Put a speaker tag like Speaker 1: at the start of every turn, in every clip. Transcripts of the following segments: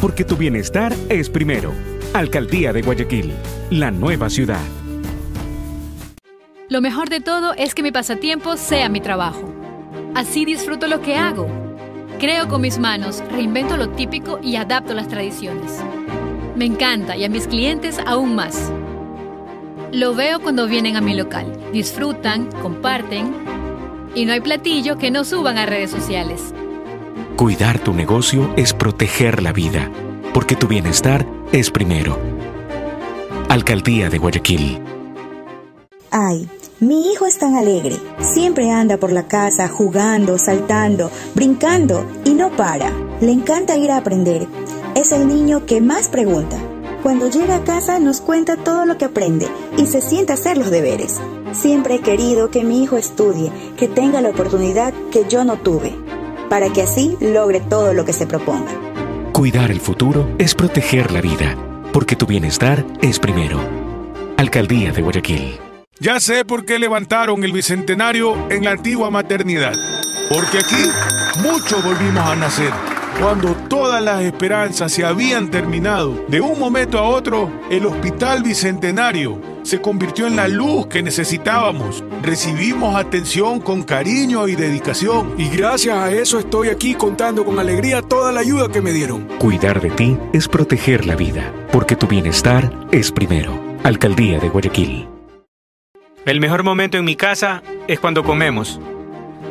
Speaker 1: porque tu bienestar es primero. Alcaldía de Guayaquil, la nueva ciudad.
Speaker 2: Lo mejor de todo es que mi pasatiempo sea mi trabajo. Así disfruto lo que hago. Creo con mis manos, reinvento lo típico y adapto las tradiciones. Me encanta y a mis clientes aún más. Lo veo cuando vienen a mi local. Disfrutan, comparten y no hay platillo que no suban a redes sociales.
Speaker 1: Cuidar tu negocio es proteger la vida, porque tu bienestar es primero. Alcaldía de Guayaquil.
Speaker 3: Ay, mi hijo es tan alegre. Siempre anda por la casa jugando, saltando, brincando y no para. Le encanta ir a aprender. Es el niño que más pregunta. Cuando llega a casa nos cuenta todo lo que aprende y se sienta a hacer los deberes. Siempre he querido que mi hijo estudie, que tenga la oportunidad que yo no tuve, para que así logre todo lo que se proponga.
Speaker 1: Cuidar el futuro es proteger la vida, porque tu bienestar es primero. Alcaldía de Guayaquil.
Speaker 4: Ya sé por qué levantaron el bicentenario en la antigua maternidad. Porque aquí muchos volvimos a nacer. Cuando todas las esperanzas se habían terminado, de un momento a otro, el Hospital Bicentenario se convirtió en la luz que necesitábamos. Recibimos atención con cariño y dedicación.
Speaker 5: Y gracias a eso estoy aquí contando con alegría toda la ayuda que me dieron.
Speaker 1: Cuidar de ti es proteger la vida, porque tu bienestar es primero. Alcaldía de Guayaquil.
Speaker 6: El mejor momento en mi casa es cuando comemos,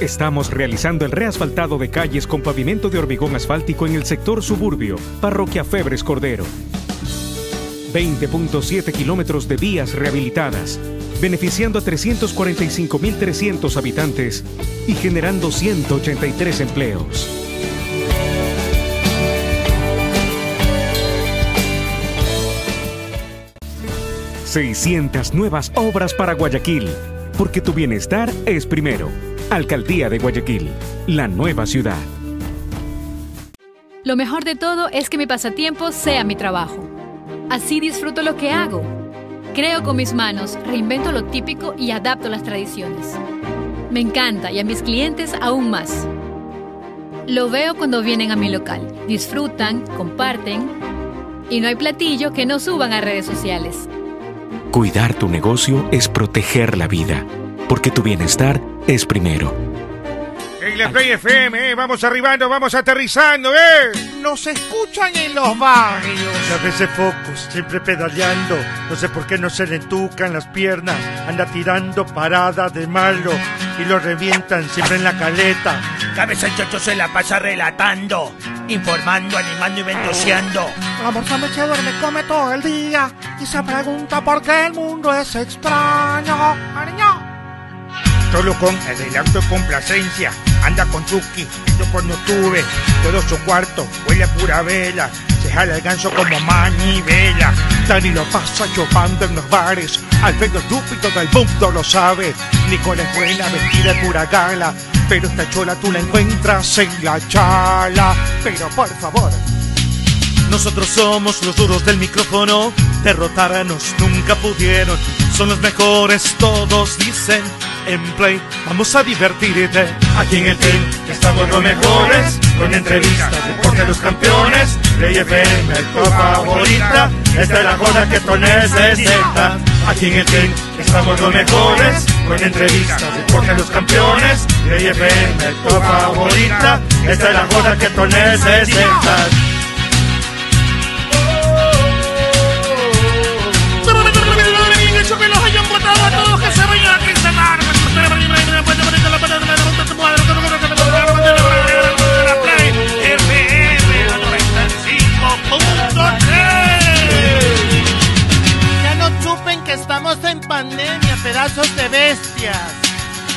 Speaker 1: Estamos realizando el reasfaltado de calles con pavimento de hormigón asfáltico en el sector suburbio, Parroquia Febres Cordero. 20.7 kilómetros de vías rehabilitadas, beneficiando a 345.300 habitantes y generando 183 empleos. ...600 nuevas obras para Guayaquil... ...porque tu bienestar es primero... Alcaldía de Guayaquil, la nueva ciudad.
Speaker 2: Lo mejor de todo es que mi pasatiempo sea mi trabajo. Así disfruto lo que hago. Creo con mis manos, reinvento lo típico y adapto las tradiciones. Me encanta y a mis clientes aún más. Lo veo cuando vienen a mi local. Disfrutan, comparten y no hay platillo que no suban a redes sociales.
Speaker 1: Cuidar tu negocio es proteger la vida, porque tu bienestar es primero.
Speaker 4: En la Play FM, eh, vamos arribando, vamos aterrizando, ¿eh?
Speaker 7: Nos escuchan en los barrios.
Speaker 8: A veces focos, siempre pedaleando. No sé por qué no se le entucan las piernas. Anda tirando parada de malo y lo revientan siempre en la caleta.
Speaker 9: Cabeza el chocho se la pasa relatando, informando, animando y ventoseando.
Speaker 7: La morsa se duerme, come todo el día y se pregunta por qué el mundo
Speaker 2: Pues
Speaker 7: es extraño. ¡Ariño!
Speaker 9: solo con adelanto y complacencia. Anda con Chucky, yo cuando tuve todo su cuarto, huele a pura vela, se jala el ganso como manivela.
Speaker 8: Dani lo pasa chupando en los bares, Alfredo estúpido del mundo lo sabe. Nicole es buena, vestida de pura gala, pero esta chola tú la encuentras en la chala. Pero por favor,
Speaker 10: nosotros somos los duros del micrófono, derrotarnos nunca pudieron. Son los mejores, todos dicen. En Play vamos a divertirte.
Speaker 11: Aquí en el team estamos los mejores, con entrevistas, deporte de los campeones. Play FM, tu favorita, esta es la joda que tú necesitas. Aquí en el team estamos los mejores, con entrevistas, deporte de los campeones. Play FM, tu favorita, esta es la joda que tú necesitas.
Speaker 2: pandemia, pedazos de bestias.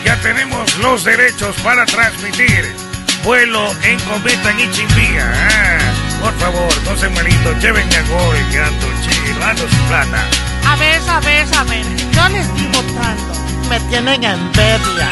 Speaker 8: Ya tenemos los derechos para transmitir vuelo en cometa en Ichimbía. Ah, por favor, no sean malitos, llévenme a Gore, que ando chido, ando sin plata.
Speaker 2: A ver, a ver, a ver, yo les estoy votando. Me tienen envidia.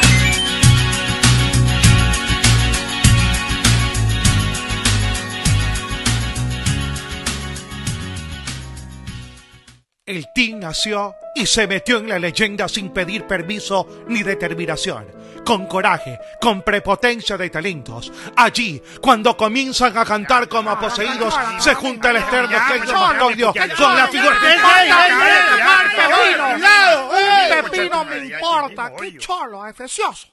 Speaker 11: El Team nació y se metió en la leyenda sin pedir permiso ni determinación. Con coraje, con prepotencia de talentos. Allí, cuando comienzan a cantar como poseídos, se junta el externo Kenzo Macodio con la figura
Speaker 7: ¡Pepino! ¡Pepino me importa! ¡Qué cholo, efecioso!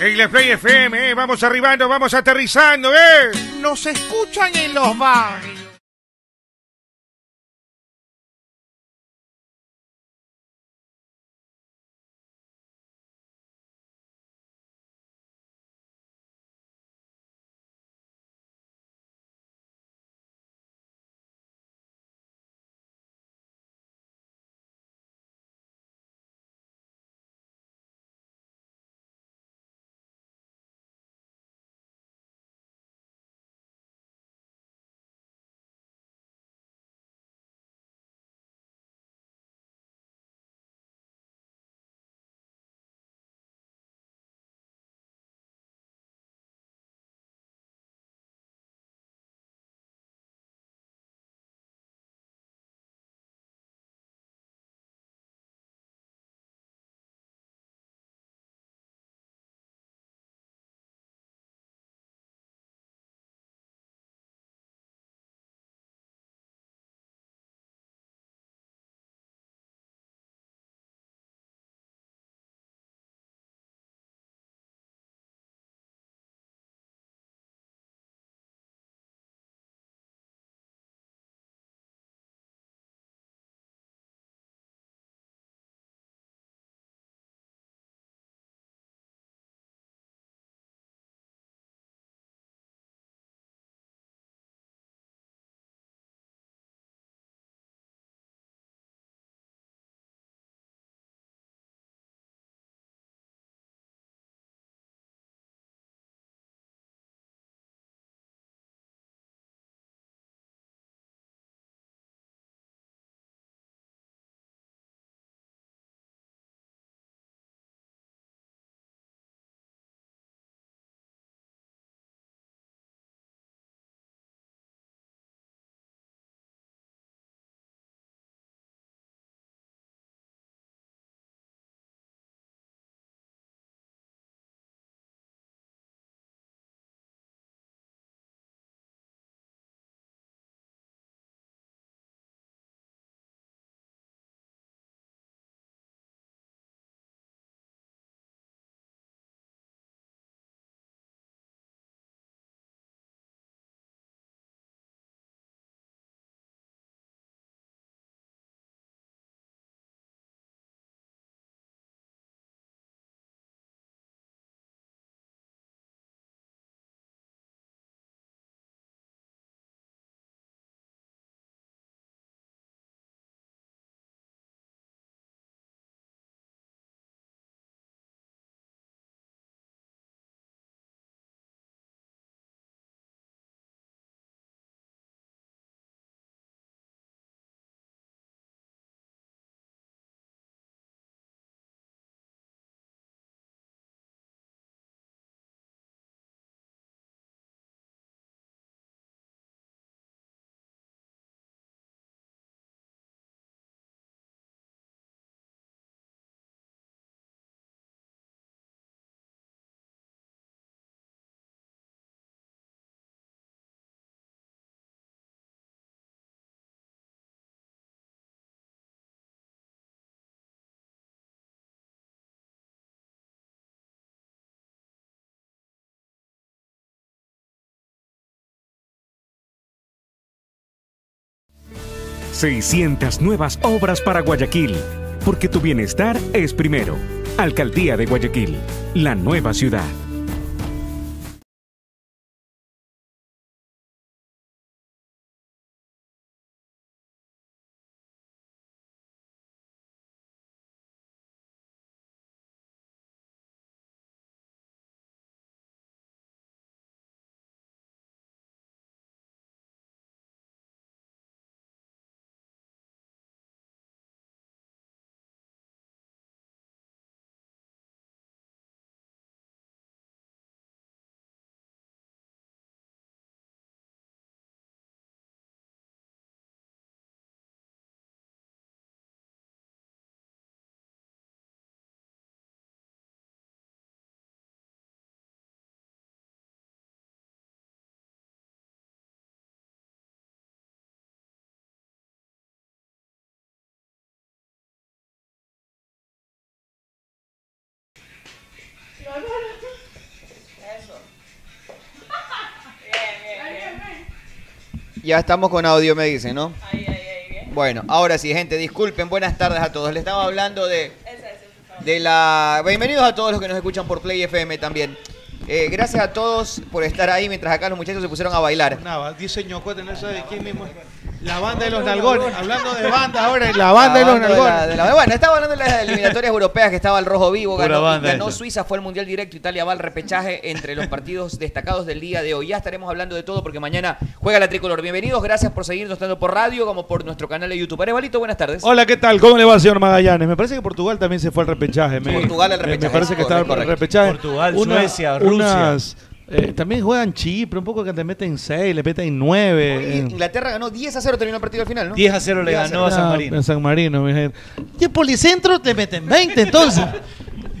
Speaker 8: En la Play FM, eh, vamos arribando, vamos aterrizando, eh.
Speaker 7: Nos escuchan en los barrios.
Speaker 1: ...600 nuevas obras para Guayaquil... ...porque tu bienestar es primero... ...Alcaldía de Guayaquil... ...la nueva ciudad...
Speaker 12: Ya estamos con audio, me dicen, ¿no? Bueno, ahora sí, gente, disculpen, buenas tardes a todos. Le estamos hablando de, de la... Bienvenidos a todos los que nos escuchan por Play FM también. Eh, gracias a todos por estar ahí mientras acá los muchachos se pusieron a bailar.
Speaker 13: Nava, dice Ñoco, no sabe quién mismo es. La banda de los nalgones, hablando de banda ahora, la banda de los
Speaker 12: de la-
Speaker 13: nalgones.
Speaker 12: de la- bueno, estaba hablando de las eliminatorias europeas que estaba el rojo vivo,
Speaker 13: Pura
Speaker 12: ganó,
Speaker 13: banda
Speaker 12: ganó
Speaker 13: esa.
Speaker 12: Suiza, fue el Mundial Directo, Italia va al repechaje entre los partidos destacados del día de hoy. Ya estaremos hablando de todo porque mañana juega la tricolor. Bienvenidos, gracias por seguirnos tanto por radio como por nuestro canal de YouTube. Arevalito, buenas tardes.
Speaker 10: Hola, ¿qué tal? ¿Cómo le va, señor Magallanes? Me parece que Portugal también se fue al repechaje. Me,
Speaker 12: Portugal al
Speaker 10: me-
Speaker 12: repechaje,
Speaker 10: Me parece que estaba al
Speaker 12: correcto.
Speaker 10: repechaje.
Speaker 12: Portugal, Suecia,
Speaker 10: unas, eh, también juegan Chipre, un poco que te meten 6, le meten eh. 9.
Speaker 12: Eh, Inglaterra ganó 10 a 0, terminó el partido al final, ¿no?
Speaker 10: A San Marino, mi gente.
Speaker 7: Y en Policentro te meten 20 entonces.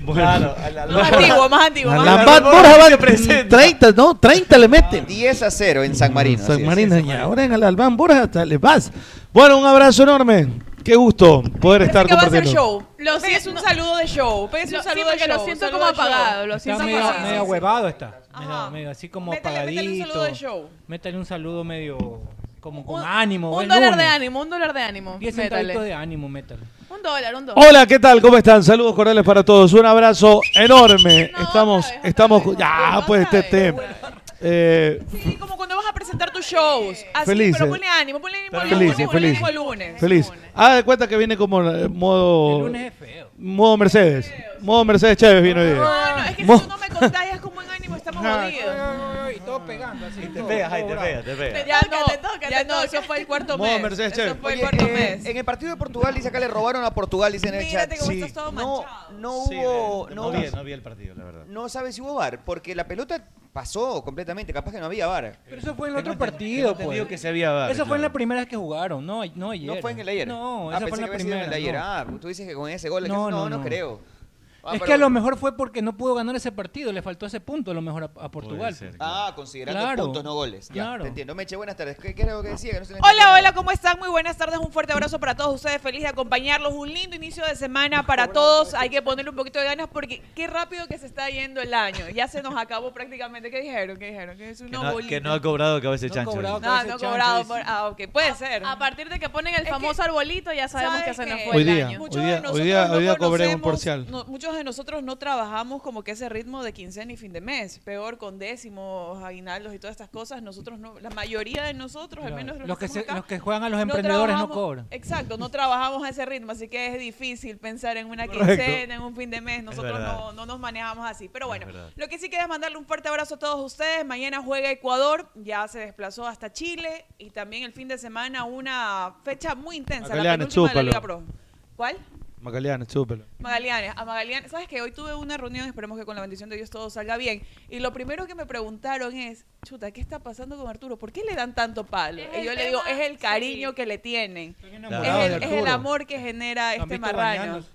Speaker 10: Bueno.
Speaker 7: más antiguo, más antiguo.
Speaker 10: La
Speaker 7: más
Speaker 10: Lambat
Speaker 7: antiguo.
Speaker 10: Borja va 30, no, 30 le meten.
Speaker 12: 10 Ah, a 0 en San Marino.
Speaker 10: San Marino, y ahora en el Albán Borja hasta le vas. Bueno, un abrazo enorme. Qué gusto poder estar
Speaker 14: que va a ser
Speaker 10: compartiendo.
Speaker 14: show. Lo sí es un saludo de show. Pero es un saludo de
Speaker 15: porque lo
Speaker 14: show,
Speaker 15: siento
Speaker 14: saludo
Speaker 15: como
Speaker 14: de show.
Speaker 15: apagado, lo
Speaker 16: Está
Speaker 15: siento
Speaker 14: Sí,
Speaker 15: medio,
Speaker 14: sí, sí,
Speaker 15: medio
Speaker 14: sí.
Speaker 15: huevado está. Medio, medio así como apagadito.
Speaker 14: métele un saludo de show.
Speaker 15: Métale un saludo medio como con
Speaker 14: Un-
Speaker 15: ánimo.
Speaker 14: Un
Speaker 15: buen
Speaker 14: dólar de
Speaker 15: lunes.
Speaker 14: ánimo, un dólar de ánimo.
Speaker 15: Diez
Speaker 14: Métale.
Speaker 15: centavitos de ánimo, métale.
Speaker 14: Un dólar, un dólar.
Speaker 10: Hola, ¿qué tal? ¿Cómo están? Saludos cordiales para todos. Un abrazo enorme. estamos, estamos, ya, pues, este, este, eh,
Speaker 14: Sí, como cuando vas a presentar tus shows. Así,
Speaker 10: Felices.
Speaker 14: pero ponle ánimo, ponle ánimo. al
Speaker 10: feliz,
Speaker 14: lunes, ponle
Speaker 10: feliz,
Speaker 14: ánimo al lunes.
Speaker 10: feliz. Ah, de cuenta que viene como eh, modo,
Speaker 14: El lunes es
Speaker 10: modo Mercedes, modo Mercedes Chévez vino hoy. día.
Speaker 14: No, no, es que
Speaker 10: Mo- Ah,
Speaker 14: si tú no me contagias con buen ánimo, Pues estamos jodidos. Y todos pegando así.
Speaker 15: te pegas, ahí te pegas, te pegas.
Speaker 14: Ya no, ya no, eso fue el cuarto
Speaker 10: Modo
Speaker 14: mes.
Speaker 10: Mercedes
Speaker 14: Eso
Speaker 10: Chévez.
Speaker 14: fue el
Speaker 12: Oye,
Speaker 14: cuarto
Speaker 12: eh,
Speaker 14: mes.
Speaker 12: En el partido de Portugal dice acá le robaron a Portugal, dicen en el chat.
Speaker 14: Mírate cómo estás todo
Speaker 12: no, no
Speaker 14: manchado.
Speaker 13: eh,
Speaker 12: hubo, no,
Speaker 14: no
Speaker 12: hubo-
Speaker 14: vi- no
Speaker 7: vi el partido, la verdad.
Speaker 12: No sabe si hubo VAR, porque la pelota pasó completamente, capaz que no había VAR.
Speaker 15: Pero eso fue en el otro partido, pues.
Speaker 7: que se había VAR,
Speaker 15: Eso fue en
Speaker 7: claro.
Speaker 15: la primera vez que jugaron, no, no ayer.
Speaker 12: No fue en el ayer.
Speaker 15: No,
Speaker 12: Ah,
Speaker 15: esa
Speaker 12: pensé
Speaker 15: fue en
Speaker 12: que
Speaker 15: la
Speaker 12: había sido
Speaker 15: primera.
Speaker 12: en el ayer.
Speaker 15: no.
Speaker 12: Ah, tú dices que con ese gol.
Speaker 15: No,
Speaker 12: No, no,
Speaker 15: no, no.
Speaker 12: creo. Ah,
Speaker 15: es
Speaker 12: pero
Speaker 15: que a lo
Speaker 12: bueno.
Speaker 15: mejor fue porque no pudo ganar ese partido, le faltó ese punto a lo mejor a, a Portugal.
Speaker 12: Ah, considerando
Speaker 15: Claro.
Speaker 12: puntos, no goles. Ya,
Speaker 15: Claro.
Speaker 12: te entiendo. Meche, buenas tardes. ¿Qué, qué era lo que decía? Que no se le
Speaker 14: Hola,
Speaker 12: entendió.
Speaker 14: hola, ¿cómo están? Muy buenas tardes, un fuerte abrazo para todos ustedes, feliz de acompañarlos, un lindo inicio de semana para todos, hay que ponerle un poquito de ganas porque qué rápido que se está yendo el año, ya se nos acabó prácticamente, ¿qué dijeron? ¿Qué dijeron? Que es una
Speaker 17: no,
Speaker 14: bolita.
Speaker 17: que no ha cobrado cabeza de chancho.
Speaker 14: No,
Speaker 17: Dice.
Speaker 14: no he cobrado, por- ah, ok, puede ser.
Speaker 15: A
Speaker 14: partir de que ponen
Speaker 15: el famoso
Speaker 14: arbolito ya
Speaker 15: sabemos que se nos
Speaker 10: Hoy día, hoy día, hoy día, hoy día cobré un parcial.
Speaker 14: no- muchos de nosotros no trabajamos como que ese ritmo de quincena y fin de mes, peor con décimos, aguinaldos y todas estas cosas. Nosotros no, la mayoría de nosotros, al menos los,
Speaker 15: Los que, se-
Speaker 14: estamos acá,
Speaker 15: los que juegan a los
Speaker 14: no
Speaker 15: emprendedores no
Speaker 14: trabajamos-
Speaker 15: cobran.
Speaker 14: Exacto, no trabajamos a ese ritmo, así que es difícil pensar en una
Speaker 15: Correcto.
Speaker 14: quincena, en un fin de mes. Nosotros
Speaker 15: verdad.
Speaker 14: no, no nos manejamos así. Pero bueno,
Speaker 15: verdad.
Speaker 14: lo que sí queda es mandarle un fuerte abrazo a todos ustedes. Mañana juega Ecuador, ya se desplazó hasta Chile y también el fin de semana una fecha muy intensa, la
Speaker 10: Magallanes,
Speaker 14: penúltima de la Liga
Speaker 10: chúpalo.
Speaker 14: Pro. ¿Cuál?
Speaker 10: Magallanes, chúpelo.
Speaker 14: Magalianes, a Magalianes, sabes que hoy tuve una reunión, esperemos que con la bendición de Dios todo salga bien. Y lo primero que me preguntaron es, chuta, ¿qué está pasando con Arturo? ¿Por qué le dan tanto palo?
Speaker 15: el
Speaker 14: y yo le digo,
Speaker 15: tema,
Speaker 14: es el cariño que le tienen.
Speaker 15: enamorados
Speaker 14: Es el,
Speaker 15: de
Speaker 14: es el
Speaker 15: Arturo.
Speaker 14: amor que genera
Speaker 15: ¿Lo han
Speaker 14: este
Speaker 15: visto
Speaker 14: marrano.
Speaker 15: bañándose?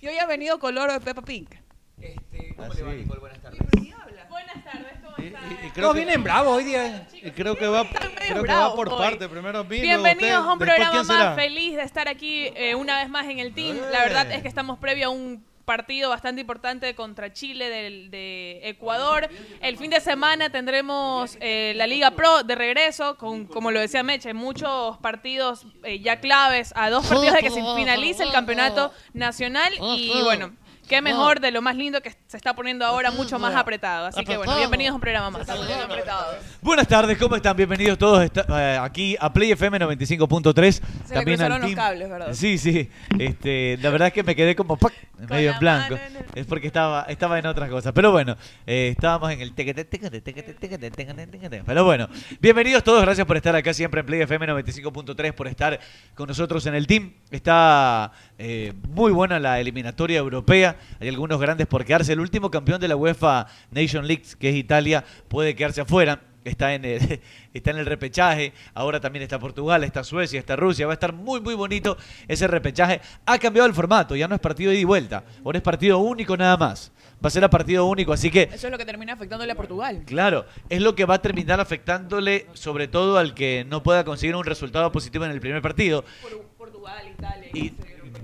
Speaker 14: yo hoy ha venido con oro de Peppa Pink.
Speaker 12: ¿Cómo le va, Nicole? Buenas tardes.
Speaker 10: Y
Speaker 15: Todos vienen bravos hoy
Speaker 18: ¿eh?
Speaker 15: día.
Speaker 10: y creo que va, creo que va
Speaker 15: bravos
Speaker 10: por
Speaker 15: hoy.
Speaker 10: parte. Primero Milo,
Speaker 19: Bienvenidos
Speaker 10: usted,
Speaker 19: a un
Speaker 10: después,
Speaker 19: programa
Speaker 10: ¿quién será?
Speaker 19: más feliz de estar aquí eh, una vez más en el team. La verdad es que estamos previo a un partido bastante importante contra Chile del- de, Ecuador. El fin de semana tendremos eh, la Liga Pro de regreso con, como lo decía Meche, muchos partidos eh, ya claves a dos partidos de que se finalice el campeonato nacional y bueno. Qué mejor de lo más lindo que se está poniendo ahora mucho más apretado. Así que bueno, bienvenidos a un programa más.
Speaker 17: Buenas tardes, ¿cómo están? Bienvenidos todos esta- eh, aquí a Play FM 95.3.
Speaker 14: Se le
Speaker 17: También al
Speaker 14: cruzaron los
Speaker 17: team.
Speaker 14: cables, ¿verdad?
Speaker 17: Sí, sí. Este, la verdad es que me quedé como ¡pac! medio en blanco. Es porque estaba, estaba en otras cosas. Pero bueno, eh, estábamos en el tequete, tequete, tequete, tequete, tequete, tequete. Pero bueno, bienvenidos todos. Gracias por estar acá siempre en Play FM 95.3, por estar con nosotros en el team. Está eh, muy buena la eliminatoria europea. Hay algunos grandes por quedarse. El último campeón de la UEFA Nation League, que es Italia, puede quedarse afuera. Está en, el, está en el repechaje, ahora también está Portugal, está Suecia, está Rusia, va a estar muy muy bonito ese repechaje. Ha cambiado el formato, ya no es partido de ida y vuelta, ahora es partido único nada más. Va a ser a partido único, así que
Speaker 14: Eso es lo que termina afectándole a Portugal.
Speaker 17: Claro, es lo que va a terminar afectándole sobre todo al que no pueda conseguir un resultado positivo en el primer partido. Y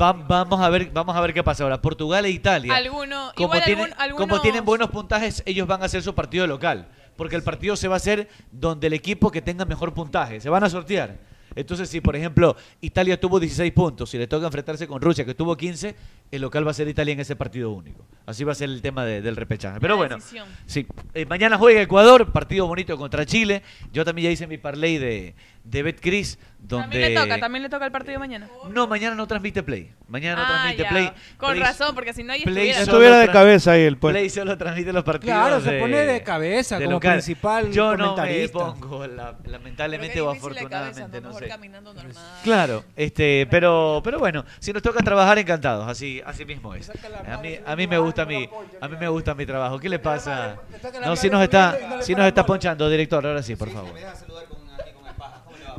Speaker 17: va- vamos a ver, vamos a ver qué pasa ahora. Portugal e Italia.
Speaker 19: Alguno,
Speaker 17: Como
Speaker 19: igual
Speaker 17: tienen,
Speaker 19: algún-
Speaker 17: como
Speaker 19: algunos-
Speaker 17: tienen buenos puntajes, ellos van a hacer su partido local. porque el partido se va a hacer donde el equipo que tenga mejor puntaje. Se van a sortear. Entonces, si por ejemplo Italia tuvo 16 puntos, si le toca enfrentarse con Rusia, que tuvo 15, el local va a ser Italia en ese partido único. Así va a ser el tema de- del repechaje. Pero
Speaker 20: La
Speaker 17: bueno,
Speaker 20: decisión.
Speaker 17: sí. Eh, mañana juega Ecuador, partido bonito contra Chile. Yo también ya hice mi parlay de, de Betcris, donde...
Speaker 21: También le
Speaker 15: eh,
Speaker 21: toca, también le toca el partido de mañana.
Speaker 17: No, mañana no transmite Play. Mañana no
Speaker 21: Ah,
Speaker 17: transmite
Speaker 21: ya.
Speaker 17: Play.
Speaker 21: Con
Speaker 17: Play-
Speaker 21: razón, porque si no, ahí
Speaker 17: Play
Speaker 21: estuviera.
Speaker 17: solo
Speaker 18: Estuviera de
Speaker 17: tra-
Speaker 18: cabeza ahí el pues.
Speaker 17: Play solo transmite los partidos.
Speaker 18: Claro, se pone
Speaker 15: de cabeza
Speaker 17: de
Speaker 15: como
Speaker 17: local.
Speaker 15: principal
Speaker 17: Yo
Speaker 15: comentarista.
Speaker 17: no me pongo, la- lamentablemente o afortunadamente, no, sé.
Speaker 14: caminando normal.
Speaker 17: Claro, este, pero, pero bueno, si nos toca trabajar encantados, así, así mismo es. A mí, a mí me gusta mi, a mí me gusta mi trabajo. ¿Qué le pasa? No, si nos está, si nos está ponchando, director, ahora sí, por favor.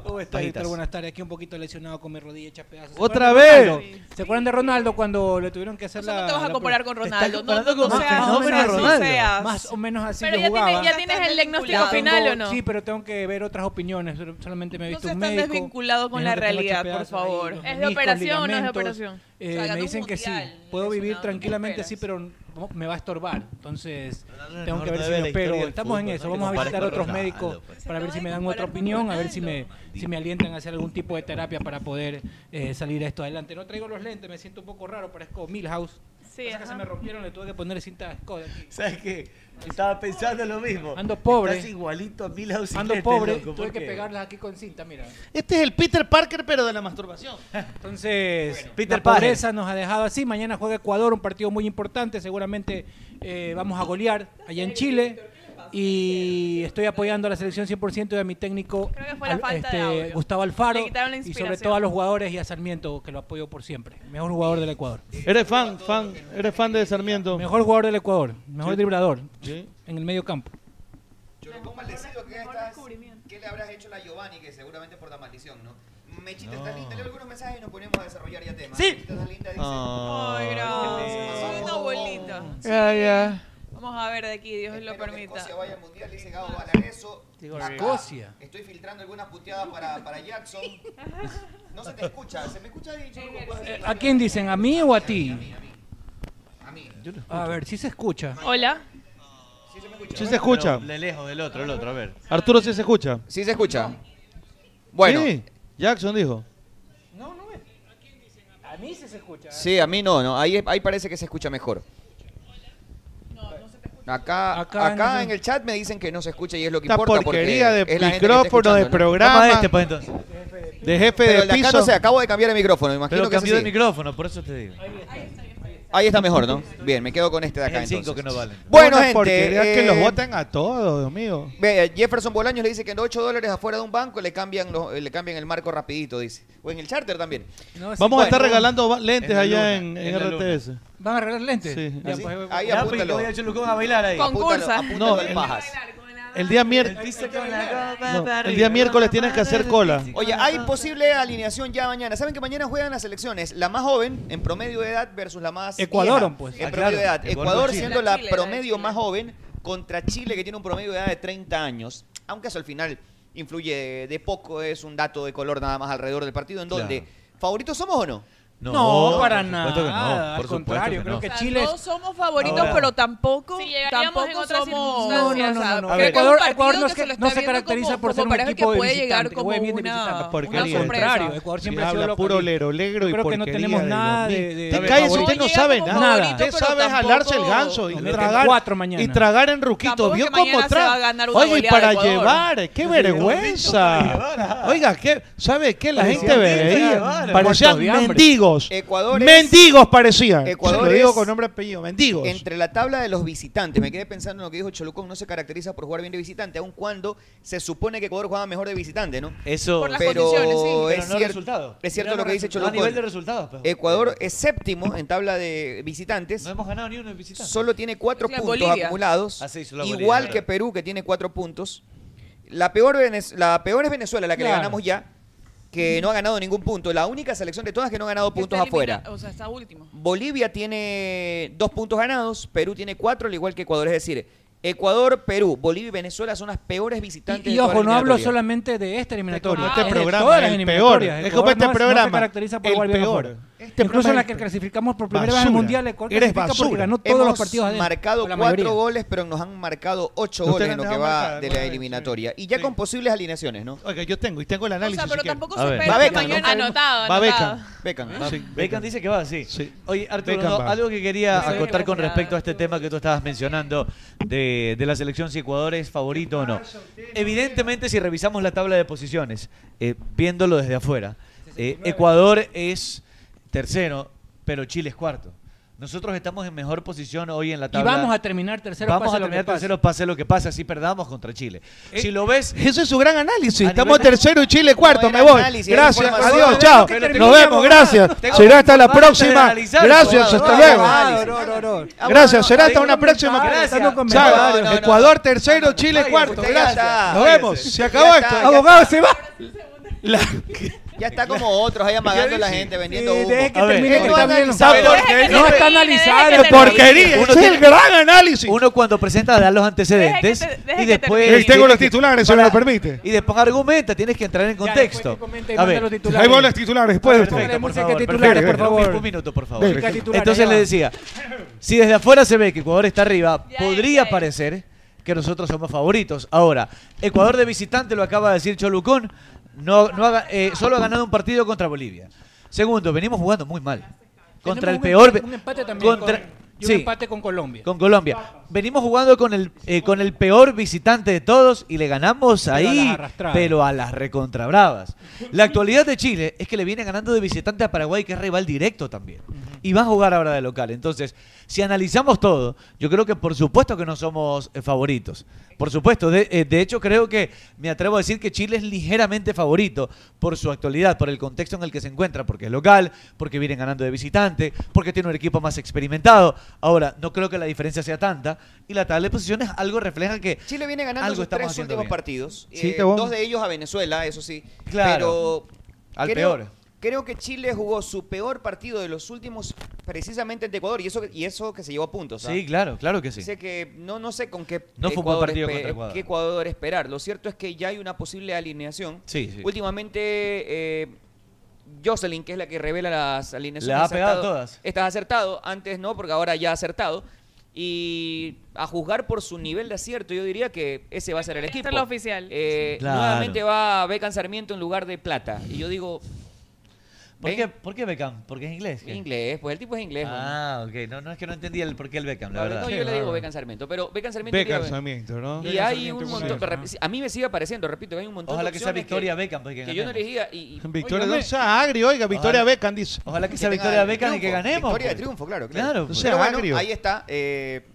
Speaker 15: ¿Cómo estás,
Speaker 17: Pajitas.
Speaker 15: Víctor? Buenas tardes. Aquí un poquito lesionado con mi rodilla hecha pedazos. ¿Se
Speaker 17: ¿Otra
Speaker 15: acuerdan de
Speaker 17: vez?
Speaker 15: Ronaldo? ¿Se acuerdan de Ronaldo cuando le tuvieron que hacer la...
Speaker 14: no te vas a
Speaker 15: la
Speaker 14: comparar con
Speaker 15: prueba?
Speaker 14: Ronaldo.
Speaker 15: Te estás
Speaker 14: No, no, no
Speaker 15: comparando
Speaker 14: seas-
Speaker 15: con
Speaker 14: no seas-
Speaker 15: Ronaldo.
Speaker 14: no seas.
Speaker 15: Más o menos así
Speaker 14: Pero
Speaker 15: yo
Speaker 14: ya
Speaker 15: jugaba.
Speaker 14: tienes- ya tienes el diagnóstico
Speaker 15: Tengo-
Speaker 14: final, ¿o no?
Speaker 15: Sí, pero tengo que ver otras opiniones. Sol- Solamente me he visto
Speaker 14: No
Speaker 15: un
Speaker 14: seas tan
Speaker 15: médico.
Speaker 14: desvinculado con
Speaker 15: me
Speaker 14: la
Speaker 15: dijeron que tengo
Speaker 14: realidad,
Speaker 15: ocho
Speaker 14: por
Speaker 15: pedazos ahí,
Speaker 14: favor.
Speaker 15: los
Speaker 14: ¿Es de
Speaker 15: meniscos,
Speaker 14: operación o no es de
Speaker 15: ligamentos.
Speaker 14: operación?
Speaker 15: Eh,
Speaker 14: O sea,
Speaker 15: me
Speaker 14: ganó
Speaker 15: dicen
Speaker 14: un
Speaker 15: que sí.
Speaker 14: mundial,
Speaker 15: Puedo vivir
Speaker 14: lesionado, ¿qué
Speaker 15: tranquilamente,
Speaker 14: esperas?
Speaker 15: sí, pero me va a estorbar. Entonces, no, tengo que no ver si debe me la historia opero. del Estamos en fútbol, eso. no te Vamos a compares visitar a con otros Ronaldo, médicos para ver si me dan otra opinión, a ver si me, si me alientan a hacer algún tipo de terapia para poder eh, salir esto adelante. No traigo los lentes, me siento un poco raro, parezco Milhouse.
Speaker 14: Sí,
Speaker 15: Pasa que se me rompieron, le tuve que poner cinta Skoda aquí.
Speaker 17: ¿Sabes qué? Estaba pensando lo mismo.
Speaker 15: Ando pobre.
Speaker 17: Estás igualito a Milhouse.
Speaker 15: Ando
Speaker 17: Inglés,
Speaker 15: pobre,
Speaker 17: loco, ¿por
Speaker 15: tuve que
Speaker 17: qué?
Speaker 15: pegarlas aquí con cinta, mira.
Speaker 10: Este es el Peter Parker, pero de la masturbación.
Speaker 15: Entonces,
Speaker 17: Peter
Speaker 15: la
Speaker 17: Pan.
Speaker 15: pobreza nos ha dejado así. Mañana juega Ecuador, un partido muy importante. Seguramente eh, vamos a golear allá en Chile. Y estoy apoyando a la selección 100% y a mi técnico
Speaker 14: fue
Speaker 15: al-
Speaker 14: la
Speaker 15: este,
Speaker 14: falta de audio.
Speaker 15: Gustavo Alfaro
Speaker 14: Le quitaron la
Speaker 15: y sobre
Speaker 14: inspiración.
Speaker 15: todo a los jugadores y a Sarmiento, que lo apoyo por siempre. Mejor jugador del Ecuador.
Speaker 18: Eres fan, fan, eres fan de Sarmiento.
Speaker 15: Mejor jugador del Ecuador, mejor
Speaker 18: Sí.
Speaker 15: driblador
Speaker 18: Sí.
Speaker 15: en el medio campo.
Speaker 12: Lo maldecido que estás. ¿Qué le habrás hecho a la Giovanni? Que seguramente por la maldición, ¿no? Mechita está linda. Leo algunos mensajes y nos ponemos a desarrollar ya temas. Sí. Mechita está linda. Dice,
Speaker 17: Ay,
Speaker 14: gracias. Soy una abuelita.
Speaker 18: Ya, ya.
Speaker 14: Vamos a ver de aquí, Dios lo permita.
Speaker 12: Escocia vaya al mundial, dice Gabo Valareso.
Speaker 14: Digo,
Speaker 12: Acá,
Speaker 14: Escocia.
Speaker 12: Estoy filtrando alguna puteada para, para Jackson. No se te escucha, se me escucha dicho.
Speaker 15: ¿A quién dicen? ¿A mí o a ti?
Speaker 12: A mí.
Speaker 15: A ver, si se escucha.
Speaker 14: Hola.
Speaker 18: Sí se escucha.
Speaker 17: De lejos, del otro, el otro, a ver.
Speaker 18: Arturo sí se escucha.
Speaker 12: Sí se escucha. Bueno.
Speaker 18: Sí, Jackson dijo.
Speaker 15: A mí sí se escucha.
Speaker 12: Sí, a mí no, no. Ahí, ahí parece que se escucha mejor. Acá, acá,
Speaker 18: Acá no se-
Speaker 12: en el chat me dicen que no se escucha y es lo que
Speaker 18: Esta
Speaker 12: importa.
Speaker 18: porquería
Speaker 12: porque
Speaker 18: de
Speaker 12: es la gente que está
Speaker 18: micrófono, de
Speaker 12: escuchando, ¿no?
Speaker 18: programa.
Speaker 17: Toma este, pues, entonces.
Speaker 18: De jefe
Speaker 12: Pero el
Speaker 18: de
Speaker 12: de acá
Speaker 18: piso.
Speaker 12: no sé, acabo de cambiar el micrófono. me Imagino
Speaker 17: Pero
Speaker 12: que
Speaker 17: cambió
Speaker 12: ese
Speaker 17: de
Speaker 12: sí.
Speaker 17: micrófono, por eso te digo.
Speaker 12: Ahí está mejor, ¿no? Bien, me quedo con este de acá
Speaker 17: el cinco
Speaker 12: entonces.
Speaker 17: que no vale.
Speaker 12: Bueno,
Speaker 18: Una
Speaker 12: gente.
Speaker 18: porquería que los
Speaker 12: eh,
Speaker 18: voten a todos, Dios mío.
Speaker 12: Ve, Jefferson Bolaños le dice que en 8 dólares afuera de un banco le cambian, los- eh, le cambian el marco rapidito, dice. O en el charter también.
Speaker 18: Vamos a estar
Speaker 12: Bueno.
Speaker 18: regalando va- lentes
Speaker 12: En la
Speaker 18: allá
Speaker 12: luna,
Speaker 18: en, en
Speaker 12: en la
Speaker 18: RTS.
Speaker 15: ¿Van a arreglar lentes?
Speaker 18: Sí.
Speaker 15: Ya,
Speaker 18: Así.
Speaker 15: pues,
Speaker 12: Ahí
Speaker 17: Ya, pues,
Speaker 12: apúntalo.
Speaker 17: voy a Chulucón a bailar ahí.
Speaker 12: Concursa.
Speaker 18: No, el, el día miércoles. el día miércoles tienes que hacer cola.
Speaker 12: Oye, hay posible alineación ya mañana. Saben que mañana juegan las selecciones. La más joven en promedio de edad versus la más.
Speaker 18: Ecuador,
Speaker 12: vieja,
Speaker 18: pues.
Speaker 12: En
Speaker 18: Ah,
Speaker 12: promedio de
Speaker 18: claro. Ecuador,
Speaker 12: edad.
Speaker 15: pues,
Speaker 12: Ecuador
Speaker 18: Chile.
Speaker 12: siendo la
Speaker 18: Chile, la de
Speaker 12: promedio más joven contra Chile, que tiene un promedio de edad de 30 años. Aunque eso al final influye de poco, es un dato de color nada más alrededor del partido. ¿En donde ¿Favoritos somos o no?
Speaker 15: No, para
Speaker 17: por
Speaker 15: nada.
Speaker 17: supuesto que no,
Speaker 15: Al
Speaker 17: por supuesto
Speaker 15: contrario,
Speaker 17: que
Speaker 15: creo
Speaker 17: no.
Speaker 15: que
Speaker 14: O sea,
Speaker 15: Chile.
Speaker 14: no somos favoritos,
Speaker 15: Ahora.
Speaker 14: pero tampoco,
Speaker 21: llegaríamos en
Speaker 14: tampoco
Speaker 21: otras
Speaker 14: somos.
Speaker 15: No, no, no,
Speaker 14: o
Speaker 15: no,
Speaker 14: sea,
Speaker 15: no.
Speaker 14: creo que es un
Speaker 15: Ecuador,
Speaker 14: partido
Speaker 15: Ecuador no,
Speaker 14: que
Speaker 15: se-
Speaker 14: lo está
Speaker 15: no se
Speaker 14: viendo
Speaker 15: caracteriza
Speaker 14: como-
Speaker 15: por ser
Speaker 14: como
Speaker 15: un
Speaker 14: pareja
Speaker 15: equipo
Speaker 14: que
Speaker 15: de
Speaker 14: puede llegar
Speaker 15: visitante,
Speaker 14: como
Speaker 15: o de bien de
Speaker 14: una-
Speaker 15: visitante.
Speaker 14: Porquería.
Speaker 15: Al contrario, Ecuador siempre ha sido
Speaker 18: habla
Speaker 15: local.
Speaker 18: puro lerolero y
Speaker 15: Yo creo que no
Speaker 18: porquería
Speaker 15: tenemos
Speaker 18: de
Speaker 15: nada
Speaker 18: Dios
Speaker 15: de-
Speaker 18: mío.
Speaker 15: de-
Speaker 18: Te
Speaker 15: de
Speaker 18: calles,
Speaker 15: favorito.
Speaker 18: usted no
Speaker 15: Llega
Speaker 18: sabe
Speaker 15: como
Speaker 18: nada.
Speaker 15: favorito,
Speaker 18: Usted
Speaker 15: pero
Speaker 18: sabe
Speaker 15: tampoco-
Speaker 18: jalarse el ganso y
Speaker 15: No, meten
Speaker 18: tragar,
Speaker 15: cuatro mañana.
Speaker 18: y tragar en ruquitos.
Speaker 15: Tampoco
Speaker 18: Vio
Speaker 15: es que
Speaker 18: cómo
Speaker 15: mañana se va a
Speaker 18: traga.
Speaker 15: ganar una
Speaker 18: Oye, y
Speaker 15: goleada de
Speaker 18: para
Speaker 15: Ecuador.
Speaker 18: llevar, eh, qué
Speaker 15: Sí,
Speaker 18: vergüenza. Oiga, ¿qué, ¿sabe qué? La
Speaker 15: Sí,
Speaker 18: gente
Speaker 15: sí,
Speaker 18: veía.
Speaker 15: sí,
Speaker 18: Parecían
Speaker 15: muertos de hambre.
Speaker 18: mendigos.
Speaker 12: Ecuador es-
Speaker 18: Mendigos parecían.
Speaker 12: Ecuador
Speaker 18: Se lo digo
Speaker 12: es-
Speaker 18: con nombre y apellido. Mendigos.
Speaker 12: Entre la tabla de los visitantes, me quedé pensando en lo que dijo Cholucón, no se caracteriza por jugar bien de visitante, aun cuando se supone que Ecuador juega mejor de visitante, ¿no?
Speaker 17: Eso- Por las
Speaker 12: pero
Speaker 17: condiciones, sí. Pero no
Speaker 12: es, cier-
Speaker 17: resultados.
Speaker 12: es cierto
Speaker 17: Miramos
Speaker 12: lo que dice
Speaker 17: resultados.
Speaker 12: Cholucón.
Speaker 17: A nivel de resultados, pues.
Speaker 12: Ecuador es séptimo en tabla de visitantes. No
Speaker 17: hemos ganado ni uno de visitantes.
Speaker 12: Solo tiene cuatro
Speaker 17: Sí, la
Speaker 12: puntos
Speaker 17: Bolivia.
Speaker 12: acumulados,
Speaker 17: Así hizo la Bolivia,
Speaker 12: igual
Speaker 17: ¿verdad?
Speaker 12: que Perú, que tiene cuatro puntos. La peor, Venez- la peor es Venezuela, la que le
Speaker 14: Claro.
Speaker 12: ganamos ya, que no ha ganado ningún punto. La única selección de todas que no ha ganado puntos
Speaker 14: Está
Speaker 12: afuera.
Speaker 14: elimina- este O sea, está último.
Speaker 12: Bolivia tiene dos puntos ganados, Perú tiene cuatro, al igual que Ecuador. Es decir, Ecuador, Perú, Bolivia y Venezuela son las peores visitantes.
Speaker 15: Y
Speaker 12: de toda la
Speaker 15: ojo, no hablo
Speaker 12: eliminatoria.
Speaker 15: solamente de esta eliminatoria.
Speaker 18: Este
Speaker 15: es de
Speaker 18: programa,
Speaker 15: todas las
Speaker 18: el peor.
Speaker 15: eliminatorias.
Speaker 18: Es
Speaker 15: Ecuador
Speaker 18: como este
Speaker 15: no se
Speaker 18: programa,
Speaker 15: caracteriza por
Speaker 18: el
Speaker 15: jugar bien
Speaker 18: peor.
Speaker 15: afuera. Este Incluso en la que clasificamos por primera vez al
Speaker 12: Basura.
Speaker 15: Mundial, Ecuador
Speaker 12: Eres
Speaker 15: clasifica porque
Speaker 12: basura.
Speaker 15: ganó todos
Speaker 12: Hemos
Speaker 15: los partidos adentro,
Speaker 12: marcado
Speaker 15: o la
Speaker 12: cuatro
Speaker 15: mayoría.
Speaker 12: goles, pero nos han marcado ocho
Speaker 15: Nos
Speaker 12: goles en
Speaker 15: han
Speaker 12: lo que
Speaker 15: dejado
Speaker 12: va
Speaker 15: marcar,
Speaker 12: de la eliminatoria. Y ya con posibles alineaciones, ¿no?
Speaker 10: Oiga, yo tengo, y tengo el análisis.
Speaker 21: O sea, pero tampoco
Speaker 12: A
Speaker 21: se
Speaker 12: ver.
Speaker 21: espera
Speaker 12: Va
Speaker 21: que
Speaker 12: Beckham, ¿no?
Speaker 21: mañana... Anotado,
Speaker 12: Va
Speaker 21: anotado.
Speaker 12: Beckham. Beckham.
Speaker 17: Ah,
Speaker 12: Sí,
Speaker 17: Beckham
Speaker 12: Beckham.
Speaker 17: dice que va, sí. Oye, Arturo,
Speaker 12: Beckham
Speaker 17: no,
Speaker 12: va.
Speaker 17: algo que quería
Speaker 12: Ese
Speaker 17: acotar con
Speaker 12: desgraciado.
Speaker 17: respecto a este tema que tú estabas mencionando de, de la selección, si Ecuador es favorito o no. Evidentemente, si revisamos la tabla de posiciones, eh, viéndolo desde afuera, eh, Ecuador es tercero, pero Chile es cuarto. Nosotros estamos en mejor posición hoy en la
Speaker 15: Y
Speaker 17: tabla.
Speaker 15: vamos a terminar tercero.
Speaker 17: Vamos
Speaker 15: pase
Speaker 17: a
Speaker 15: lo que
Speaker 17: terminar
Speaker 15: pase.
Speaker 17: tercero, pase lo que pase, así perdamos contra Chile. si lo ves.
Speaker 10: Eso es su gran análisis.
Speaker 17: A
Speaker 10: Estamos
Speaker 17: nivel-
Speaker 10: tercero y Chile cuarto.
Speaker 17: No
Speaker 10: me
Speaker 17: era
Speaker 10: voy.
Speaker 17: análisis, era
Speaker 10: gracias.
Speaker 17: información.
Speaker 10: Adiós.
Speaker 17: Pero
Speaker 10: Chao.
Speaker 17: que terminemos,
Speaker 10: Nos vemos. Gracias.
Speaker 17: abogado.
Speaker 10: Será hasta la
Speaker 17: Basta de
Speaker 10: próxima.
Speaker 17: analizar,
Speaker 10: Gracias.
Speaker 17: abogado.
Speaker 10: Hasta
Speaker 17: Abogado,
Speaker 10: luego.
Speaker 17: no, no, no.
Speaker 10: Gracias. Será hasta
Speaker 17: Ahí
Speaker 10: una
Speaker 17: no me
Speaker 10: próxima.
Speaker 17: pares, no
Speaker 10: Chao.
Speaker 17: me pares. No, no, no.
Speaker 10: Ecuador tercero, Chile
Speaker 17: Vaya,
Speaker 10: cuarto.
Speaker 17: usted ya está.
Speaker 10: Gracias. Nos
Speaker 17: Váyase.
Speaker 10: vemos. Se
Speaker 17: Ya
Speaker 10: acabó
Speaker 17: está,
Speaker 10: esto.
Speaker 17: ya
Speaker 10: Abogado, se va.
Speaker 12: Ya está como otros ahí amagando a la gente, vendiendo humo.
Speaker 10: deje que
Speaker 17: A ver. termine,
Speaker 12: Esto
Speaker 17: que está bien.
Speaker 12: analizado.
Speaker 17: Pero deje que
Speaker 12: No está
Speaker 17: analizando,
Speaker 10: porquería. Ese es el gran
Speaker 17: análisis. Uno cuando presenta da los antecedentes
Speaker 10: Deje que te- deje
Speaker 17: y
Speaker 10: que
Speaker 17: después
Speaker 10: termine. Tengo los titulares, si me lo permite.
Speaker 17: Y después argumenta, tienes que entrar en contexto.
Speaker 10: y manda los titulares. Ahí van los titulares, después de usted.
Speaker 17: Perfecto, por
Speaker 10: Música
Speaker 17: favor,
Speaker 10: titulares,
Speaker 17: perfecto.
Speaker 10: por favor.
Speaker 17: Un minuto, por favor.
Speaker 10: Música titulares,
Speaker 17: Entonces
Speaker 10: ahí
Speaker 17: le
Speaker 10: va.
Speaker 17: decía, si desde afuera se ve que Ecuador está arriba, podría parecer que nosotros somos favoritos. Ahora, Ecuador de visitante, lo acaba de decir Cholucón, no, no ha ga- eh, solo ha ganado un partido contra Bolivia. Segundo, venimos jugando muy mal. Contra el
Speaker 15: Tenemos
Speaker 17: peor...
Speaker 15: Un empate, un empate también.
Speaker 17: contra-
Speaker 15: con- y un
Speaker 17: sí.
Speaker 15: empate con Colombia.
Speaker 17: Con Colombia. Venimos jugando con el, eh, con el peor visitante de todos y le ganamos
Speaker 15: a las
Speaker 17: ahí,
Speaker 15: arrastradas.
Speaker 17: pero a las recontrabravas. La actualidad de Chile es que le viene ganando de visitante a Paraguay, que es rival directo también. Y va a jugar ahora de local. Entonces, si analizamos todo, yo creo que por supuesto que no somos eh, favoritos. Por supuesto. De, eh, de hecho, creo que me atrevo a decir que Chile es ligeramente favorito por su actualidad, por el contexto en el que se encuentra, porque es local, porque vienen ganando de visitante, porque tiene un equipo más experimentado. Ahora, no creo que la diferencia sea tanta. Y la tabla de posiciones algo refleja que
Speaker 12: Chile viene ganando
Speaker 17: Algo
Speaker 12: sus
Speaker 17: estamos
Speaker 12: tres
Speaker 17: haciendo
Speaker 12: últimos
Speaker 17: bien.
Speaker 12: partidos.
Speaker 17: Sí,
Speaker 12: Eh,
Speaker 17: te voy.
Speaker 12: dos de ellos a Venezuela, eso sí.
Speaker 17: Claro.
Speaker 12: Pero
Speaker 17: Al
Speaker 12: creo,
Speaker 17: peor.
Speaker 12: Creo que Chile jugó su peor partido de los últimos, precisamente ante Ecuador, y eso, y eso que se llevó a puntos. ¿ah?
Speaker 17: Sí, claro, claro que sí.
Speaker 12: Sé que no, no sé con qué
Speaker 17: No fue un buen partido contra Ecuador.
Speaker 12: qué Ecuador esperar. Lo cierto es que ya hay una posible alineación.
Speaker 17: Sí, sí.
Speaker 12: Últimamente, eh, Jocelyn, que es la que revela las alineaciones.
Speaker 17: Las ha
Speaker 12: has
Speaker 17: pegado
Speaker 12: estado-
Speaker 17: todas.
Speaker 12: Estás acertado, antes no, porque ahora ya ha acertado. Y a juzgar por su nivel de acierto, yo diría que ese va a ser el equipo.
Speaker 21: es lo oficial.
Speaker 12: Eh,
Speaker 17: Claro.
Speaker 12: Nuevamente va Beckham Sarmiento en lugar de Plata. Y yo digo,
Speaker 17: ¿Por
Speaker 12: Ven.
Speaker 17: qué, ¿Por qué Beckham? ¿Porque es inglés? ¿qué?
Speaker 12: inglés, pues el tipo es inglés.
Speaker 17: Ah, ok. No, no es que no entendía el por qué el Beckham, la
Speaker 12: No,
Speaker 17: verdad.
Speaker 12: no, yo le digo Beckham Sarmiento, pero Beckham Sarmiento...
Speaker 17: Beckham
Speaker 12: diría-
Speaker 17: Sarmiento, ¿no?
Speaker 12: Y
Speaker 17: Beckham
Speaker 12: hay
Speaker 17: Sarmiento,
Speaker 12: un
Speaker 17: ¿cómo
Speaker 12: montón...
Speaker 17: se llama?
Speaker 12: pero rep- A mí me sigue apareciendo, repito, que hay un montón
Speaker 17: Ojalá
Speaker 12: de
Speaker 17: que sea
Speaker 12: opciones
Speaker 17: Victoria Beckham, pues, que
Speaker 12: que yo no
Speaker 17: ganemos.
Speaker 12: elegía y... y-
Speaker 10: Victoria
Speaker 12: Oye,
Speaker 10: no
Speaker 12: no es-
Speaker 10: sea agrio, oiga, Victoria
Speaker 17: Ojalá-
Speaker 10: Beckham dice.
Speaker 17: Ojalá que
Speaker 12: que
Speaker 17: sea
Speaker 12: tenga
Speaker 17: Victoria Beckham y
Speaker 12: triunfo.
Speaker 17: que ganemos.
Speaker 12: Victoria de
Speaker 17: pues.
Speaker 12: triunfo, claro. Claro,
Speaker 17: Claro, pues.
Speaker 12: Pero bueno, ahí está. eh,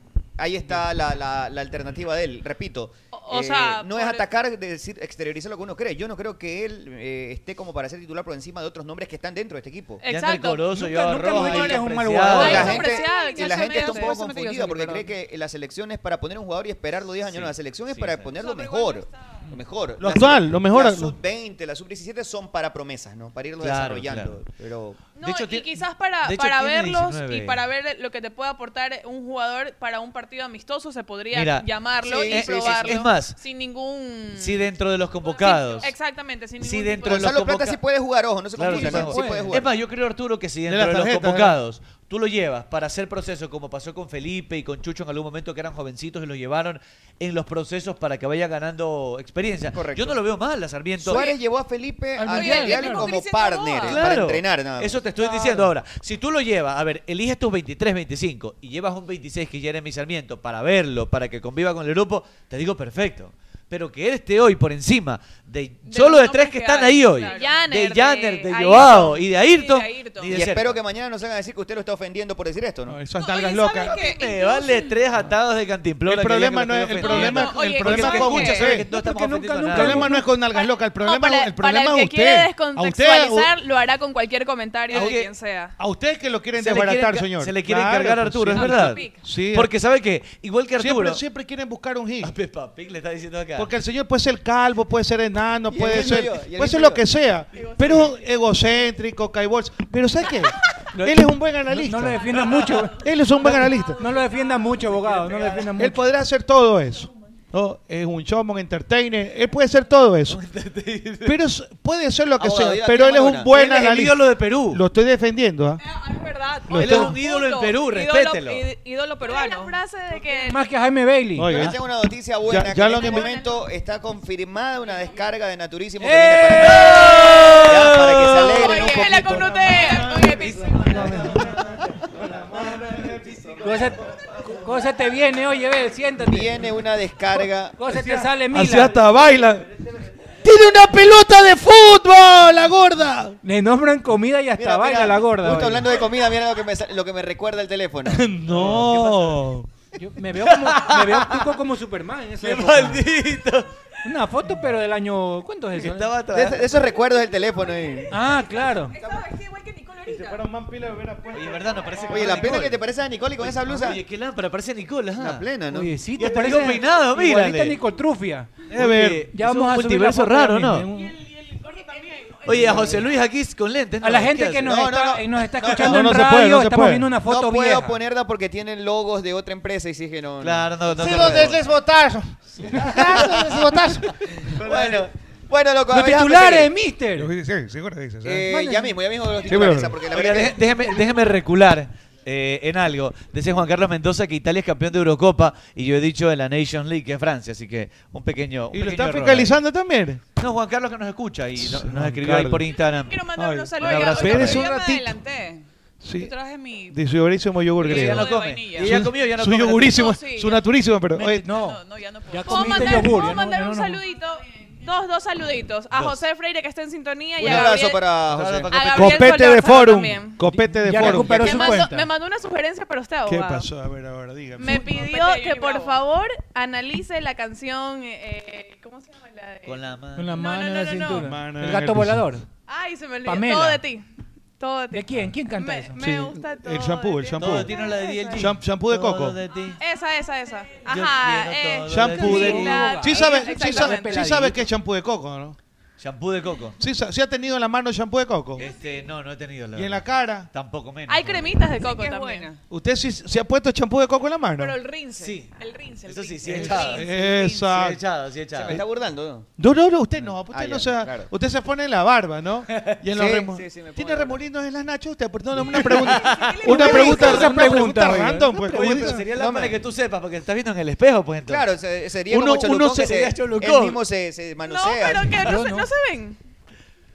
Speaker 12: ahí está la, la- la alternativa de él, repito.
Speaker 21: o
Speaker 12: eh,
Speaker 21: sea,
Speaker 12: no es
Speaker 21: por-
Speaker 12: atacar, de decir, exteriorizar lo que uno cree. Yo no creo que él eh, esté como para ser titular por encima de otros nombres que están dentro de este equipo.
Speaker 21: Ya anda el Exacto. Corozo,
Speaker 12: Nunca-
Speaker 17: lleva
Speaker 12: nunca
Speaker 17: Rojas,
Speaker 12: hemos dicho
Speaker 17: ahí
Speaker 12: que es un mal
Speaker 17: Preciado.
Speaker 12: jugador.
Speaker 17: Ahí
Speaker 12: La
Speaker 17: está
Speaker 12: gente-
Speaker 21: Preciado,
Speaker 12: Y la gente está un poco
Speaker 21: exactamente.
Speaker 12: confundida porque cree que la selección es para poner un jugador y esperar los 10 años. No, la selección es para poner lo mejor. Lo mejor.
Speaker 18: Lo
Speaker 12: La-
Speaker 18: actual, lo mejor.
Speaker 12: La sub-20, la sub-17 son para promesas, ¿no? Para irlo
Speaker 17: Claro,
Speaker 12: desarrollando.
Speaker 17: claro.
Speaker 12: Pero...
Speaker 21: No,
Speaker 17: De hecho,
Speaker 21: y
Speaker 17: ti-
Speaker 21: quizás para,
Speaker 17: de hecho,
Speaker 21: para
Speaker 17: tiene
Speaker 21: verlos
Speaker 17: 19.
Speaker 21: y para ver lo que te puede aportar un jugador para un partido amistoso, se podría
Speaker 17: Mira,
Speaker 21: llamarlo
Speaker 17: sí,
Speaker 21: y
Speaker 17: sí, sí, sí.
Speaker 21: probarlo.
Speaker 17: Es más,
Speaker 21: sin ningún.
Speaker 17: Si dentro de los convocados.
Speaker 21: Exactamente, sin ningún.
Speaker 17: Si
Speaker 21: tipo
Speaker 17: dentro de
Speaker 21: de-
Speaker 17: los
Speaker 12: Gonzalo Plata
Speaker 17: convoca-
Speaker 12: sí puede jugar, ojo, no se
Speaker 17: Claro,
Speaker 12: confundan,
Speaker 17: sí
Speaker 12: sí puede jugar.
Speaker 17: Es más, yo creo, Arturo, que si dentro de,
Speaker 12: las
Speaker 17: los
Speaker 12: tarjetas,
Speaker 17: convocados tú lo llevas para hacer procesos como pasó con Felipe y con Chucho en algún momento que eran jovencitos y los llevaron en los procesos para que vaya ganando experiencia. Yo no lo veo mal a Sarmiento.
Speaker 12: Suárez llevó a Felipe al
Speaker 17: Mundial.
Speaker 12: Mundial,
Speaker 17: El mismo
Speaker 12: como
Speaker 17: Cristian
Speaker 12: partner eh, para
Speaker 17: Claro.
Speaker 12: entrenar. Nada más.
Speaker 17: Eso te estoy diciendo ahora. Si tú lo llevas, a ver, eliges tus 23, 25 y llevas un 26 que ya era mi Sarmiento para verlo, para que conviva con el grupo, te digo perfecto. Pero que él esté hoy por encima de, solo de tres que están ahí hoy.
Speaker 12: Janner,
Speaker 17: de Janner,
Speaker 12: de
Speaker 17: de Joao
Speaker 12: Ayrton,
Speaker 17: y de Ayrton. ni
Speaker 12: Y
Speaker 17: de
Speaker 12: espero
Speaker 17: cerca.
Speaker 12: que mañana nos hagan decir que usted lo está ofendiendo por decir esto, ¿no?
Speaker 10: esas
Speaker 17: nalgas
Speaker 10: locas.
Speaker 17: Me vale tres atados de cantimplora.
Speaker 10: El
Speaker 17: que diga
Speaker 10: problema
Speaker 17: que
Speaker 10: no
Speaker 17: lo
Speaker 10: es- el
Speaker 17: estoy
Speaker 10: problema-
Speaker 17: ofendiendo.
Speaker 10: el problema es
Speaker 17: porque escucha,
Speaker 10: que-
Speaker 17: sabe que no
Speaker 10: no,
Speaker 17: estamos
Speaker 10: porque
Speaker 17: ofendiendo a
Speaker 10: El
Speaker 17: nadie.
Speaker 10: problema no es con nalgas locas, el
Speaker 21: No,
Speaker 10: problema,
Speaker 21: para, para
Speaker 10: el problema
Speaker 21: el que
Speaker 10: es usted.
Speaker 21: quiere
Speaker 10: A usted,
Speaker 21: descontextualizar, lo hará con cualquier comentario de quien sea.
Speaker 10: a usted que lo quieren
Speaker 17: Se le quiere
Speaker 10: desbaratar,
Speaker 17: ca-
Speaker 10: señor.
Speaker 17: Se le quiere
Speaker 10: Claro,
Speaker 17: cargar a
Speaker 10: pues,
Speaker 17: Arturo,
Speaker 10: sí.
Speaker 17: es verdad.
Speaker 10: Sí.
Speaker 17: Porque sabe que, igual que
Speaker 10: Siempre-
Speaker 17: Arturo.
Speaker 10: siempre quieren buscar un hit.
Speaker 17: A Peppa Pig le está diciendo acá.
Speaker 10: Porque el señor puede ser calvo, puede ser enano,
Speaker 17: el
Speaker 10: puede
Speaker 17: mismo
Speaker 10: ser,
Speaker 17: yo, y el
Speaker 10: puede
Speaker 17: mismo
Speaker 10: ser
Speaker 17: yo.
Speaker 10: lo que sea. Pero es egocéntrico, caibols. Pero ¿sabes qué? Él es un buen analista.
Speaker 15: No, no lo defiendas mucho.
Speaker 10: Él es un buen analista.
Speaker 15: No lo defiendas mucho, abogado. No lo defiendas mucho.
Speaker 10: Él podrá hacer todo eso. No, es un showman, entertainer, él puede ser todo eso. pero es- puede ser lo que
Speaker 17: Abogado,
Speaker 10: sea,
Speaker 17: diga,
Speaker 10: pero
Speaker 17: diga
Speaker 10: él es
Speaker 17: Maradona.
Speaker 10: un buen
Speaker 17: Él es el
Speaker 10: analista.
Speaker 17: ídolo de Perú.
Speaker 10: Lo estoy defendiendo, ¿ah? Lo
Speaker 21: Él
Speaker 10: estoy-
Speaker 21: es un
Speaker 17: ídolo en Perú, respételo.
Speaker 21: Ídolo, ídolo peruano. frase de que...
Speaker 15: Más que a Jaime Bailey.
Speaker 10: Oiga.
Speaker 12: Yo tengo una noticia buena
Speaker 10: Ya-
Speaker 12: que
Speaker 10: ya
Speaker 12: en
Speaker 10: lo
Speaker 12: este
Speaker 10: han invi-
Speaker 12: momento está confirmada una descarga de Naturísimo que viene para, Ya, para que se alegren un
Speaker 21: Oye, la
Speaker 12: poquito.
Speaker 21: connutea, con el piso.
Speaker 15: Cosa, cosa te viene, oye, ve, siéntate.
Speaker 12: Viene una descarga.
Speaker 15: Cosa te sale mil.
Speaker 18: Así hasta baila.
Speaker 10: ¡Tiene una pelota de fútbol, la gorda!
Speaker 15: Le nombran comida y hasta
Speaker 12: Mira,
Speaker 15: baila
Speaker 12: mira,
Speaker 15: la gorda.
Speaker 12: Justo
Speaker 15: oye.
Speaker 12: hablando de comida, mira lo que me, sa- lo que me recuerda el teléfono.
Speaker 18: No.
Speaker 15: Yo me veo como me veo un tipo como Superman en esa
Speaker 12: ¡Qué
Speaker 15: época.
Speaker 17: maldito!
Speaker 15: Una foto pero del año ¿cuánto es eso?
Speaker 12: De, de esos recuerdos del teléfono. eh.
Speaker 15: Ah, claro.
Speaker 17: Oye, verdad, no parece
Speaker 12: Oye, la pena que te parece a Nicole con esa blusa.
Speaker 17: Oye, qué lámpara, parece Nicola. ajá.
Speaker 12: La plena, ¿no?
Speaker 15: Oye, sí,
Speaker 17: Ya
Speaker 15: te
Speaker 17: te
Speaker 15: parece
Speaker 17: quedó peinado,
Speaker 15: igualita
Speaker 17: mírale.
Speaker 15: a Nicotrufia.
Speaker 17: A ver,
Speaker 15: ya
Speaker 17: es un
Speaker 15: vamos a subir la
Speaker 17: multiverso
Speaker 15: foto ya
Speaker 17: raro, ¿no?
Speaker 15: mismo, es un-
Speaker 17: Oye, a José Luis aquí con lentes.
Speaker 15: A la gente que nos está, eh, nos está escuchando en radio, estamos viendo una foto
Speaker 12: No puedo
Speaker 15: vieja.
Speaker 12: ponerla porque tienen logos de otra empresa y sí que no.
Speaker 17: Claro, no, no
Speaker 12: Sí,
Speaker 17: te
Speaker 12: los
Speaker 17: puedo.
Speaker 10: desbotaron.
Speaker 12: Bueno, bueno, loco.
Speaker 17: Los
Speaker 12: a ver, déjame
Speaker 17: titulares,
Speaker 12: seguir.
Speaker 15: mister.
Speaker 8: Sí, seguro dices.
Speaker 12: Eh, ya mismo, ya mismo los
Speaker 17: Sí,
Speaker 12: titulares,
Speaker 17: pero-
Speaker 12: ah, porque la
Speaker 17: Oiga,
Speaker 12: verdad
Speaker 17: deje- déjeme, déjeme recular eh, en algo. Dice Juan Carlos Mendoza que Italia es campeón de Eurocopa y yo he dicho en la Nations League que es Francia, así que un pequeño. un
Speaker 10: ¿Y lo
Speaker 17: pequeño
Speaker 10: están
Speaker 17: error.
Speaker 10: fiscalizando también?
Speaker 17: No, Juan Carlos que nos escucha y no- nos
Speaker 10: Juan
Speaker 17: escribió ahí
Speaker 10: Carlos.
Speaker 17: por Instagram.
Speaker 10: Quiero
Speaker 21: mandar
Speaker 10: Ay,
Speaker 21: unos
Speaker 10: un
Speaker 21: saludos. Oiga,
Speaker 10: abrazo.
Speaker 21: oiga,
Speaker 10: Espérese
Speaker 21: pero
Speaker 10: un
Speaker 21: yo me
Speaker 10: ratito.
Speaker 21: adelanté.
Speaker 10: Sí.
Speaker 21: Yo traje mi...
Speaker 10: De su yogurísimo yogur
Speaker 21: Y ella
Speaker 10: griego.
Speaker 21: no come. De vainilla.
Speaker 10: Su-
Speaker 21: Ella comió, ya no
Speaker 10: Su
Speaker 21: come.
Speaker 10: yogurísimo,
Speaker 21: No, sí,
Speaker 10: su
Speaker 21: ya.
Speaker 10: naturísimo, pero... oye,
Speaker 15: no,
Speaker 21: no, ya no puedo.
Speaker 15: Ya
Speaker 21: ¿Puedo
Speaker 15: comiste
Speaker 21: mandar,
Speaker 15: yogur,
Speaker 21: puedo
Speaker 15: ya no-
Speaker 21: mandar
Speaker 15: ya no,
Speaker 21: un
Speaker 15: no.
Speaker 21: saludito? Dos, dos saluditos. A
Speaker 17: Dos.
Speaker 21: José Freire que está en sintonía. y
Speaker 12: Un
Speaker 21: a
Speaker 12: abrazo
Speaker 21: Gabriel-
Speaker 12: para José.
Speaker 21: A Gabriel
Speaker 10: Copete de
Speaker 21: Solórzano
Speaker 10: forum.
Speaker 21: también.
Speaker 10: Copete de
Speaker 15: Ya
Speaker 10: forum.
Speaker 15: recuperó
Speaker 21: Me
Speaker 15: su
Speaker 21: mandó,
Speaker 15: cuenta.
Speaker 21: me mandó una sugerencia para usted,
Speaker 10: ¿Qué
Speaker 21: abogado.
Speaker 10: pasó? A ver, ahora dígame.
Speaker 21: Me pidió que por favor analice la canción. eh, eh, ¿Cómo se llama? La de...
Speaker 17: Con la mano.
Speaker 15: Con la
Speaker 21: No,
Speaker 15: mano
Speaker 21: no,
Speaker 15: en
Speaker 21: no,
Speaker 15: la
Speaker 21: no, no.
Speaker 15: cintura.
Speaker 10: Mano
Speaker 15: El
Speaker 10: en
Speaker 15: gato
Speaker 10: el-
Speaker 15: volador.
Speaker 21: Ay, se me olvidó.
Speaker 15: Pamela.
Speaker 21: Todo de ti. Todo de ti.
Speaker 15: ¿De quién? ¿Quién canta
Speaker 21: Me,
Speaker 15: eso?
Speaker 21: me
Speaker 10: Sí,
Speaker 21: gusta todo.
Speaker 10: el shampoo, el shampoo.
Speaker 17: Todo tiene la de DLG.
Speaker 10: Sham- shampoo de coco.
Speaker 17: Todo de ti.
Speaker 21: Esa, esa, esa.
Speaker 17: Yo
Speaker 21: Ajá.
Speaker 17: quiero
Speaker 21: eh,
Speaker 17: todo
Speaker 10: Shampoo de...
Speaker 21: Linda,
Speaker 10: Sí
Speaker 21: eh,
Speaker 10: sabes sí sabe,
Speaker 21: exactamente.
Speaker 10: sí sabe que es shampoo de coco, ¿no?
Speaker 17: Shampoo de coco.
Speaker 10: Sí, sa- sí ha tenido en la mano shampoo de coco.
Speaker 17: Este, no, no he tenido la
Speaker 10: Y en
Speaker 17: verdad.
Speaker 10: la cara.
Speaker 17: Tampoco menos.
Speaker 21: Hay cremitas de coco también.
Speaker 10: ¿Usted sí se ha puesto champú de coco en la mano?
Speaker 21: Pero el rinse. El rinse. El
Speaker 17: Eso sí,
Speaker 21: rinse,
Speaker 17: sí he
Speaker 21: el
Speaker 17: echado.
Speaker 21: rinse.
Speaker 17: Sí he
Speaker 10: Exacto.
Speaker 17: echado, sí he echado.
Speaker 12: me está burlando, ¿no?
Speaker 10: No, no, no, usted no, usted
Speaker 12: Ah,
Speaker 10: no
Speaker 12: ya,
Speaker 10: se,
Speaker 12: claro.
Speaker 10: usted se pone en la barba, ¿no? Y en los
Speaker 12: Sí,
Speaker 10: remo-
Speaker 12: sí, sí, me pongo
Speaker 10: ¿Tiene
Speaker 12: la barba.
Speaker 10: remolinos en las nachas usted? Perdón, una pregunta.
Speaker 17: ¿Qué le
Speaker 10: una
Speaker 17: pasa?
Speaker 10: pregunta,
Speaker 17: Esa
Speaker 10: una pregunta
Speaker 17: oiga.
Speaker 10: random,
Speaker 17: Una
Speaker 10: pues.
Speaker 17: pregunta,
Speaker 10: ¿cómo
Speaker 17: pero
Speaker 10: dice?
Speaker 17: sería
Speaker 10: No,
Speaker 17: la para
Speaker 10: me-
Speaker 17: que tú sepas, porque estás viendo en el espejo, pues entonces.
Speaker 12: Claro, se- sería
Speaker 10: Uno-
Speaker 12: como Cholucón
Speaker 10: uno se-
Speaker 12: que se,
Speaker 17: sería Cholucón.
Speaker 12: él mismo se, se
Speaker 21: No,
Speaker 12: manosea.
Speaker 21: pero que no,
Speaker 12: Yo
Speaker 21: se, no se ven.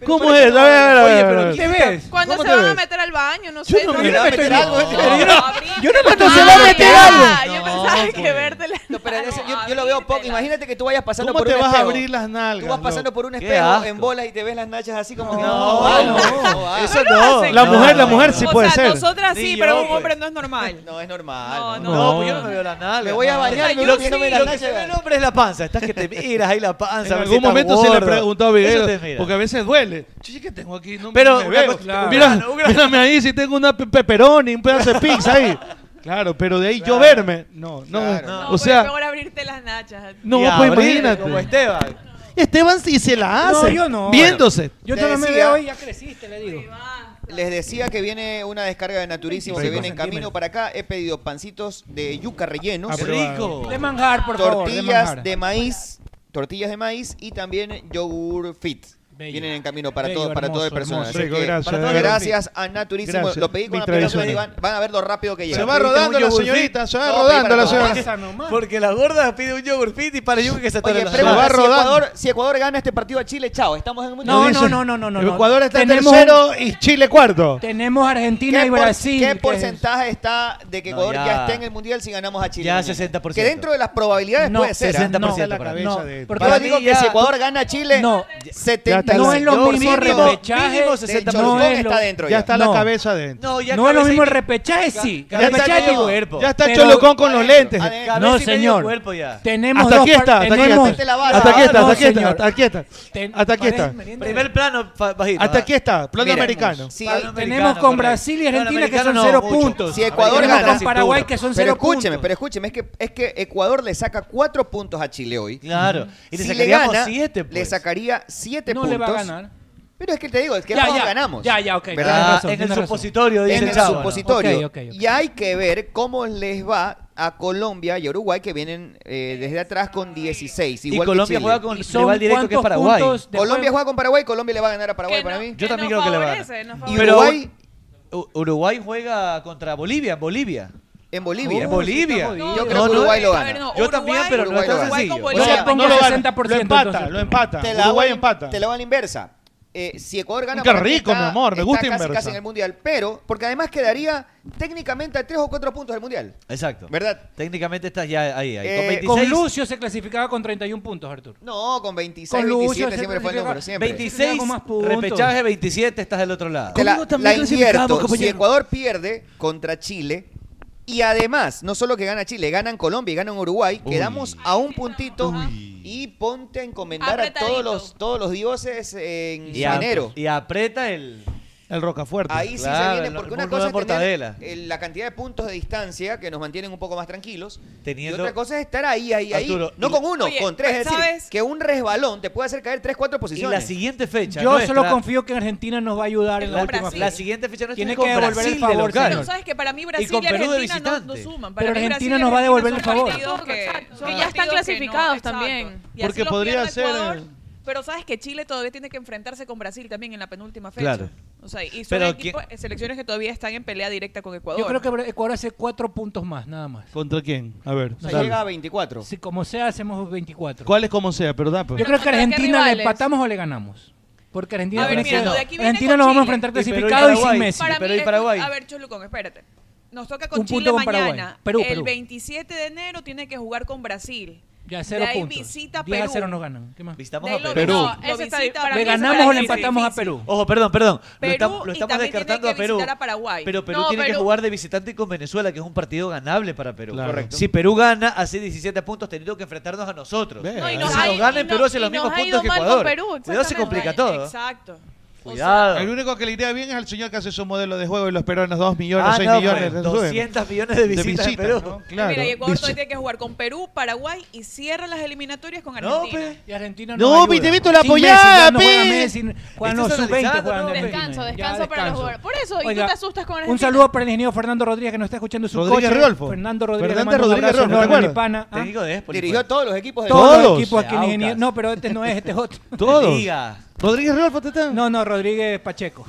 Speaker 10: ¿Cómo es? A ver, a ver,
Speaker 17: Oye,
Speaker 10: a
Speaker 17: pero
Speaker 10: ver.
Speaker 17: ¿quién
Speaker 18: ¿Te
Speaker 17: está-
Speaker 18: ves?
Speaker 21: Cuando
Speaker 10: ¿Cómo
Speaker 21: se
Speaker 10: te
Speaker 21: van a
Speaker 10: ves?
Speaker 21: meter al baño, no
Speaker 10: Yo
Speaker 21: sé.
Speaker 10: no
Speaker 21: no
Speaker 10: me
Speaker 17: no
Speaker 10: la
Speaker 17: me
Speaker 10: meto
Speaker 17: estoy
Speaker 10: en
Speaker 17: viendo.
Speaker 10: algo,
Speaker 17: No,
Speaker 10: yo no-
Speaker 21: abrí-
Speaker 10: Yo no me
Speaker 21: Ah,
Speaker 10: estoy se va a
Speaker 15: este
Speaker 10: meter algo.
Speaker 17: No,
Speaker 21: Yo pensaba que
Speaker 17: pues.
Speaker 21: vértela.
Speaker 12: pero en ese- yo, yo lo
Speaker 21: abrítela.
Speaker 12: veo poco. Imagínate que tú vayas pasando
Speaker 10: ¿Cómo
Speaker 12: por
Speaker 10: te
Speaker 12: un
Speaker 10: vas a
Speaker 12: espejo.
Speaker 10: abrir las nalgas?
Speaker 12: Tú vas pasando
Speaker 10: loco?
Speaker 12: por un
Speaker 17: Qué
Speaker 12: espejo en
Speaker 17: asco.
Speaker 12: bolas y te ves las nachas así como que.
Speaker 17: No,
Speaker 12: vale,
Speaker 17: no,
Speaker 12: vale.
Speaker 17: eso
Speaker 21: No,
Speaker 17: no.
Speaker 21: sí.
Speaker 10: La mujer, la mujer sí
Speaker 21: o
Speaker 10: puede
Speaker 21: sea,
Speaker 10: ser.
Speaker 21: nosotras sí,
Speaker 17: Ni
Speaker 21: pero
Speaker 17: yo,
Speaker 21: un
Speaker 17: pues.
Speaker 21: hombre no es normal.
Speaker 12: No, es normal.
Speaker 21: No,
Speaker 12: no.
Speaker 17: No,
Speaker 21: No.
Speaker 17: pues yo no me veo la nalga.
Speaker 12: Me voy a
Speaker 17: no.
Speaker 12: bañar,
Speaker 17: O sea,
Speaker 12: me
Speaker 17: yo
Speaker 12: voy viéndome
Speaker 17: sí,
Speaker 12: la
Speaker 17: lo
Speaker 12: nalga.
Speaker 17: que se ve el hombre es la panza. Estás que te miras ahí la panza.
Speaker 10: En
Speaker 17: a ver
Speaker 10: algún
Speaker 17: si estás
Speaker 10: momento se le
Speaker 17: gordo.
Speaker 10: preguntó a Videla,
Speaker 17: Eso te mira.
Speaker 10: porque a veces duele. Che, ¿qué tengo aquí? No
Speaker 17: Pero
Speaker 10: me
Speaker 17: una
Speaker 10: veo.
Speaker 17: cosa- claro.
Speaker 10: Mira,
Speaker 17: Claro, claro.
Speaker 10: mírame ahí si tengo una pe- pepperoni, un pedazo de pizza ahí. Claro, pero de ahí yo verme. No, no.
Speaker 12: Claro.
Speaker 21: No,
Speaker 10: o
Speaker 21: pero
Speaker 10: sea,
Speaker 21: mejor abrirte las nachas.
Speaker 10: no,
Speaker 17: Y
Speaker 10: pues
Speaker 17: abrir,
Speaker 10: imagínate.
Speaker 17: Como Esteban.
Speaker 10: Esteban sí se la
Speaker 15: No,
Speaker 10: hace.
Speaker 15: yo no.
Speaker 10: Viéndose.
Speaker 15: Yo
Speaker 12: Te
Speaker 15: solo me
Speaker 12: decía-
Speaker 15: veo y ya
Speaker 21: este,
Speaker 15: creciste, le digo.
Speaker 12: Les decía que viene una descarga de Naturísimo que viene en camino para acá. He pedido pancitos de yuca rellenos,
Speaker 17: Qué rico.
Speaker 15: De manjar, por favor. De
Speaker 12: tortillas
Speaker 15: manjar.
Speaker 12: de maíz, tortillas de maíz y también yogur fit.
Speaker 15: Bello.
Speaker 12: Vienen en camino para
Speaker 15: Bello,
Speaker 12: todo, para todo el
Speaker 15: hermoso,
Speaker 12: personal.
Speaker 10: hermoso.
Speaker 12: Así
Speaker 10: Rico,
Speaker 12: que,
Speaker 10: gracias,
Speaker 12: para todo-
Speaker 10: de verdad.
Speaker 12: gracias a Naturísimo.
Speaker 10: Gracias.
Speaker 12: Lo pedí con
Speaker 10: Mi
Speaker 12: la pelota
Speaker 10: tradición.
Speaker 12: de Iván. Van a ver lo rápido que llega.
Speaker 10: Se va
Speaker 17: Pero
Speaker 10: rodando
Speaker 17: tengo
Speaker 10: la
Speaker 17: un yogur
Speaker 10: señorita, se va
Speaker 12: No,
Speaker 10: rodando la
Speaker 12: pero-
Speaker 10: señora.
Speaker 15: Pasa nomás.
Speaker 17: Porque las gordas piden un yogur fit y para yo que se
Speaker 12: Oye,
Speaker 17: atoran las
Speaker 12: pregunta,
Speaker 10: va
Speaker 17: nalgas.
Speaker 12: si
Speaker 10: rodando.
Speaker 12: Ecuador, si Ecuador gana este partido a Chile, chao. Estamos en un
Speaker 15: No,
Speaker 10: Dice,
Speaker 15: no, no, no, no, no. no.
Speaker 10: Ecuador está
Speaker 15: Tenemos-
Speaker 10: tercero y Chile cuarto.
Speaker 15: Tenemos Argentina
Speaker 12: ¿Qué,
Speaker 15: y
Speaker 12: por-
Speaker 15: Brasil.
Speaker 12: qué
Speaker 15: que es-
Speaker 12: porcentaje está de que
Speaker 17: No,
Speaker 12: Ecuador ya.
Speaker 17: ya.
Speaker 12: está en el Mundial si ganamos a Chile?
Speaker 17: Ya
Speaker 12: mañana?
Speaker 17: 60%.
Speaker 12: Que dentro de las probabilidades
Speaker 15: No,
Speaker 12: puede ser. ¿ah?
Speaker 17: 60%
Speaker 10: No, la
Speaker 17: para mí.
Speaker 10: cabeza
Speaker 15: No,
Speaker 10: de-
Speaker 15: porque
Speaker 12: Yo
Speaker 17: Para
Speaker 12: digo
Speaker 17: mí
Speaker 12: que
Speaker 17: ya-
Speaker 12: si Ecuador gana a Chile,
Speaker 15: No,
Speaker 12: 70.
Speaker 15: no es lo
Speaker 17: Yo
Speaker 15: mismo
Speaker 17: mínimo-
Speaker 15: repechaje.
Speaker 17: mínimo
Speaker 12: de
Speaker 17: 60%.
Speaker 12: Cholucón
Speaker 15: No es lo-
Speaker 12: está dentro
Speaker 10: Ya
Speaker 12: ya.
Speaker 10: está
Speaker 15: No.
Speaker 10: la cabeza dentro.
Speaker 17: No, ya
Speaker 15: no es lo
Speaker 17: cabeza y
Speaker 15: mismo el
Speaker 17: medio-
Speaker 15: repechaje, sí.
Speaker 17: cabeza y
Speaker 15: Repechaje,
Speaker 17: medio
Speaker 15: digo,
Speaker 17: cuerpo.
Speaker 10: Ya está
Speaker 15: Pero-
Speaker 10: Cholocón con los lentes.
Speaker 12: Adentro.
Speaker 17: Cabeza
Speaker 15: No,
Speaker 17: y medio
Speaker 15: señor.
Speaker 17: cuerpo ya.
Speaker 15: Tenemos
Speaker 10: Hasta
Speaker 15: dos
Speaker 10: aquí está,
Speaker 15: par-
Speaker 10: hasta aquí
Speaker 15: tenemos-
Speaker 12: Mete la
Speaker 10: está.
Speaker 12: vara.
Speaker 10: Hasta aquí está,
Speaker 15: No,
Speaker 10: hasta aquí está,
Speaker 15: señor.
Speaker 10: hasta aquí está.
Speaker 15: Ten-
Speaker 10: Hasta aquí está.
Speaker 15: parece merienda.
Speaker 17: Primer plano, fa- bajito.
Speaker 10: Hasta
Speaker 17: ah.
Speaker 10: aquí está, plano
Speaker 12: Mira,
Speaker 10: americano.
Speaker 12: Si,
Speaker 15: Tenemos con Brasil y Argentina que son
Speaker 17: Americano no,
Speaker 15: cero
Speaker 17: mucho.
Speaker 15: puntos.
Speaker 12: Si Ecuador
Speaker 15: Tenemos
Speaker 12: gana,
Speaker 15: con Paraguay que son
Speaker 12: pero
Speaker 2: cero
Speaker 12: escúcheme,
Speaker 2: puntos.
Speaker 12: pero escúcheme, es que, es que Ecuador le saca 4 puntos a Chile hoy.
Speaker 17: Claro. Y le
Speaker 12: si le
Speaker 17: sacaríamos
Speaker 12: gana,
Speaker 17: siete, pues.
Speaker 12: le sacaría 7
Speaker 15: no
Speaker 12: puntos.
Speaker 15: le va a ganar.
Speaker 12: Pero es que te digo, es que
Speaker 15: Ya,
Speaker 12: todos
Speaker 15: ya,
Speaker 12: ganamos.
Speaker 15: ya, ya, ok,
Speaker 17: Ah,
Speaker 12: ¿Verdad?
Speaker 15: Tienes razón,
Speaker 17: en el
Speaker 15: tienes razón.
Speaker 17: supositorio, dice
Speaker 12: en el
Speaker 17: el chavo. ¿no?
Speaker 12: supositorio.
Speaker 15: Ok, ok, ok.
Speaker 12: Y hay que ver cómo les va a Colombia y a Uruguay que vienen eh, desde atrás con 16. Igual que
Speaker 17: Colombia
Speaker 12: Chile.
Speaker 17: juega con- ¿Y son le va directo que es cuántos Paraguay. puntos de
Speaker 12: Colombia
Speaker 17: juego?
Speaker 12: juega con Paraguay, Colombia le va a ganar a Paraguay para mí.
Speaker 17: Yo también creo que le va a ganar.
Speaker 12: favorece, nos
Speaker 17: Y
Speaker 12: favorece.
Speaker 17: Uruguay, U- Uruguay juega contra Bolivia, en Bolivia.
Speaker 12: En Bolivia.
Speaker 17: en Bolivia.
Speaker 12: Oh, sí, está jodido. Yo creo que Uruguay lo gana.
Speaker 17: Yo también, pero no es tan
Speaker 12: Uruguay
Speaker 17: sencillo.
Speaker 12: con
Speaker 17: O sea,
Speaker 12: Bolivia.
Speaker 17: no lo gana. Lo empata, lo empata.
Speaker 12: Te la
Speaker 17: Uruguay
Speaker 12: hago-
Speaker 17: empata.
Speaker 12: Te la hago a la inversa. Eh, si Ecuador gana
Speaker 17: Qué
Speaker 12: para mí
Speaker 17: rico, mi amor, me
Speaker 12: está
Speaker 17: gusta
Speaker 12: casi,
Speaker 17: inversa.
Speaker 12: casi en el mundial, pero porque además quedaría técnicamente a 3 o 4 puntos del mundial.
Speaker 17: Exacto.
Speaker 12: ¿Verdad?
Speaker 17: Técnicamente estás ya ahí, ahí.
Speaker 12: Eh,
Speaker 17: con 26.
Speaker 15: Con Lucio se clasificaba con 31 puntos, Arturo.
Speaker 12: No, con 26,
Speaker 15: Con Lucio,
Speaker 12: 27 siempre
Speaker 15: siempre
Speaker 12: fue el
Speaker 15: llega-
Speaker 12: número, siempre.
Speaker 17: 26, repechaje 27, estás del otro lado.
Speaker 12: Te la, la invierto. Si
Speaker 17: compañero.
Speaker 12: Ecuador pierde contra Chile y además, no solo que gana Chile, ganan Colombia y ganan Uruguay, quedamos a un puntito y ponte a encomendar a todos los, todos los dioses en
Speaker 17: Y,
Speaker 12: enero.
Speaker 17: ap- y aprieta el...
Speaker 10: El Rocafuerte.
Speaker 12: Ahí sí se
Speaker 17: Claro,
Speaker 12: viene, porque
Speaker 17: el-
Speaker 12: una
Speaker 17: el
Speaker 12: cosa
Speaker 17: de
Speaker 12: es tener
Speaker 17: mortadela.
Speaker 12: eh, la cantidad de puntos de distancia que nos mantienen un poco más tranquilos.
Speaker 17: Teniendo-
Speaker 12: y otra cosa es estar ahí, ahí, ahí.
Speaker 17: Arturo,
Speaker 12: no
Speaker 17: y-
Speaker 12: con uno,
Speaker 17: Oye,
Speaker 12: con tres. Es decir,
Speaker 17: ¿sabes?
Speaker 12: que un resbalón te puede hacer caer tres, cuatro
Speaker 17: Y
Speaker 12: posiciones.
Speaker 17: la siguiente fecha.
Speaker 15: Yo
Speaker 17: nuestra-
Speaker 15: solo confío que Argentina nos va a ayudar en la
Speaker 17: La-
Speaker 15: última
Speaker 17: Brasil.
Speaker 15: fecha.
Speaker 17: la siguiente fecha nuestra
Speaker 15: Tiene
Speaker 17: es con
Speaker 15: que devolver
Speaker 17: Brasil
Speaker 15: el
Speaker 17: de
Speaker 15: favor.
Speaker 17: local.
Speaker 15: señor.
Speaker 21: No, sabes que para mí Brasil
Speaker 17: con
Speaker 21: y,
Speaker 17: Perú de
Speaker 21: Argentina no, no
Speaker 17: visitante.
Speaker 21: suman. Para
Speaker 15: Pero
Speaker 21: mí Brasil
Speaker 15: Argentina
Speaker 21: y
Speaker 15: nos va a devolver el
Speaker 21: Argentina son
Speaker 15: favor.
Speaker 21: partidos que, Son que ya están partidos que no, clasificados exacto. también. Y así
Speaker 10: Porque
Speaker 21: los
Speaker 10: podría
Speaker 21: pierde
Speaker 10: ser,
Speaker 21: Ecuador,
Speaker 10: eh,
Speaker 21: pero sabes que Chile todavía tiene que enfrentarse con Brasil también en la penúltima fecha.
Speaker 15: Claro.
Speaker 21: O sea, y son
Speaker 15: Pero
Speaker 21: equipos- selecciones que todavía están en pelea directa con Ecuador.
Speaker 15: Yo creo que Ecuador hace 4 puntos más, nada más.
Speaker 10: ¿Contra quién? A ver.
Speaker 15: sea,
Speaker 10: dale.
Speaker 12: llega a 24.
Speaker 15: Si como sea, hacemos 24.
Speaker 10: ¿Cuál es como sea? Pero da, pues.
Speaker 15: Yo creo que
Speaker 21: ¿Contra qué
Speaker 15: Argentina le
Speaker 21: rivales?
Speaker 15: empatamos o le ganamos. Porque Argentina,
Speaker 21: A ver, mira,
Speaker 15: Argentina,
Speaker 21: de aquí viene
Speaker 15: Argentina
Speaker 21: con
Speaker 15: nos vamos a
Speaker 21: Chile.
Speaker 15: enfrentar Y Perú y clasificado y, sin Paraguay. Messi.
Speaker 21: Para
Speaker 15: Pero
Speaker 21: mí,
Speaker 15: y Paraguay.
Speaker 21: A ver, Cholucón, espérate. Nos toca
Speaker 15: Un
Speaker 21: con
Speaker 15: punto
Speaker 21: Chile
Speaker 15: con Paraguay.
Speaker 21: mañana.
Speaker 15: Perú,
Speaker 21: el
Speaker 15: Perú.
Speaker 21: 27 de enero tiene que jugar con Brasil.
Speaker 15: Ya cero
Speaker 21: de ahí
Speaker 15: puntos.
Speaker 21: visita
Speaker 15: 10
Speaker 21: Perú.
Speaker 15: a 0 nos ganan. ¿Qué más?
Speaker 17: Visitamos
Speaker 21: De
Speaker 17: a
Speaker 21: lo-
Speaker 17: Perú.
Speaker 21: no,
Speaker 15: Perú.
Speaker 21: ese está- para mí
Speaker 15: ¿Le
Speaker 21: ese
Speaker 15: ganamos
Speaker 21: para
Speaker 15: o
Speaker 21: mí
Speaker 15: le
Speaker 21: es
Speaker 15: empatamos a
Speaker 21: difícil.
Speaker 15: Perú?
Speaker 17: Ojo, perdón, perdón.
Speaker 21: Perú
Speaker 17: lo, estamos- lo
Speaker 21: y
Speaker 17: estamos
Speaker 21: también tiene
Speaker 17: descartando
Speaker 21: que
Speaker 17: a Perú.
Speaker 21: visitar a Paraguay.
Speaker 17: Pero Perú
Speaker 21: No,
Speaker 17: tiene que
Speaker 21: Perú-
Speaker 17: jugar de visitante con Venezuela, que es un partido ganable para Perú.
Speaker 12: Claro. Correcto.
Speaker 17: Si Perú gana, hace 17 puntos, teniendo que enfrentarnos a nosotros.
Speaker 10: Ve, No, y
Speaker 17: si
Speaker 10: nos
Speaker 17: nos
Speaker 10: ha-
Speaker 17: gana
Speaker 21: y
Speaker 17: en Perú,
Speaker 21: nos-
Speaker 17: hace
Speaker 21: y
Speaker 17: los mismos
Speaker 21: nos ha
Speaker 17: puntos
Speaker 21: ido
Speaker 17: que
Speaker 21: mal con
Speaker 17: Ecuador.
Speaker 21: Perú,
Speaker 17: Cuidado, se complica todo.
Speaker 21: Exacto.
Speaker 17: Cuidado.
Speaker 10: El único que le iría bien es al señor que hace su modelo de juego y los peruanos 2 millones,
Speaker 17: Ah,
Speaker 10: 6
Speaker 17: no,
Speaker 10: millones.
Speaker 17: pues,
Speaker 10: le suben.
Speaker 17: 200 millones de visitas en Perú.
Speaker 10: ¿no?
Speaker 21: Mira,
Speaker 10: Claro.
Speaker 21: y Ecuador
Speaker 10: Visi-
Speaker 21: todavía tiene que jugar con Perú, Paraguay y cierra las eliminatorias con Argentina.
Speaker 15: Y Argentina
Speaker 10: No,
Speaker 15: ayuda.
Speaker 10: mi Tevito, la
Speaker 15: Sin Messi,
Speaker 10: apoyada,
Speaker 15: ya no juega
Speaker 10: pi.
Speaker 15: Messi, juegan los
Speaker 10: Estás
Speaker 15: sub-20,
Speaker 10: analizando,
Speaker 15: juegan
Speaker 10: ¿no?
Speaker 15: de
Speaker 21: Descanso,
Speaker 15: Argentina. Ya,
Speaker 21: descanso para los jugadores. Por eso, ¿y tú te asustas con
Speaker 15: Un
Speaker 21: Argentina?
Speaker 15: saludo para el ingeniero Fernando Rodríguez que nos está escuchando en su
Speaker 10: Rodríguez
Speaker 15: coche.
Speaker 10: Rodolfo.
Speaker 15: Fernando Rodríguez.
Speaker 10: Fernando Rodríguez Rodolfo, ¿te acuerdas? Técnico de Espoli,
Speaker 12: Dirigió a todos los equipos de
Speaker 15: ¿ah? Todos los
Speaker 10: Todos.
Speaker 15: equipos aquí el
Speaker 10: Aucas.
Speaker 15: ingeniero. No, pero este no es, este es otro.
Speaker 10: Todos.
Speaker 17: Diga.
Speaker 10: Rodríguez Rodolfo, ¿te está?
Speaker 15: No, no, Rodríguez Pacheco.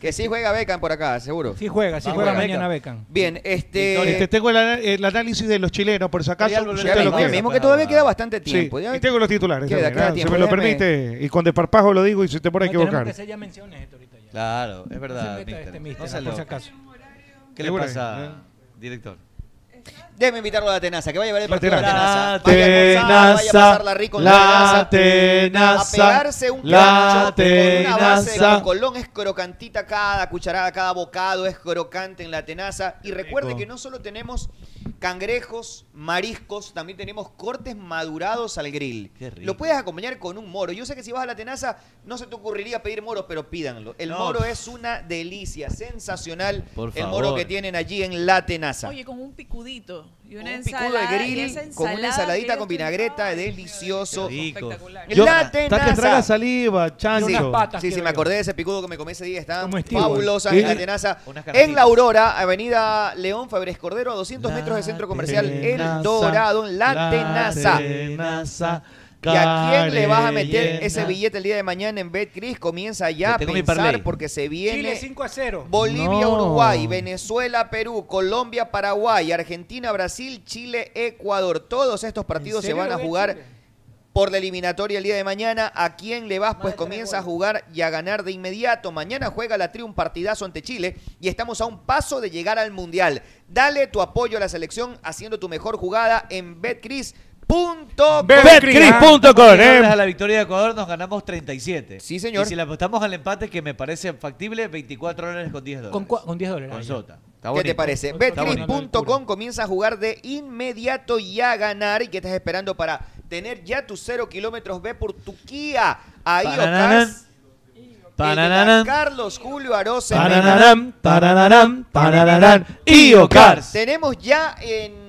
Speaker 12: Que sí juega Beckham por acá, seguro.
Speaker 15: Sí juega, sí
Speaker 12: Ah,
Speaker 15: juega
Speaker 12: bueno.
Speaker 15: mañana Beckham.
Speaker 12: Bien, este...
Speaker 10: Este, tengo el, ana- el análisis de los chilenos, por si acaso.
Speaker 12: volver
Speaker 10: usted
Speaker 12: al
Speaker 10: lo
Speaker 12: tema,
Speaker 10: quiere.
Speaker 12: mismo que todavía queda bastante tiempo,
Speaker 10: Sí,
Speaker 12: ya-
Speaker 10: y tengo los titulares.
Speaker 12: Queda-
Speaker 10: también,
Speaker 12: queda
Speaker 10: ¿ah?
Speaker 12: tiempo,
Speaker 10: si me lo
Speaker 12: déjame-
Speaker 10: permite, y con desparpajo lo digo y si te por
Speaker 15: No, tenemos
Speaker 10: equivocar.
Speaker 15: que hacer ya menciones esto ahorita ya.
Speaker 17: Claro, es
Speaker 15: Se
Speaker 17: verdad.
Speaker 15: meta
Speaker 17: mister.
Speaker 15: este
Speaker 17: No
Speaker 15: mister,
Speaker 17: sea
Speaker 15: por si
Speaker 17: loco.
Speaker 15: acaso.
Speaker 17: ¿Qué le
Speaker 10: Seguro,
Speaker 12: ¿eh?
Speaker 17: pasa, director?
Speaker 12: Déjeme invitarlo a la Tenaza, que vaya a ver el partido de la
Speaker 17: La
Speaker 12: Tenaza. Vaya a almorzar, vaya a
Speaker 10: Tenaza,
Speaker 12: pasarla rico en la,
Speaker 10: la
Speaker 12: Tenaza.
Speaker 10: Tenaza,
Speaker 12: A pegarse un
Speaker 10: la
Speaker 12: cacho con una base de
Speaker 10: Tenaza.
Speaker 12: cocolón, es crocantita cada cucharada, cada bocado es crocante en la Tenaza. Y recuerde
Speaker 10: rico.
Speaker 12: que no solo tenemos cangrejos, mariscos, también tenemos cortes madurados al grill. Lo puedes acompañar con un moro. Yo sé que si vas a la Tenaza no se te ocurriría pedir moro, pero pídanlo. El
Speaker 17: No.
Speaker 12: moro es una delicia, sensacional.
Speaker 17: Por
Speaker 12: el moro
Speaker 17: favor.
Speaker 12: que tienen allí en la Tenaza
Speaker 21: Oye, con un picudito y una
Speaker 12: un picudo de
Speaker 14: Ah,
Speaker 21: ensalada. y
Speaker 12: grill
Speaker 21: esa
Speaker 12: con una
Speaker 21: ensalada
Speaker 12: ensaladita
Speaker 21: que
Speaker 12: con
Speaker 21: yo estoy-
Speaker 12: vinagreta, delicioso.
Speaker 10: Yo-
Speaker 12: Espectacular. La
Speaker 10: Está que traga
Speaker 12: tenaza.
Speaker 10: saliva, chancho.
Speaker 12: Sí, sí, sí, me acordé de ese picudo que me comí ese día. Estaban
Speaker 10: Stewart.
Speaker 12: fabulosas
Speaker 10: Sí.
Speaker 12: en la tenaza.
Speaker 17: Unas
Speaker 12: En la
Speaker 17: carnitas.
Speaker 12: Aurora, avenida León Fabres Cordero, a 200 metros del centro comercial
Speaker 10: Tenaza,
Speaker 12: El Dorado, en la tenaza.
Speaker 10: Tenaza.
Speaker 12: ¿Y a quién le vas a meter
Speaker 10: Carelena.
Speaker 12: ese billete el día de mañana en Betcris? Comienza ya a
Speaker 17: tengo mi
Speaker 12: pensar
Speaker 17: parlay.
Speaker 12: porque se
Speaker 15: Chile
Speaker 12: viene
Speaker 15: 5 a 0.
Speaker 12: Bolivia,
Speaker 10: No.
Speaker 12: Uruguay, Venezuela, Perú, Colombia, Paraguay, Argentina, Brasil, Chile, Ecuador. Todos estos partidos se
Speaker 15: serio
Speaker 12: van a
Speaker 15: lo ve
Speaker 12: jugar
Speaker 15: Chile?
Speaker 12: por la eliminatoria el día de mañana. ¿A quién le vas? Pues comienza a jugar y a ganar de inmediato. Mañana juega la Tri un partidazo ante Chile y estamos a un paso de llegar al Mundial. Dale tu apoyo a la selección haciendo tu mejor jugada en betcris.com.
Speaker 17: Si
Speaker 10: Betcris.com.
Speaker 17: ganas a eh. la victoria de Ecuador nos ganamos 37.
Speaker 12: Sí, señor.
Speaker 17: Y si la apostamos al empate, que me parece factible, 24 dólares con 10 dólares.
Speaker 15: Con, cua- con 10 dólares.
Speaker 17: Con
Speaker 15: Ah, ya.
Speaker 17: Sota. Está
Speaker 12: ¿Qué te
Speaker 17: bonito.
Speaker 12: parece?
Speaker 17: Está bonito.
Speaker 12: Betcris.com comienza a jugar de inmediato y a ganar. ¿Y qué estás esperando para tener ya tus cero kilómetros? Ve por tu Kia a
Speaker 17: Pananarán.
Speaker 12: Iocas.
Speaker 17: Pananarán.
Speaker 12: Carlos Julio Aroce.
Speaker 10: Parararán, parararán, parararán. IOCARS.
Speaker 12: Tenemos ya en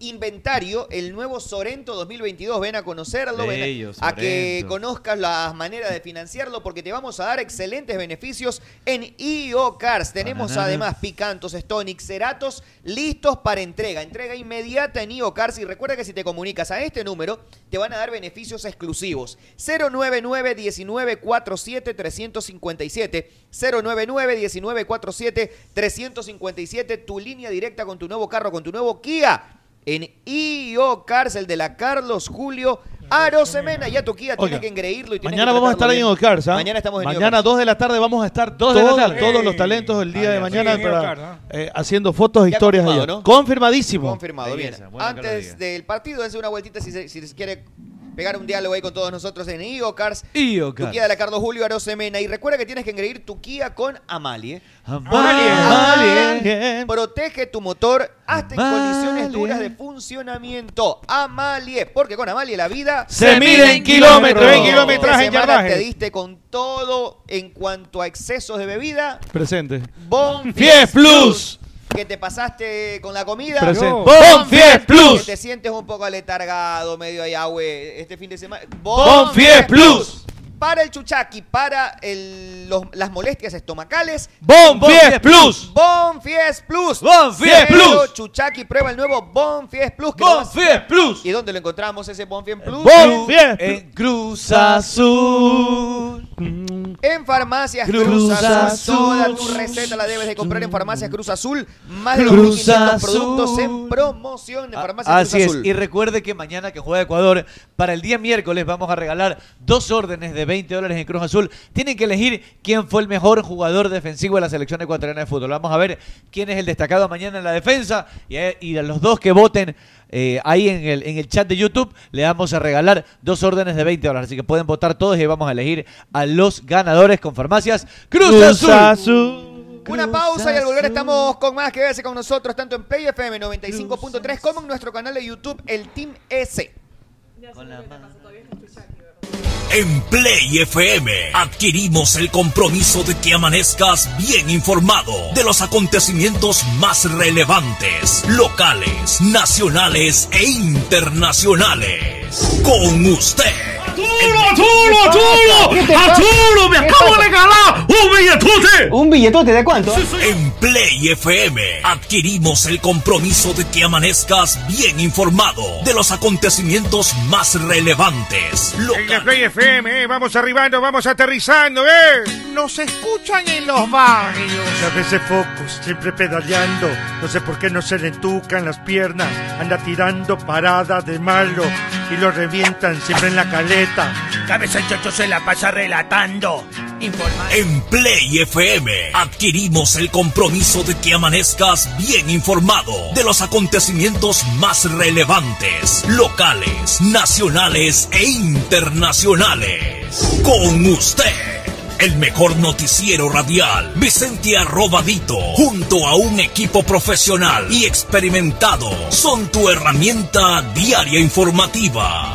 Speaker 12: inventario, el nuevo Sorento 2022. Ven a conocerlo, ven a-
Speaker 17: Bello,
Speaker 12: a, que
Speaker 17: Sorento.
Speaker 12: conozcas las maneras de financiarlo porque te vamos a dar excelentes beneficios en IO Cars. Tenemos
Speaker 17: Bananana.
Speaker 12: además Picantos, Stonic, Ceratos listos para entrega. Entrega inmediata en IO Cars y recuerda que si te comunicas a este número te van a dar beneficios exclusivos. 099 1947 357 099 1947 357 tu línea directa con tu nuevo carro, con tu nuvo Kia en IO Cárcel de la Carlos Julio Arosemena. Ya tu Kia tiene
Speaker 18: Oiga,
Speaker 12: que engreírlo y tiene
Speaker 18: Mañana
Speaker 12: que
Speaker 18: vamos a estar
Speaker 12: tratarlo
Speaker 18: en
Speaker 12: bien.
Speaker 18: Ocars, ¿ah?
Speaker 12: Mañana estamos en
Speaker 18: Mañana
Speaker 12: Mañana
Speaker 18: 2 de la tarde vamos a estar
Speaker 12: Dos de la
Speaker 18: todos-
Speaker 12: tarde.
Speaker 18: todos los talentos el día de mañana
Speaker 12: sí, en
Speaker 18: para,
Speaker 12: Iocars, ¿ah?
Speaker 18: eh, haciendo fotos,
Speaker 12: Ya
Speaker 18: historias.
Speaker 12: confirmado,
Speaker 18: allá.
Speaker 12: ¿no?
Speaker 18: Confirmadísimo.
Speaker 12: Confirmado, bien. Antes del partido, dense una vueltita si, se- si les quiere pegar un diálogo ahí con todos nosotros en IO Cars.
Speaker 18: IO
Speaker 12: Tu
Speaker 18: Cars.
Speaker 12: Kia de la Carlos Julio Arosemena. Y recuerda que tienes que engreír tu Kia con Amalie.
Speaker 17: Amalie.
Speaker 12: Amalie. Protege tu motor hasta en condiciones duras de funcionamiento. Amalie. Porque con Amalie la vida
Speaker 18: Se mide en kilómetros. En kilometraje, en
Speaker 12: Esta semana
Speaker 18: yardaje.
Speaker 12: Te diste con todo en cuanto a excesos de bebida.
Speaker 18: Presente.
Speaker 12: Bonfies
Speaker 18: Fies Plus.
Speaker 12: Que te pasaste con la comida.
Speaker 18: Presente. Bonfies Plus.
Speaker 12: Que te sientes un poco aletargado, medio allá, güey. Este fin de semana.
Speaker 18: Bonfies Plus.
Speaker 12: Para el chuchaqui, para el- los- las molestias estomacales.
Speaker 18: Bonfies Plus.
Speaker 12: Bonfies Plus.
Speaker 18: Bonfies
Speaker 12: Cero
Speaker 18: Plus.
Speaker 12: Chuchaqui prueba el nuevo Bonfies Plus. que lo vas-
Speaker 18: Plus.
Speaker 12: ¿Y dónde lo encontramos ese Bonfies Plus?
Speaker 18: Bonfies En Cruz Azul.
Speaker 12: En farmacias Cruz,
Speaker 18: Cruz
Speaker 12: Azul.
Speaker 18: Azul.
Speaker 12: Toda tu receta la debes de comprar en farmacias Cruz Azul. Más de
Speaker 17: Cruz
Speaker 12: 2.500
Speaker 17: Azul. Ah,
Speaker 12: productos en promoción en farmacias
Speaker 17: Así
Speaker 12: Cruz
Speaker 17: es,
Speaker 12: Azul.
Speaker 17: y recuerde que mañana que juega Ecuador, para el día miércoles vamos a regalar dos órdenes de 20 dólares en Cruz Azul. Tienen que elegir quién fue el mejor jugador defensivo de la selección ecuatoriana de fútbol. Vamos a ver quién es el destacado mañana en la defensa y a, y a los dos que voten eh, ahí en el, en el chat de YouTube le vamos a regalar dos órdenes de 20 dólares. Así que pueden votar todos y vamos a elegir a los ganadores con farmacias Cruz,
Speaker 18: Cruz
Speaker 17: Azul.
Speaker 12: Una pausa y al volver estamos con más. Quédese con nosotros tanto en Play FM 95.3 como en nuestro canal de YouTube, el Team S.
Speaker 22: En Play FM adquirimos el compromiso de que amanezcas bien informado de los acontecimientos más relevantes, locales, nacionales e internacionales. Con usted.
Speaker 23: ¡Chulo, chulo,
Speaker 22: chulo! ¡Arturo, me acabo de regalar
Speaker 23: un billetote!
Speaker 22: ¿Un billetote de cuánto? En Play FM adquirimos el compromiso de que amanezcas bien informado de los acontecimientos más relevantes,
Speaker 8: En la Play FM, eh, vamos arribando, vamos aterrizando, eh.
Speaker 7: Nos escuchan en los barrios.
Speaker 8: Muchas veces focos, siempre pedaleando. No sé por qué no se le entucan las piernas. Anda tirando parada de malo y lo revientan siempre en la caleta.
Speaker 23: Cabeza el chocho se la pasa relatando. Informa.
Speaker 22: En Play FM adquirimos el compromiso de que amanezcas bien informado de los acontecimientos más relevantes, locales, nacionales e internacionales. Con usted. El mejor noticiero radial, Vicente Arrobadito, junto a un equipo profesional y experimentado, son tu herramienta diaria informativa.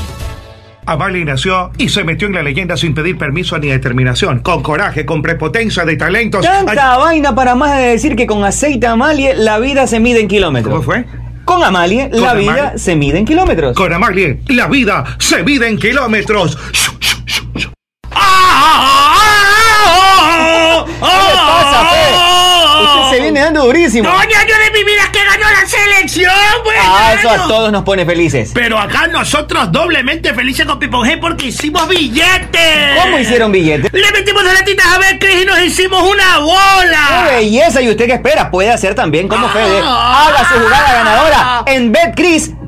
Speaker 11: Amalie nació y se metió en la leyenda sin pedir permiso ni determinación, con coraje, con prepotencia de talentos.
Speaker 20: Tanta vaina para más de decir que con aceite Amalie la vida se mide en kilómetros. ¿Cómo fue? ¿Eh? Con Amalie
Speaker 11: Con
Speaker 20: la vida
Speaker 11: Amalie.
Speaker 20: se mide en kilómetros.
Speaker 11: Con Amalie, la vida se mide en kilómetros.
Speaker 20: ¡Oh! Usted se viene dando durísimo.
Speaker 23: ¡Doña, yo de mi vida que ganó la selección, güey!
Speaker 9: pues,
Speaker 20: Ah, eso a
Speaker 23: Claro.
Speaker 20: todos nos pone felices.
Speaker 23: Pero acá nosotros doblemente felices con Pipo G porque hicimos billetes.
Speaker 20: ¿Cómo hicieron billetes?
Speaker 23: Le metimos dos latitas a ver, Cris, y nos hicimos una bola.
Speaker 20: ¡Qué belleza! ¿Y usted qué espera? Puede hacer también Ah. como Fede. Haga su jugada ganadora en BetCris.com.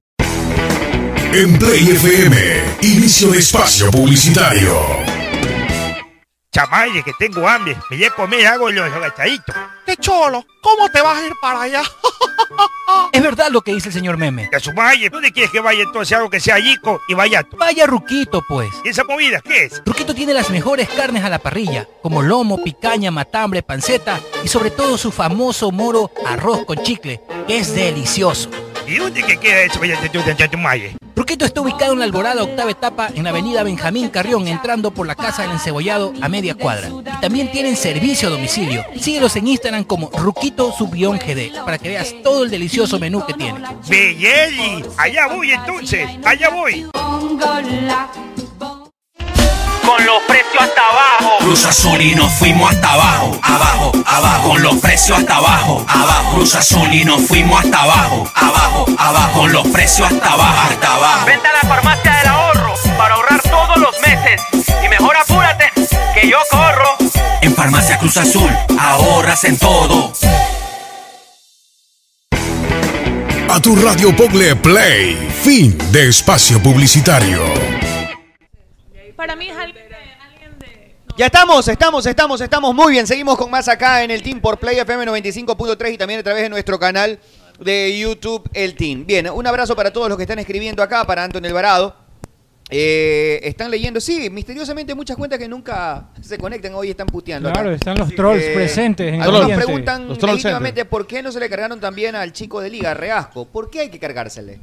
Speaker 24: En Play FM, inicio de espacio publicitario.
Speaker 8: Chamaye, que tengo hambre. Me voy a comer hago los agachaditos.
Speaker 7: Te cholo, ¿cómo te vas a ir para allá?
Speaker 8: Es verdad lo que dice el señor Meme. Que su valle, ¿dónde quieres que vaya entonces algo que sea yico y vaya? Vaya Ruquito, pues. ¿Y esa comida qué es?
Speaker 25: Ruquito tiene las mejores carnes a la parrilla, como lomo, picaña, matambre, panceta y sobre todo su famoso moro arroz con chicle, que es delicioso.
Speaker 8: ¿Y dónde que queda eso, vaya, Chamaye?
Speaker 25: Ruquito está ubicado en la Alborada Octava Etapa en la avenida Benjamín Carrión, entrando por la Casa del Encebollado a media cuadra. Y también tienen servicio a domicilio. Síguelos en Instagram como Ruquito Subión GD para que veas todo el delicioso menú que tiene.
Speaker 8: Belleli, allá voy entonces, allá voy.
Speaker 26: Con los precios hasta abajo. Cruz Azul y nos fuimos hasta abajo. Abajo, abajo. Con los precios hasta abajo. Abajo. Cruz Azul y nos fuimos hasta abajo. Abajo, abajo. Con los precios hasta abajo. Hasta abajo.
Speaker 27: Vente a la farmacia del ahorro para ahorrar todos los meses. Y mejor apúrate, que yo corro.
Speaker 26: En Farmacia Cruz Azul ahorras en todo.
Speaker 24: A tu radio Pogle Play, fin de espacio publicitario.
Speaker 14: Para mí es algo
Speaker 12: Ya estamos, estamos, estamos, estamos muy bien. Seguimos con más acá en el Team por Play FM 95.3 y también a través de nuestro canal de YouTube El Team. Bien, un abrazo para todos los que están escribiendo acá, para Anton Alvarado. Eh, están leyendo, sí, misteriosamente muchas cuentas que nunca se conectan hoy están puteando. acá.
Speaker 15: Claro, están los
Speaker 12: Así
Speaker 15: trolls
Speaker 12: que,
Speaker 15: presentes en el
Speaker 12: Algunos
Speaker 15: ambiente.
Speaker 12: preguntan
Speaker 15: Los trolls
Speaker 12: legítimamente por qué no se le cargaron también al chico de liga, Reasco. ¿Por qué hay que cargársele?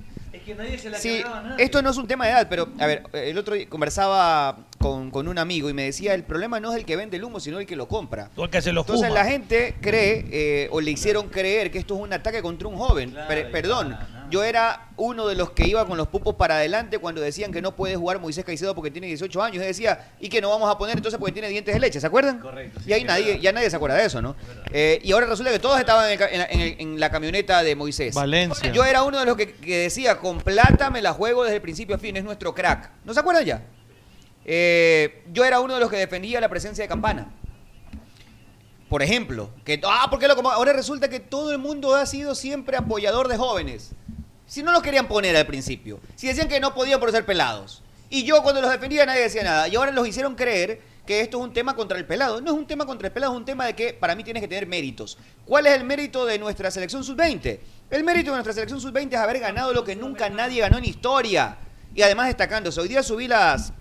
Speaker 12: Sí, esto no es un tema de edad, pero a ver, el otro día conversaba con, con un amigo y me decía, el problema no es el que vende el humo, sino el que lo compra.
Speaker 8: Tú el que se los
Speaker 12: Entonces
Speaker 8: fuma.
Speaker 12: la gente cree, eh, o le hicieron creer que esto es un ataque contra un joven. Per- perdón, yo era uno de los que iba con los pupos para adelante cuando decían que no puede jugar Moisés Caicedo porque tiene 18 años. Y decía, y que no vamos a poner entonces porque tiene dientes de leche, ¿se acuerdan? Correcto. y ahí nadie, ya nadie se acuerda de eso, ¿no? Eh, y ahora resulta que todos estaban en, el ca- en la- en el- en la camioneta de Moisés.
Speaker 10: Valencia.
Speaker 12: Yo era uno de los que, que decía, con plata me la juego desde el principio a fin, es nuestro crack. ¿No se acuerdan ya? Eh, yo era uno de los que defendía la presencia de Campana. Por ejemplo, que ah, ¿por qué lo como? Ahora resulta que todo el mundo ha sido siempre apoyador de jóvenes. Si no los querían poner al principio, si decían que no podían por ser pelados. Y yo cuando los defendía nadie decía nada. Y ahora los hicieron creer que esto es un tema contra el pelado. No es un tema contra el pelado, es un tema de que para mí tienes que tener méritos. ¿Cuál es el mérito de nuestra selección sub-20? El mérito de nuestra selección sub-20 es haber ganado lo que nunca nadie ganó en historia. Y además destacándose. Hoy día subí las,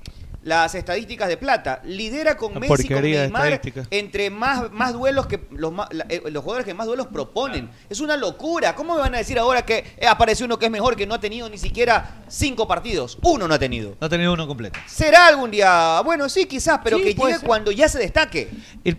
Speaker 12: las estadísticas de plata. Lidera con
Speaker 10: Una
Speaker 12: Messi, con
Speaker 10: porquería de
Speaker 12: Neymar,
Speaker 10: estadística.
Speaker 12: entre más, más duelos que los, ma- la- eh, los jugadores que más duelos proponen. Es una locura. ¿Cómo me van a decir ahora que eh, aparece uno que es mejor, que no ha tenido ni siquiera cinco partidos? Uno no ha tenido.
Speaker 17: No ha tenido uno completo.
Speaker 12: Será algún día, bueno, sí, quizás, pero
Speaker 17: Sí,
Speaker 12: que
Speaker 17: puede
Speaker 12: llegue
Speaker 17: ser.
Speaker 12: cuando ya se destaque.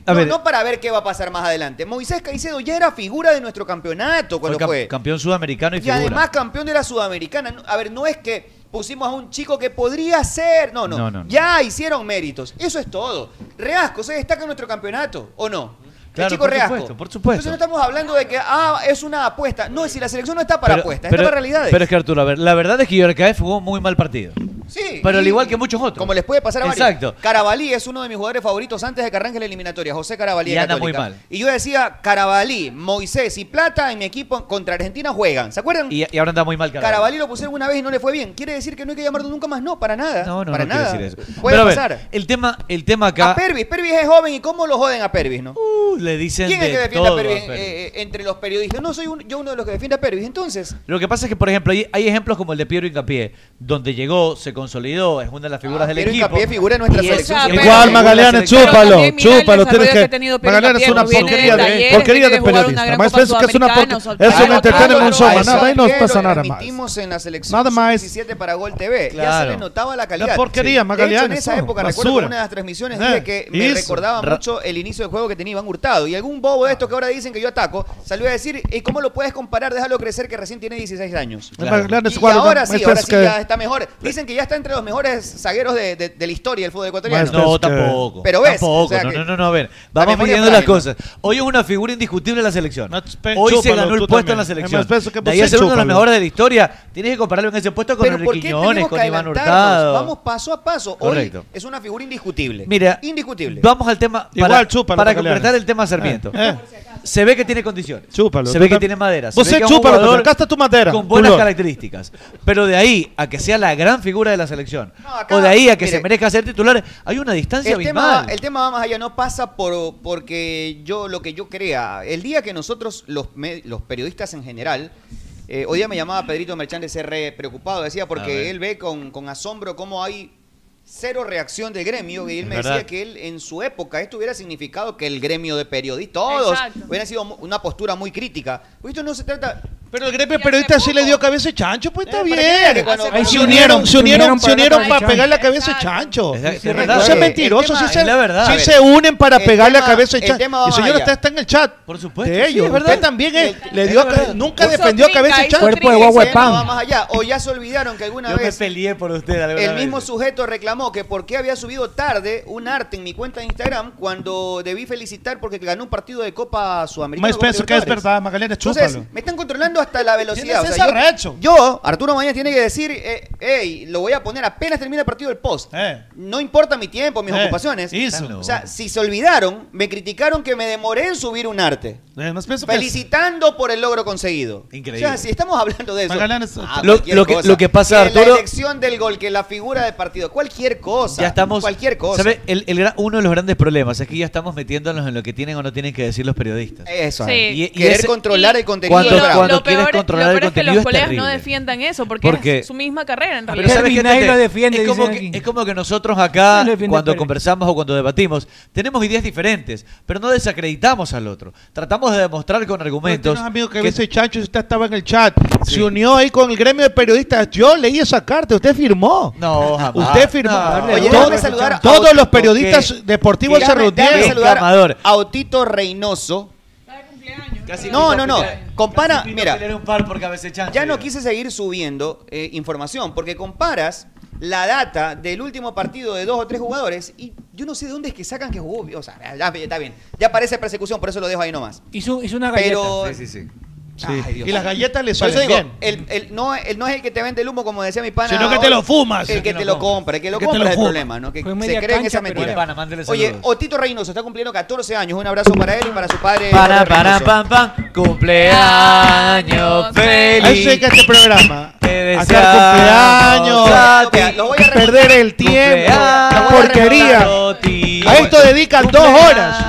Speaker 17: a
Speaker 12: no,
Speaker 17: ver.
Speaker 12: no para ver qué va a pasar más adelante. Moisés Caicedo ya era figura de nuestro campeonato
Speaker 17: Fue
Speaker 12: cuando
Speaker 17: cam-
Speaker 12: fue.
Speaker 17: campeón sudamericano y,
Speaker 12: Y
Speaker 17: figura.
Speaker 12: además campeón de la Sudamericana. No- A ver, no es que pusimos a un chico que podría ser. No, no.
Speaker 17: No, no, no.
Speaker 12: Ya hicieron méritos. Eso es todo. Reasco se destaca en nuestro campeonato, ¿o no?
Speaker 17: Claro,
Speaker 12: el chico
Speaker 17: por
Speaker 12: Reasco.
Speaker 17: supuesto, por supuesto.
Speaker 12: Entonces no estamos hablando de que, ah, es una apuesta. No, si la selección no está para apuestas, está para realidades.
Speaker 17: Pero es que Arturo, a ver, la verdad es que Yorkae jugó muy mal partido.
Speaker 12: Sí,
Speaker 17: Pero al
Speaker 12: y
Speaker 17: igual que muchos otros.
Speaker 12: Como les puede pasar a varios.
Speaker 17: Exacto.
Speaker 12: Carabalí es uno de mis jugadores favoritos antes de que arranque la eliminatoria. José Carabalí.
Speaker 17: Y
Speaker 12: de
Speaker 17: anda
Speaker 12: Católica.
Speaker 17: muy mal.
Speaker 12: Y yo decía, Carabalí, Moisés y Plata en mi equipo contra Argentina juegan. ¿Se acuerdan?
Speaker 17: Y, y ahora anda muy mal Carabalí.
Speaker 12: Carabalí lo pusieron una vez y no le fue bien. Quiere decir que no hay que llamarlo nunca más, no, para nada.
Speaker 17: No, no,
Speaker 12: para
Speaker 17: no quiero
Speaker 12: nada.
Speaker 17: decir eso.
Speaker 12: Puede
Speaker 17: Pero a ver,
Speaker 12: pasar.
Speaker 17: el tema, el tema acá Uh,
Speaker 12: A Pervis, Pervis es joven y cómo lo joden a Pervis, ¿no?
Speaker 17: le dicen
Speaker 12: ¿Quién es
Speaker 17: de
Speaker 12: que defiende
Speaker 17: todo
Speaker 12: a Pervis,
Speaker 17: a Pervis.
Speaker 12: eh, eh, entre los periodistas? No soy un- yo uno de los que defiende a Pervis, entonces.
Speaker 17: Lo que pasa es que, por ejemplo, hay, hay ejemplos como el de Piero Incapié, donde llegó, se consolidó, es una de las figuras del
Speaker 12: Ah, Piero
Speaker 17: equipo.
Speaker 12: Hincapié figura en nuestra
Speaker 17: Y
Speaker 12: selección.
Speaker 17: es-
Speaker 12: Igual,
Speaker 17: figura en la
Speaker 18: Magallanes,
Speaker 17: selección.
Speaker 18: chúpalo,
Speaker 17: Pero también mira el
Speaker 18: chúpalo, tienes
Speaker 17: desarrollo
Speaker 18: que-
Speaker 17: ha tenido Piero
Speaker 18: Magallanes es
Speaker 17: Hincapié,
Speaker 18: una
Speaker 17: no viene de
Speaker 18: porquería de-
Speaker 17: Talleres,
Speaker 18: porquería
Speaker 17: que
Speaker 18: de
Speaker 17: jugó una
Speaker 18: periodista.
Speaker 17: gran
Speaker 18: Más
Speaker 17: Copa
Speaker 18: es que es una
Speaker 17: Sudamericana,
Speaker 18: porquería.
Speaker 17: soltó
Speaker 18: Es un
Speaker 17: algo,
Speaker 18: entretenimiento,
Speaker 17: algo,
Speaker 18: soma,
Speaker 17: algo,
Speaker 18: nada, ahí no
Speaker 17: algo,
Speaker 18: pasa
Speaker 17: algo,
Speaker 18: nada
Speaker 17: algo,
Speaker 18: más.
Speaker 12: Vimos en la selección
Speaker 18: Nada más.
Speaker 12: 17 para Gol TV. Ya se
Speaker 18: Claro.
Speaker 12: le notaba la calidad.
Speaker 18: La porquería,
Speaker 12: De hecho, en
Speaker 18: Magallanes,
Speaker 12: esa
Speaker 18: no,
Speaker 12: época, recuerdo que
Speaker 18: basura.
Speaker 12: una de las transmisiones
Speaker 18: Eh,
Speaker 12: dije que me
Speaker 18: hizo.
Speaker 12: recordaba
Speaker 18: Ra-
Speaker 12: mucho el inicio del juego que tenía Iván Hurtado. Y algún bobo
Speaker 18: Ah.
Speaker 12: de estos que ahora dicen que yo ataco salió a decir, ¿y cómo lo puedes comparar? Déjalo crecer que recién tiene 16 años.
Speaker 18: El Magallanes
Speaker 12: Y
Speaker 18: juega-
Speaker 12: ahora sí,
Speaker 18: Este es
Speaker 12: ahora sí
Speaker 18: que-
Speaker 12: ya está mejor. Dicen que ya está entre los mejores zagueros de, de- de la historia del fútbol ecuatoriano.
Speaker 17: No, tampoco.
Speaker 12: Pero ves,
Speaker 17: Tampoco.
Speaker 12: o sea
Speaker 17: no,
Speaker 12: que-
Speaker 17: no, no, no, a ver.
Speaker 12: La
Speaker 17: Vamos
Speaker 12: memoria
Speaker 17: midiendo las
Speaker 12: frágil.
Speaker 17: cosas. Hoy es una figura indiscutible de la selección.
Speaker 12: pe-
Speaker 17: Hoy se
Speaker 12: chúpalo
Speaker 17: ganó el
Speaker 12: tú
Speaker 17: puesto
Speaker 12: también.
Speaker 17: en la selección.
Speaker 12: Es más, peso que
Speaker 17: De ahí
Speaker 12: vos
Speaker 17: es uno de los
Speaker 12: chúpalo.
Speaker 17: mejores de la historia. Tienes que compararlo en ese puesto con
Speaker 12: Pero
Speaker 17: Enrique
Speaker 12: ¿por qué
Speaker 17: Quiñones,
Speaker 12: tenemos que
Speaker 17: con Iván
Speaker 12: adelantarnos?
Speaker 17: Hurtado.
Speaker 12: Vamos paso a paso. Hoy
Speaker 17: Correcto.
Speaker 12: es una figura indiscutible.
Speaker 17: Mira,
Speaker 12: Indiscutible.
Speaker 17: Vamos al tema.
Speaker 12: Igual
Speaker 17: para
Speaker 12: chúpalo,
Speaker 17: para
Speaker 12: Magallanes.
Speaker 17: concretar el tema Sarmiento.
Speaker 12: Eh,
Speaker 17: Se ve que tiene condiciones.
Speaker 18: Chúpalo,
Speaker 17: Se
Speaker 18: tú
Speaker 17: ve que
Speaker 18: tam-
Speaker 17: tiene madera. se
Speaker 18: Vos
Speaker 17: ve
Speaker 18: sé
Speaker 17: que es un
Speaker 18: chúpalo,
Speaker 17: jugador
Speaker 18: pero acá está tu madera,
Speaker 17: Con buenas
Speaker 18: culón.
Speaker 17: características. Pero de ahí a que sea la gran figura de la selección. o de ahí a que
Speaker 12: mire.
Speaker 17: se merezca ser titular. Hay una distancia
Speaker 12: El tema,
Speaker 17: abismal.
Speaker 12: el tema va más allá, no pasa por porque yo lo que yo crea. El día que nosotros, los, me- los periodistas en general, eh, hoy día me llamaba Pedrito Merchán de ser preocupado, decía,
Speaker 17: A ver.
Speaker 12: porque él ve con, con asombro cómo hay cero reacción del gremio. Y él
Speaker 17: Es
Speaker 12: me
Speaker 17: verdad.
Speaker 12: decía que él en su época esto hubiera significado que el gremio de periodistas, todos,
Speaker 10: Exacto.
Speaker 12: hubiera sido mu- una postura muy crítica. Porque esto no se trata.
Speaker 10: Pero el gremio periodista sí le dio cabeza de chancho, pues está
Speaker 12: Eh,
Speaker 10: bien.
Speaker 12: para que vea que cuando- Ahí
Speaker 10: se
Speaker 12: se
Speaker 10: unieron,
Speaker 12: unieron,
Speaker 10: se unieron,
Speaker 12: se
Speaker 10: se unieron
Speaker 12: unieron para
Speaker 10: para
Speaker 12: darle
Speaker 10: pegar la cabeza de chancho.
Speaker 12: es verdad.
Speaker 10: No sean
Speaker 12: Oye, el
Speaker 10: mentirosos,
Speaker 12: tema-
Speaker 10: sí se,
Speaker 12: es la verdad.
Speaker 10: sí
Speaker 12: A ver,
Speaker 10: se unen para
Speaker 12: el
Speaker 10: pegar la
Speaker 12: tema-
Speaker 10: cabeza de
Speaker 12: el
Speaker 10: chancho.
Speaker 12: tema va
Speaker 10: Y señor,
Speaker 12: más
Speaker 10: usted
Speaker 12: allá.
Speaker 10: está en el chat.
Speaker 17: Por supuesto.
Speaker 10: De ellos.
Speaker 12: es verdad.
Speaker 10: usted también eh, le dio,
Speaker 12: verdad.
Speaker 10: nunca
Speaker 12: Hizo
Speaker 10: defendió a
Speaker 12: trinca,
Speaker 10: cabeza de
Speaker 12: hizo
Speaker 10: chancho.
Speaker 12: trinca, ese tema va más allá. O ya se olvidaron que alguna
Speaker 17: Yo me
Speaker 12: vez
Speaker 17: peleé por usted. alguna
Speaker 12: El
Speaker 17: vez.
Speaker 12: mismo sujeto reclamó que por qué había subido tarde un arte en mi cuenta de Instagram cuando debí felicitar porque ganó un partido de Copa Sudamericana.
Speaker 10: Más
Speaker 12: Copa
Speaker 10: peso que es
Speaker 12: Libertadores.
Speaker 10: verdad, Magallanes,
Speaker 12: Entonces,
Speaker 10: chúpalo.
Speaker 12: me están controlando hasta la velocidad.
Speaker 10: ¿Quién es
Speaker 12: O sea,
Speaker 10: ese
Speaker 12: yo-
Speaker 10: arrecho?
Speaker 12: yo, Arturo Mañana, tiene que decir, eh, hey, lo voy a poner apenas termina el partido del post. No importa mi tiempo, mis
Speaker 10: Eh,
Speaker 12: ocupaciones.
Speaker 10: hizo.
Speaker 12: O sea, si se olvidaron, me criticaron que me demoré en subir un arte. felicitando por el logro conseguido.
Speaker 17: Increíble.
Speaker 12: O sea, si estamos hablando de eso.
Speaker 17: Magallanes-
Speaker 12: ah,
Speaker 17: Lo-
Speaker 12: cualquier
Speaker 17: lo que-
Speaker 12: cosa.
Speaker 17: lo que pasa, Arturo-
Speaker 12: La elección del gol, que la figura del partido, cualquier cosa.
Speaker 17: Ya estamos-
Speaker 12: Cualquier cosa.
Speaker 17: ¿Sabe? El- el gran- uno de los grandes problemas es que ya estamos metiéndonos en lo que tienen o no tienen que decir los periodistas.
Speaker 12: Eso.
Speaker 17: Sí.
Speaker 12: ahí.
Speaker 17: Y- y
Speaker 12: Querer
Speaker 17: ese-
Speaker 12: controlar
Speaker 17: y-
Speaker 12: el contenido.
Speaker 17: Cuando-
Speaker 12: del programa.
Speaker 17: cuando quieres controlar
Speaker 14: lo
Speaker 17: el
Speaker 14: peor es que
Speaker 17: contenido
Speaker 14: los
Speaker 17: es
Speaker 14: colegas no
Speaker 17: terrible.
Speaker 14: defiendan eso porque,
Speaker 17: Porque- Ah,
Speaker 14: es su misma carrera en realidad.
Speaker 17: Pero ¿sabes qué,
Speaker 15: Termina y
Speaker 17: Tete?
Speaker 15: lo defiende,
Speaker 17: es, como
Speaker 15: dicen
Speaker 17: que,
Speaker 15: aquí.
Speaker 17: es como que nosotros acá,
Speaker 15: Lo defiende
Speaker 17: cuando
Speaker 15: Pérez.
Speaker 17: conversamos o cuando debatimos, tenemos ideas diferentes, pero no desacreditamos al otro. Tratamos de demostrar con argumentos.
Speaker 10: Unos amigos que veces chancho, usted estaba en el chat, se unió ahí con el gremio de periodistas. Yo leí esa carta, usted firmó.
Speaker 17: No, jamás.
Speaker 10: Usted firmó.
Speaker 17: No.
Speaker 10: Todo-
Speaker 17: Oye,
Speaker 12: déjame saludar a
Speaker 10: todos
Speaker 12: Otto,
Speaker 10: los periodistas
Speaker 12: que-
Speaker 10: deportivos se
Speaker 12: Déjame- déjame
Speaker 10: reunieron.
Speaker 12: saludar a Otito Reynoso. No, no, no. Compara, mira.
Speaker 17: un par por cabeza de chancho,
Speaker 12: Ya no
Speaker 17: digo.
Speaker 12: quise seguir subiendo eh, información porque comparas la data del último partido de dos o tres jugadores y yo no sé de dónde es que sacan que jugó. O sea, ya- está bien. Ya parece persecución, por eso lo dejo ahí nomás.
Speaker 15: Hizo, hizo una galleta.
Speaker 12: Pero
Speaker 10: Sí. Y las galletas le
Speaker 12: Por eso
Speaker 10: salen
Speaker 12: digo,
Speaker 10: bien.
Speaker 12: El, el- no, el no es el que te vende el humo, como decía mi pana.
Speaker 10: Sino que te lo fumas.
Speaker 12: El que te lo compra, el que lo
Speaker 10: Que te
Speaker 12: compra
Speaker 10: lo
Speaker 12: es el
Speaker 10: fuma.
Speaker 12: problema, ¿no? Que
Speaker 10: Fue
Speaker 12: se
Speaker 10: media
Speaker 12: creen
Speaker 10: cancha,
Speaker 12: esa
Speaker 10: pero
Speaker 12: mentira.
Speaker 10: bueno. Pana, mándele
Speaker 12: Oye,
Speaker 10: saludos.
Speaker 12: Otito Reynoso está cumpliendo 14 años. Un abrazo para él y para su padre.
Speaker 17: Para,
Speaker 12: Jorge
Speaker 17: para,
Speaker 12: Reynoso.
Speaker 17: pam, pam. Cumpleaños feliz.
Speaker 10: Ahí se dedica este programa.
Speaker 17: Te
Speaker 10: Hacer cumpleaños, perder el tiempo, la porquería. A esto dedican dos horas.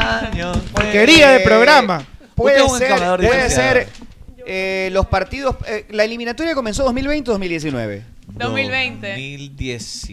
Speaker 10: Porquería de programa.
Speaker 12: Puede
Speaker 10: Usted es un
Speaker 12: ser,
Speaker 10: encabrador
Speaker 12: puede
Speaker 10: licenciado.
Speaker 12: ser eh, los partidos. eh, la eliminatoria comenzó 2020-2019.
Speaker 14: 2020.
Speaker 17: 2010.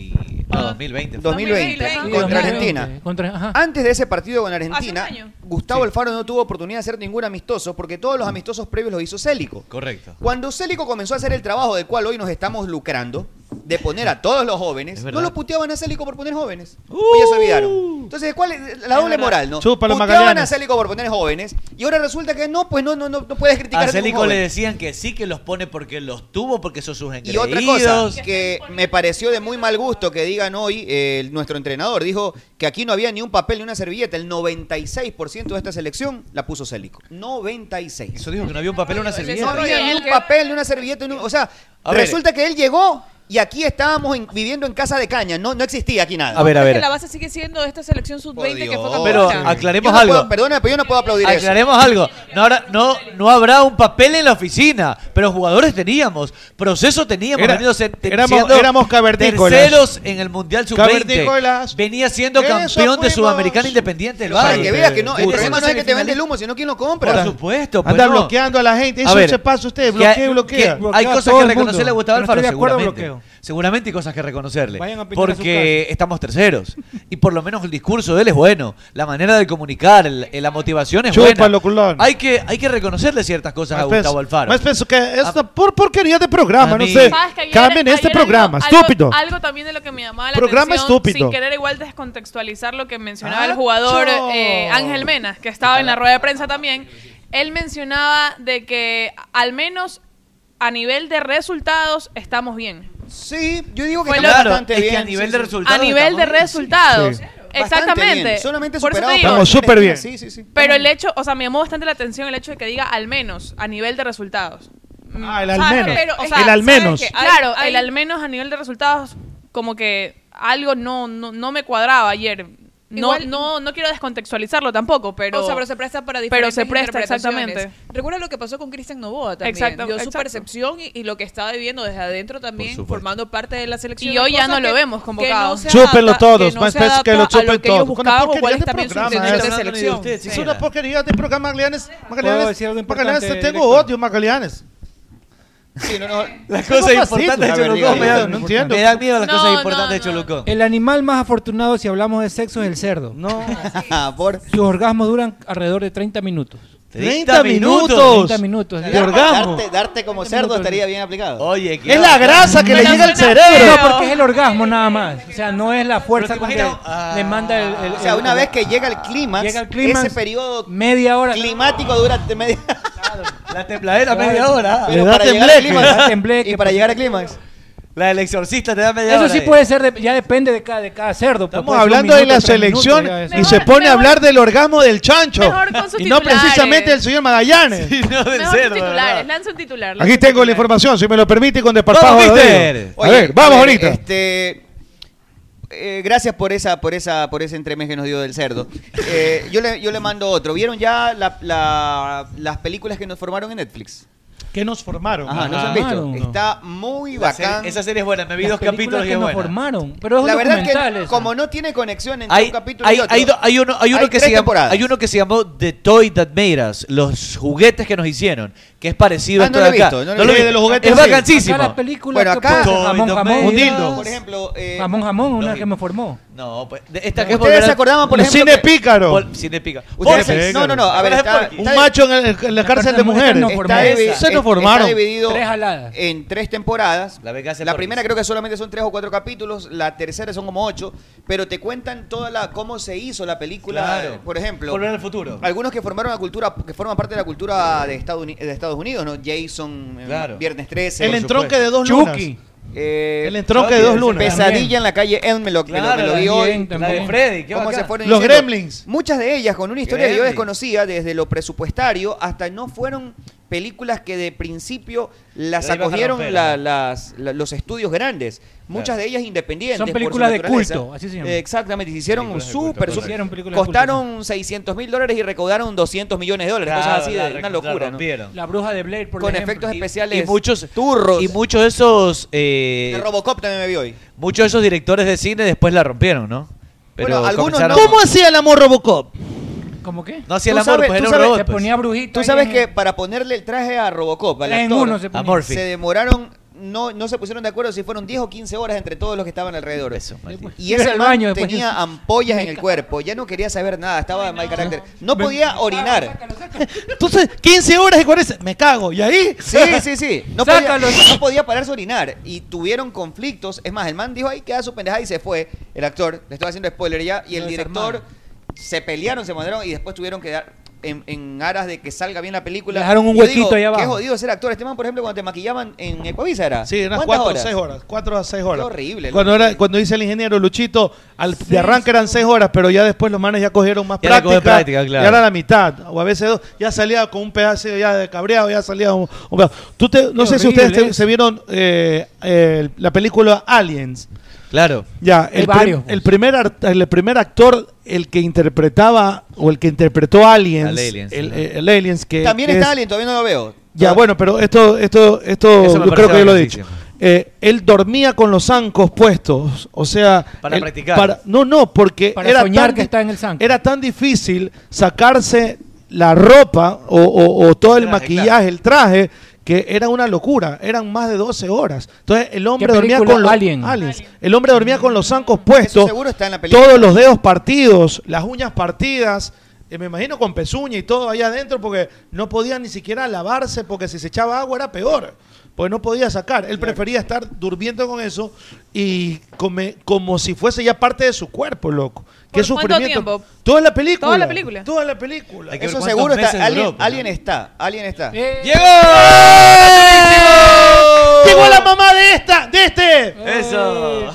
Speaker 17: No, 2020.
Speaker 12: 2020,
Speaker 17: Sí,
Speaker 12: contra
Speaker 17: 2020.
Speaker 12: Argentina. Antes de ese partido con Argentina,
Speaker 14: Hace un año.
Speaker 12: Gustavo Alfaro no tuvo oportunidad de hacer ningún amistoso porque todos
Speaker 10: Mm.
Speaker 12: los amistosos previos los hizo Célico.
Speaker 17: Correcto.
Speaker 12: Cuando Célico comenzó a hacer el trabajo del cual hoy nos estamos lucrando, de poner a todos los jóvenes, no
Speaker 10: verdad.
Speaker 12: lo puteaban a Célico por poner jóvenes. Hoy ya se olvidaron. Entonces, ¿cuál es la doble
Speaker 10: verdad.
Speaker 12: moral, no?
Speaker 10: Chúpalo,
Speaker 12: puteaban
Speaker 10: Magallanes.
Speaker 12: a Célico por poner jóvenes y ahora resulta que no, pues no, no, no, no puedes criticar
Speaker 17: A
Speaker 12: ningún
Speaker 17: Célico
Speaker 12: joven.
Speaker 17: le decían que sí, que los pone porque los tuvo, porque son sus
Speaker 12: Y otra
Speaker 17: engreídos.
Speaker 12: cosa que me pareció de muy mal gusto que digan hoy, eh, nuestro entrenador dijo que aquí no había ni un papel ni una servilleta. El 96% de esta selección la puso Célico. 96.
Speaker 17: Eso dijo que no había un papel, una
Speaker 12: No
Speaker 17: servilleta.
Speaker 12: había ni un papel ni una servilleta. ni un- o sea,
Speaker 17: A ver.
Speaker 12: resulta que él llegó y aquí estábamos en- viviendo en casa de caña. No, no existía aquí nada.
Speaker 17: A ver, a
Speaker 14: Es
Speaker 17: ver.
Speaker 14: que la base sigue siendo esta selección sub-20 que fue
Speaker 17: Pero
Speaker 14: campeona.
Speaker 17: aclaremos
Speaker 12: Yo no
Speaker 17: algo.
Speaker 12: puedo- perdóname, pero yo no puedo aplaudir eso.
Speaker 17: Aclaremos algo. No habrá, no, no habrá un papel en la oficina, pero jugadores teníamos, proceso teníamos.
Speaker 10: Era-
Speaker 17: venido se- te-
Speaker 10: éramos-
Speaker 17: siendo
Speaker 10: éramos cavernícolas.
Speaker 17: Terceros en el Mundial Sub-20.
Speaker 10: Cavernícolas.
Speaker 17: Venía siendo
Speaker 10: Eso
Speaker 17: campeón de
Speaker 10: fuimos.
Speaker 17: Sudamericana Independiente del
Speaker 12: Para
Speaker 17: Valle.
Speaker 12: que veas que no, el
Speaker 17: Puta,
Speaker 12: problema no
Speaker 17: son
Speaker 12: es que te vende el humo, sino quién lo compra.
Speaker 17: Por supuesto, pues
Speaker 10: Anda
Speaker 17: no.
Speaker 10: bloqueando a la gente.
Speaker 17: A
Speaker 10: Eso
Speaker 17: ver,
Speaker 10: se pasa usted.
Speaker 17: que
Speaker 10: Bloquea,
Speaker 17: hay-
Speaker 10: bloquea.
Speaker 17: que hay cosas que reconocerle a Gustavo Alfaro, seguramente.
Speaker 15: Claro.
Speaker 17: Seguramente hay cosas que reconocerle.
Speaker 15: Vayan a pintar a
Speaker 17: Porque estamos terceros. y por lo menos el discurso de él es bueno. La manera de comunicar, el- eh, la motivación es
Speaker 10: Chúpalo,
Speaker 17: buena. Hay que, hay que reconocerle ciertas cosas
Speaker 10: Más
Speaker 17: a Gustavo
Speaker 10: peso.
Speaker 17: Alfaro. Ah,
Speaker 10: Más pienso que esta por porquería de programa,
Speaker 17: A
Speaker 10: no
Speaker 17: mí-
Speaker 10: sé.
Speaker 17: Sabes
Speaker 14: que ayer-
Speaker 10: Cambien este
Speaker 14: ayer
Speaker 10: programa,
Speaker 14: algo-
Speaker 10: estúpido.
Speaker 14: Algo, también de lo que me llamaba la
Speaker 10: Programa
Speaker 14: atención,
Speaker 10: estúpido.
Speaker 14: sin querer igual descontextualizar lo que mencionaba Ah, el jugador chao. eh, Ángel Mena, que estaba en la rueda de prensa también. Él mencionaba de que al menos a nivel de resultados estamos bien.
Speaker 12: Sí, yo digo
Speaker 14: Fue
Speaker 12: estamos
Speaker 14: lo-
Speaker 12: bastante
Speaker 17: es que a
Speaker 12: bien,
Speaker 17: nivel
Speaker 12: sí,
Speaker 17: de
Speaker 12: sí.
Speaker 14: a
Speaker 17: resultados
Speaker 14: nivel de resultados.
Speaker 12: Sí.
Speaker 14: Exactamente.
Speaker 12: Bastante bien, Solamente
Speaker 14: Por eso te
Speaker 12: superados
Speaker 14: digo,
Speaker 12: por
Speaker 10: Estamos súper bien.
Speaker 12: Sí, sí, sí.
Speaker 14: Pero el hecho, o sea, me llamó bastante la atención el hecho de que diga al menos a nivel de resultados.
Speaker 10: Ah, el
Speaker 14: O
Speaker 10: al
Speaker 14: sea,
Speaker 10: menos.
Speaker 14: Mm. pero, o
Speaker 10: El
Speaker 14: sea,
Speaker 10: al
Speaker 14: ¿sabes
Speaker 10: menos.
Speaker 14: qué? Claro, el al menos a nivel de resultados, como que algo no, no, no me cuadraba ayer. No,
Speaker 7: Igual-
Speaker 14: no, no quiero descontextualizarlo tampoco, pero.
Speaker 7: o sea, pero se presta para
Speaker 14: Pero
Speaker 7: diferentes
Speaker 14: se presta,
Speaker 7: interpretaciones.
Speaker 14: exactamente.
Speaker 7: Recuerda lo que pasó con Cristian Novoa también.
Speaker 14: Exacto,
Speaker 7: Dio su
Speaker 14: exacto.
Speaker 7: percepción y, y lo que estaba viviendo desde adentro también,
Speaker 14: supuesto.
Speaker 7: formando parte de la selección.
Speaker 14: Y hoy ya
Speaker 7: cosa
Speaker 14: no lo
Speaker 7: que-
Speaker 14: vemos convocado.
Speaker 7: que no se
Speaker 10: Chúpenlo
Speaker 7: adapta-
Speaker 10: todos,
Speaker 7: que no
Speaker 10: más
Speaker 7: se
Speaker 10: veces que lo
Speaker 7: adapta a
Speaker 10: chupen
Speaker 7: que ellos
Speaker 10: todos. Con la
Speaker 7: buscaban,
Speaker 10: porquería
Speaker 7: cuál es
Speaker 10: de
Speaker 7: también su
Speaker 10: programa,
Speaker 7: intención
Speaker 10: ese.
Speaker 7: de selección.
Speaker 10: Es una porquería de programa, Magallanes. Magallanes,
Speaker 15: decir algo importante,
Speaker 10: Magallanes, te tengo
Speaker 15: director?
Speaker 10: odio, Magallanes.
Speaker 12: Sí, no, no.
Speaker 17: Las
Speaker 10: Tengo
Speaker 17: cosas
Speaker 10: fastidio.
Speaker 17: importantes de
Speaker 10: A ver,
Speaker 17: Cholucón
Speaker 10: diga,
Speaker 17: me
Speaker 10: diga,
Speaker 17: dan-
Speaker 10: no entiendo.
Speaker 17: me dan miedo las cosas
Speaker 14: No,
Speaker 17: importantes de Cholucón.
Speaker 15: El animal más afortunado si hablamos de sexo es el cerdo. No.
Speaker 12: Ah,
Speaker 15: Sus orgasmos duran alrededor de 30 minutos.
Speaker 12: 30 minutos.
Speaker 15: 30 minutos.
Speaker 12: Darte- Darte, darte como cerdo estaría bien aplicado.
Speaker 17: Oye,
Speaker 15: Es la grasa que le Pero llega al suena cerebro. feo. No, porque es el
Speaker 12: orgasmo nada más.
Speaker 15: O sea, no es la fuerza
Speaker 12: Pero
Speaker 15: con
Speaker 12: te
Speaker 15: que
Speaker 12: imaginas, ah,
Speaker 15: le manda el, el-
Speaker 12: O sea,
Speaker 15: el-
Speaker 12: una vez que llega el clímax,
Speaker 15: Llega el clímax,
Speaker 12: ese periodo
Speaker 15: media hora
Speaker 12: climático dura de media
Speaker 17: La tembladera media hora.
Speaker 12: Pero
Speaker 17: Le da
Speaker 12: para llegar al
Speaker 17: tembleque. Le da
Speaker 12: clímax.
Speaker 15: tembleque,
Speaker 12: Y para
Speaker 15: pues.
Speaker 12: llegar al clímax.
Speaker 17: La del exorcista te da media
Speaker 15: Eso
Speaker 17: hora.
Speaker 15: sí puede ser, de- ya depende de cada, de cada cerdo. pues,
Speaker 10: Estamos hablando de la selección y se pone a hablar del orgasmo del chancho.
Speaker 14: mejor con sus
Speaker 10: Y no
Speaker 14: titulares.
Speaker 10: precisamente del señor Magallanes.
Speaker 14: Mejor sus titulares, lanza un titular.
Speaker 10: Aquí tengo la información, si me lo permite, con desparpajo de
Speaker 12: Vamos, mister.
Speaker 10: dedo. A
Speaker 12: Oye, eh,
Speaker 10: ver, vamos
Speaker 12: a ver,
Speaker 10: ahorita.
Speaker 12: Este, eh, gracias por esa, por esa, por ese entremés que nos dio del cerdo. Eh, yo, le, yo le mando otro. ¿Vieron ya la- la- las películas que nos formaron en Netflix?
Speaker 10: ¿Qué nos formaron?
Speaker 12: Ajá,
Speaker 17: Ah,
Speaker 12: no se han visto. Está muy
Speaker 17: La
Speaker 12: bacán.
Speaker 17: serie- esa serie es buena, me vi Las dos películas capítulos y que es nos buena.
Speaker 15: formaron,
Speaker 12: la verdad que como no tiene conexión entre
Speaker 17: Hay,
Speaker 12: un capítulo
Speaker 17: hay,
Speaker 12: y otro.
Speaker 17: hay do- hay uno, hay uno
Speaker 12: hay
Speaker 17: que
Speaker 12: tres
Speaker 17: se llamó,
Speaker 12: temporadas.
Speaker 17: hay uno que se llamó The Toy That Made Us, los juguetes que nos hicieron, que es parecido
Speaker 12: Ah,
Speaker 17: a esto
Speaker 12: no lo
Speaker 17: de
Speaker 12: he
Speaker 17: acá.
Speaker 12: visto, no
Speaker 17: lo
Speaker 12: lo he
Speaker 17: vi.
Speaker 12: visto. De los juguetes,
Speaker 17: es
Speaker 12: sí.
Speaker 17: vacancísimo.
Speaker 12: Acá las películas Bueno, que acá- pueden ser
Speaker 15: jamón, jamón,
Speaker 17: un dildo.
Speaker 12: Por ejemplo, eh,
Speaker 15: Jamón, jamón, una
Speaker 17: vi.
Speaker 15: que me formó.
Speaker 17: No, pues, de- esta que
Speaker 10: ¿Ustedes
Speaker 17: es volver
Speaker 10: se
Speaker 17: a-
Speaker 10: acordaban, por El ejemplo, cine que- pícaro.
Speaker 17: Vol- Cine pícaro.
Speaker 12: Ustedes
Speaker 17: Porky.
Speaker 12: se- no, no, no, a ver,
Speaker 17: ¿Te acuerdas
Speaker 12: está-
Speaker 17: de Porky?
Speaker 10: Un macho en, el- en la cárcel de mujeres.
Speaker 12: Está, divi-
Speaker 10: se
Speaker 12: es-
Speaker 10: nos formaron.
Speaker 12: está dividido
Speaker 10: Tres
Speaker 12: en tres temporadas. La,
Speaker 10: Torres.
Speaker 12: primera creo que solamente son tres o cuatro capítulos, la tercera son como ocho, pero te cuentan toda la cómo se hizo la película,
Speaker 17: Claro.
Speaker 12: eh, por ejemplo.
Speaker 17: Volver al futuro.
Speaker 12: Algunos que formaron la cultura, que forman parte de la cultura de Estados Unidos, de Estados Unidos ¿no? Jason, eh,
Speaker 17: Claro.
Speaker 12: Viernes 13.
Speaker 10: El
Speaker 12: por
Speaker 10: entronque
Speaker 12: supuesto.
Speaker 10: de dos lunas. Chucky.
Speaker 12: Eh,
Speaker 10: El entronque de dos lunas.
Speaker 12: Pesadilla
Speaker 10: También.
Speaker 12: en la calle Elmelock, me lo-
Speaker 10: Claro,
Speaker 12: me lo, vi
Speaker 10: también,
Speaker 12: hoy.
Speaker 10: también. La de Freddy, qué
Speaker 12: ¿Cómo
Speaker 10: bacán.
Speaker 12: se fueron
Speaker 10: Los
Speaker 12: diciendo?
Speaker 10: Gremlins.
Speaker 12: Muchas de ellas con una historia que yo
Speaker 10: Gremlins.
Speaker 12: desconocía, desde lo presupuestario hasta no fueron películas que de principio las
Speaker 17: La ibas a
Speaker 12: acogieron
Speaker 17: romper,
Speaker 12: la-
Speaker 17: ¿no?
Speaker 12: las- la- los estudios grandes. Muchas de ellas independientes.
Speaker 15: Son
Speaker 12: por su
Speaker 15: películas de
Speaker 12: naturaleza.
Speaker 15: culto, así se llama.
Speaker 12: Eh, Exactamente, y se hicieron
Speaker 15: Películas de culto,
Speaker 12: súper,
Speaker 15: correcto. Hicieron
Speaker 12: súper.
Speaker 15: películas de culto,
Speaker 12: Costaron 600 mil dólares y recaudaron 200 millones de dólares.
Speaker 17: Claro,
Speaker 12: cosas así
Speaker 17: la
Speaker 12: de una
Speaker 17: recontra
Speaker 12: locura, ¿no?
Speaker 17: rompieron.
Speaker 15: La bruja de Blair, por
Speaker 12: Con
Speaker 15: ejemplo.
Speaker 12: efectos
Speaker 15: Y-
Speaker 12: especiales.
Speaker 17: y muchos
Speaker 12: turros.
Speaker 17: y muchos de esos eh,
Speaker 12: De Robocop también me vi hoy.
Speaker 17: muchos de esos directores de cine después la rompieron, ¿no?
Speaker 12: Bueno, algunos
Speaker 17: comenzaron-
Speaker 12: no.
Speaker 10: ¿Cómo hacía el amor Robocop?
Speaker 15: ¿Cómo qué?
Speaker 17: No hacía el
Speaker 12: Tú
Speaker 17: amor,
Speaker 12: sabes-
Speaker 17: pues
Speaker 12: tú
Speaker 17: era un
Speaker 12: sabes-
Speaker 17: robot.
Speaker 12: te
Speaker 17: pues.
Speaker 12: ponía Tú sabes que para ponerle el traje a Robocop, al
Speaker 17: Tres en
Speaker 12: actor,
Speaker 17: uno se ponía. A Murphy.
Speaker 12: se demoraron, no, no se pusieron de acuerdo si fueron 10 o 15 horas entre todos los que estaban alrededor. y
Speaker 15: Iba
Speaker 12: ese
Speaker 15: al
Speaker 12: man
Speaker 15: baño después.
Speaker 12: tenía ampollas en el cuerpo, ya no quería saber nada, estaba de mal carácter. No podía orinar.
Speaker 10: Entonces, 15 horas y 40. Me cago. ¿Y ahí?
Speaker 12: Sí, sí, sí. No podía, no podía pararse a orinar. Y tuvieron conflictos. Es más, el man dijo, ahí queda su pendejada y se fue. El actor, le estoy haciendo spoiler ya. Y el
Speaker 15: Lo
Speaker 12: director se pelearon, se mandaron y después tuvieron que dar en, en aras de que salga bien la película.
Speaker 15: Le dejaron un
Speaker 12: Yo
Speaker 15: huequito
Speaker 12: digo,
Speaker 15: ahí abajo.
Speaker 12: Qué jodido ser actor. Este man, por ejemplo, cuando te maquillaban en Ecuavisa era.
Speaker 10: Sí, unas
Speaker 12: ¿Cuántas
Speaker 10: 4 o
Speaker 12: horas?
Speaker 10: 6 horas. 4 a 6 horas.
Speaker 12: Qué horrible,
Speaker 10: Cuando,
Speaker 12: loco.
Speaker 10: era, cuando dice el ingeniero Luchito, al, de arranque eran 6 horas, pero ya después los manes ya cogieron más
Speaker 17: Ya le
Speaker 10: práctica.
Speaker 17: cogen práctica, claro.
Speaker 10: Ya era la mitad, o a veces dos. Ya salía con un pedazo ya de cabreado, ya salía un, un pedazo. Tú te- no
Speaker 17: Qué
Speaker 10: sé si
Speaker 17: horrible
Speaker 10: ustedes te-
Speaker 17: eso.
Speaker 10: se vieron eh, eh, la película Aliens.
Speaker 17: Claro.
Speaker 10: Ya,
Speaker 17: Hay
Speaker 10: el, prim-
Speaker 17: varios. pues.
Speaker 10: el primer art- el primer actor, el que interpretaba o el que interpretó Aliens,
Speaker 17: Al Aliens,
Speaker 10: el,
Speaker 17: ¿no?
Speaker 10: el Aliens que
Speaker 12: También
Speaker 10: que
Speaker 12: está
Speaker 10: es-
Speaker 12: alguien, todavía no lo veo.
Speaker 10: ya, bueno, pero esto, esto,
Speaker 17: Eso
Speaker 10: esto,
Speaker 17: me
Speaker 10: yo creo
Speaker 17: parece
Speaker 10: que yo lo he dicho.
Speaker 17: bacanísimo.
Speaker 10: Eh, él dormía con los zancos puestos, o sea,
Speaker 17: Para
Speaker 10: él-
Speaker 17: practicar.
Speaker 10: no, no, porque
Speaker 15: Para
Speaker 10: era
Speaker 15: soñar
Speaker 10: tan,
Speaker 15: que
Speaker 10: di-
Speaker 15: está en el sanco.
Speaker 10: era tan difícil sacarse la ropa o, o- o todo el maquillaje, el traje, que era una locura, eran más de 12 horas. Entonces el hombre
Speaker 25: ¿Qué
Speaker 10: dormía
Speaker 25: película?
Speaker 10: con los
Speaker 25: Alien.
Speaker 10: Aliens. El hombre dormía con los zancos puestos,
Speaker 25: seguro está en la película.
Speaker 10: todos los dedos partidos, las uñas partidas, eh, me imagino con pezuña y todo ahí adentro porque no podía ni siquiera lavarse porque si se echaba agua era peor. Pues no podía sacar. Él prefería estar durmiendo con eso y come- como si fuese ya parte de su cuerpo, loco. Qué
Speaker 14: ¿Por cuánto
Speaker 10: sufrimiento.
Speaker 14: tiempo?
Speaker 10: Toda la película.
Speaker 14: Toda la película.
Speaker 10: Toda la película.
Speaker 17: Hay que ver
Speaker 12: Eso
Speaker 17: cuántos
Speaker 12: seguro
Speaker 17: meses
Speaker 12: está.
Speaker 17: duró,
Speaker 12: Alguien,
Speaker 17: pues,
Speaker 12: alguien está. Alguien está.
Speaker 10: Llegó la mamá de esta, de este.
Speaker 17: Eso.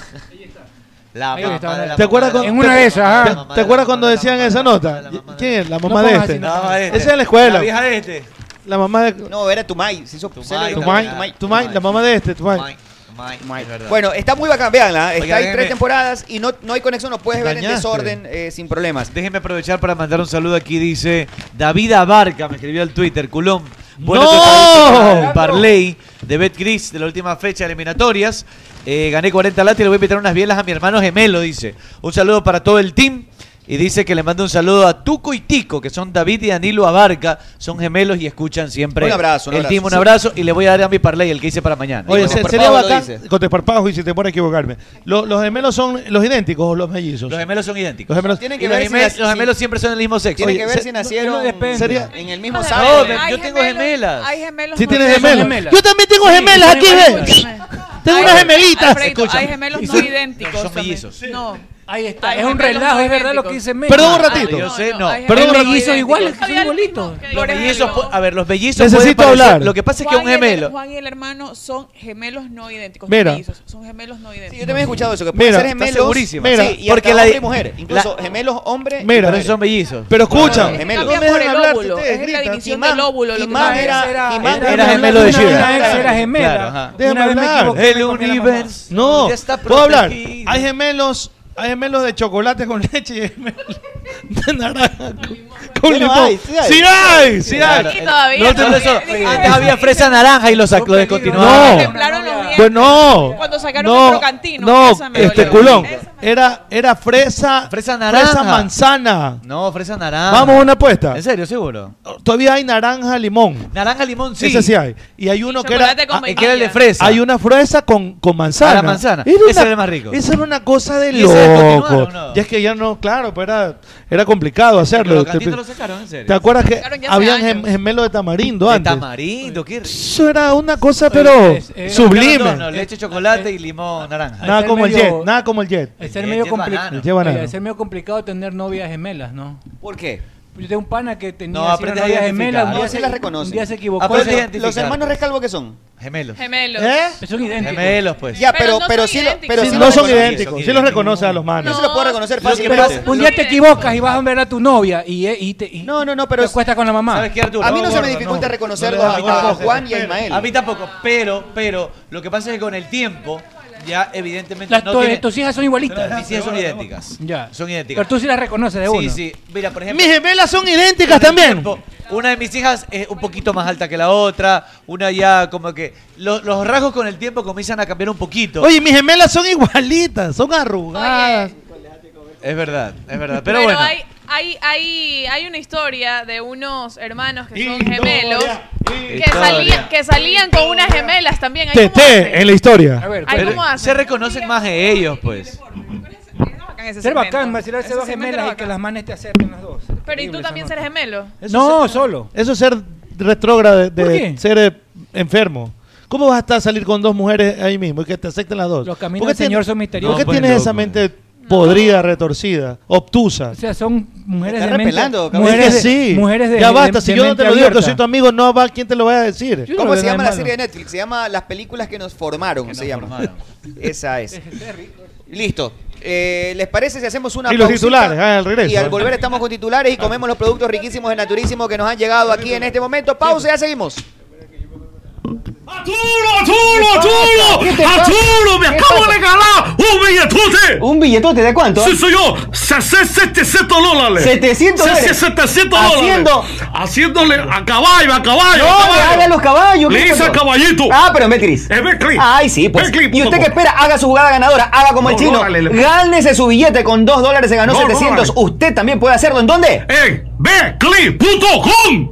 Speaker 12: La
Speaker 10: Ahí está,
Speaker 12: mamá de la
Speaker 10: ¿Te acuerdas
Speaker 12: mamá
Speaker 10: cuando,
Speaker 12: de la-
Speaker 10: te- te- ¿Te, acuerdas cuando decían esa nota? ¿Quién? La mamá
Speaker 12: No
Speaker 10: de
Speaker 12: pongas
Speaker 10: este.
Speaker 12: así, no pongas así.
Speaker 10: Esa es la escuela.
Speaker 12: La vieja de este.
Speaker 10: La mamá de
Speaker 12: No, era Tumay. Se hizo célebre.
Speaker 10: Tumay, Tumay, la mamá de este, Tumay.
Speaker 12: Bueno, está muy bacán, veanla.
Speaker 17: Oiga, eh,
Speaker 12: Está ahí
Speaker 17: déjenme-
Speaker 12: tres temporadas y no, no hay conexión, no puedes ver en
Speaker 17: Dañaste.
Speaker 12: desorden eh, sin problemas.
Speaker 17: Déjenme aprovechar para mandar un saludo aquí. Dice David Abarca, me escribió al Twitter, culón. Bueno,
Speaker 10: ¡No!
Speaker 17: te traigo el parlay de Betcris de la última fecha de eliminatorias. Eh, gané 40 latas y le voy a invitar unas bielas a mi hermano gemelo, dice. Un saludo para todo el team. Y dice que le mando un saludo a Tuco y Tico, que son David y Danilo Abarca. Son gemelos y escuchan siempre.
Speaker 12: Un abrazo, un
Speaker 17: el
Speaker 12: abrazo.
Speaker 17: team, un
Speaker 12: Sí.
Speaker 17: abrazo. Y le voy a dar a mi parlay, el que hice para mañana.
Speaker 10: Oye,
Speaker 17: Digo,
Speaker 10: se- sería bacán con desparpajo y si te pone a equivocarme. Lo- ¿Los gemelos son los idénticos o los mellizos?
Speaker 17: Los gemelos son idénticos.
Speaker 10: Los gemelos-
Speaker 17: Tienen
Speaker 10: Y
Speaker 17: que
Speaker 10: los
Speaker 17: ver si
Speaker 10: gemelos-
Speaker 17: las- los gemelos siempre son del mismo sexo.
Speaker 12: Tiene
Speaker 17: Oye,
Speaker 12: que ver
Speaker 17: se-
Speaker 12: si nacieron en el mismo
Speaker 17: No,
Speaker 12: sábado.
Speaker 17: yo
Speaker 12: Hay
Speaker 17: tengo gemelas.
Speaker 14: Hay gemelos.
Speaker 10: Sí tienes
Speaker 14: no idénticos.
Speaker 10: gemelos. Yo también tengo gemelas aquí, ve. Tengo
Speaker 14: Hay-
Speaker 10: unas gemelitas.
Speaker 14: Alfredito, hay gemelos no idénticos.
Speaker 17: son
Speaker 14: también.
Speaker 17: mellizos.
Speaker 14: No.
Speaker 15: Ahí está, es un relajo, es verdad lo que dice Mena.
Speaker 10: Perdón un ratito.
Speaker 17: Yo sé, eh, no.
Speaker 15: Hay
Speaker 17: Perdón
Speaker 15: gemelos
Speaker 17: un ratito.
Speaker 15: mellizos iguales, que son igualitos.
Speaker 17: Los mellizos, pu- a ver, los mellizos
Speaker 10: Necesito
Speaker 17: pueden parecer-
Speaker 10: hablar.
Speaker 17: Lo que pasa es que
Speaker 14: Juan
Speaker 17: un
Speaker 14: y el-
Speaker 17: gemelo.
Speaker 14: Juan y el hermano son gemelos no idénticos.
Speaker 17: Mira.
Speaker 14: Mira. Son gemelos no idénticos.
Speaker 12: Yo también he escuchado eso, que
Speaker 10: Mira,
Speaker 12: pueden ser
Speaker 10: está
Speaker 12: gemelos.
Speaker 10: segurísima. Mira,
Speaker 12: sí, y
Speaker 10: porque
Speaker 12: porque
Speaker 10: la-
Speaker 12: hombre y mujer. Incluso gemelos hombre y
Speaker 10: Mira,
Speaker 12: mujer.
Speaker 17: mellizos.
Speaker 10: Pero escucha,
Speaker 12: Gemelos.
Speaker 14: Cambia por el óvulo. Es la división del óvulo. lo que
Speaker 12: Imán
Speaker 14: pasa.
Speaker 12: era- Imán
Speaker 17: Era gemelo de Shira.
Speaker 15: Una ex era gemela.
Speaker 17: Claro, ajá.
Speaker 10: déjame
Speaker 15: Una vez me
Speaker 10: hablar.
Speaker 15: equivoqué, me comí la mamá.
Speaker 10: No,
Speaker 15: Ya está
Speaker 10: puedo hablar.
Speaker 15: protegido.
Speaker 10: Hay gemelos, hay gemelos de chocolate con leche y gemelos de naranja con- con
Speaker 17: Sí, no
Speaker 10: limón.
Speaker 17: hay, sí hay.
Speaker 10: Sí hay, sí hay.
Speaker 17: Claro, el-
Speaker 14: todavía,
Speaker 17: no,
Speaker 14: porque-
Speaker 17: solo eso.
Speaker 14: porque-
Speaker 17: Antes había fresa naranja y lo sacó, lo
Speaker 10: No.
Speaker 17: descontinuaron.
Speaker 14: Templaron los dientes.
Speaker 10: Pues no.
Speaker 14: Cuando sacaron
Speaker 10: no,
Speaker 14: el crocantino.
Speaker 10: No,
Speaker 14: esa me
Speaker 10: este
Speaker 14: dolió. ¿Eh?
Speaker 10: culón. Era, era fresa.
Speaker 17: Fresa naranja.
Speaker 10: Fresa manzana.
Speaker 17: No, fresa naranja.
Speaker 10: Vamos a una apuesta.
Speaker 17: ¿En serio, seguro?
Speaker 10: Todavía hay naranja limón.
Speaker 17: Naranja, limón, sí.
Speaker 10: Ese sí hay. Y hay uno que era.
Speaker 14: chocolate con
Speaker 10: ah,
Speaker 17: El que era el de fresa.
Speaker 10: Hay una fresa con, con manzana.
Speaker 17: A la manzana. Ese era el más rico.
Speaker 10: Esa era una cosa de
Speaker 17: ¿Y ese descontinuaron
Speaker 10: loco.
Speaker 17: o no?
Speaker 10: Y es que ya no, claro, pero era, era complicado hacerlo.
Speaker 17: crocantito
Speaker 10: Te-
Speaker 17: lo sacaron, en serio.
Speaker 10: ¿Te acuerdas que
Speaker 14: Sacaron ya hace
Speaker 10: habían
Speaker 14: años.
Speaker 10: gem- gemelos de tamarindo
Speaker 17: De
Speaker 10: antes?
Speaker 17: tamarindo, qué rico.
Speaker 10: Eso era una cosa, pero
Speaker 15: es- es-
Speaker 17: No,
Speaker 10: sublime.
Speaker 17: no, leche, chocolate y limón, naranja.
Speaker 10: Nada
Speaker 15: ser
Speaker 10: como el
Speaker 15: medio-
Speaker 10: jet, nada como el jet.
Speaker 15: Es ser
Speaker 17: Eh,
Speaker 15: medio
Speaker 17: de
Speaker 15: compli-
Speaker 17: banano.
Speaker 10: El jet banano.
Speaker 15: Oye, es ser medio complicado tener novias gemelas, ¿no?
Speaker 12: ¿Por qué?
Speaker 15: Yo tengo un pana que tenía
Speaker 17: No,
Speaker 15: así
Speaker 17: aprende
Speaker 15: una
Speaker 17: a
Speaker 15: novia
Speaker 17: identificar.
Speaker 15: gemela, un
Speaker 17: No,
Speaker 15: día,
Speaker 12: sí
Speaker 15: se,
Speaker 12: las reconoce.
Speaker 15: un día se equivocó.
Speaker 17: Aprende
Speaker 15: se-
Speaker 17: a identificar.
Speaker 12: Los hermanos Rescalvo que son.
Speaker 17: Gemelos.
Speaker 14: Gemelos.
Speaker 10: ¿Eh?
Speaker 15: Son idénticos.
Speaker 17: Gemelos, pues.
Speaker 12: Ya,
Speaker 14: Pero
Speaker 12: pero,
Speaker 14: no
Speaker 12: pero
Speaker 14: son
Speaker 12: sí, lo-
Speaker 14: idénticos.
Speaker 12: pero
Speaker 10: Sí,
Speaker 12: sí
Speaker 10: no
Speaker 12: lo
Speaker 10: son
Speaker 12: reconoce.
Speaker 10: idénticos, sí los reconoce a los
Speaker 12: Yo
Speaker 10: manos.
Speaker 12: se lo puedo reconocer
Speaker 17: Pero
Speaker 12: fácilmente.
Speaker 15: Un día te equivocas y vas a ver a tu novia y, eh, y te, y
Speaker 12: No, no, no, pero
Speaker 15: te acuestas con la mamá.
Speaker 17: ¿Sabes qué, Arturo?
Speaker 12: a mí no se me
Speaker 17: Gordo,
Speaker 12: dificulta reconocerlos
Speaker 17: No le
Speaker 12: a,
Speaker 17: hagas
Speaker 12: a
Speaker 17: caso,
Speaker 12: Juan y a Ismael.
Speaker 17: A mí tampoco, pero, pero, lo que pasa es que con el tiempo, ya evidentemente
Speaker 15: Las,
Speaker 17: no
Speaker 15: tu-
Speaker 17: tiene-
Speaker 15: Tus hijas son igualitas.
Speaker 17: Mis hijas son idénticas.
Speaker 15: Ya.
Speaker 17: Son idénticas.
Speaker 15: Pero tú sí las reconoces de uno.
Speaker 17: Sí, sí. Mira, por ejemplo,
Speaker 10: Mis gemelas son idénticas también.
Speaker 17: tipo, una de mis hijas es un poquito más alta que la otra, una ya como que... lo- los rasgos con el tiempo comienzan a cambiar un poquito.
Speaker 10: Oye, mis gemelas son igualitas, son arrugadas.
Speaker 17: Es verdad, es verdad. Pero,
Speaker 14: Pero,
Speaker 17: bueno.
Speaker 14: hay, hay, hay, hay una historia de unos hermanos que son gemelos que
Speaker 17: historia.
Speaker 14: salían, que salían con unas gemelas también. Ahí cómo hacen.
Speaker 10: Tete en la historia.
Speaker 15: A ver,
Speaker 14: Ay,
Speaker 17: pero
Speaker 14: ¿cómo hacen?
Speaker 17: se reconocen más de ellos, pues.
Speaker 14: Bacán ese
Speaker 15: ser
Speaker 14: segmento.
Speaker 15: bacán, vacilarse
Speaker 14: Ese
Speaker 15: dos
Speaker 14: segmento
Speaker 15: gemelas
Speaker 14: era
Speaker 15: y que
Speaker 14: bacán.
Speaker 15: las manes te acepten las dos.
Speaker 14: Pero ¿y tú también
Speaker 15: serás
Speaker 14: serás gemelo?
Speaker 15: No, solo.
Speaker 10: Eso es ser retrógrado de, de
Speaker 15: ¿Por qué?
Speaker 10: ser eh, enfermo. ¿Cómo vas a estar a salir con dos mujeres ahí mismo y que te acepten las dos?
Speaker 15: Los caminos
Speaker 10: ¿Por qué
Speaker 15: del Señor
Speaker 10: tienes-
Speaker 15: son misteriosos.
Speaker 10: ¿Por qué
Speaker 17: No, pues,
Speaker 10: tienes esa
Speaker 17: loco.
Speaker 10: mente podrida, retorcida, obtusa?
Speaker 15: O sea, son mujeres
Speaker 12: Te
Speaker 15: de
Speaker 12: está
Speaker 15: mente,
Speaker 12: repelando, cabrón.
Speaker 10: Mujeres
Speaker 15: mujeres,
Speaker 10: es que
Speaker 15: de,
Speaker 10: sí.
Speaker 15: mujeres de
Speaker 10: ya
Speaker 15: de-
Speaker 10: basta, si
Speaker 15: de
Speaker 10: yo no
Speaker 15: mente
Speaker 10: te lo digo que
Speaker 15: abierta.
Speaker 10: soy tu amigo, no va quién te lo vaya a decir.
Speaker 15: Yo no
Speaker 12: ¿Cómo
Speaker 15: veo
Speaker 12: se
Speaker 15: nada
Speaker 12: llama la
Speaker 15: malo.
Speaker 12: serie de Netflix? Se llama Las películas que nos formaron, se llama. Esa es. Listo. Eh, ¿Les parece si hacemos una
Speaker 10: Y los
Speaker 12: pausita?
Speaker 10: titulares, ah, al regreso.
Speaker 12: Y al volver estamos con titulares y comemos los productos riquísimos de Naturísimo que nos han llegado aquí en este momento. Pausa y ya seguimos.
Speaker 20: ¿Qué te pasa?
Speaker 26: Arturo, me
Speaker 20: ¿Qué
Speaker 26: acabo
Speaker 20: pasa?
Speaker 26: de ganar un billetote.
Speaker 20: ¿Un billetote de cuánto?
Speaker 26: Sí, señor, 700 dólares.
Speaker 20: 700
Speaker 26: Se-
Speaker 20: dólares.
Speaker 26: 700 dólares.
Speaker 20: Haciendo-
Speaker 26: Haciéndole a caballo, a caballo. a
Speaker 20: No,
Speaker 26: caballo.
Speaker 20: haga los caballos.
Speaker 26: Le
Speaker 20: ¿qué
Speaker 26: hice
Speaker 20: coño?
Speaker 26: al caballito.
Speaker 20: Ah, pero en Betcris.
Speaker 26: Es Betcris.
Speaker 20: Ay, sí, pues.
Speaker 26: Betcris,
Speaker 20: y usted
Speaker 26: por
Speaker 20: que
Speaker 26: favor.
Speaker 20: espera, haga su jugada ganadora, haga como el
Speaker 26: No,
Speaker 20: chino.
Speaker 26: no, dale, le-
Speaker 20: Gánese su billete con 2 dólares, se ganó
Speaker 26: No, no,
Speaker 20: 700.
Speaker 26: dale.
Speaker 20: usted también puede hacerlo. ¿En dónde?
Speaker 26: En Betcris.com.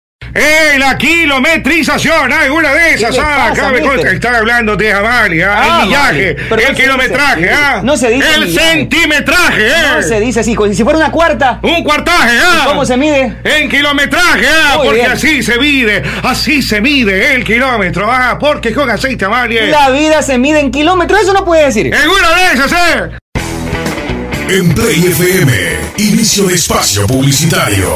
Speaker 8: ¡Eh, la kilometrización! ¡Hay una de esas!
Speaker 7: le
Speaker 8: ¡Ah!
Speaker 7: pasa,
Speaker 8: Acá me
Speaker 7: mister?
Speaker 8: consta- Están hablando de Amalia,
Speaker 12: Ah,
Speaker 8: el millaje,
Speaker 12: vale. Pero no se
Speaker 8: el
Speaker 12: dice
Speaker 8: kilometraje,
Speaker 12: así.
Speaker 8: ¿ah?
Speaker 12: No se dice
Speaker 8: El
Speaker 12: millaje.
Speaker 8: centimetraje, ¿eh?
Speaker 12: No se dice así, como si fuera una cuarta.
Speaker 8: Un cuartaje, ¿ah?
Speaker 12: ¿Y cómo se mide?
Speaker 8: En kilometraje, ¿ah?
Speaker 12: Muy
Speaker 8: porque
Speaker 12: bien.
Speaker 8: así se mide, así se mide el kilómetro, ¿ah? Porque con aceite Amalia.
Speaker 12: La vida se mide en kilómetros, eso no puede decir.
Speaker 8: ¡En una de esas, eh!
Speaker 24: En Play FM, inicio de espacio publicitario.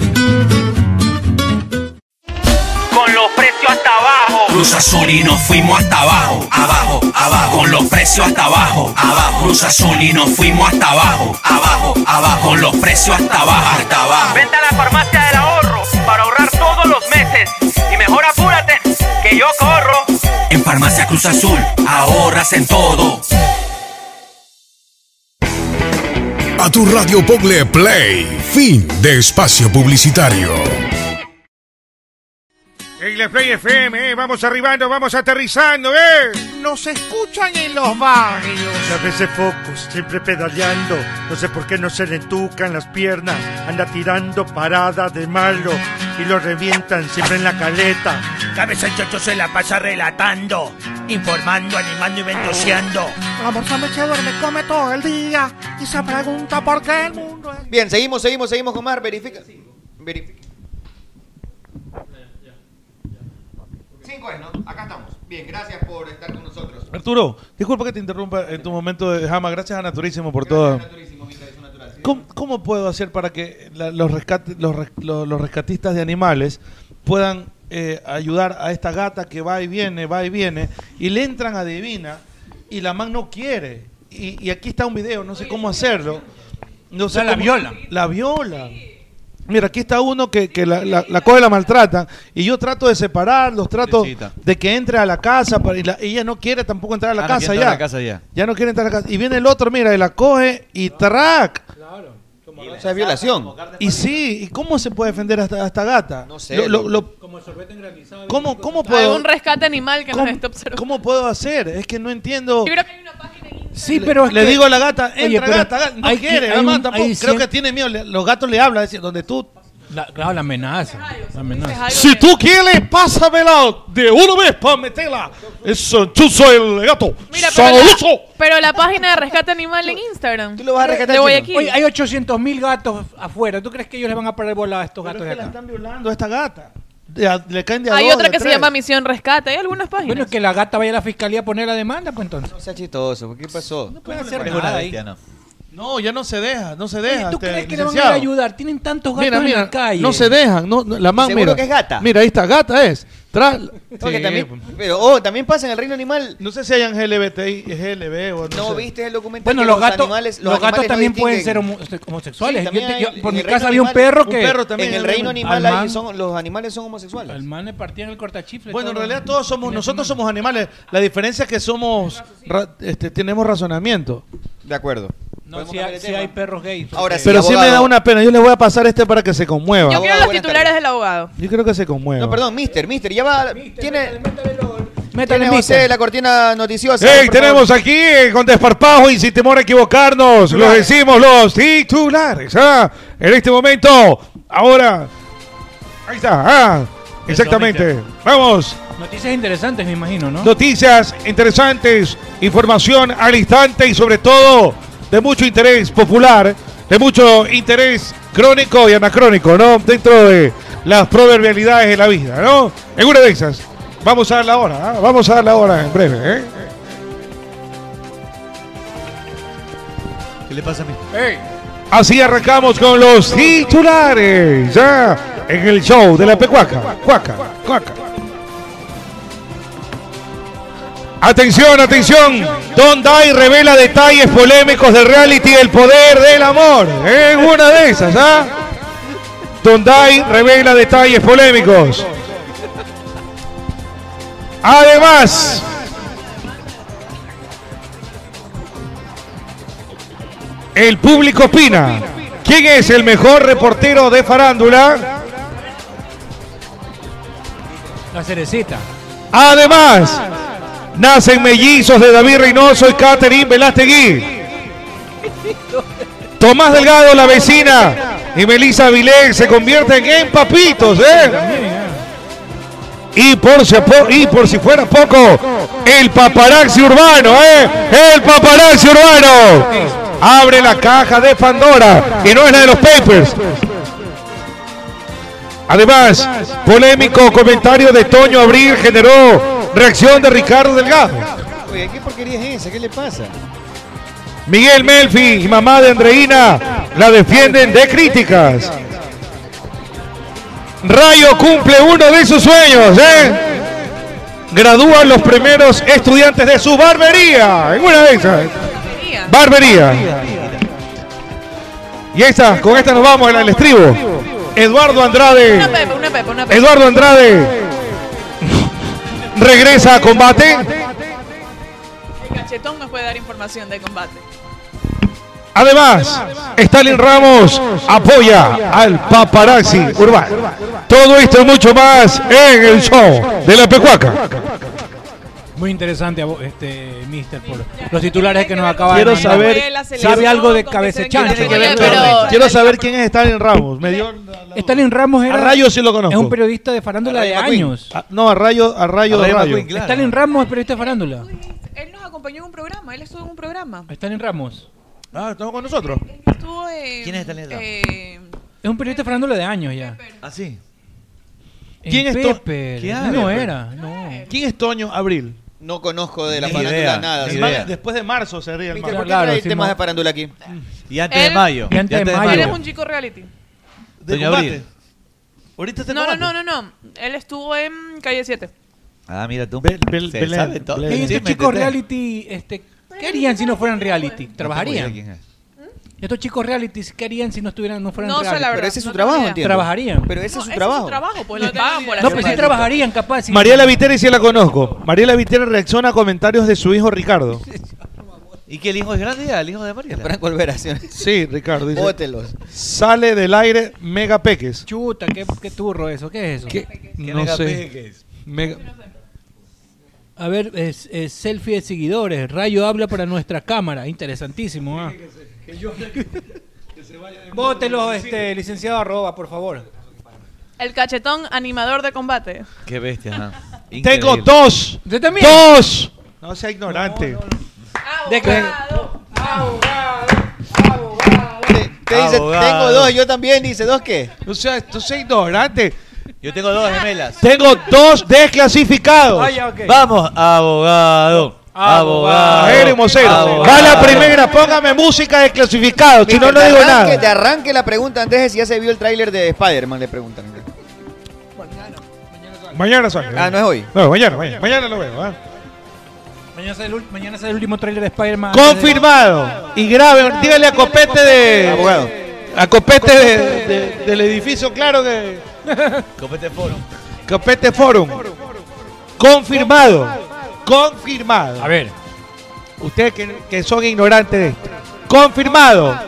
Speaker 17: Con los precios hasta abajo.
Speaker 26: Cruz Azul y nos fuimos hasta abajo, abajo, abajo, con los precios hasta abajo, abajo. Cruz Azul y nos fuimos hasta abajo, abajo, abajo, con los precios hasta abajo, hasta abajo.
Speaker 17: Vente a la farmacia del ahorro para ahorrar todos los meses. Y mejor apúrate, que yo corro.
Speaker 26: En Farmacia Cruz Azul, ahorras en todo.
Speaker 24: A tu radio Pogle Play, fin de espacio publicitario.
Speaker 8: En la Play FM, ¿eh? Vamos arribando, vamos aterrizando, ¿eh?
Speaker 7: Nos escuchan en los barrios.
Speaker 11: Muchas veces focos, siempre pedaleando. No sé por qué no se le entucan las piernas. Anda tirando parada de malo y lo revientan siempre en la caleta.
Speaker 9: Cabeza el chocho se la pasa relatando, informando, animando y ventoseando.
Speaker 7: La morsa me se duerme, come todo el día y se pregunta por qué el mundo.
Speaker 28: Bien, seguimos, seguimos, seguimos con más. Verifica. Verifica. Cinco es, ¿no? Acá estamos. Bien, gracias por estar con nosotros.
Speaker 10: Arturo, disculpa que te interrumpa en tu momento de jama. Gracias a Naturísimo por todo. ¿Cómo, cómo puedo hacer para que la- los, rescate- los, res- los- los rescatistas de animales puedan eh, ayudar a esta gata que va y viene, va y viene, y le entran a Divina y la man no quiere? Y, y aquí está un video, no sé cómo hacerlo. No sé
Speaker 20: la
Speaker 10: cómo-
Speaker 20: violan.
Speaker 10: La violan. Mira, aquí está uno que, que la, la, la coge, la maltrata. Y yo trato de separarlos, trato de que entre a la casa. Para, y la- ella no quiere tampoco entrar a la
Speaker 29: Ah, no
Speaker 10: casa
Speaker 29: quiere
Speaker 10: ya.
Speaker 29: entrar a la casa ya.
Speaker 10: Ya no quiere entrar a la casa. Y viene el otro, mira, y la coge y track.
Speaker 28: O sea, es violación.
Speaker 10: Y sí, ¿y cómo se puede defender a esta, a esta gata? No
Speaker 28: sé.
Speaker 20: Como sorbete granizado.
Speaker 10: ¿cómo, cómo puedo,
Speaker 14: Algún rescate animal que nos
Speaker 10: ¿Cómo?
Speaker 14: esté observando.
Speaker 10: cómo puedo hacer? Es que no entiendo.
Speaker 14: Yo creo que
Speaker 20: Sí, pero es
Speaker 10: Le
Speaker 20: que-
Speaker 10: digo a la gata, entra
Speaker 20: Oye, pero
Speaker 10: gata, gata. No
Speaker 20: hay-
Speaker 10: quiere,
Speaker 20: hay
Speaker 10: la man
Speaker 20: un-
Speaker 10: tampoco.
Speaker 20: hay
Speaker 10: Creo
Speaker 20: cien-
Speaker 10: que tiene miedo. le- Los gatos le hablan, es decir, donde tú.
Speaker 20: claro, la amenaza. La amenaza.
Speaker 10: Si tú quieres, pásamela de una vez para meterla. Eso, yo soy el gato. ¡Sabroso!
Speaker 14: Pero la página de rescate animal en Instagram. Tú lo vas De Guayaquil.
Speaker 20: Oye, hay 800 mil gatos afuera. ¿Tú crees que ellos le van a parar bola a estos gatos de acá?
Speaker 10: violando a esta gata. De a- le caen de a
Speaker 14: Hay
Speaker 10: dos,
Speaker 14: otra
Speaker 10: de
Speaker 14: que se
Speaker 10: tres.
Speaker 14: llama Misión Rescate. Hay algunas páginas.
Speaker 20: Bueno, que la gata vaya a la fiscalía a poner la demanda, pues entonces.
Speaker 28: No sea chistoso, ¿qué pasó? No
Speaker 20: puede hacer
Speaker 10: Es
Speaker 20: nada
Speaker 10: una
Speaker 20: ahí.
Speaker 10: bestia, No, ya no se deja, no se deja.
Speaker 20: ¿Tú
Speaker 10: este,
Speaker 20: crees que le van a ir a
Speaker 10: licenciado.
Speaker 20: ayudar? Tienen tantos gatos
Speaker 10: Mira, mira,
Speaker 20: en la calle.
Speaker 10: no se dejan. No, no, la man,
Speaker 20: ¿Seguro
Speaker 10: mira.
Speaker 20: que es gata?
Speaker 10: Mira, ahí está, gata es. Tra-
Speaker 28: Porque
Speaker 10: Sí,
Speaker 28: también-
Speaker 10: pues.
Speaker 28: pero, oh, también pasa en el reino animal.
Speaker 10: No sé si hayan GLBTI, GLB o no.
Speaker 28: ¿No
Speaker 10: sé.
Speaker 28: viste el documental?
Speaker 20: Bueno,
Speaker 28: que
Speaker 20: los gatos,
Speaker 28: animales-
Speaker 20: los gatos
Speaker 28: animales no
Speaker 20: también pueden ser
Speaker 28: distinguen?
Speaker 20: homo- homosexuales.
Speaker 28: Sí,
Speaker 20: Yo te-
Speaker 28: también hay-
Speaker 20: yo- por
Speaker 28: en
Speaker 20: mi
Speaker 28: el reino
Speaker 20: casa había un
Speaker 28: animal-
Speaker 20: perro que.
Speaker 28: En el reino animal
Speaker 20: Al
Speaker 28: ahí
Speaker 20: man-
Speaker 28: son, los animales son homosexuales.
Speaker 20: Al man le partían el cortachifle.
Speaker 10: Bueno, en realidad todos somos, nosotros somos animales. La diferencia es que somos, ra- este, tenemos razonamiento.
Speaker 28: De acuerdo.
Speaker 20: No, si hay, si hay perros gays.
Speaker 28: Ahora
Speaker 20: porque-
Speaker 10: Pero sí me da una pena. Yo les voy a pasar este para que se conmueva.
Speaker 14: Yo quiero los titulares del abogado.
Speaker 10: Yo creo que se conmueva.
Speaker 28: No,
Speaker 12: Ah,
Speaker 28: perdón, mister, mister, ya va. tiene.
Speaker 20: Métale,
Speaker 28: tiene
Speaker 10: mister.
Speaker 28: usted la cortina noticiosa.
Speaker 10: ¡Ey!
Speaker 28: por favor.
Speaker 10: Tenemos aquí, eh, con desparpajo y sin temor a equivocarnos, los decimos los titulares. ¿ah? En este momento, ahora. Ahí está, ah, exactamente. Vamos,
Speaker 20: Noticias interesantes, me imagino,
Speaker 7: Ah.
Speaker 20: ¿no?
Speaker 10: noticias interesantes, información al instante y sobre todo de mucho interés popular, de mucho interés crónico y anacrónico, ¿no? Dentro de las proverbialidades de la vida, ¿no? En una de esas. Vamos a dar la hora, ¿ah? vamos a dar la hora en breve, ¿eh?
Speaker 17: ¿Qué le pasa a mí?
Speaker 10: Así arrancamos con los titulares, ya, en el show de la Pecuaca. Cuaca, cuaca. Atención, atención. Don Dai revela detalles polémicos del reality El Poder del Amor. En una de esas, ¿ah? Don Dai revela detalles polémicos. Además, el público opina. ¿Quién es el mejor reportero de farándula?
Speaker 15: La cerecita.
Speaker 10: Además, nacen mellizos de David Reynoso y Catherine Velastegui. Tomás Delgado, la vecina, y Melissa Vilén se convierten en papitos, ¿eh? Y por, si, po- y por si fuera poco, el paparazzi urbano, ¿eh? El paparazzi urbano. Abre la caja de Pandora, y no es la de los papers. Además, polémico comentario de Toño Abril generó reacción de Ricardo Delgado.
Speaker 12: Oye, ¿qué porquería es esa? ¿Qué le pasa?
Speaker 10: Miguel Melfi y mamá de Andreina la defienden de críticas. Rayo cumple uno de sus sueños, ¿eh? Gradúan los primeros estudiantes de su barbería. En una de esas. Barbería. Y esta, con esta nos vamos al estribo. Eduardo Andrade.
Speaker 21: Una pepa, una pepa, una pepa.
Speaker 10: Eduardo Andrade regresa a combate.
Speaker 21: El cachetón nos puede dar información de combate.
Speaker 10: Además, Stalin Ramos apoya al paparazzi urbano. Todo esto y mucho más en el show de la Pecuaca.
Speaker 15: Muy interesante, a vos, este, Mister, por los titulares que nos acaba
Speaker 10: Quiero
Speaker 15: de mandar.
Speaker 10: saber
Speaker 15: sabe algo de cabecechancho.
Speaker 10: Quiero saber quién es Stalin Ramos. Me dio
Speaker 15: Stalin Ramos era-
Speaker 10: A Rayo sí lo conozco.
Speaker 15: Es un periodista de farándula de años.
Speaker 10: Ah, No, a Rayo, a
Speaker 15: A
Speaker 10: Rayo, de
Speaker 15: Rayo
Speaker 10: Rayo.
Speaker 15: McQueen, claro. Stalin Ramos es periodista de farándula.
Speaker 14: Él nos acompañó en un programa, él estuvo en un programa.
Speaker 15: Stalin Ramos.
Speaker 10: Ah, estamos con nosotros.
Speaker 14: Estuvo en...
Speaker 15: ¿Quién es Stalin Ramos?
Speaker 14: eh,
Speaker 15: Es un periodista de farándula de años ya.
Speaker 17: ¿Ah, sí?
Speaker 15: ¿Quién es
Speaker 10: To-
Speaker 15: Pepper?
Speaker 10: ¿Quién es
Speaker 15: No
Speaker 10: Pepper?
Speaker 15: era.
Speaker 10: ¿Quién es Toño Abril?
Speaker 12: No conozco de la
Speaker 17: Ni
Speaker 12: farándula
Speaker 17: idea,
Speaker 12: nada.
Speaker 17: ni
Speaker 12: sí.
Speaker 17: idea.
Speaker 10: Después de marzo se ríe el
Speaker 12: ¿Viste?
Speaker 10: mar.
Speaker 12: ¿Por qué trae temas de farándula aquí?
Speaker 17: Y antes de
Speaker 14: Él-
Speaker 17: mayo.
Speaker 15: Y antes de mayo.
Speaker 14: Él es un chico reality.
Speaker 17: Doña
Speaker 10: combate.
Speaker 17: Abril.
Speaker 10: Ahorita
Speaker 14: No, no, no, no, no. Él estuvo en Calle 7.
Speaker 17: Ah, mira tú. Se
Speaker 10: Belén,
Speaker 17: sabe todo.
Speaker 10: Belén.
Speaker 15: Y
Speaker 17: Sí,
Speaker 15: estos
Speaker 17: me
Speaker 15: chicos
Speaker 17: entendés.
Speaker 15: reality, este, ¿qué harían si no fueran reality?
Speaker 17: idea
Speaker 15: ¿Trabajarían? ¿Mm? Estos chicos reality, ¿qué harían si no estuvieran, no fueran
Speaker 14: No sé, la
Speaker 15: reality?
Speaker 14: verdad, Pero ese es su no tengo trabajo, idea. entiendo.
Speaker 15: Trabajarían.
Speaker 12: Pero ese
Speaker 14: No, ese es su trabajo. pues les pagan por
Speaker 15: No,
Speaker 14: hacer
Speaker 15: pero sí
Speaker 14: reality.
Speaker 15: trabajarían, capaz. si-
Speaker 10: Mariela Viteri sí la conozco. Mariela Viteri reacciona a comentarios de su hijo Ricardo.
Speaker 17: ¿Y que el hijo es grande ya? El hijo de Mariela.
Speaker 12: Franco Olvera, ¿sí?
Speaker 10: Sí, Ricardo. dice,
Speaker 12: Bótelos.
Speaker 10: Sale del aire Mega Peques.
Speaker 15: Chuta, qué, qué turro eso, ¿qué es eso?
Speaker 10: ¿Qué? No sé. Mega-
Speaker 15: A ver, es, es selfie de seguidores. Rayo habla para nuestra cámara. Interesantísimo, ¿ah? Bótelo, este, licenciado arroba, por favor.
Speaker 14: El cachetón animador de combate.
Speaker 17: Qué bestia, ajá.
Speaker 10: Tengo
Speaker 17: eh. Increíble.
Speaker 10: dos.
Speaker 15: ¿Yo también?
Speaker 10: Dos. No sea ignorante.
Speaker 12: Te dice,
Speaker 10: Abogado.
Speaker 12: tengo dos, yo también, dice, ¿dos qué?
Speaker 10: No sea, no sea ignorante.
Speaker 17: Yo tengo dos gemelas.
Speaker 10: Tengo dos desclasificados.
Speaker 17: Vaya, Vamos, abogado. Abogado.
Speaker 10: Aéreo Mocero.
Speaker 17: Abogado.
Speaker 10: Va la primera, póngame música desclasificado, si no, no
Speaker 12: Te
Speaker 10: digo
Speaker 12: arranque- Te
Speaker 10: nada.
Speaker 12: arranque la pregunta, Andrés, de si ya se vio el tráiler de Spider-Man, le preguntan.
Speaker 10: Mañana sale.
Speaker 12: Ah, no es hoy.
Speaker 10: No, mañana, mañana, mañana lo veo. ¿ah?
Speaker 15: Mañana sale el, ul- mañana sale el último tráiler de Spider-Man.
Speaker 10: Ah, Confirmado. Y grave, dígale a Copete de. Abogado. A Copete de- de- del edificio, claro que.
Speaker 17: Copete Forum.
Speaker 10: Copete Forum. Confirmado. Confirmado.
Speaker 15: A ver.
Speaker 10: Ustedes que, que son ignorantes de esto. Confirmado.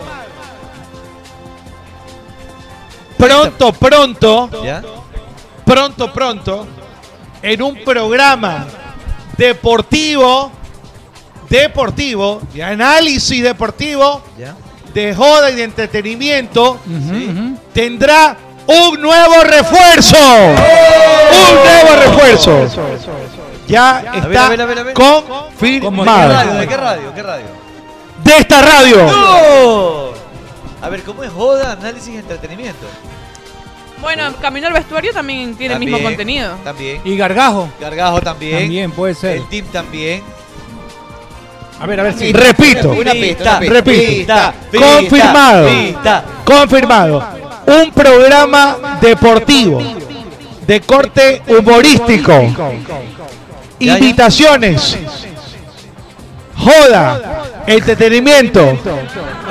Speaker 10: Pronto, pronto.
Speaker 17: ¿Ya?
Speaker 10: pronto, pronto, en un programa deportivo, deportivo, de análisis deportivo,
Speaker 17: ¿Ya?
Speaker 10: de joda y de entretenimiento, tendrá un nuevo refuerzo. Un nuevo refuerzo. Ya
Speaker 17: A ver, a
Speaker 10: está
Speaker 17: ver, a ver, a ver. ¿De qué radio? ¿De
Speaker 10: confirmado.
Speaker 17: qué radio? ¿Qué radio?
Speaker 10: De esta radio.
Speaker 17: ¡No! A ver, ¿cómo es joda, análisis y entretenimiento?
Speaker 21: Bueno, Camino al Vestuario también tiene el mismo contenido.
Speaker 17: También.
Speaker 15: Y Gargajo.
Speaker 17: Gargajo también.
Speaker 15: También puede ser.
Speaker 17: El team también.
Speaker 15: A ver, a ver si.
Speaker 10: Repito.
Speaker 17: Una pista,
Speaker 10: Repito.
Speaker 17: pista, pista,
Speaker 10: Confirmado.
Speaker 17: pista.
Speaker 10: Confirmado. Un programa deportivo de corte humorístico. Invitaciones. Joda. Entretenimiento.
Speaker 17: No,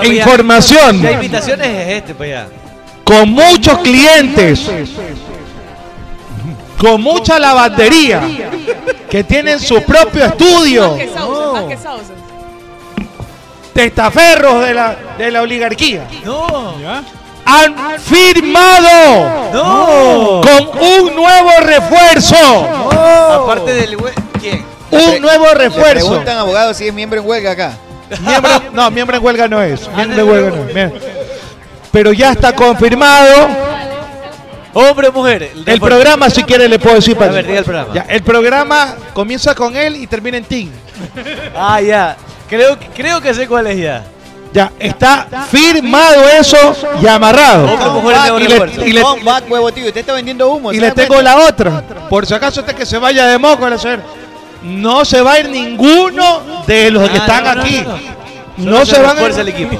Speaker 17: ya-
Speaker 10: E Información.
Speaker 17: La invitación es este, pues ya.
Speaker 10: Con muchos clientes. Con mucha lavandería. Que tienen su propio estudio.
Speaker 14: Más que Sauce, más que Sauce.
Speaker 10: testaferros de la, de la oligarquía.
Speaker 17: No.
Speaker 10: Han firmado con un nuevo refuerzo.
Speaker 17: Ah,
Speaker 12: Aparte del hue- ¿Quién?
Speaker 10: Un nuevo
Speaker 12: Le
Speaker 10: refuerzo.
Speaker 12: preguntan abogado si es miembro en huelga acá.
Speaker 10: Miembro- no, miembro en huelga no es. Miembro en huelga no es. Mira. Pero ya está confirmado.
Speaker 17: Hombre o mujer.
Speaker 10: El programa, si quiere, le puedo decir para
Speaker 17: A ver, diga el programa.
Speaker 10: Ya, el programa comienza con él y termina en Tim.
Speaker 17: Ah, ya. Creo, que- creo que sé cuál es ya.
Speaker 10: Ya, está firmado eso y
Speaker 12: Hombre o
Speaker 10: amarrado.
Speaker 12: mujer,
Speaker 10: Y
Speaker 12: nuevo
Speaker 10: le-
Speaker 12: refuerzo.
Speaker 10: y le-
Speaker 12: Comeback, huevo, tío. Usted está vendiendo humo.
Speaker 10: Y
Speaker 12: ¿se
Speaker 10: le
Speaker 12: da
Speaker 10: tengo
Speaker 12: cuenta?
Speaker 10: la otra. Por si acaso este que se vaya de moco, la señora. No se va a ir ninguno de los que
Speaker 17: Ah,
Speaker 10: están
Speaker 17: no, no,
Speaker 10: aquí.
Speaker 17: no,
Speaker 10: No,
Speaker 17: Solo
Speaker 10: se van a
Speaker 17: refuerza el equipo.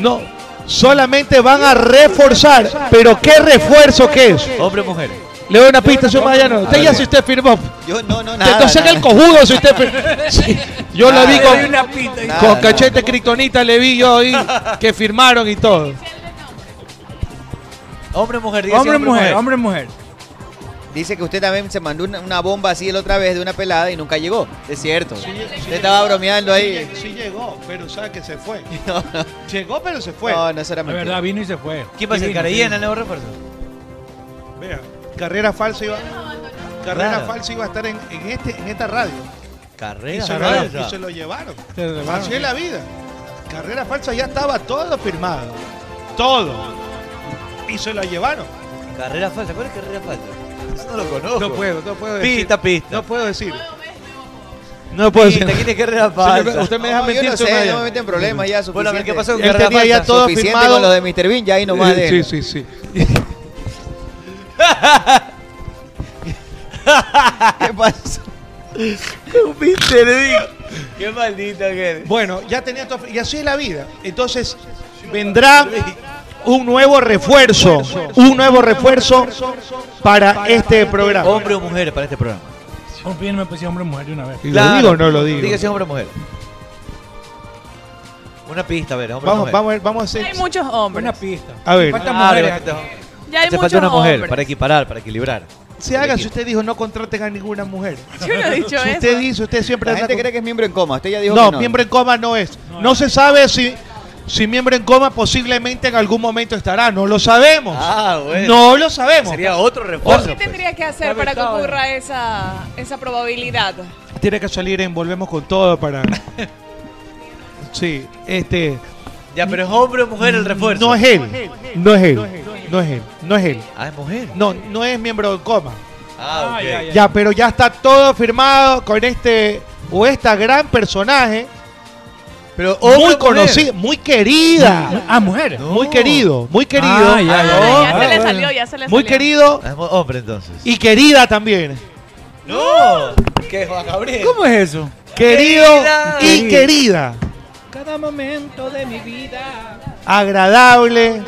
Speaker 10: No, solamente van a reforzar. Pero qué refuerzo que es.
Speaker 17: Hombre o mujer.
Speaker 10: Le doy una pista, señor Mariano.
Speaker 17: A
Speaker 10: Usted ya
Speaker 17: ver.
Speaker 10: si usted firmó.
Speaker 12: Yo no, no,
Speaker 10: Te-
Speaker 12: nada.
Speaker 10: no saca el cojudo si usted firmó. Sí, yo lo
Speaker 12: Nada.
Speaker 10: vi
Speaker 12: Le doy una
Speaker 10: con,
Speaker 12: pista.
Speaker 10: con
Speaker 12: Nada,
Speaker 10: cachete criptonita, le vi yo ahí que firmaron y todo.
Speaker 17: Hombre o mujer. diga si
Speaker 12: Hombre o mujer,
Speaker 15: hombre o mujer.
Speaker 12: Dice que usted también se mandó una, una bomba así la otra vez de una pelada y nunca llegó. Es cierto. usted estaba bromeando ahí.
Speaker 10: Sí llegó, pero sabe que se fue.
Speaker 12: No, no.
Speaker 10: Llegó, pero se fue.
Speaker 12: No, no, eso era
Speaker 15: La
Speaker 12: mentira.
Speaker 15: verdad, vino y se fue.
Speaker 17: ¿Quién va a ser?
Speaker 15: Y vino,
Speaker 17: Carellena,
Speaker 15: sí.
Speaker 17: el nuevo refuerzo.
Speaker 10: Vea, carrera falsa iba, carrera
Speaker 17: Claro.
Speaker 10: falsa iba a estar en, en este, en esta radio.
Speaker 17: Carrera.
Speaker 10: y, se lo,
Speaker 17: falsa.
Speaker 10: y se lo llevaron.
Speaker 15: Se lo llevaron.
Speaker 10: Así es la vida. Carrera falsa ya estaba todo firmado. Todo. Y se lo llevaron.
Speaker 17: Carrera falsa. ¿Cuál es carrera falsa? Eso no lo conozco.
Speaker 10: No puedo, no puedo decir.
Speaker 17: Pista, pista.
Speaker 10: No puedo decir.
Speaker 18: No
Speaker 10: puedo
Speaker 17: Pista,
Speaker 10: decir.
Speaker 17: ¿quién es carrera
Speaker 10: Señor,
Speaker 17: falsa?
Speaker 10: usted me deja
Speaker 12: No, yo
Speaker 10: mentir,
Speaker 12: no
Speaker 10: señor
Speaker 12: sé,
Speaker 10: Maya.
Speaker 12: no me meten problemas ya. Suficiente. Este
Speaker 17: Bueno, a ver, ¿qué pasó con
Speaker 10: Él
Speaker 17: carrera
Speaker 10: tenía ya
Speaker 17: falsa?
Speaker 10: todo
Speaker 12: Suficiente
Speaker 10: firmado.
Speaker 12: con lo de Mr. Bean, ya ahí nomás
Speaker 10: Eh,
Speaker 12: de él.
Speaker 10: Sí, sí, sí.
Speaker 12: ¿Qué pasó?
Speaker 17: Un Mr. Bean. Qué maldita que eres.
Speaker 10: Bueno, ya tenía todo. Y así es la vida. Entonces, vendrá un nuevo refuerzo. Un nuevo refuerzo para este programa.
Speaker 17: Hombre o mujer para este programa.
Speaker 15: Confíenme, pues si hombre o mujer de una vez.
Speaker 10: ¿Lo digo o no lo digo?
Speaker 17: Diga si es hombre o mujer. Una pista, a ver, hombre o
Speaker 10: Vamos,
Speaker 17: mujer.
Speaker 10: vamos, a ver, vamos a hacer.
Speaker 21: Hay muchos hombres.
Speaker 15: Una pista.
Speaker 10: A ver.
Speaker 15: Faltan
Speaker 17: Claro,
Speaker 15: mujeres.
Speaker 17: falta-
Speaker 21: Ya hay
Speaker 17: Hace
Speaker 21: muchos
Speaker 17: falta una mujer
Speaker 21: hombres.
Speaker 17: para equilibrar, para equilibrar.
Speaker 10: Se haga si usted dijo no contraten a ninguna mujer.
Speaker 21: Yo no he dicho
Speaker 10: si
Speaker 21: eso.
Speaker 10: usted dice, usted siempre
Speaker 12: La gente
Speaker 10: anda
Speaker 12: cree que es miembro en coma. Usted ya dijo
Speaker 10: con- no,
Speaker 12: que no.
Speaker 10: miembro en coma no es. No, se sabe si, si miembro en coma posiblemente en algún momento estará. No lo sabemos.
Speaker 17: Ah, bueno.
Speaker 10: No lo sabemos.
Speaker 17: Sería otro
Speaker 10: Ojo.
Speaker 17: refuerzo.
Speaker 14: ¿Qué tendría que hacer para que ocurra esa, esa probabilidad?
Speaker 10: Tiene que salir en Volvemos con todo para. sí, este.
Speaker 17: Ya, pero es hombre o mujer el refuerzo.
Speaker 10: No es él. No es él. No es él. No es él.
Speaker 17: Ah, es mujer.
Speaker 10: No, no es miembro en coma.
Speaker 17: Ah, ok.
Speaker 10: Ya, ya, pero ya está todo firmado con este o esta gran personaje.
Speaker 17: Pero
Speaker 10: muy conocida, muy querida.
Speaker 15: Ah, mujer.
Speaker 10: Muy querido, muy querido.
Speaker 15: Ah, ya, ya,
Speaker 10: Oh,
Speaker 21: ya se le salió, ya se le
Speaker 10: Muy
Speaker 21: salió.
Speaker 10: querido
Speaker 17: Ah, es mu- hombre entonces.
Speaker 10: y querida también.
Speaker 17: ¡No! ¿Qué, Juan Gabriel?
Speaker 15: ¿Cómo es eso?
Speaker 10: Querido
Speaker 17: Querida.
Speaker 10: y querida.
Speaker 15: Cada momento de mi vida.
Speaker 10: Agradable,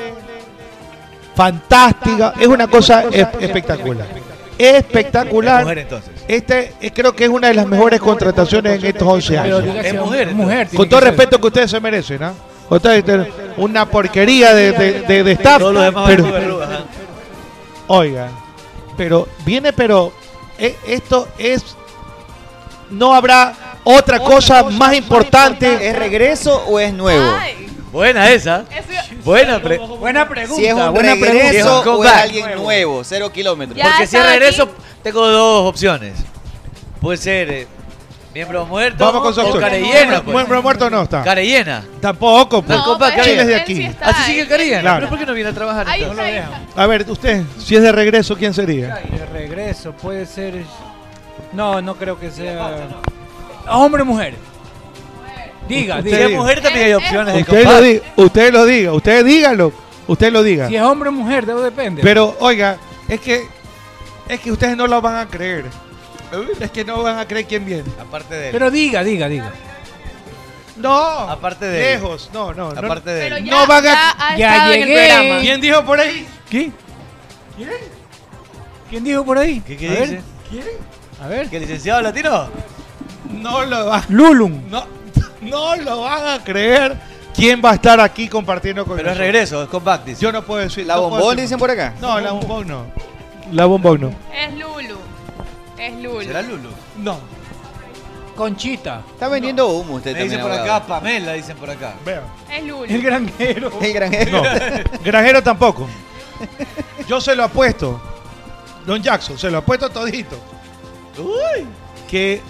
Speaker 10: fantástica. Es una cosa es- espectacular.
Speaker 17: Mujer
Speaker 10: Espectacular.
Speaker 17: entonces.
Speaker 10: Este eh, creo que es una de las mejores contrataciones en estos 11
Speaker 15: Pero
Speaker 10: años.
Speaker 15: diga si es
Speaker 17: Es mujer,
Speaker 15: mujer. mujer
Speaker 10: Con todo respeto que ustedes se merecen, ¿ah? Ustedes tienen una porquería de, de, de- de staff.
Speaker 17: Todos los demás
Speaker 10: pero-
Speaker 17: van con verrugas, ajá.
Speaker 10: oiga, pero viene, pero e- esto es. No habrá otra, cosa, más importante.
Speaker 12: ¿Es regreso o es nuevo?
Speaker 21: Ay,
Speaker 17: Buena esa.
Speaker 21: eso-
Speaker 17: Buena, pre-
Speaker 15: Buena pregunta.
Speaker 12: Si es un
Speaker 15: buena pregunta.
Speaker 12: regreso
Speaker 17: pregunta.
Speaker 12: o es
Speaker 17: Comeback.
Speaker 12: alguien nuevo, cero kilómetros.
Speaker 21: Ya
Speaker 17: porque si es
Speaker 21: estaba
Speaker 17: regreso, tengo dos opciones. Puede ser eh, miembro muerto
Speaker 10: Vamos con su
Speaker 17: o
Speaker 10: opción.
Speaker 17: carellena. Pues.
Speaker 10: Muerto, muerto no está.
Speaker 17: Carellena.
Speaker 10: Tampoco. pues.
Speaker 17: No, compa,
Speaker 21: pero
Speaker 10: Chile es de
Speaker 21: él
Speaker 10: aquí. Ah,
Speaker 21: sí está
Speaker 17: Así
Speaker 21: ahí.
Speaker 17: sigue Carellena.
Speaker 10: Claro.
Speaker 17: ¿Pero por qué no viene a trabajar
Speaker 21: Ahí
Speaker 17: entonces?
Speaker 21: está, ahí está.
Speaker 10: A ver, usted, si es de regreso, ¿quién sería?
Speaker 15: De regreso, puede ser. No, no creo que sea. Hombre o mujer. Diga,
Speaker 10: Usted
Speaker 17: Si
Speaker 10: Sí.
Speaker 17: es
Speaker 10: diga.
Speaker 17: mujer también hay
Speaker 21: Eh,
Speaker 17: opciones de
Speaker 10: Usted lo,
Speaker 17: compa.
Speaker 10: di- usted lo diga, usted dígalo. Usted lo diga.
Speaker 15: Si es hombre o mujer, de eso depende.
Speaker 10: Pero, oiga, es que es que ustedes no lo van a creer. Es que no van a creer quién viene.
Speaker 17: Aparte de él.
Speaker 15: Pero diga, diga, diga.
Speaker 10: No.
Speaker 17: Aparte de él.
Speaker 10: Lejos, no, no. no.
Speaker 17: Aparte de él.
Speaker 10: Pero ya- No van a-
Speaker 15: ya ha Ya estado en el llegué. programa.
Speaker 10: ¿Quién dijo por ahí?
Speaker 15: ¿Qué? ¿Quién dijo por ahí?
Speaker 17: ¿Qué, qué
Speaker 15: A ver.
Speaker 17: dice?
Speaker 15: A ver.
Speaker 17: ¿Qué licenciado latino?
Speaker 10: No lo va.
Speaker 15: Lulum.
Speaker 10: No, no lo van a creer. ¿Quién va a estar aquí compartiendo con
Speaker 17: Pero es
Speaker 10: nosotros?
Speaker 17: regreso, es comeback, dice.
Speaker 10: Yo no puedo decir.
Speaker 12: ¿La
Speaker 10: no puedo
Speaker 12: bombón
Speaker 10: decir-
Speaker 12: dicen por acá?
Speaker 10: No, la bombón no. La bombón no.
Speaker 21: Es Lulu. Es Lulu.
Speaker 17: ¿Será Lulu?
Speaker 10: No.
Speaker 15: Conchita.
Speaker 12: Está vendiendo humo usted
Speaker 17: Me dicen
Speaker 12: también,
Speaker 17: por
Speaker 12: abogado.
Speaker 17: acá, Pamela, dicen por acá.
Speaker 21: Es Lulu.
Speaker 15: El granjero.
Speaker 12: El granjero.
Speaker 10: No. Granjero tampoco. Yo se lo apuesto. Don Jackson, se lo apuesto todito. Uy. Que.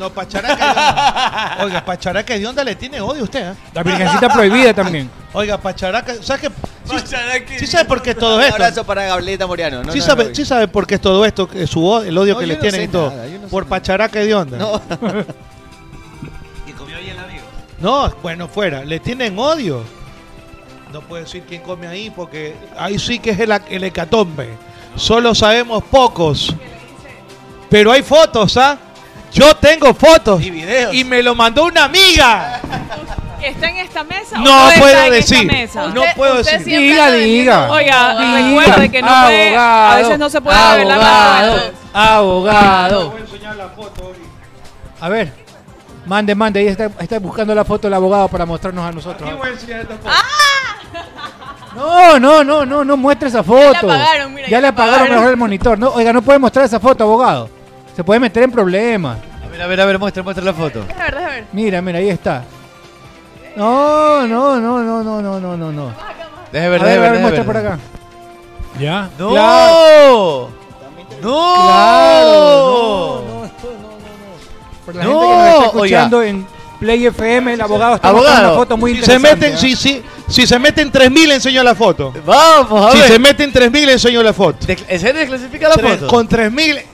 Speaker 10: No, Pacharaca. Oiga, Pacharaca de onda le tiene odio a usted, ¿eh?
Speaker 15: La virgencita prohibida también.
Speaker 10: Oiga, Pacharaca. ¿Sabes qué? Sí, sí sabe por qué todo
Speaker 12: Un
Speaker 10: esto.
Speaker 12: abrazo para Gabrielita Moriano. No,
Speaker 10: sí,
Speaker 12: no,
Speaker 10: sabe,
Speaker 12: no.
Speaker 10: sí sabe por qué es todo esto, que su, od- el odio
Speaker 12: No,
Speaker 10: que
Speaker 12: yo
Speaker 10: le
Speaker 12: no
Speaker 10: tienen
Speaker 12: sé
Speaker 10: y todo.
Speaker 12: nada, yo no sé
Speaker 10: por Pacharaca de onda.
Speaker 12: No.
Speaker 17: Y comió ahí el amigo.
Speaker 10: No, bueno, fuera. Le tienen odio. No puedo decir quién come ahí porque ahí sí que es el, el hecatombe. Solo sabemos pocos. Pero hay fotos, ¿ah? Yo tengo fotos. Y
Speaker 17: videos.
Speaker 10: Y me lo mandó una amiga.
Speaker 21: ¿Está en esta mesa?
Speaker 10: No
Speaker 21: o está
Speaker 10: puedo
Speaker 21: en esta
Speaker 10: decir,
Speaker 21: mesa?
Speaker 10: no puedo decir.
Speaker 21: siempre
Speaker 10: Diga,
Speaker 21: anda diciendo,
Speaker 10: diga.
Speaker 21: Oiga,
Speaker 10: Diga.
Speaker 21: recuerde que no puede, a
Speaker 15: Abogado,
Speaker 21: veces no se puede revelar nada.
Speaker 15: abogado, abogado. A ver. Mande, mande. Ahí está, está buscando la foto del abogado para mostrarnos a nosotros. ¿ah? No, no, no, no, no muestre esa foto.
Speaker 21: Ya le apagaron, mira,
Speaker 15: Ya
Speaker 21: ya
Speaker 15: le
Speaker 21: le
Speaker 15: apagaron
Speaker 21: apagaron.
Speaker 15: mejor el monitor. No, oiga, no puede mostrar esa foto, abogado. Se puede meter en problemas.
Speaker 17: A ver, a ver, a ver, muestra, muestra la foto.
Speaker 21: A ver, a ver.
Speaker 15: Mira, mira, ahí está. No, no, no, no, no, no, no, no, no.
Speaker 17: Deje ver,
Speaker 15: a ver,
Speaker 17: deje ver,
Speaker 15: a ver,
Speaker 17: deje
Speaker 15: muestra
Speaker 17: ver.
Speaker 15: por acá. ¿Ya?
Speaker 17: ¡No!
Speaker 15: Claro,
Speaker 17: ¡No!
Speaker 15: claro, no, Por la gente que nos está escuchando
Speaker 10: oiga.
Speaker 15: en Play FM, el abogado está mostrando
Speaker 10: Abogado,
Speaker 15: una foto muy
Speaker 10: si se
Speaker 15: interesante.
Speaker 10: meten, si, si, si se meten 3.000, le enseño la foto.
Speaker 17: Vamos, a
Speaker 10: si
Speaker 17: ver.
Speaker 10: se meten 3.000, le enseño la foto.
Speaker 17: ¿En serio clasifica la
Speaker 10: Tres-
Speaker 17: foto?
Speaker 10: Con 3.000, este,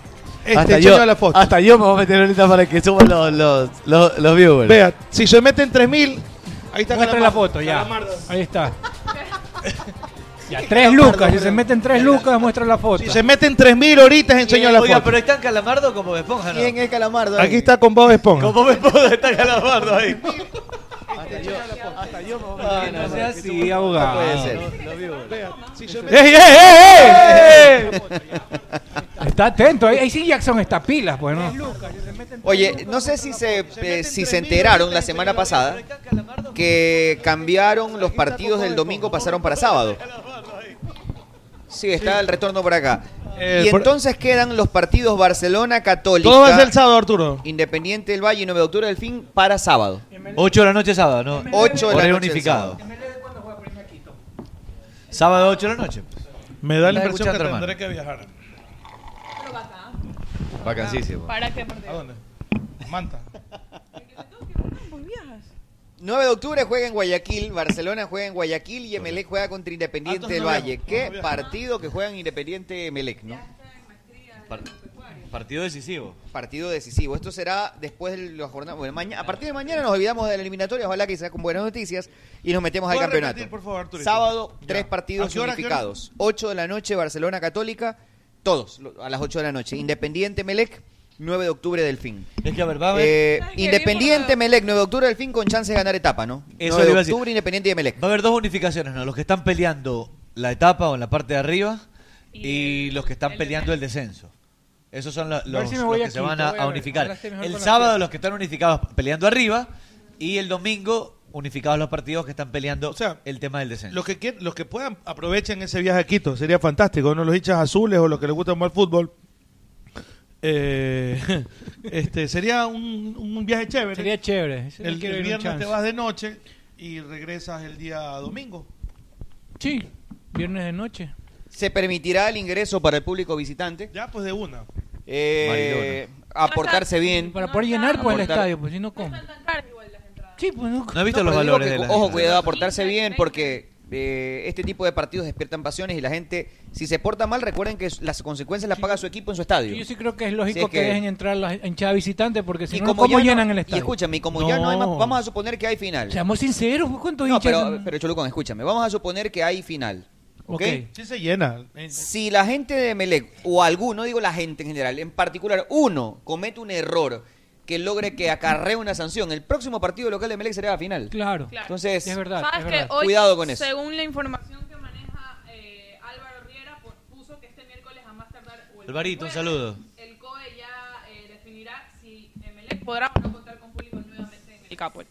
Speaker 17: hasta,
Speaker 10: enseño
Speaker 17: yo,
Speaker 10: la foto.
Speaker 17: hasta yo me voy a meter ahorita para que suban los, los, los, los viewers.
Speaker 10: Vea, si se meten 3.000, ahí
Speaker 15: Muestra la
Speaker 10: está Calamardo.
Speaker 15: foto, ya.
Speaker 10: Calamardo.
Speaker 15: Ahí está. Ya, tres lucas. Si se meten tres lucas, muestra la foto.
Speaker 10: Si se meten 3.000 ahorita, les enseño la
Speaker 17: Oiga,
Speaker 10: foto.
Speaker 17: pero ahí están Calamardo como Bob esponja, ¿no?
Speaker 12: ¿Quién es Calamardo?
Speaker 10: Aquí está con Bob Esponja.
Speaker 17: Como Bob Esponja está Calamardo ahí.
Speaker 15: No, no, sea así, abogado.
Speaker 10: ¡Ey, ey, ey, ey!
Speaker 15: Está atento. Ahí, ahí sí Jackson está pilas, pues, ¿no?
Speaker 12: Oye, no sé si se, eh, si se enteraron la semana pasada que cambiaron los partidos del domingo, pasaron para sábado. Sí, está el retorno por acá.
Speaker 10: Eh,
Speaker 12: y
Speaker 10: por-
Speaker 12: entonces quedan los partidos Barcelona Católica.
Speaker 10: Todo va a ser el sábado, Arturo.
Speaker 12: Independiente del Valle y 9 de octubre del fin para sábado.
Speaker 17: 8 de la noche sábado, ¿no?
Speaker 12: 8 de la
Speaker 17: Horario
Speaker 12: noche del
Speaker 17: unificado. Sábado 8 de la noche.
Speaker 10: Me da la
Speaker 17: Está
Speaker 10: impresión que
Speaker 17: escuchando,
Speaker 10: tendré que viajar.
Speaker 17: Vacancísimo.
Speaker 21: ¿Para qué partido?
Speaker 10: ¿A dónde? Manta.
Speaker 12: 9 de octubre juega en Guayaquil, Barcelona juega en Guayaquil y Emelec juega contra Independiente
Speaker 10: Antes
Speaker 12: del
Speaker 10: Ah, no
Speaker 12: Valle.
Speaker 10: había- no
Speaker 12: Qué
Speaker 10: había-
Speaker 12: partido que juegan Independiente Emelec, ¿no?
Speaker 17: Partido decisivo.
Speaker 12: Partido decisivo. Esto será después de la jornada. Bueno, maña- a partir de mañana nos olvidamos de la eliminatoria. Ojalá que sea con buenas noticias y nos metemos al
Speaker 10: ¿Puedes
Speaker 12: campeonato.
Speaker 10: repetir, por favor, Arturito?
Speaker 12: Sábado,
Speaker 10: Ya.
Speaker 12: tres
Speaker 10: ¿A
Speaker 12: partidos
Speaker 10: qué hora, a qué hora?
Speaker 12: unificados. 8 de la noche, Barcelona Católica. Todos lo- a las 8 de la noche. Independiente Melec, 9 de octubre del fin.
Speaker 17: Es que a ver, va a haber,
Speaker 12: Eh,
Speaker 17: Ay, qué bien
Speaker 12: Independiente Melec, 9 de octubre del fin con chance de ganar etapa, ¿no?
Speaker 17: Eso
Speaker 12: 9
Speaker 17: le
Speaker 12: de
Speaker 17: iba a decir.
Speaker 12: octubre, Independiente de Melec.
Speaker 17: va a haber dos unificaciones, ¿no? Los que están peleando la etapa o en la parte de arriba y, los que están peleando el descenso. Esos son lo- los,
Speaker 15: si me
Speaker 17: los
Speaker 15: voy
Speaker 17: que
Speaker 15: aquí,
Speaker 17: se van
Speaker 15: te
Speaker 17: a,
Speaker 15: voy a
Speaker 17: a
Speaker 15: ver.
Speaker 17: unificar.
Speaker 15: Hablaste mejor
Speaker 17: El
Speaker 15: con la
Speaker 17: sábado
Speaker 15: tía.
Speaker 17: los que están unificados peleando arriba y el domingo unificados los partidos que están peleando el tema del descenso.
Speaker 10: Los que, quie- los que puedan aprovechen ese viaje a Quito, sería fantástico. ¿no? Los hinchas azules o los que les gusta más el fútbol. Eh, este sería un, un viaje chévere.
Speaker 15: Sería chévere. Sí,
Speaker 10: El,
Speaker 15: quiero
Speaker 10: el
Speaker 15: ir un
Speaker 10: viernes
Speaker 15: chance.
Speaker 10: te vas de noche y regresas el día domingo.
Speaker 15: Sí, viernes de noche.
Speaker 12: Se permitirá el ingreso para el público visitante.
Speaker 10: Ya, pues de una.
Speaker 12: Eh, aportarse bien.
Speaker 15: Para poder llenar pues, el
Speaker 12: Aportar-
Speaker 15: estadio, pues si no come. Sí, pues no
Speaker 17: ¿No has visto
Speaker 12: No,
Speaker 17: los
Speaker 12: pero digo
Speaker 17: valores
Speaker 12: que,
Speaker 17: de la
Speaker 12: Ojo, cuidado, aportarse bien, porque eh, este tipo de partidos despiertan pasiones y la gente, si se porta mal, recuerden que las consecuencias las paga su equipo en su estadio.
Speaker 15: Yo sí creo que es lógico
Speaker 12: Si es
Speaker 15: que... dejen entrar las hinchadas visitantes porque si
Speaker 12: Y
Speaker 15: no,
Speaker 12: como
Speaker 15: ¿cómo
Speaker 12: ya no-
Speaker 15: llenan el
Speaker 12: y
Speaker 15: estadio?
Speaker 12: escúchame, y como ya no hay más- vamos a suponer que hay final.
Speaker 15: Seamos sinceros, pues, ¿cuántos
Speaker 12: No,
Speaker 15: hinchas?
Speaker 12: pero, pero Cholucón, escúchame, vamos a suponer que hay final.
Speaker 10: Ok.
Speaker 12: ¿Ok?
Speaker 10: Sí se llena.
Speaker 12: Si la gente de Melec, o alguno, digo la gente en general, en particular, uno comete un error que logre que acarree una sanción, el próximo partido local de Melec será la final.
Speaker 15: Claro.
Speaker 12: Entonces,
Speaker 15: Es verdad,
Speaker 21: Sabes que hoy,
Speaker 12: cuidado con eso.
Speaker 21: Según la información que maneja eh, Álvaro Riera, pu- puso que este miércoles a más tardar o el
Speaker 17: Alvarito, un
Speaker 21: jueves,
Speaker 17: saludo.
Speaker 21: El COE ya eh, definirá si Emelec podrá o no contar con público nuevamente en el Capo.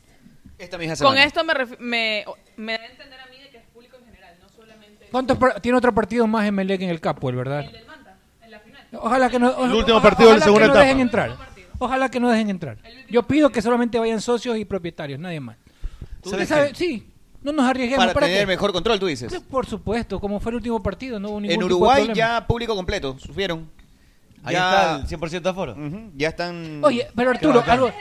Speaker 12: Esta misma
Speaker 21: Con
Speaker 12: semana.
Speaker 21: esto me, ref- me, me da a entender a mí de que es público en general, no solamente
Speaker 15: ¿Cuántos par- tiene otro partido más en Melec en el Capo, el verdad? Ojalá que no. o-
Speaker 10: El último
Speaker 15: ojalá-
Speaker 10: partido de
Speaker 15: ojalá
Speaker 10: la segunda
Speaker 15: que no
Speaker 10: etapa.
Speaker 15: dejen entrar. Ojalá que no dejen entrar. Yo pido que solamente vayan socios y propietarios, nadie más.
Speaker 12: ¿Sabes
Speaker 15: ¿Sabes? Sí. No nos arriesguemos.
Speaker 12: Para
Speaker 15: ¿para
Speaker 12: tener
Speaker 15: qué?
Speaker 12: mejor control, tú dices.
Speaker 15: Sí, Por supuesto, como fue el último partido, no hubo ningún
Speaker 12: En
Speaker 15: tipo de
Speaker 12: Uruguay
Speaker 15: problema.
Speaker 12: ya público completo, sufrieron.
Speaker 17: Ahí está el 100% aforo.
Speaker 12: ya están...
Speaker 15: Oye, pero Arturo, algo-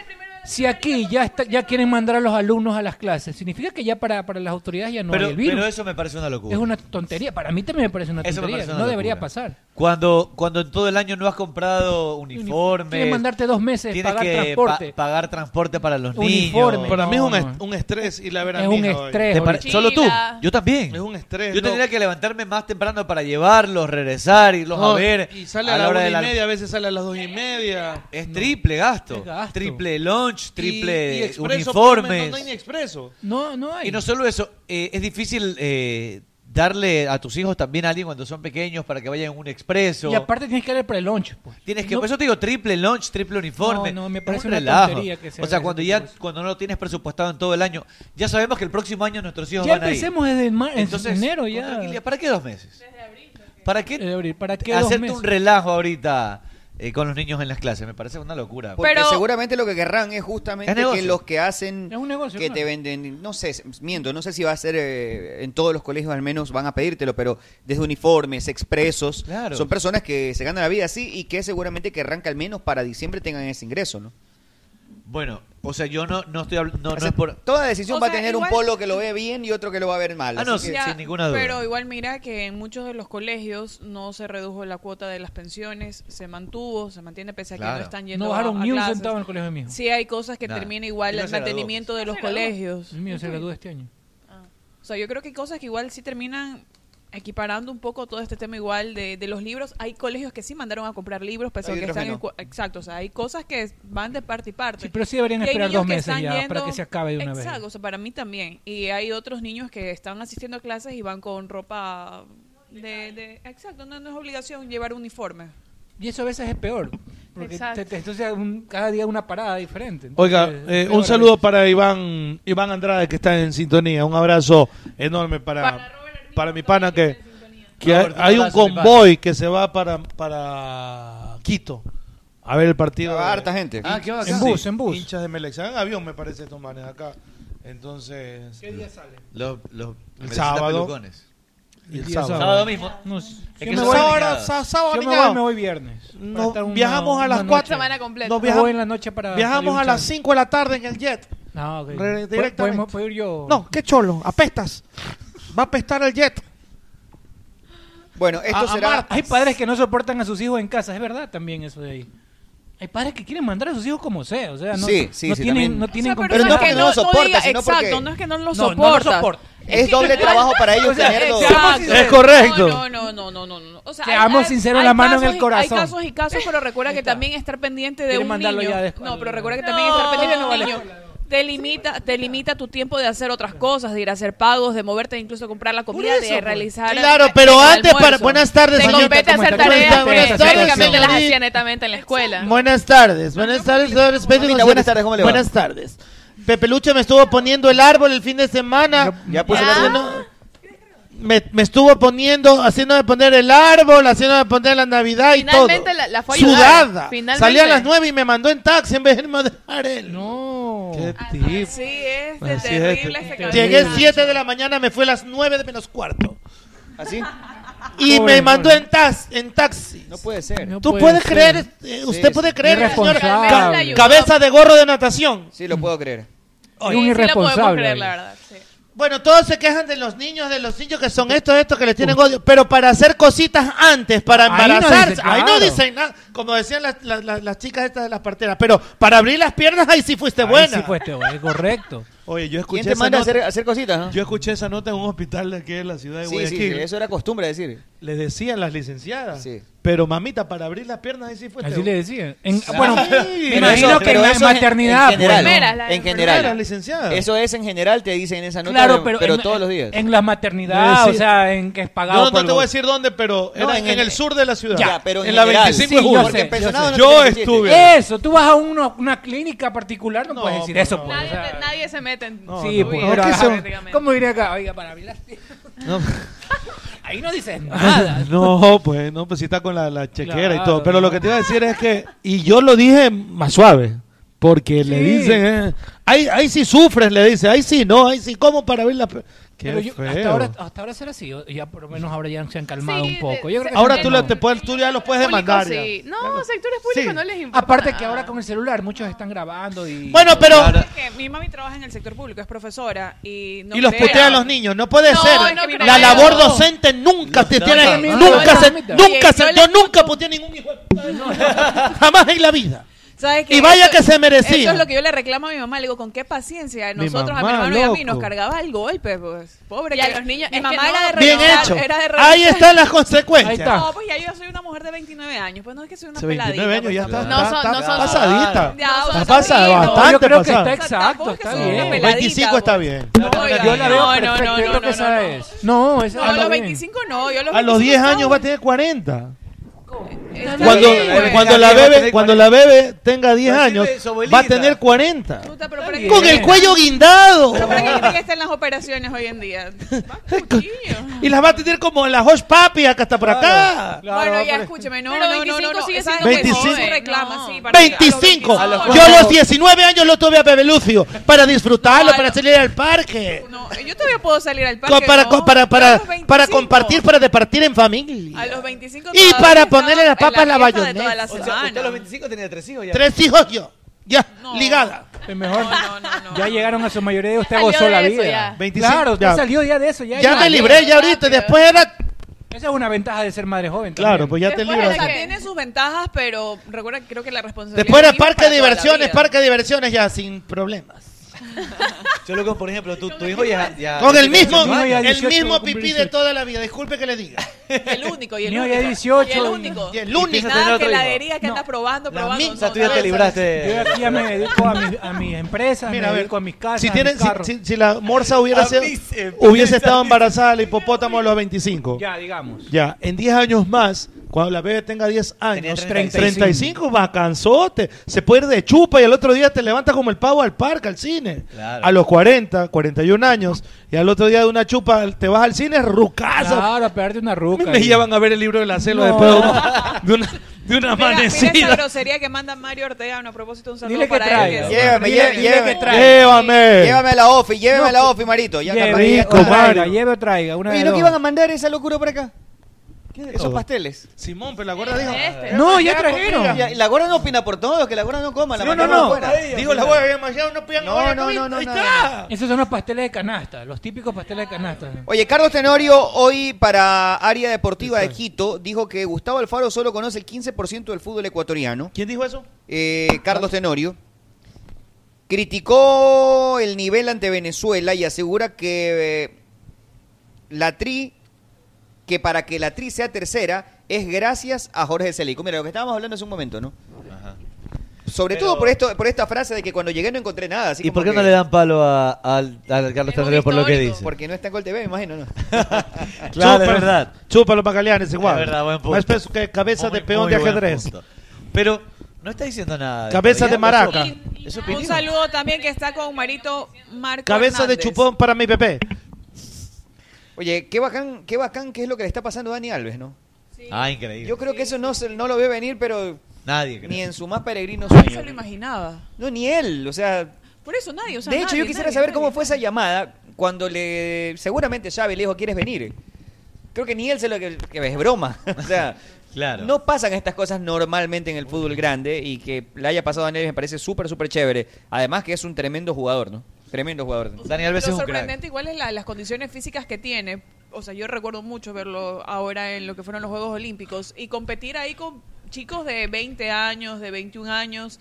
Speaker 15: si aquí ya está, ya quieren mandar a los alumnos a las clases, significa que ya para, para las autoridades ya no hay
Speaker 17: pero,
Speaker 15: el virus.
Speaker 17: pero eso me parece una locura.
Speaker 15: es una tontería. Para mí también me parece una
Speaker 17: Eso me
Speaker 15: tontería.
Speaker 17: parece una
Speaker 15: no debería
Speaker 17: locura.
Speaker 15: pasar.
Speaker 17: Cuando, cuando en todo el año no has comprado uniformes.
Speaker 15: Tienes que mandarte dos meses,
Speaker 17: tienes
Speaker 15: pagar
Speaker 17: Eh, que
Speaker 15: transporte.
Speaker 17: pa- pagar transporte para los
Speaker 10: Uniforme.
Speaker 17: niños.
Speaker 10: Para mí es un, est- un estrés y la verdad
Speaker 17: Es un estrés, ¿Te pare- Mochila. solo tú? Yo también.
Speaker 10: Es un estrés.
Speaker 17: Yo
Speaker 10: loco.
Speaker 17: tendría que levantarme más temprano para llevarlos, regresar, irlos
Speaker 10: No,
Speaker 17: a ver.
Speaker 10: Y sale a,
Speaker 17: la hora
Speaker 10: las
Speaker 17: de
Speaker 10: una
Speaker 17: la-
Speaker 10: y media, a veces sale a las dos y media.
Speaker 17: Es triple gasto,
Speaker 10: Es gasto.
Speaker 17: triple lunch, triple
Speaker 10: Y- y expreso, por lo menos,
Speaker 17: uniformes.
Speaker 10: No hay ni expreso.
Speaker 15: No, no hay.
Speaker 17: Y no solo eso, eh, es difícil eh, darle a tus hijos también a alguien cuando son pequeños para que vayan en un expreso.
Speaker 15: Y aparte tienes que ir para el lunch. pues.
Speaker 17: Tienes que,
Speaker 15: no-
Speaker 17: por eso te digo, triple lunch, triple uniforme.
Speaker 15: No, no, me parece
Speaker 17: un
Speaker 15: una
Speaker 17: relajo.
Speaker 15: tontería que se
Speaker 17: O sea,
Speaker 15: haga
Speaker 17: cuando
Speaker 15: ese
Speaker 17: ya cuando no lo tienes presupuestado en todo el año, ya sabemos que el próximo año nuestros hijos
Speaker 15: Ya
Speaker 17: van a ir.
Speaker 15: empecemos desde ma- en
Speaker 17: Entonces,
Speaker 15: enero
Speaker 17: con
Speaker 15: ya.
Speaker 17: tranquilidad, ¿Para qué dos meses? ¿Para qué,
Speaker 15: ¿Para qué dos
Speaker 17: hacerte
Speaker 15: meses?
Speaker 17: un relajo ahorita eh, con los niños en las clases? Me parece una locura.
Speaker 12: Porque seguramente lo que querrán es justamente
Speaker 17: Es negocio.
Speaker 12: que los que hacen que te
Speaker 17: claro.
Speaker 12: venden, no sé, miento, no sé si va a ser eh, en todos los colegios al menos van a pedírtelo, pero desde uniformes, expresos,
Speaker 17: Claro.
Speaker 12: son personas que se ganan la vida así y que seguramente querrán que al menos para diciembre tengan ese ingreso, ¿no?
Speaker 17: Bueno, o sea, yo no, no estoy hablando. No, no es por.
Speaker 12: Toda decisión
Speaker 14: O
Speaker 12: va a
Speaker 14: sea,
Speaker 12: tener
Speaker 14: igual-
Speaker 12: un polo que lo ve bien y otro que lo va a ver mal.
Speaker 17: Ah, no,
Speaker 12: así que-
Speaker 17: sí, sin ninguna duda.
Speaker 14: Pero igual mira que en muchos de los colegios no se redujo la cuota de las pensiones, se mantuvo, se mantiene pese a que
Speaker 15: Claro.
Speaker 14: no están yendo
Speaker 15: No bajaron
Speaker 14: a, a
Speaker 15: ni un
Speaker 14: clases.
Speaker 15: centavo en el colegio de mi hijo.
Speaker 14: Sí hay cosas que
Speaker 15: Nada.
Speaker 14: termina igual
Speaker 15: Él no
Speaker 14: el
Speaker 15: se graduó,
Speaker 14: mantenimiento
Speaker 15: pues.
Speaker 14: de los
Speaker 15: Se graduó.
Speaker 14: colegios.
Speaker 15: El mío se graduó este año.
Speaker 14: O sea, yo creo que hay cosas que igual sí terminan equiparando un poco todo este tema igual de, de los libros. Hay colegios que sí mandaron a comprar libros, pese a
Speaker 15: Hay
Speaker 14: que
Speaker 15: otros
Speaker 14: están
Speaker 15: que
Speaker 14: en
Speaker 15: no.
Speaker 14: cu- Exacto, o sea, hay cosas que van de parte y parte.
Speaker 15: Sí, pero sí deberían
Speaker 14: Y hay
Speaker 15: esperar
Speaker 14: niños
Speaker 15: dos
Speaker 14: que
Speaker 15: meses
Speaker 14: están
Speaker 15: ya para
Speaker 14: yendo-
Speaker 15: que se acabe de una vez.
Speaker 14: Exacto, o sea, para mí también. Y hay otros niños que están asistiendo a clases y van con ropa de... de- exacto, no, no es obligación llevar uniforme.
Speaker 15: Y eso a veces es peor. Porque
Speaker 14: Exacto.
Speaker 15: te- te- entonces un- cada día una parada diferente.
Speaker 10: Oiga,
Speaker 15: Entonces,
Speaker 10: eh,
Speaker 15: peor
Speaker 10: un
Speaker 15: es.
Speaker 10: saludo para Iván Iván Andrade que está en sintonía. Un abrazo enorme para, para mi pana que, que hay,
Speaker 18: Robert,
Speaker 10: hay un
Speaker 18: abrazo, mi
Speaker 10: convoy que se va para, para Quito a ver el partido.
Speaker 12: Va
Speaker 10: de-
Speaker 12: harta gente. Ah, qué bacán.
Speaker 10: En
Speaker 12: Sí.
Speaker 10: bus, en bus. Hinchas de Melex. En avión me parece estos manes acá. Entonces. ¿Qué día sale?
Speaker 17: Los, los
Speaker 10: El
Speaker 17: los
Speaker 10: sábado.
Speaker 17: pelucones.
Speaker 10: Y el
Speaker 17: El sábado.
Speaker 10: sábado.
Speaker 17: Sábado mismo.
Speaker 10: No,
Speaker 17: Es que
Speaker 10: yo
Speaker 17: el
Speaker 10: me voy
Speaker 17: sábado
Speaker 10: ahora,
Speaker 17: obligado.
Speaker 10: sa- sábado
Speaker 15: Yo me
Speaker 10: obligado.
Speaker 15: voy, me voy viernes. Para
Speaker 10: Nos
Speaker 15: estar una-
Speaker 10: viajamos a
Speaker 15: una
Speaker 10: las
Speaker 15: noche.
Speaker 10: 4.
Speaker 21: Semana completa.
Speaker 10: Nos
Speaker 15: Me
Speaker 10: viajamos,
Speaker 15: voy en la noche para
Speaker 10: viajamos
Speaker 15: salir
Speaker 10: a
Speaker 15: un
Speaker 10: las
Speaker 15: chance.
Speaker 10: 5 de la tarde en el jet.
Speaker 15: No, ok.
Speaker 10: Re-
Speaker 15: Puedo-
Speaker 10: directamente.
Speaker 15: podemos- puedo ir yo.
Speaker 10: No, qué cholo, apestas. Va a apestar el jet.
Speaker 12: Bueno, esto
Speaker 15: A- a
Speaker 12: será-
Speaker 15: Mar- hay padres que no soportan a sus hijos en casa, es verdad también eso de ahí. Hay padres que quieren mandar a sus hijos como sea, o sea, no,
Speaker 12: Sí, sí,
Speaker 15: no
Speaker 12: sí,
Speaker 15: tienen,
Speaker 12: también.
Speaker 15: no tienen
Speaker 12: O sea, pero Pero no no es que porque no no- lo no soporta, diga- sino porque-
Speaker 14: exacto, no es que no lo
Speaker 15: No, no lo
Speaker 14: soportas.
Speaker 15: soporta.
Speaker 12: Es Es que- doble trabajo para ellos
Speaker 15: O sea,
Speaker 12: tenerlo.
Speaker 15: seamos sinceros.
Speaker 10: Es correcto.
Speaker 14: No, no, no, no, no. no. O sea,
Speaker 15: Seamos
Speaker 14: hay- hay-
Speaker 15: sinceros,
Speaker 14: hay
Speaker 15: la mano en
Speaker 14: casos
Speaker 15: el
Speaker 14: y- Hay
Speaker 15: corazón.
Speaker 14: casos y casos, pero recuerda que también estar pendiente de
Speaker 15: Quiere
Speaker 14: un
Speaker 15: mandarlo
Speaker 14: niño.
Speaker 15: ya de escuela.
Speaker 14: no, pero recuerda que también estar pendiente de un niño. Te limita, te limita tu tiempo de hacer otras cosas, de ir a hacer pagos, de moverte, incluso comprar la comida,
Speaker 10: eso,
Speaker 14: de
Speaker 10: pues.
Speaker 14: realizar.
Speaker 10: Claro,
Speaker 14: el-
Speaker 10: pero
Speaker 14: el
Speaker 10: antes para-
Speaker 14: almuerzo.
Speaker 10: buenas tardes,
Speaker 14: Te
Speaker 10: señorita,
Speaker 14: compete a
Speaker 10: ¿cómo
Speaker 14: hacer
Speaker 10: está?
Speaker 14: tareas
Speaker 10: Buenas
Speaker 14: que
Speaker 10: tardes,
Speaker 14: prácticamente las
Speaker 10: señorita.
Speaker 14: hacía netamente en la escuela.
Speaker 10: Buenas tardes, buenas tardes, señor Espejo.
Speaker 12: Mamita, buenas tardes, ¿cómo le va?
Speaker 10: Buenas tardes. Pepe Lucha me estuvo poniendo el árbol el fin de semana.
Speaker 12: Ya puso el árbol.
Speaker 14: Ah,
Speaker 10: Haciendo- Me, me estuvo poniendo, haciéndome poner el árbol, haciéndome poner la Navidad y
Speaker 14: Finalmente
Speaker 10: todo.
Speaker 14: la- la fue a ayudar.
Speaker 10: Sudada.
Speaker 14: Finalmente.
Speaker 10: Salí a las nueve y me mandó en taxi en vez de manejar él.
Speaker 15: No.
Speaker 10: Qué tipo.
Speaker 14: Sí, es
Speaker 10: Así
Speaker 14: de
Speaker 10: es,
Speaker 14: terrible
Speaker 10: este-
Speaker 14: ese cabrón.
Speaker 10: Llegué 7 de la mañana, me fue a las 9 de menos cuarto.
Speaker 12: ¿Así?
Speaker 10: Y
Speaker 12: Pobre,
Speaker 10: me mandó
Speaker 12: pobre.
Speaker 10: en, tas- en taxi.
Speaker 12: No puede ser.
Speaker 10: ¿Tú puedes creer? eh, ¿Usted puede creer? señora?
Speaker 12: responsable.
Speaker 10: Ca-
Speaker 12: Al menos le ayudó.
Speaker 10: cabeza de gorro de natación.
Speaker 12: Sí, lo puedo creer.
Speaker 10: Oye, sí la puedo
Speaker 14: No puedo creer, la verdad. sí.
Speaker 10: Bueno, todos se quejan de los niños, de los niños que son estos, estos que les tienen odio. Pero para hacer cositas antes, para
Speaker 7: Ahí no
Speaker 10: embarazarse,
Speaker 7: dice,
Speaker 10: ahí no
Speaker 7: claro.
Speaker 10: dicen nada. Como decían las, las- las- las chicas estas de las parteras. Pero para abrir las piernas, ahí sí fuiste buena.
Speaker 15: Sí, pues, Teo, es correcto.
Speaker 10: Oye, yo
Speaker 12: ¿Quién te manda a hacer, a hacer cositas? no?
Speaker 10: Yo escuché esa nota en un hospital de aquí en la ciudad de
Speaker 12: Sí, sí,
Speaker 10: Guayaquil.
Speaker 12: sí, eso era costumbre decir.
Speaker 10: Les decían las licenciadas.
Speaker 12: Sí.
Speaker 10: Pero mamita, para abrir las piernas, ahí sí fuiste
Speaker 15: Así
Speaker 10: buena.
Speaker 15: le decían.
Speaker 12: En-
Speaker 10: Sí.
Speaker 12: bueno,
Speaker 10: Sí.
Speaker 12: Pero eso- pero eso es en- En general. en general.
Speaker 10: Enfermeras, licenciadas.
Speaker 12: Eso es en general, te dicen en esa nota.
Speaker 15: Claro,
Speaker 12: pero,
Speaker 15: pero en-
Speaker 12: todos los días.
Speaker 15: En la maternidad,
Speaker 12: Sí.
Speaker 15: o sea, en que es pagado
Speaker 10: Yo no
Speaker 15: por
Speaker 10: te voy a
Speaker 15: los-
Speaker 10: decir dónde, pero
Speaker 15: No,
Speaker 10: era
Speaker 15: en
Speaker 10: en,
Speaker 15: el-
Speaker 10: el sur de la ciudad.
Speaker 15: Ya, pero
Speaker 10: en, la 25 de
Speaker 15: Sí,
Speaker 10: julio.
Speaker 15: yo sé, ¡Eh! yo sé.
Speaker 10: yo estuve.
Speaker 15: Eso, tú vas a uno- una clínica particular, no, puedes decir
Speaker 10: pues
Speaker 15: eso.
Speaker 10: no.
Speaker 15: pues, o
Speaker 14: Nadie,
Speaker 15: sea,
Speaker 14: te- nadie se mete en
Speaker 15: No, sí,
Speaker 14: tu vida,
Speaker 15: pues,
Speaker 14: ¿no?
Speaker 15: pero ajá,
Speaker 14: prácticamente.
Speaker 15: ¿Cómo diría acá? Oiga, para abrir las Ahí no dices nada.
Speaker 10: No, pues, no, pues sí está con la, la chequera y
Speaker 7: Claro,
Speaker 10: todo. Pero lo que te iba a decir es que, y yo lo dije más suave, porque le
Speaker 7: Sí.
Speaker 10: dicen, eh, ahí, ahí sí sufres, le dice, ahí sí, no, ahí sí, ¿cómo para abrir la... pe-?" Qué
Speaker 15: Pero yo-
Speaker 10: feo.
Speaker 15: hasta ahora, hasta ahora será así, o- ya por lo menos ahora ya se han calmado un poco. Yo creo que
Speaker 10: ahora
Speaker 15: sí,
Speaker 10: tú,
Speaker 15: no.
Speaker 10: la- te puedes, tú ya los puedes
Speaker 15: Público,
Speaker 10: demandar. ya.
Speaker 14: Sí. No, sectores públicos no les importa.
Speaker 15: Aparte que ahora con el celular muchos están grabando y
Speaker 10: Bueno, pero- Claro.
Speaker 14: Que mi mami trabaja en el sector público, es profesora y no
Speaker 10: y los
Speaker 14: creo.
Speaker 10: putean a los niños. No puede
Speaker 14: No,
Speaker 10: ser.
Speaker 14: es que mi
Speaker 10: la
Speaker 14: mamá-
Speaker 10: labor
Speaker 14: no.
Speaker 10: docente nunca te
Speaker 14: No,
Speaker 10: tiene.
Speaker 14: no, no,
Speaker 10: nunca
Speaker 14: no,
Speaker 10: se.
Speaker 14: no, no,
Speaker 10: nunca
Speaker 14: no,
Speaker 10: se.
Speaker 14: no,
Speaker 10: Yo nunca puteé a ningún hijo. Jamás en la vida.
Speaker 14: ¿Sabes qué?
Speaker 10: Y vaya
Speaker 14: Eso-
Speaker 10: que se merecía.
Speaker 14: Eso es lo que yo le reclamo a mi mamá. Le digo, con qué paciencia.
Speaker 10: Mi
Speaker 14: Nosotros, a mi
Speaker 10: mamá,
Speaker 14: hermano y a mí,
Speaker 10: loco.
Speaker 14: nos cargaba el golpe, pues. Pobre.
Speaker 2: Y a
Speaker 14: que-
Speaker 2: los niños-
Speaker 14: Mi
Speaker 2: es
Speaker 14: mamá
Speaker 2: que no,
Speaker 14: era de
Speaker 10: Bien
Speaker 14: reventar,
Speaker 10: hecho.
Speaker 14: era de
Speaker 10: Ahí
Speaker 14: reventar.
Speaker 10: están las consecuencias. Ahí está.
Speaker 14: No, pues ya yo soy una mujer de 29 años. Pues no es que soy una
Speaker 10: Hace
Speaker 14: peladita.
Speaker 10: 29 años ya
Speaker 14: pues.
Speaker 10: está- está- está pasadita.
Speaker 14: Ya,
Speaker 10: Está
Speaker 14: bueno,
Speaker 10: pasada,
Speaker 14: sí, no,
Speaker 10: bastante
Speaker 14: yo creo que
Speaker 10: pasada.
Speaker 14: está exacto, está
Speaker 10: No,
Speaker 14: bien.
Speaker 10: 25 está bien.
Speaker 14: Oiga, no, no, no, no, no, no.
Speaker 15: No, esa
Speaker 14: No, a
Speaker 10: anda
Speaker 14: los
Speaker 10: bien.
Speaker 14: 25 no. Yo a los
Speaker 10: A los 10
Speaker 14: 25
Speaker 10: años va a tener 40.
Speaker 14: Está
Speaker 10: Cuando, eh,
Speaker 14: bien, güey.
Speaker 10: cuando, la bebé, cuando la bebé tenga 10
Speaker 14: Así
Speaker 10: años,
Speaker 14: de su abuelita.
Speaker 10: va a tener 40.
Speaker 14: Puta, pero para
Speaker 10: Con
Speaker 14: qué-
Speaker 10: el cuello guindado.
Speaker 14: Pero para qué creen que están las operaciones hoy en día.
Speaker 10: Y las va a tener como la Hosh Papi acá hasta por acá.
Speaker 14: bueno, ya escúcheme, no,
Speaker 2: Pero
Speaker 14: no, no,
Speaker 2: 25
Speaker 14: no, no,
Speaker 2: sigue
Speaker 14: esa
Speaker 10: siendo
Speaker 14: es
Speaker 10: joven.
Speaker 14: su reclama, sí, para mí, a los
Speaker 10: 25.
Speaker 14: A los
Speaker 10: Yo a los
Speaker 14: cuatro.
Speaker 10: 19 años lo tuve a Bebe Lucio para disfrutarlo, para salir al parque.
Speaker 14: No, yo todavía puedo salir al
Speaker 10: co-
Speaker 14: parque.
Speaker 10: para,
Speaker 14: no.
Speaker 10: co- para, para,
Speaker 14: Yo a los
Speaker 10: para
Speaker 14: 25,
Speaker 10: compartir, para departir en familia.
Speaker 14: A los 25
Speaker 10: Y
Speaker 14: todavía
Speaker 10: para
Speaker 14: estaba
Speaker 10: ponerle las
Speaker 14: en
Speaker 10: papas a la
Speaker 14: fiesta de toda
Speaker 10: bayonesa.
Speaker 14: la
Speaker 10: O sea,
Speaker 14: semana.
Speaker 10: usted a los
Speaker 17: 25 tenía tres hijos
Speaker 10: Tres hijos yo. Ya, ligada.
Speaker 15: Es mejor. Ya llegaron a su mayoría y usted Salió gozó de la eso vida. ya. 25, claro, usted
Speaker 10: ya.
Speaker 15: salió ya de eso. Ya,
Speaker 10: Ya me libré, ya ahorita, después era...
Speaker 15: Esa es una ventaja de ser madre joven.
Speaker 10: Claro, pues ya te
Speaker 14: Después, o
Speaker 10: libras.
Speaker 14: sea, tiene sus ventajas, pero recuerda que creo que la responsabilidad.
Speaker 10: Después era
Speaker 14: es para
Speaker 10: parque de
Speaker 14: toda la
Speaker 10: diversiones,
Speaker 14: vida.
Speaker 10: parque de diversiones ya, sin problemas.
Speaker 17: Yo loco, por ejemplo, tu, tu hijo ya, ya-
Speaker 10: Con el
Speaker 17: ya tiene
Speaker 10: mismo,
Speaker 17: 18 años.
Speaker 10: el mismo pipí de toda la vida, disculpe que le diga.
Speaker 14: El único, y el
Speaker 10: Mío
Speaker 14: único.
Speaker 10: ya 18,
Speaker 14: Y el único.
Speaker 10: y el único.
Speaker 14: Nada
Speaker 10: Tener otro
Speaker 14: que
Speaker 10: hijo.
Speaker 14: heladería que andas probando, probando.
Speaker 10: misma,
Speaker 14: no,
Speaker 10: tú ya
Speaker 14: no,
Speaker 10: te
Speaker 14: no.
Speaker 10: libraste.
Speaker 15: Yo aquí ya me dedico a, mis- a mis empresas,
Speaker 10: Mira, a
Speaker 15: me
Speaker 10: ver,
Speaker 15: dedico a mis casas,
Speaker 10: Si,
Speaker 15: a
Speaker 10: tienen,
Speaker 15: mis
Speaker 10: si,
Speaker 15: carros.
Speaker 10: si- si la Morsa hubiera,
Speaker 15: A
Speaker 10: sido-
Speaker 15: mis empresas.
Speaker 10: hubiese estado embarazada, el hipopótamo a los 25.
Speaker 15: Ya, digamos.
Speaker 10: Ya, en 10 años más, cuando la bebé tenga 10 años, 35. 35, vacanzote, se puede ir de chupa y al otro día te levanta como el pavo al parque, al cine.
Speaker 7: Claro.
Speaker 10: A los 40, 41 años, y al otro día de una chupa te vas al cine, rucaza.
Speaker 15: Claro, a pegarte una ruca.
Speaker 10: Me
Speaker 15: ahí.
Speaker 10: llevan a ver el libro de la selva
Speaker 15: No.
Speaker 10: después de una, de una, de una
Speaker 14: Mira,
Speaker 10: amanecida.
Speaker 14: Mira esa grosería que manda Mario Ortega, no, a propósito, un saludo
Speaker 10: Dile que
Speaker 14: para
Speaker 10: traiga.
Speaker 14: él. que-
Speaker 12: Llévame,
Speaker 10: Dile-
Speaker 12: llévame,
Speaker 10: dile
Speaker 12: llévame.
Speaker 10: que traiga. Llévame.
Speaker 12: Llévame a la OFI, llévame
Speaker 15: No,
Speaker 12: a la OFI, Marito. Ya
Speaker 15: Lleve,
Speaker 12: capaz.
Speaker 15: o traiga, lleve o traiga. Una
Speaker 12: Oye,
Speaker 15: de
Speaker 12: ¿no que
Speaker 15: dos.
Speaker 12: iban a mandar esa locura por acá? Esos pasteles.
Speaker 10: Simón, pero la gorda dijo.
Speaker 15: No, ya trajeron.
Speaker 12: Ya, La gorda no opina por todos, que la gorda no coma. La
Speaker 15: No, no,
Speaker 12: mandamos
Speaker 15: no.
Speaker 12: afuera.
Speaker 15: Ahí, Digo, la gorda,
Speaker 10: no pidan
Speaker 12: No, no, no, no, no, no.
Speaker 15: Esos son los pasteles de canasta, los típicos pasteles de canasta.
Speaker 12: Oye, Carlos Tenorio, hoy para Área Deportiva de Quito, dijo que Gustavo Alfaro solo conoce el 15% del fútbol ecuatoriano. Eh,
Speaker 10: ¿Quién dijo eso?
Speaker 12: Carlos Tenorio. Criticó el nivel ante Venezuela y asegura que eh, la tri, que para que la tri sea tercera, es gracias a Jorge Celico. Mira, lo que estábamos hablando hace un momento, ¿no? Sobre todo por esto, por esta frase de que cuando llegué no encontré nada. así
Speaker 17: ¿Y por
Speaker 12: como
Speaker 17: qué no
Speaker 12: que-
Speaker 17: le dan palo a, al- al Carlos Tenorio por lo que dice?
Speaker 12: Porque no está en Gol TV, me imagino, ¿no?
Speaker 17: Claro, es verdad.
Speaker 10: Chupa los bacalianes igual.
Speaker 17: Es verdad, buen punto.
Speaker 10: Más peso que cabeza
Speaker 17: Muy-
Speaker 10: de peón
Speaker 17: muy
Speaker 10: de
Speaker 17: buen
Speaker 10: ajedrez.
Speaker 17: punto. Pero no está diciendo nada.
Speaker 10: Cabeza de
Speaker 17: Ya, no es
Speaker 10: maraca.
Speaker 17: su- es su
Speaker 14: Un
Speaker 17: opinión.
Speaker 14: saludo también que está con Marito Marco
Speaker 10: Cabeza de
Speaker 14: Hernández.
Speaker 10: chupón para mi Pepe.
Speaker 12: Oye, qué bacán, qué bacán que es lo que le está pasando a Dani Alves, ¿no?
Speaker 17: Ah, increíble.
Speaker 12: Yo creo que eso no, se- no lo ve venir, pero
Speaker 17: Nadie cree.
Speaker 12: ni en su más peregrino
Speaker 14: No se lo
Speaker 12: sueño.
Speaker 14: imaginaba.
Speaker 12: No, ni él, o sea...
Speaker 14: Por eso nadie, o sea,
Speaker 12: de hecho,
Speaker 14: nadie,
Speaker 12: yo quisiera
Speaker 14: nadie,
Speaker 12: saber
Speaker 14: nadie.
Speaker 12: cómo fue esa llamada cuando le... Seguramente Xavi le dijo, ¿quieres venir? Creo que ni él se lo... Que, que es broma, o sea...
Speaker 17: Claro.
Speaker 12: No pasan estas cosas normalmente en el fútbol grande y que le haya pasado a Dani Alves me parece súper, súper chévere. Además que es un tremendo jugador, ¿no? Tremendo jugador.
Speaker 17: Daniel Alves es
Speaker 14: Lo
Speaker 17: un crack.
Speaker 14: sorprendente igual es la- las condiciones físicas que tiene. O sea, yo recuerdo mucho verlo ahora en lo que fueron los Juegos Olímpicos y competir ahí con chicos de 20 años, de 21 años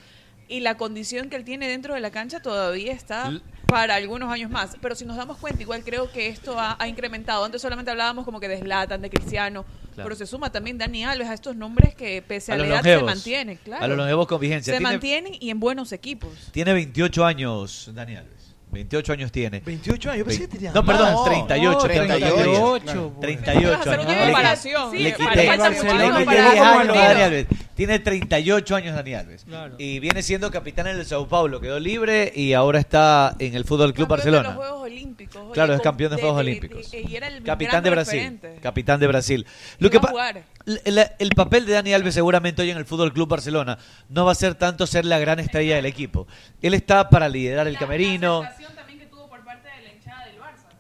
Speaker 14: y la condición que él tiene dentro de la cancha todavía está
Speaker 21: L-
Speaker 14: para algunos años más. Pero si nos damos cuenta, igual creo que esto ha, ha incrementado. Antes solamente hablábamos como que de Zlatan, de Cristiano,
Speaker 17: Claro.
Speaker 14: pero se suma también Dani Alves a estos nombres que pese a,
Speaker 17: A
Speaker 14: la
Speaker 17: los
Speaker 14: edad se
Speaker 17: longevos.
Speaker 14: mantienen. Claro.
Speaker 17: A los longevos con vigencia.
Speaker 14: Se
Speaker 17: Tiene-
Speaker 14: mantienen y en buenos equipos.
Speaker 17: Tiene 28 años, Daniel Alves. 28 años tiene.
Speaker 10: 28 años, yo pensé que tenía
Speaker 17: No,
Speaker 10: más.
Speaker 17: perdón,
Speaker 10: No,
Speaker 17: 38.
Speaker 10: no,
Speaker 17: 38.
Speaker 10: 38,
Speaker 17: 38
Speaker 10: Hacer una
Speaker 17: Le quité-
Speaker 10: comparación.
Speaker 17: Le
Speaker 10: Sí,
Speaker 17: quité-
Speaker 10: falta mucho
Speaker 17: le
Speaker 10: para-
Speaker 17: quité
Speaker 10: para-
Speaker 17: 10
Speaker 10: como
Speaker 17: años a
Speaker 10: Alves.
Speaker 17: Dani Alves. Tiene 38 años Dani Alves.
Speaker 10: Claro.
Speaker 17: Y viene siendo capitán en el Sao Paulo. Quedó libre y ahora está en el Fútbol Club
Speaker 14: de los
Speaker 17: Barcelona.
Speaker 14: Juegos Olímpicos. Oye,
Speaker 17: Claro, es
Speaker 14: con-
Speaker 17: campeón de Juegos
Speaker 14: de-
Speaker 17: Olímpicos.
Speaker 14: de- y era el
Speaker 17: Capitán
Speaker 14: gran
Speaker 17: de Brasil.
Speaker 14: referente.
Speaker 17: Capitán de Brasil. Lo que
Speaker 14: Iba a
Speaker 17: pa-
Speaker 14: jugar.
Speaker 17: l- la- el papel de Dani Alves seguramente hoy en el Fútbol Club Barcelona no va a ser tanto ser la gran estrella del equipo. Él está para liderar el camerino.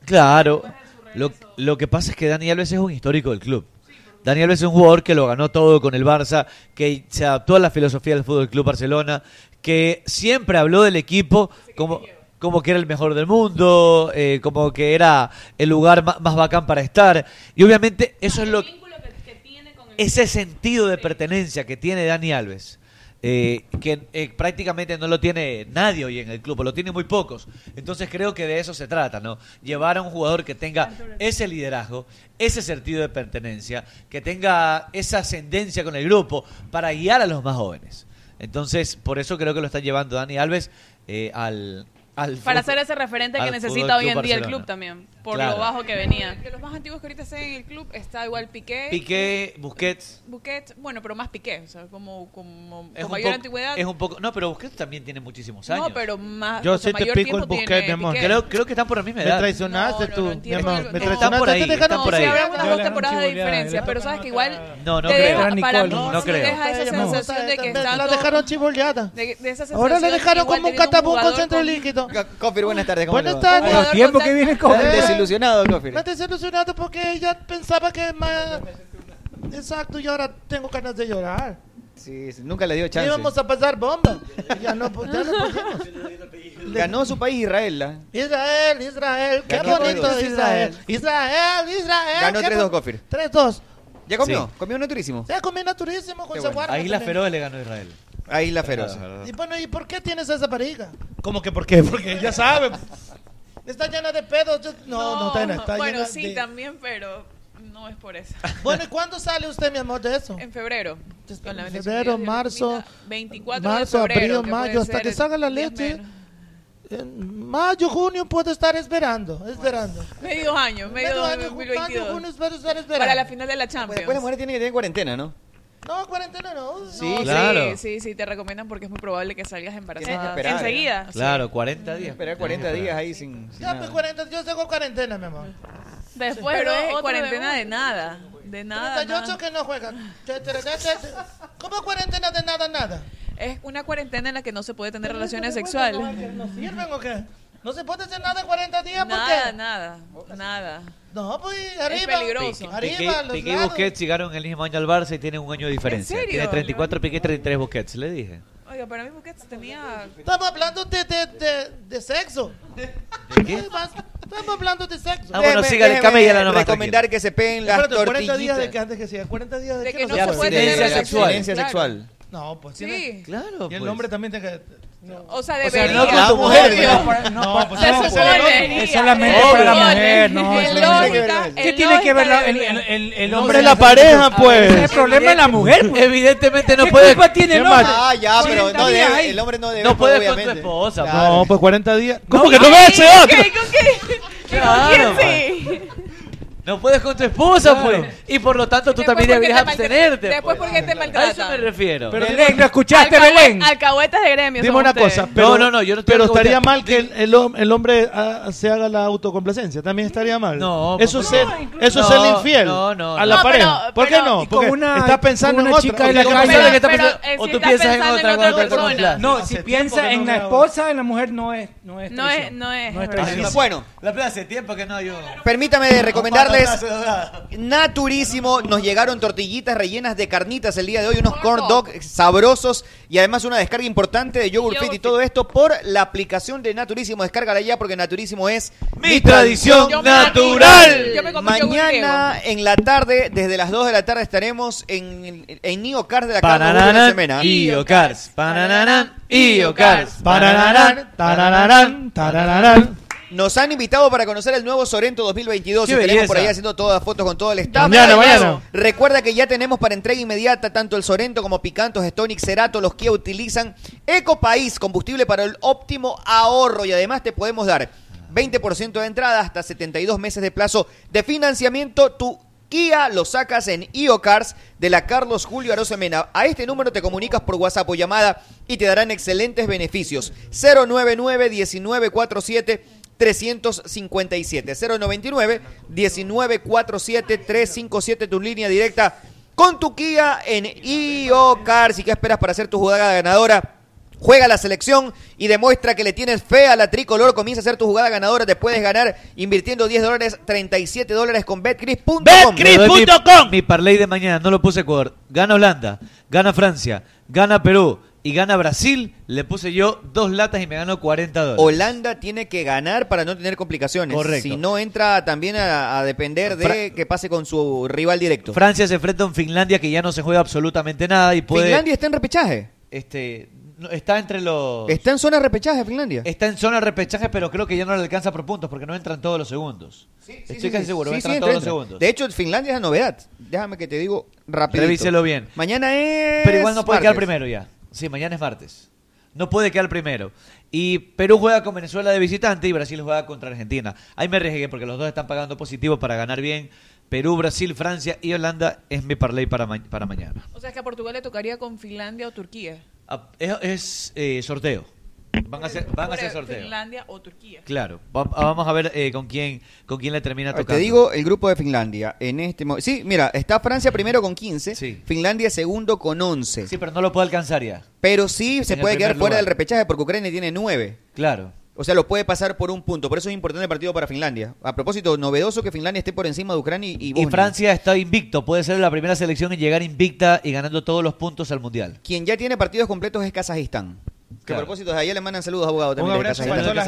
Speaker 17: Claro. Lo, lo que pasa es que Dani Alves es un histórico del club. Dani Alves es un jugador que lo ganó todo con el Barça, que se adaptó a la filosofía del Fútbol Club Barcelona, que siempre habló del equipo como, como que era el mejor del mundo, eh, como que era el lugar ma- más, bacán para estar. Y obviamente eso es lo ese sentido de pertenencia que tiene Dani Alves. eh, que eh, prácticamente no lo tiene nadie hoy en el club, o lo tiene muy pocos. Entonces creo que de eso se trata, ¿no? Llevar a un jugador que tenga ese liderazgo, ese sentido de pertenencia, que tenga esa ascendencia con el grupo para guiar a los más jóvenes. Entonces, por eso creo que lo está llevando Dani Alves eh, al, al...
Speaker 21: Para
Speaker 17: fútbol-
Speaker 21: ser ese referente
Speaker 17: al
Speaker 21: que
Speaker 17: Fútbol
Speaker 21: necesita hoy en
Speaker 17: Club
Speaker 21: día el
Speaker 17: Barcelona.
Speaker 21: club también, por
Speaker 17: Claro.
Speaker 21: lo bajo que venía.
Speaker 14: De los más antiguos que ahorita están en el club está igual Piqué.
Speaker 17: Piqué, Busquets...
Speaker 14: Buquet, bueno, pero más Piqué, o sea, como, como
Speaker 17: Es
Speaker 14: con
Speaker 17: un
Speaker 14: mayor
Speaker 17: poco-
Speaker 14: antigüedad.
Speaker 17: Es un poco... No, pero Busquets también tiene muchísimos años.
Speaker 14: no, pero más.
Speaker 17: Yo
Speaker 14: o sea,
Speaker 17: sí te
Speaker 14: mayor
Speaker 17: pico
Speaker 14: tiempo
Speaker 17: el Busquets,
Speaker 14: tiene
Speaker 17: mi amor.
Speaker 14: Piqué.
Speaker 17: Creo- creo que están por la misma edad.
Speaker 10: Me traicionaste tú, mi
Speaker 14: entiendo
Speaker 10: amor.
Speaker 14: algo,
Speaker 10: Me
Speaker 14: no.
Speaker 10: traicionaste.
Speaker 17: Están por ahí,
Speaker 10: te dejaste
Speaker 17: están por
Speaker 10: con-
Speaker 17: ahí.
Speaker 14: Sí, habrá unas
Speaker 17: Yo
Speaker 14: dos
Speaker 17: le
Speaker 14: temporadas de
Speaker 17: chivoleaba,
Speaker 14: diferencia,
Speaker 17: le
Speaker 14: pero sabes que igual.
Speaker 17: No, no
Speaker 14: te
Speaker 17: creo.
Speaker 14: deja- para mí,
Speaker 17: No
Speaker 14: sí
Speaker 17: creo.
Speaker 14: deja esa
Speaker 10: No.
Speaker 14: sensación de que
Speaker 10: Me-
Speaker 14: está
Speaker 10: La
Speaker 14: todo-
Speaker 10: dejaron chivoleada.
Speaker 14: de- de esa
Speaker 10: Ahora la
Speaker 14: sensación
Speaker 10: dejaron
Speaker 14: igual
Speaker 10: como un
Speaker 14: teniendo
Speaker 10: catapum con
Speaker 14: jugador
Speaker 10: centro líquido.
Speaker 12: Cofir, buenas tardes. ¿cómo
Speaker 10: Buenas
Speaker 12: le va?
Speaker 10: tardes. Los tiempos que viene Cofir.
Speaker 12: Desilusionado, Cofir.
Speaker 10: Me desilusionado porque ella pensaba que más. Exacto, y ahora tengo ganas de llorar.
Speaker 12: Sí, sí, nunca le dio chance.
Speaker 10: Íbamos a pasar bomba. Ya no, po- ya no podemos.
Speaker 12: Ganó su país Israel. ¿ah?
Speaker 10: Israel, Israel, qué
Speaker 12: Ganó
Speaker 10: bonito
Speaker 12: tres dos.
Speaker 10: es Israel. Israel, Israel.
Speaker 12: Ganó
Speaker 10: qué
Speaker 12: 3-2
Speaker 10: bo-
Speaker 12: Gofir.
Speaker 10: 3-2.
Speaker 12: Ya comió, comió naturísimo.
Speaker 10: Se ha comido naturísimo con
Speaker 12: Qué
Speaker 10: esa
Speaker 12: bueno.
Speaker 10: guarda
Speaker 17: A Isla
Speaker 10: también.
Speaker 17: Feroz le ganó Israel.
Speaker 12: A Isla Feroz.
Speaker 10: Y bueno, ¿y por qué tienes esa pareja?
Speaker 17: ¿Cómo que por qué? Porque
Speaker 10: ya sabe. Está llena de pedos. yo- No, no, está, llena- está
Speaker 14: Bueno,
Speaker 10: llena
Speaker 14: sí,
Speaker 10: de-
Speaker 14: también, pero no es por eso.
Speaker 10: Bueno, ¿y cuándo sale usted, mi amor, de eso? Este,
Speaker 14: En febrero. Con la bendición de
Speaker 10: Febrero,
Speaker 14: Dios, Dios
Speaker 10: marzo,
Speaker 14: permita, 24 de
Speaker 10: marzo,
Speaker 14: febrero,
Speaker 10: abril,
Speaker 14: que
Speaker 10: mayo,
Speaker 14: puede
Speaker 10: hasta
Speaker 14: ser
Speaker 10: que salga la
Speaker 14: diez
Speaker 10: leche.
Speaker 14: menos.
Speaker 10: En mayo, junio puedo estar esperando, esperando.
Speaker 14: Medio año, medio,
Speaker 10: Medio año,
Speaker 14: 2022.
Speaker 10: junio, espero estar esperando.
Speaker 14: Para la final de la Champions.
Speaker 12: Después las mujeres tienen que tener cuarentena, ¿no?
Speaker 10: No, cuarentena no.
Speaker 12: Sí,
Speaker 14: No,
Speaker 17: claro.
Speaker 14: Sí, sí, sí, te recomiendan porque es muy probable que
Speaker 12: Tienes
Speaker 14: salgas
Speaker 12: que
Speaker 14: embarazada.
Speaker 12: esperar.
Speaker 14: Enseguida.
Speaker 17: Claro, 40 días.
Speaker 12: Esperar 40 días ahí sin. sin
Speaker 10: Ya, pues
Speaker 12: nada.
Speaker 10: 40, yo tengo cuarentena, mi amor.
Speaker 14: Después
Speaker 10: Pero
Speaker 14: pero
Speaker 10: otro
Speaker 14: es cuarentena
Speaker 10: de
Speaker 14: de nada. De nada.
Speaker 10: 38
Speaker 14: nada.
Speaker 10: que no juegan. ¿Cómo cuarentena de nada, nada?
Speaker 14: Es una cuarentena en la que no se puede tener
Speaker 10: Pero
Speaker 14: relaciones
Speaker 10: eso de vuelta no
Speaker 14: sexuales.
Speaker 10: ¿No sirven o qué? No se puede hacer nada en 40 días
Speaker 14: Nada,
Speaker 10: porque...
Speaker 14: nada, nada.
Speaker 10: No, pues arriba.
Speaker 14: peligroso.
Speaker 10: Arriba,
Speaker 17: Piqué,
Speaker 10: los
Speaker 17: Piqué y
Speaker 10: lados.
Speaker 17: Busquets llegaron el mismo año al Barça y tienen un año de diferencia.
Speaker 14: serio?
Speaker 17: Tiene 34 Piqué y 33 Busquets, le dije.
Speaker 14: Oiga, para mí Busquets tenía...
Speaker 10: Estamos hablando de, de, de, de sexo.
Speaker 17: ¿De qué?
Speaker 10: Estamos hablando de sexo.
Speaker 17: Ah, bueno, siga,
Speaker 12: déjeme
Speaker 17: camellala nomás,
Speaker 12: recomendar
Speaker 17: tranquilo.
Speaker 12: que se peguen las
Speaker 10: Espérate, 40 días
Speaker 12: tortillitas.
Speaker 10: de que antes que siga. 40 días de,
Speaker 14: De que no
Speaker 10: se
Speaker 14: se
Speaker 10: puede.
Speaker 14: puede tener
Speaker 12: Abstinencia
Speaker 14: relaciones.
Speaker 12: sexual. Abstinencia
Speaker 14: Claro.
Speaker 12: sexual.
Speaker 10: No, pues
Speaker 14: Sí.
Speaker 10: tiene-
Speaker 17: Claro,
Speaker 10: Y
Speaker 17: pues.
Speaker 10: el hombre también tiene que...
Speaker 14: O sea,
Speaker 10: O
Speaker 14: debería.
Speaker 10: sea, no con tu mujer, ¿no? No, pues,
Speaker 14: se
Speaker 10: no, pues,
Speaker 14: supone.
Speaker 10: es solamente para la mujer, no,
Speaker 14: En
Speaker 10: eso no tiene que ver
Speaker 14: lógica,
Speaker 10: eso.
Speaker 14: en
Speaker 10: ¿Qué tiene que ver la-
Speaker 14: lógica
Speaker 10: el-
Speaker 14: debería.
Speaker 10: El hombre es la pareja, pues. El problema es la mujer.
Speaker 17: Evidentemente no
Speaker 10: ¿Qué
Speaker 17: puede.
Speaker 10: culpa tiene el
Speaker 17: ¿Qué más?
Speaker 10: hombre?
Speaker 12: Ah, ya, pero no
Speaker 10: 40 días
Speaker 12: debe,
Speaker 10: ahí.
Speaker 12: el hombre no debe.
Speaker 17: No puede con tu
Speaker 12: obviamente.
Speaker 17: esposa.
Speaker 12: Claro.
Speaker 10: No, pues 40 días.
Speaker 17: ¿Cómo que no
Speaker 12: Ay,
Speaker 17: me hace
Speaker 12: ok,
Speaker 17: otro? Claro,
Speaker 14: sí?
Speaker 17: No puedes con tu esposa, pues. Y por lo tanto tú también deberías
Speaker 14: porque te maltra-
Speaker 17: abstenerte.
Speaker 14: después
Speaker 17: pues.
Speaker 14: porque te
Speaker 17: A eso
Speaker 14: maltratan.
Speaker 17: me refiero.
Speaker 10: Pero Belén, ¿lo escuchaste,
Speaker 14: Alcahuete-
Speaker 10: Belén?
Speaker 14: Alcahuetas de gremio.
Speaker 10: Dime
Speaker 14: son
Speaker 10: una
Speaker 14: ustedes.
Speaker 10: cosa, pero,
Speaker 17: No, no, no, yo no estoy
Speaker 10: pero
Speaker 17: hablando
Speaker 10: estaría
Speaker 17: de-
Speaker 10: mal que el, el hom- el hombre ah, se haga la autocomplacencia, también estaría mal.
Speaker 17: No,
Speaker 10: eso es
Speaker 17: papá.
Speaker 10: ser,
Speaker 17: No,
Speaker 10: eso es
Speaker 17: no,
Speaker 10: ser infiel
Speaker 17: no, no,
Speaker 10: a la
Speaker 17: no.
Speaker 10: pareja.
Speaker 17: Pero-
Speaker 10: ¿Por qué
Speaker 17: pero-
Speaker 10: no?
Speaker 17: y con
Speaker 10: Porque
Speaker 17: una-
Speaker 10: está pensando
Speaker 17: con
Speaker 10: en
Speaker 17: una
Speaker 10: otra.
Speaker 17: chica de la
Speaker 10: ¿O
Speaker 17: calle.
Speaker 10: piensas
Speaker 17: Pero-
Speaker 10: pensando-
Speaker 17: pero- eh, O tú piensas en otra cosa, persona.
Speaker 30: No,
Speaker 10: Hace
Speaker 30: si
Speaker 10: tiempo
Speaker 30: piensa
Speaker 10: que no
Speaker 30: en la
Speaker 10: grabo.
Speaker 30: esposa, en la mujer no es. No es,
Speaker 14: No es-
Speaker 30: traición.
Speaker 14: no es,
Speaker 30: No es
Speaker 14: es verdad.
Speaker 30: traición.
Speaker 12: Bueno.
Speaker 17: La plaza hace tiempo que no yo.
Speaker 12: Permítame de recomendar recordarles, naturísimo, nos llegaron tortillitas rellenas de carnitas el día de hoy, unos corn dog sabrosos y además una descarga importante de yogurt fit y todo esto por la aplicación de Naturísimo. Descárgala ya porque Naturísimo es
Speaker 17: Mi tradición
Speaker 12: tradición
Speaker 17: natural. Yo me comí
Speaker 12: Mañana en la tarde, desde las 2 de la tarde estaremos en, en Neo Cars de la Carlos Julio de Semena.
Speaker 17: Iocars, pananana, Iocars,
Speaker 12: Tarararán,
Speaker 17: pananana, tarararán, tarararán.
Speaker 12: Nos han invitado para conocer el nuevo Sorento 2022
Speaker 17: ¡Qué
Speaker 12: y estaremos
Speaker 17: belleza!
Speaker 12: por ahí haciendo todas las fotos con todo el staff.
Speaker 17: Mañana,
Speaker 12: Además,
Speaker 17: mañana.
Speaker 12: Recuerda que ya tenemos para entrega inmediata tanto el Sorento como Picantos, Stonic, Cerato, los que utilizan Ecopaís, combustible para el óptimo ahorro y además te podemos dar 20% de entrada hasta 72 meses de plazo de financiamiento. Tu Kia lo sacas en IOCARS de la Carlos Julio Arosemena. A este número te comunicas por WhatsApp o llamada y te darán excelentes beneficios. 099 1947 357 099 1947 357 tu línea directa con tu Kia en IOCAR. Si que esperas para hacer tu jugada ganadora, juega la selección y demuestra que le tienes fe a la tricolor. Comienza a hacer tu jugada ganadora. Te puedes ganar invirtiendo 10 dólares, 37 dólares con betcris.com.
Speaker 17: Me doy Mi, mi parlay de mañana no lo puse Ecuador. Gana Holanda, gana Francia, gana Perú y gana Brasil. Le puse yo dos latas y me ganó 40 dólares.
Speaker 12: Holanda tiene que ganar para no tener complicaciones.
Speaker 17: Correcto.
Speaker 12: Si no entra también a, a depender de que pase con su rival directo.
Speaker 17: Francia se enfrenta a un Finlandia que ya no se juega absolutamente nada y puede.
Speaker 12: Finlandia está en repechaje.
Speaker 17: Este, no- está entre los.
Speaker 12: Está en zona de repechaje Finlandia.
Speaker 17: Está en zona de repechaje, pero creo que ya no le alcanza por puntos porque no entran todos los segundos. Estoy
Speaker 12: sí,
Speaker 17: casi
Speaker 12: sí.
Speaker 17: seguro,
Speaker 12: Sí,
Speaker 17: entran
Speaker 12: sí,
Speaker 17: todos
Speaker 12: entra,
Speaker 17: los
Speaker 12: entra.
Speaker 17: segundos.
Speaker 12: De hecho, Finlandia es la novedad. Déjame que te digo rápido.
Speaker 17: Revíselo bien.
Speaker 12: Mañana es.
Speaker 17: Pero igual no puede quedar
Speaker 12: martes.
Speaker 17: primero ya. Sí, mañana es martes. No puede quedar primero. Y Perú juega con Venezuela de visitante y Brasil juega contra Argentina. Ahí me arriesgué porque los dos están pagando positivo para ganar bien. Perú, Brasil, Francia y Holanda es mi parlay para, ma- para mañana.
Speaker 14: O sea, es que a Portugal le tocaría con Finlandia o Turquía.
Speaker 17: Ah, Es, es, eh, sorteo. Van a hacer, van a hacer sorteo.
Speaker 14: Finlandia o Turquía.
Speaker 17: Claro. Va- ah, vamos a ver eh, con quién con quién le termina
Speaker 12: A ver,
Speaker 17: tocando.
Speaker 12: Ah, Te digo el grupo de Finlandia. En este mo- Sí, mira, está Francia primero con 15. Finlandia segundo con 11.
Speaker 17: Sí, pero no lo puede alcanzar ya.
Speaker 12: Pero sí se
Speaker 17: En el
Speaker 12: puede
Speaker 17: primer
Speaker 12: quedar fuera
Speaker 17: lugar.
Speaker 12: del repechaje porque Ucrania tiene 9.
Speaker 17: Claro.
Speaker 12: O sea, lo puede pasar por un punto. Por eso es importante el partido para Finlandia. A propósito, novedoso que Finlandia esté por encima de Ucrania y,
Speaker 17: Y
Speaker 12: Bosnia.
Speaker 17: Francia está invicto. Puede ser la primera selección en llegar invicta y ganando todos los puntos al mundial.
Speaker 12: Quien ya tiene partidos completos es Kazajistán. Que a
Speaker 17: Claro.
Speaker 12: propósito, de allá le mandan saludos, abogado. También de
Speaker 17: abrazo para
Speaker 12: Kazajistán.
Speaker 17: toda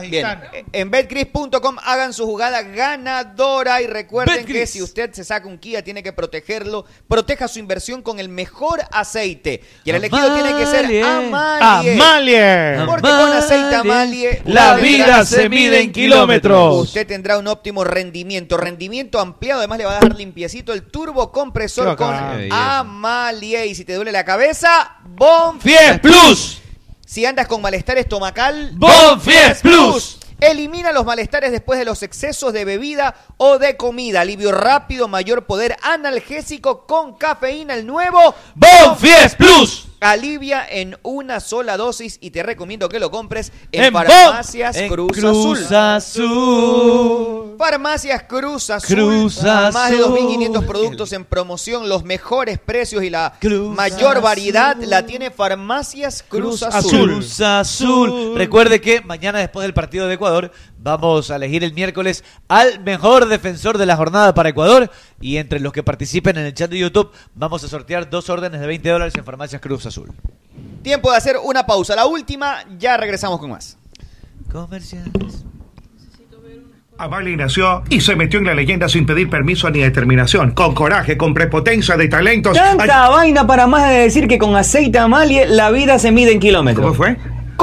Speaker 17: la gente de
Speaker 12: Bien. En betcris.com hagan su jugada ganadora y recuerden que si usted se saca un Kia tiene que protegerlo, proteja su inversión con el mejor aceite. Y el elegido tiene que ser Amalie.
Speaker 10: Amalie.
Speaker 12: Porque con aceite Amalie
Speaker 10: La
Speaker 12: usted
Speaker 10: vida
Speaker 12: tendrá-
Speaker 10: se mide en kilómetros.
Speaker 12: Usted tendrá un óptimo rendimiento, rendimiento ampliado, además le va a dar limpiecito el turbo compresor
Speaker 10: Qué
Speaker 12: con
Speaker 10: bacán. Qué belleza.
Speaker 12: Amalie y si te duele la cabeza, Bonfies
Speaker 10: Fies Plus.
Speaker 12: Si andas con malestar estomacal,
Speaker 10: Bonfies Plus.
Speaker 12: Elimina los malestares después de los excesos de bebida o de comida. Alivio rápido, mayor poder analgésico con cafeína. El nuevo
Speaker 10: Bonfies Plus.
Speaker 12: Alivia en una sola dosis y te recomiendo que lo compres en,
Speaker 17: En Bon-
Speaker 12: Farmacias
Speaker 17: en
Speaker 12: Cruz,
Speaker 17: Cruz
Speaker 12: Azul.
Speaker 17: Azul.
Speaker 12: Farmacias Cruz Azul.
Speaker 17: Cruz
Speaker 12: Más de
Speaker 17: Azul.
Speaker 12: 2.500 productos en promoción, los mejores precios y la mayor
Speaker 17: Azul.
Speaker 12: variedad la tiene Farmacias Cruz, Azul.
Speaker 17: Cruz Azul. Recuerde que mañana después del partido de Ecuador vamos a elegir el miércoles al mejor defensor de la jornada para Ecuador y entre los que participen en el chat de YouTube vamos a sortear dos órdenes de 20 dólares en farmacias Cruz Azul.
Speaker 12: Tiempo de hacer una pausa. La última, ya regresamos con más.
Speaker 1: Amalie nació y se metió en la leyenda sin pedir permiso ni determinación. Con coraje, con prepotencia de talentos.
Speaker 20: Tanta vaina para más de decir que con aceite Amalie la vida se mide en kilómetros. ¿Cómo fue?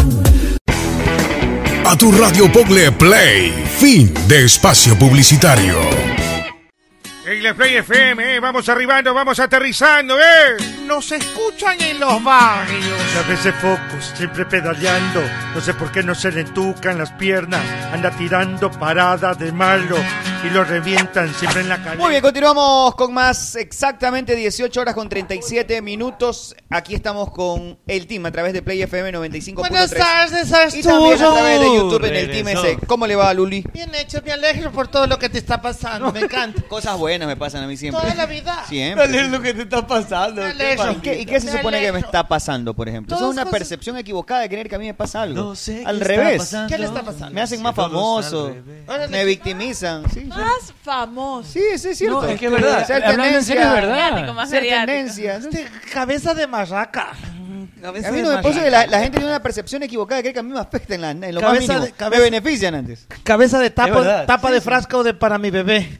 Speaker 24: A tu radio Pogle Play, fin de espacio publicitario.
Speaker 8: En la Play FM, eh, vamos arribando, vamos aterrizando, ¿eh?
Speaker 7: Nos escuchan en los barrios.
Speaker 8: A veces focus, siempre pedaleando. No sé por qué no se le entucan las piernas. Anda tirando parada de malo y lo revientan siempre en la calle.
Speaker 12: Muy bien, continuamos con más exactamente 18 horas con 37 minutos. Aquí estamos con el team a través de Play FM 95.3.
Speaker 7: Buenas tardes, Arturo.
Speaker 12: Y también a través de YouTube en el team Regresó. ese. ¿Cómo le va a Luli?
Speaker 7: Bien hecho, me alegro por todo lo que te está pasando. Me encanta.
Speaker 12: Cosas buenas me pasan a mí siempre.
Speaker 7: Toda la vida.
Speaker 12: Siempre.
Speaker 7: Me alegro
Speaker 12: lo que te está pasando.
Speaker 7: Me alegro.
Speaker 12: ¿Y qué, y qué se
Speaker 7: Me
Speaker 12: supone que me
Speaker 7: alegro.
Speaker 12: está pasando, por ejemplo? Eso es
Speaker 7: Todas
Speaker 12: una
Speaker 7: cosas-
Speaker 12: percepción equivocada de creer que a mí me pasa algo. No sé
Speaker 7: qué
Speaker 12: al
Speaker 7: está
Speaker 12: revés.
Speaker 7: pasando. ¿Qué le está pasando?
Speaker 12: Me hacen
Speaker 7: Si
Speaker 12: más
Speaker 7: todo es al
Speaker 12: famoso.
Speaker 7: Órale,
Speaker 12: Me
Speaker 7: ¿qué
Speaker 12: victimizan. Sí, sí.
Speaker 14: Más famoso.
Speaker 12: Sí, sí, es cierto.
Speaker 14: No, es
Speaker 7: que es verdad.
Speaker 12: Ser
Speaker 7: Hablando en serio, es verdad. Este,
Speaker 14: Mediático, más
Speaker 12: Ser
Speaker 14: mediático.
Speaker 12: tendencia.
Speaker 7: Cabeza de marraca. Cabeza
Speaker 12: A mí no me pasa que la, la gente tiene una percepción equivocada de creer que a mí me afecta en, la, en lo más
Speaker 7: Cabeza
Speaker 12: mínimo.
Speaker 7: de- cabeza-
Speaker 12: Me benefician antes.
Speaker 7: Cabeza de
Speaker 12: Es
Speaker 7: tapa,
Speaker 12: verdad,
Speaker 7: tapa
Speaker 12: sí,
Speaker 7: de
Speaker 12: sí.
Speaker 7: frasco de para mi bebé.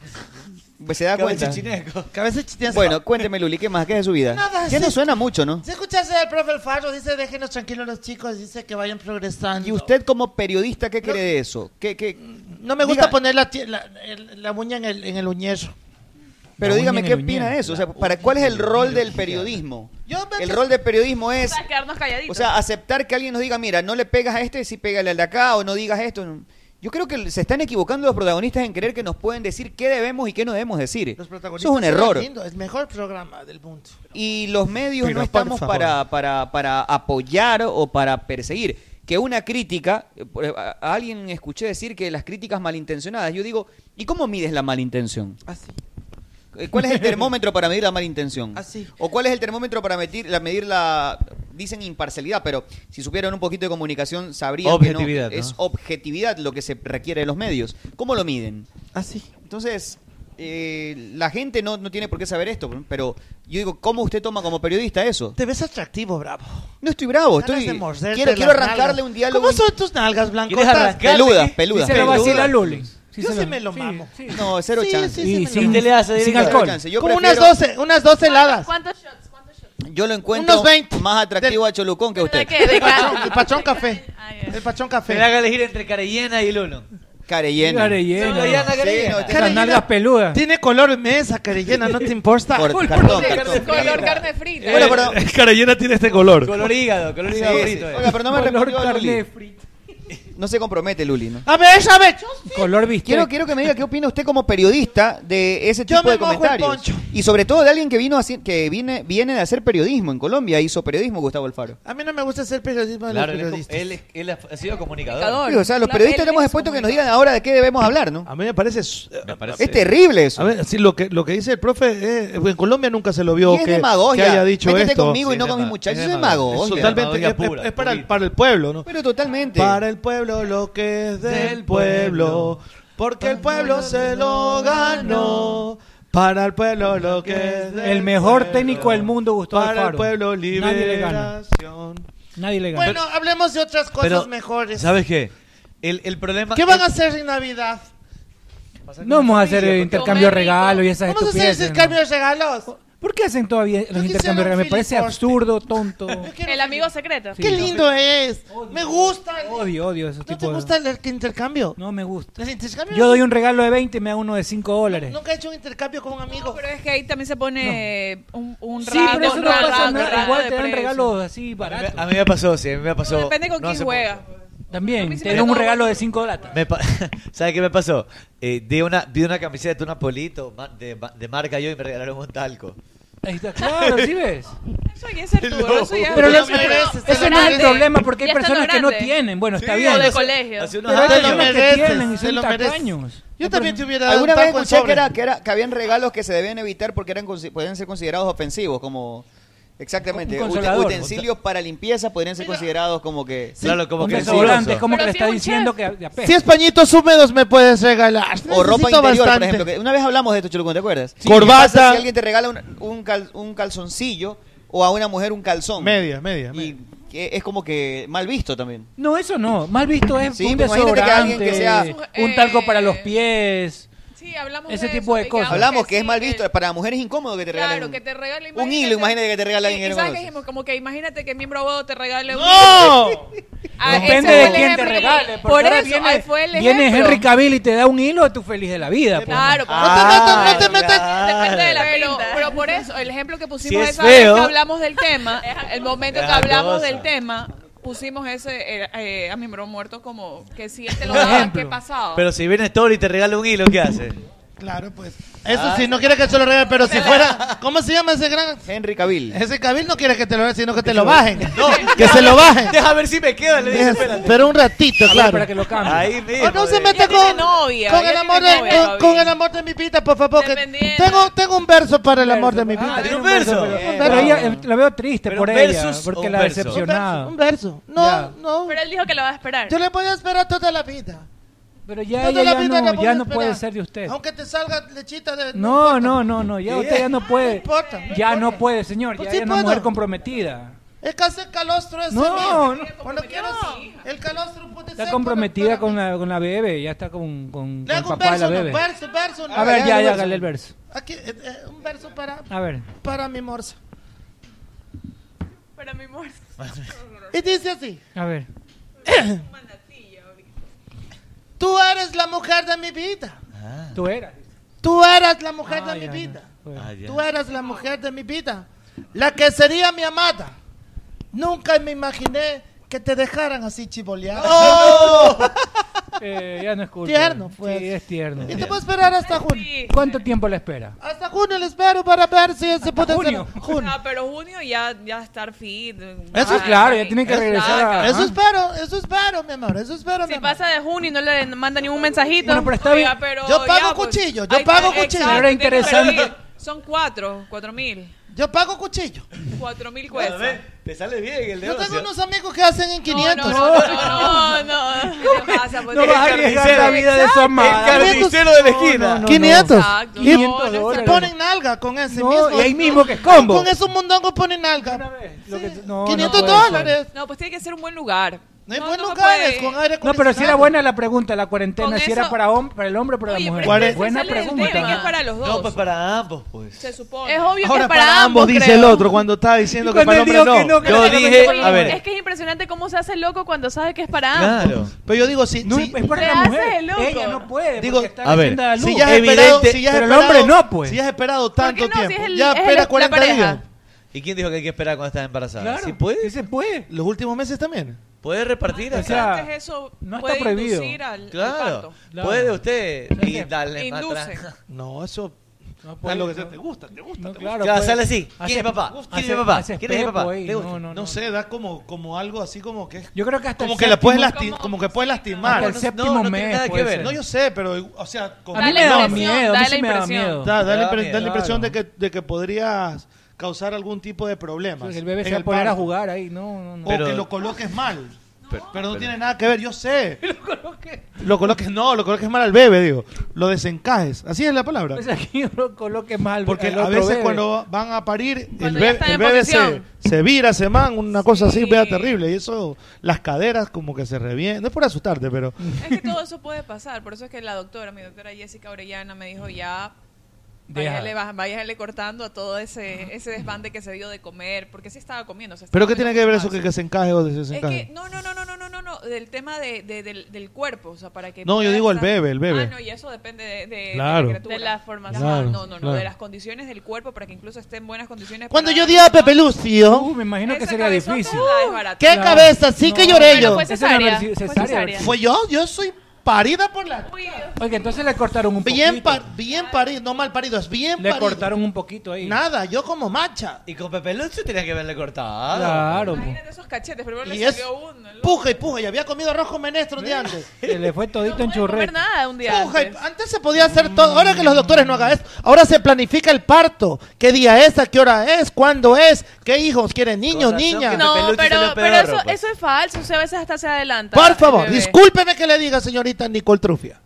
Speaker 12: Pues se da
Speaker 7: Cabeza
Speaker 12: cuenta.
Speaker 7: chichinesco. Cabeza chichinesco.
Speaker 12: Bueno, cuénteme, Luli, ¿qué más? ¿Qué es de su vida?
Speaker 7: Nada,
Speaker 12: ya
Speaker 7: sí.
Speaker 12: no suena mucho, ¿no?
Speaker 7: Si escuchaste al profe El Faro, dice déjenos tranquilos los chicos, dice que vayan progresando.
Speaker 12: ¿Y usted como periodista qué cree de eso? ¿Qué, qué?
Speaker 7: No me gusta
Speaker 12: Diga-
Speaker 7: poner la, tie- la, el- la uña en el, en el uñero.
Speaker 12: Pero
Speaker 7: La uña
Speaker 12: dígame
Speaker 7: en
Speaker 12: qué
Speaker 7: el
Speaker 12: opina
Speaker 7: uñero.
Speaker 12: de eso. O sea, ¿para ¿cuál es el rol del periodismo? El rol del periodismo es,
Speaker 14: Quedarnos
Speaker 12: o
Speaker 14: calladitos.
Speaker 12: sea, aceptar que alguien nos diga, mira, no le pegas a este, sí pégale al de acá, o no digas esto. No. Yo creo que se están equivocando los protagonistas en creer que nos pueden decir qué debemos y qué no debemos decir. Eso es un error.
Speaker 7: Lindo, es el mejor programa del mundo.
Speaker 12: Y los medios
Speaker 7: Pero
Speaker 12: no
Speaker 7: por
Speaker 12: estamos
Speaker 7: favor.
Speaker 12: para, para, para apoyar o para perseguir. Que una crítica, eh, por- a a alguien escuché decir que las críticas malintencionadas, yo digo, ¿y cómo mides la malintención?
Speaker 7: Así.
Speaker 12: Eh, ¿Cuál es el termómetro para medir la malintención?
Speaker 7: Así.
Speaker 12: ¿O cuál es el termómetro para medir la, medir la dicen imparcialidad, pero si supieran un poquito de comunicación sabrían
Speaker 17: Objetividad,
Speaker 12: que
Speaker 17: ¿no?
Speaker 12: no, es objetividad lo que se requiere de los medios. ¿Cómo lo miden?
Speaker 7: Así.
Speaker 12: Entonces, eh, la gente no, no tiene por qué saber esto, pero yo digo, ¿cómo usted toma como periodista eso?
Speaker 7: Te ves atractivo, bravo.
Speaker 12: No estoy bravo,
Speaker 7: Ganas
Speaker 12: estoy
Speaker 7: de morderte
Speaker 12: quiero,
Speaker 7: las
Speaker 12: quiero arrancarle
Speaker 7: nalgas.
Speaker 12: un diálogo.
Speaker 7: ¿Cómo son tus nalgas blancas?
Speaker 12: Peludas, peludas.
Speaker 7: Se lo
Speaker 12: peludas.
Speaker 7: vacila Luli. Yo sí me lo mamo.
Speaker 12: No, cero
Speaker 7: Sí,
Speaker 12: chance.
Speaker 7: sí, sí,
Speaker 12: Y
Speaker 7: me
Speaker 12: sin-
Speaker 7: lo
Speaker 12: ¿Qué le
Speaker 7: mamo.
Speaker 12: hace directo? Cero chance. Yo
Speaker 7: Como unas
Speaker 12: prefiero-
Speaker 7: 12, unas 12 heladas.
Speaker 14: ¿Cuántos shots? ¿Cuántos shots?
Speaker 12: Yo lo encuentro
Speaker 7: Unos 20.
Speaker 12: más atractivo a Cholucón que a usted.
Speaker 14: qué? ¿De
Speaker 7: El
Speaker 14: ca-
Speaker 7: pachón- el pachón café. El pachón
Speaker 17: Me
Speaker 7: café.
Speaker 17: haga elegir entre Carellena y Lolo.
Speaker 12: Carellena.
Speaker 17: Carellena. Carellena, Sí, Carellena. no,
Speaker 7: Carellena
Speaker 17: nalgas
Speaker 7: peludas. Tiene color mesa, Carellena, no te importa.
Speaker 12: Por-
Speaker 7: Uy,
Speaker 12: cartón,
Speaker 7: por-
Speaker 12: cartón.
Speaker 14: Color carne frita.
Speaker 7: Bueno,
Speaker 10: Eh,
Speaker 7: pero-
Speaker 18: Carellena tiene este color.
Speaker 17: Color hígado, color hígado
Speaker 12: Sí,
Speaker 17: frito.
Speaker 12: sí.
Speaker 17: eh.
Speaker 12: Oiga, pero no me
Speaker 17: Color
Speaker 12: respondió a
Speaker 17: carne
Speaker 12: Luli. No se compromete, Luli, ¿no?
Speaker 7: A ver, a ver.
Speaker 12: Color Quiero, quiero que me diga qué opina usted como periodista de ese
Speaker 7: Yo
Speaker 12: tipo
Speaker 7: me
Speaker 12: de
Speaker 7: mojo el
Speaker 12: comentarios.
Speaker 7: poncho.
Speaker 12: Y sobre todo de alguien que vino a hacer- que viene, viene de hacer periodismo en Colombia, hizo periodismo Gustavo Alfaro.
Speaker 7: A mí no me gusta hacer periodismo de
Speaker 17: Claro,
Speaker 7: los
Speaker 17: él, es-
Speaker 7: periodistas.
Speaker 17: él es- él ha ha sido comunicador.
Speaker 12: Digo, o sea, los periodistas tenemos expuestos que nos digan ahora de qué debemos hablar, ¿no?
Speaker 18: A mí me parece.
Speaker 12: Es terrible eso.
Speaker 18: A ver, sí, lo que, lo que dice el profe, eh, en Colombia nunca se lo vio
Speaker 12: Y es
Speaker 18: que,
Speaker 12: demagogia.
Speaker 18: que haya dicho
Speaker 12: Métete
Speaker 18: esto.
Speaker 12: conmigo y no con mis muchachos. Eso es demagogia.
Speaker 18: Es Totalmente, es, es- es para, el, para el pueblo, ¿no?
Speaker 12: Pero totalmente.
Speaker 18: Para el pueblo, lo que es del pueblo, porque el pueblo se lo ganó. Para el pueblo, lo que es del
Speaker 15: El mejor técnico del mundo, Gustavo
Speaker 18: Para el
Speaker 15: Alfaro.
Speaker 18: pueblo,
Speaker 15: Nadie le gana.
Speaker 18: liberación.
Speaker 15: Nadie le gana.
Speaker 7: Bueno, hablemos de otras cosas
Speaker 17: Pero,
Speaker 7: mejores.
Speaker 17: ¿Sabes qué? El, el problema.
Speaker 7: ¿Qué van a hacer en Navidad?
Speaker 15: no vamos a hacer eh, intercambio de regalo y esas
Speaker 7: ¿Cómo se hace
Speaker 15: estupideces.
Speaker 7: intercambio de regalos?
Speaker 15: ¿no? ¿Por qué hacen todavía los intercambios de regalo? Me parece absurdo, tonto.
Speaker 14: El amigo secreto.
Speaker 7: ¡Qué lindo es! ¡Me gusta!
Speaker 15: Odio, odio esos
Speaker 7: ¿No
Speaker 15: tipos
Speaker 7: te
Speaker 15: de-
Speaker 7: gusta el intercambio?
Speaker 15: No me gusta.
Speaker 7: ¿El intercambio?
Speaker 15: Yo doy un regalo de 20 y me da uno de 5 dólares.
Speaker 7: Nunca he hecho un intercambio con un amigo.
Speaker 14: Pero es que ahí también se pone un, un
Speaker 15: Sí,
Speaker 14: rango,
Speaker 15: pero eso
Speaker 14: un
Speaker 15: no
Speaker 14: rango,
Speaker 15: pasa
Speaker 14: un
Speaker 15: nada.
Speaker 14: rango
Speaker 15: Igual
Speaker 14: de
Speaker 15: te dan
Speaker 14: precio.
Speaker 15: regalos así baratos.
Speaker 17: A mí me pasó, sí, a mí me pasó.
Speaker 14: Depende
Speaker 17: no
Speaker 14: con quién
Speaker 17: hace
Speaker 14: juega.
Speaker 15: También, te dieron un regalo de 5 latas.
Speaker 17: Me pa- ¿Sabes qué me pasó? Eh, di, una, di una camiseta de un apolito ma- de, ma- de marca yo y me regalaron un talco.
Speaker 15: Ahí está, claro, ¿sí ves?
Speaker 14: Eso hay que ser tú, ¿no? Eso ya-
Speaker 15: Pero
Speaker 14: Ya
Speaker 15: no-
Speaker 14: estando
Speaker 15: pero ese no es el
Speaker 14: grande.
Speaker 15: problema porque hay
Speaker 14: Ya estando
Speaker 15: personas que no
Speaker 14: grande.
Speaker 15: tienen. Bueno, está
Speaker 14: Sí,
Speaker 15: bien.
Speaker 14: o de colegio.
Speaker 15: Hace Pero hay
Speaker 17: años.
Speaker 15: personas
Speaker 17: Te lo
Speaker 15: que
Speaker 17: mereces,
Speaker 15: tienen y
Speaker 17: te
Speaker 15: son
Speaker 17: lo mereces.
Speaker 15: tacaños.
Speaker 10: Yo también te hubiera
Speaker 12: Alguna vez
Speaker 10: taco en
Speaker 12: escuché que,
Speaker 10: sobre.
Speaker 12: era, que, era, que habían regalos que se debían evitar porque eran consi- podían ser considerados ofensivos, como... Exactamente,
Speaker 15: Un
Speaker 12: ut-
Speaker 15: consolador.
Speaker 12: utensilios para limpieza podrían ser considerados como que...
Speaker 17: Claro, como
Speaker 15: Un
Speaker 17: que
Speaker 15: desodorante, es como que
Speaker 12: Pero
Speaker 15: le
Speaker 12: si
Speaker 15: está
Speaker 12: es un
Speaker 15: diciendo que que apesta.
Speaker 10: Si es pañitos húmedos me puedes regalar.
Speaker 12: O
Speaker 10: Necesito
Speaker 12: ropa interior, por
Speaker 10: bastante.
Speaker 12: ejemplo. que una vez hablamos de esto, Cholucón, ¿te acuerdas?
Speaker 10: Sí. Corbata.
Speaker 12: ¿Qué pasa Si alguien te regala un, un cal- un calzoncillo o a una mujer un calzón.
Speaker 10: Media, media.
Speaker 12: Y que es como que mal visto también.
Speaker 15: No, eso no. Mal visto es
Speaker 12: Sí,
Speaker 15: un
Speaker 12: pues imagínate que alguien
Speaker 15: desodorante,
Speaker 12: que sea-
Speaker 15: un talco para los pies.
Speaker 14: Sí, hablamos
Speaker 15: Ese
Speaker 14: de
Speaker 15: tipo
Speaker 14: eso,
Speaker 15: de cosas.
Speaker 12: Hablamos que es mal visto. Para la mujer es incómodo que te regalen
Speaker 14: Claro,
Speaker 12: un-
Speaker 14: que te regalen
Speaker 12: un hilo. Imagínate que te regalen
Speaker 14: Y, y
Speaker 12: dinero.
Speaker 14: ¿sabes
Speaker 12: con
Speaker 14: qué
Speaker 12: eso.
Speaker 14: dijimos? Como que imagínate que miembro huevo te regale un
Speaker 15: ¡No!
Speaker 14: Ah, ese
Speaker 15: Depende
Speaker 14: fue
Speaker 15: de quién
Speaker 14: el
Speaker 15: te
Speaker 14: ejemplo.
Speaker 15: regale. porque
Speaker 14: Por
Speaker 15: ahora
Speaker 14: eso,
Speaker 15: viene,
Speaker 14: ahí fue el
Speaker 15: viene
Speaker 14: ejemplo.
Speaker 15: Henry Cavill y te da un hilo, tú feliz de la vida. pues,
Speaker 14: Claro,
Speaker 15: ¿no?
Speaker 14: pues. No te
Speaker 12: Ah,
Speaker 14: metas, no te
Speaker 15: Claro.
Speaker 14: Depende de la pero, pero por eso, el ejemplo que pusimos
Speaker 15: Si es
Speaker 14: esa vez
Speaker 15: feo.
Speaker 14: que hablamos del tema, el momento que
Speaker 15: Es acoso.
Speaker 14: hablamos del tema, pusimos ese eh, eh, a miembro muerto como que si él te lo
Speaker 17: Un
Speaker 14: daba,
Speaker 17: ejemplo.
Speaker 14: ¿qué pasaba?
Speaker 17: Pero si viene Story y te regala un hilo, ¿qué haces?
Speaker 10: Claro, pues. Eso
Speaker 12: Ah.
Speaker 10: sí, no quiere que se lo regalen, pero si fuera... ¿Cómo se llama ese gran...?
Speaker 12: Henry Cavill.
Speaker 10: Ese Cavill no quiere que te lo regalen, sino que te lo bajen.
Speaker 17: No,
Speaker 10: que se lo bajen.
Speaker 17: Deja ver si me queda, le dije,
Speaker 10: Deja-
Speaker 17: espérate.
Speaker 10: Pero un ratito, claro.
Speaker 17: para que lo cambie. Ahí mismo,
Speaker 10: O Ah, no se
Speaker 17: eh.
Speaker 10: meta
Speaker 17: Ya tiene
Speaker 10: con,
Speaker 17: novia,
Speaker 10: con
Speaker 17: ya
Speaker 10: el
Speaker 17: tiene
Speaker 10: amor de,
Speaker 17: novia,
Speaker 10: con, con el amor de mi pita, por favor. que tengo, tengo un verso para el amor de mi
Speaker 17: ah,
Speaker 10: pita.
Speaker 15: Tiene un verso. Pero ella eh, la veo triste por
Speaker 10: un
Speaker 15: ella,
Speaker 10: versus o
Speaker 15: porque
Speaker 10: un
Speaker 15: la ha
Speaker 10: verso?
Speaker 15: decepcionado.
Speaker 10: Un verso. No,
Speaker 15: Ya.
Speaker 10: no.
Speaker 14: Pero él dijo que lo va a esperar.
Speaker 10: Yo le voy a esperar toda la vida.
Speaker 15: Pero ya,
Speaker 10: Toda
Speaker 15: ella
Speaker 10: la
Speaker 15: ya
Speaker 10: vida la
Speaker 15: no,
Speaker 10: voy
Speaker 15: ya
Speaker 10: a
Speaker 15: no puede
Speaker 10: esperar.
Speaker 15: ser de usted.
Speaker 10: Aunque te salga lechita de...
Speaker 15: No, no, no, no, ya
Speaker 10: ¿Qué?
Speaker 15: usted ya no puede.
Speaker 10: importa, no
Speaker 15: Ya no puede, señor, ya
Speaker 10: Pues
Speaker 15: ella
Speaker 10: sí
Speaker 15: es una
Speaker 10: puedo.
Speaker 15: mujer comprometida.
Speaker 10: Es que hace calostro ese.
Speaker 15: No,
Speaker 10: mío.
Speaker 15: no.
Speaker 10: Cuando quieras, el calostro puede
Speaker 15: Está
Speaker 10: ser
Speaker 15: comprometida con la, con la bebé, ya está con, con,
Speaker 10: Le
Speaker 15: con
Speaker 10: hago un
Speaker 15: el papá de la
Speaker 10: verso, no,
Speaker 15: bebé.
Speaker 10: verso, verso, no.
Speaker 15: A ver, ya,
Speaker 10: Hágale
Speaker 15: ya,
Speaker 10: el
Speaker 15: hágale el
Speaker 10: verso.
Speaker 15: verso.
Speaker 10: Aquí, eh, eh, un verso para,
Speaker 15: A ver.
Speaker 10: para mi morsa.
Speaker 14: Para mi muerte.
Speaker 10: Y dice así.
Speaker 15: A ver.
Speaker 10: Tú eres la mujer de mi vida.
Speaker 15: Tú eras.
Speaker 10: Tú eras la mujer de mi vida.
Speaker 15: Ah, ya.
Speaker 10: Tú eras la mujer de mi vida. La que sería mi amada. Nunca me imaginé que te dejaran así chivoleado.
Speaker 15: ¡Oh! Eh, ya no es culpa.
Speaker 10: Tierno, pues.
Speaker 15: Sí, es tierno.
Speaker 10: Y te puedo esperar hasta junio.
Speaker 15: ¿Cuánto tiempo la espera?
Speaker 10: Hasta junio le espero para ver si se puede
Speaker 15: junio.
Speaker 10: hacer. Junio.
Speaker 14: Ah, pero junio ya, ya estar fit. Ah,
Speaker 15: Eso es claro, ya tiene que regresar a-
Speaker 10: Eso espero, eso espero, mi amor. Eso espero, mi
Speaker 14: Si
Speaker 10: amor.
Speaker 14: pasa de junio y no le manda ningún mensajito.
Speaker 15: Bueno, pero está
Speaker 14: Oiga,
Speaker 15: bien.
Speaker 14: pero
Speaker 10: Yo pago
Speaker 14: pues,
Speaker 10: cuchillo, yo
Speaker 14: ahí está,
Speaker 10: pago
Speaker 14: exacto,
Speaker 10: cuchillo. Pero era
Speaker 14: tiene que
Speaker 10: interesante.
Speaker 14: pedir. Son cuatro, cuatro mil.
Speaker 10: Yo pago cuchillo.
Speaker 14: Cuatro mil cuesta.
Speaker 17: Te sale bien el
Speaker 10: Yo
Speaker 17: negocio.
Speaker 10: tengo unos amigos que hacen en 500.
Speaker 14: No, no, no, no, no. ¿Qué te pasa? Pues,
Speaker 15: No vas a arriesgar la vida de su amada.
Speaker 17: El carnicero de la esquina.
Speaker 10: 500.
Speaker 14: Exacto,
Speaker 10: Y
Speaker 14: no, no
Speaker 10: se
Speaker 15: dólares.
Speaker 10: ponen nalga con ese
Speaker 15: No,
Speaker 10: mismo.
Speaker 15: y ahí mismo que es combo.
Speaker 10: Con esos mondongos ponen nalga.
Speaker 15: Lo que- no, no
Speaker 10: 500
Speaker 15: puede ser.
Speaker 10: dólares.
Speaker 14: No, pues tiene que ser un buen lugar.
Speaker 10: No hay
Speaker 14: No,
Speaker 10: buen
Speaker 14: no
Speaker 10: lugar,
Speaker 14: puede.
Speaker 10: es con aire
Speaker 15: No, pero si era buena la pregunta, la cuarentena,
Speaker 14: Con
Speaker 15: si era
Speaker 14: eso-
Speaker 15: para, hom- para el hombre o para la mujer.
Speaker 14: ¿Cuál es?
Speaker 15: Buena
Speaker 14: Se sale del tema, que es
Speaker 15: pregunta.
Speaker 14: para los dos.
Speaker 17: No, pues para ambos, pues.
Speaker 14: Se supone. Es obvio que
Speaker 10: Ahora
Speaker 14: es para,
Speaker 10: para ambos,
Speaker 14: ambos,
Speaker 10: dice
Speaker 14: creo.
Speaker 10: el otro cuando estaba diciendo que para el hombre no.
Speaker 17: Yo dije, a
Speaker 14: Es
Speaker 17: ver. Ah.
Speaker 14: que es impresionante cómo se hace loco cuando sabe que es para ambos.
Speaker 17: Claro.
Speaker 10: Pero yo digo, si, si-
Speaker 15: Es para
Speaker 14: Te
Speaker 15: la
Speaker 14: haces
Speaker 15: mujer.
Speaker 14: el loco.
Speaker 15: Ella no puede.
Speaker 10: digo,
Speaker 17: A
Speaker 10: si
Speaker 17: ver,
Speaker 10: ya has
Speaker 17: si
Speaker 10: esperado,
Speaker 17: evidente-
Speaker 10: si ya has
Speaker 17: pero el
Speaker 10: esperado-
Speaker 17: hombre no, pues.
Speaker 10: Si ya has esperado tanto
Speaker 14: no? Si
Speaker 10: tiempo,
Speaker 14: es el-
Speaker 10: ya
Speaker 14: es el-
Speaker 10: espera
Speaker 14: la
Speaker 10: 40
Speaker 14: pareja.
Speaker 10: días.
Speaker 17: ¿Y quién dijo que hay que esperar cuando estás embarazada?
Speaker 15: Claro,
Speaker 17: ¿Sí puede?
Speaker 15: sí se puede.
Speaker 10: Los últimos meses también.
Speaker 17: ¿Puede repartir?
Speaker 15: O
Speaker 17: acá?
Speaker 15: sea,
Speaker 14: Entonces eso
Speaker 15: No está
Speaker 14: puede
Speaker 15: prohibido.
Speaker 14: inducir al, al
Speaker 17: claro,
Speaker 14: parto.
Speaker 17: puede usted y darle para
Speaker 14: Induce.
Speaker 17: atrás.
Speaker 10: No, eso.
Speaker 15: No
Speaker 10: a
Speaker 15: puede,
Speaker 10: lo que sea,
Speaker 15: no.
Speaker 10: te gusta, te gusta.
Speaker 15: No,
Speaker 10: te
Speaker 15: claro,
Speaker 17: Claro,
Speaker 15: pues.
Speaker 17: sale así. ¿Quién
Speaker 15: Hace-
Speaker 17: es papá? ¿Quién es
Speaker 15: hace-
Speaker 17: papá?
Speaker 15: hace
Speaker 17: ¿Quién es
Speaker 15: espejo
Speaker 17: papá?
Speaker 15: ahí.
Speaker 17: ¿Te gusta?
Speaker 15: No, no,
Speaker 10: No
Speaker 15: no.
Speaker 10: sé, da como, como algo así como que.
Speaker 15: Yo creo que hasta
Speaker 10: como
Speaker 15: el
Speaker 10: que la puedes
Speaker 15: séptimo-
Speaker 10: lastimar. Como que puedes lastimar.
Speaker 15: Hasta el
Speaker 10: No, no,
Speaker 15: séptimo
Speaker 17: no, no tiene
Speaker 15: mes.
Speaker 17: nada que
Speaker 15: puede
Speaker 17: ver.
Speaker 15: ser.
Speaker 10: No, yo sé, pero, o sea, con-
Speaker 15: A mí me
Speaker 14: Da la
Speaker 15: daba
Speaker 14: impresión,
Speaker 15: miedo, a
Speaker 14: da
Speaker 15: mí
Speaker 14: la
Speaker 15: sí me daba
Speaker 14: impresión.
Speaker 15: miedo.
Speaker 10: Da, da la,
Speaker 17: Claro.
Speaker 10: impre- da la impresión de
Speaker 15: Claro.
Speaker 10: que, de que podrías causar algún tipo de problemas.
Speaker 15: El bebé
Speaker 10: en
Speaker 15: se va a
Speaker 10: el
Speaker 15: poner a
Speaker 10: parto.
Speaker 15: jugar ahí. No, no, no.
Speaker 10: O que lo coloques mal. Pero, no
Speaker 17: pero-
Speaker 10: tiene nada que ver, yo sé. lo coloques, no, lo coloques mal al bebé, digo. Lo desencajes. Así es la palabra.
Speaker 15: Pues aquí lo coloque mal.
Speaker 10: Porque
Speaker 15: al
Speaker 10: a
Speaker 15: otro
Speaker 10: veces
Speaker 15: bebé.
Speaker 10: cuando van a parir,
Speaker 14: Cuando
Speaker 10: el
Speaker 14: ya
Speaker 10: bebé,
Speaker 14: están
Speaker 10: el
Speaker 14: en
Speaker 10: bebé se,
Speaker 14: posición.
Speaker 10: se vira, se man, una cosa así,
Speaker 14: Sí.
Speaker 10: vea terrible. Y eso, las caderas como que se revienten. No es por asustarte, pero.
Speaker 15: Mm.
Speaker 14: Es que todo eso puede pasar. Por eso es que la doctora, mi doctora Jessica Orellana, me dijo ya Váyale, va- váyale cortando a todo ese, ese desbande que se dio de comer, porque sí estaba comiendo. o sea,
Speaker 10: ¿Pero
Speaker 14: estaba
Speaker 10: qué tiene que
Speaker 14: comiendo
Speaker 10: ver eso
Speaker 14: más.
Speaker 10: que, que se encaje o
Speaker 14: Es
Speaker 10: desencaje?
Speaker 14: que, no, no, no, no, no, no, no, no, del tema de, de- del, del cuerpo, o sea, para que...
Speaker 10: No, yo
Speaker 14: puedas
Speaker 10: digo el
Speaker 14: estar-
Speaker 10: bebé, el bebé.
Speaker 14: Ah, no, y eso depende de, de- de
Speaker 10: Claro.
Speaker 14: la criatura.
Speaker 10: De
Speaker 21: la formación.
Speaker 10: Claro,
Speaker 14: no, no, no,
Speaker 10: claro.
Speaker 14: de las condiciones del cuerpo para que incluso esté en buenas condiciones.
Speaker 10: Cuando
Speaker 14: para-
Speaker 10: yo di a Pepe Lucio,
Speaker 15: Uh, me imagino
Speaker 14: Esa
Speaker 15: que sería
Speaker 14: cabezota
Speaker 15: difícil.
Speaker 14: la desbarató.
Speaker 10: ¿qué
Speaker 15: No.
Speaker 10: cabeza? Sí que
Speaker 15: No.
Speaker 10: lloré
Speaker 15: Bueno,
Speaker 10: yo.
Speaker 15: fue Esa es una cesárea,
Speaker 12: Pues,
Speaker 15: versión- fue cesárea. cesárea.
Speaker 10: Fue yo, yo soy parida por la...
Speaker 15: Oiga, entonces le cortaron un
Speaker 10: Bien, par- bien parido, no mal parido, es bien
Speaker 15: Le
Speaker 10: parido.
Speaker 15: cortaron un poquito ahí.
Speaker 10: Nada, yo como macha.
Speaker 17: Y con Pepe Lucio tenía que verle cortado.
Speaker 15: Claro. pues. po.
Speaker 14: Imagínate esos cachetes, primero
Speaker 10: Y
Speaker 14: le
Speaker 10: es-
Speaker 14: salió uno.
Speaker 10: Puja y puja, y había comido arroz con menestro un día antes.
Speaker 15: Se le fue todito en
Speaker 14: No comer
Speaker 15: churrete.
Speaker 14: nada un día
Speaker 10: Puja, y-
Speaker 14: antes.
Speaker 10: antes se podía hacer todo, ahora que los doctores no hagan eso, ahora se planifica el parto, qué día es, a qué hora es, cuándo es, qué hijos quieren, niños, niñas.
Speaker 14: No, pero, pero eso,
Speaker 17: pues.
Speaker 14: eso es falso, o sea, a veces hasta se adelanta.
Speaker 10: Por
Speaker 14: el
Speaker 10: favor,
Speaker 14: bebé.
Speaker 10: discúlpeme que le diga, señorita Nicole Trufia.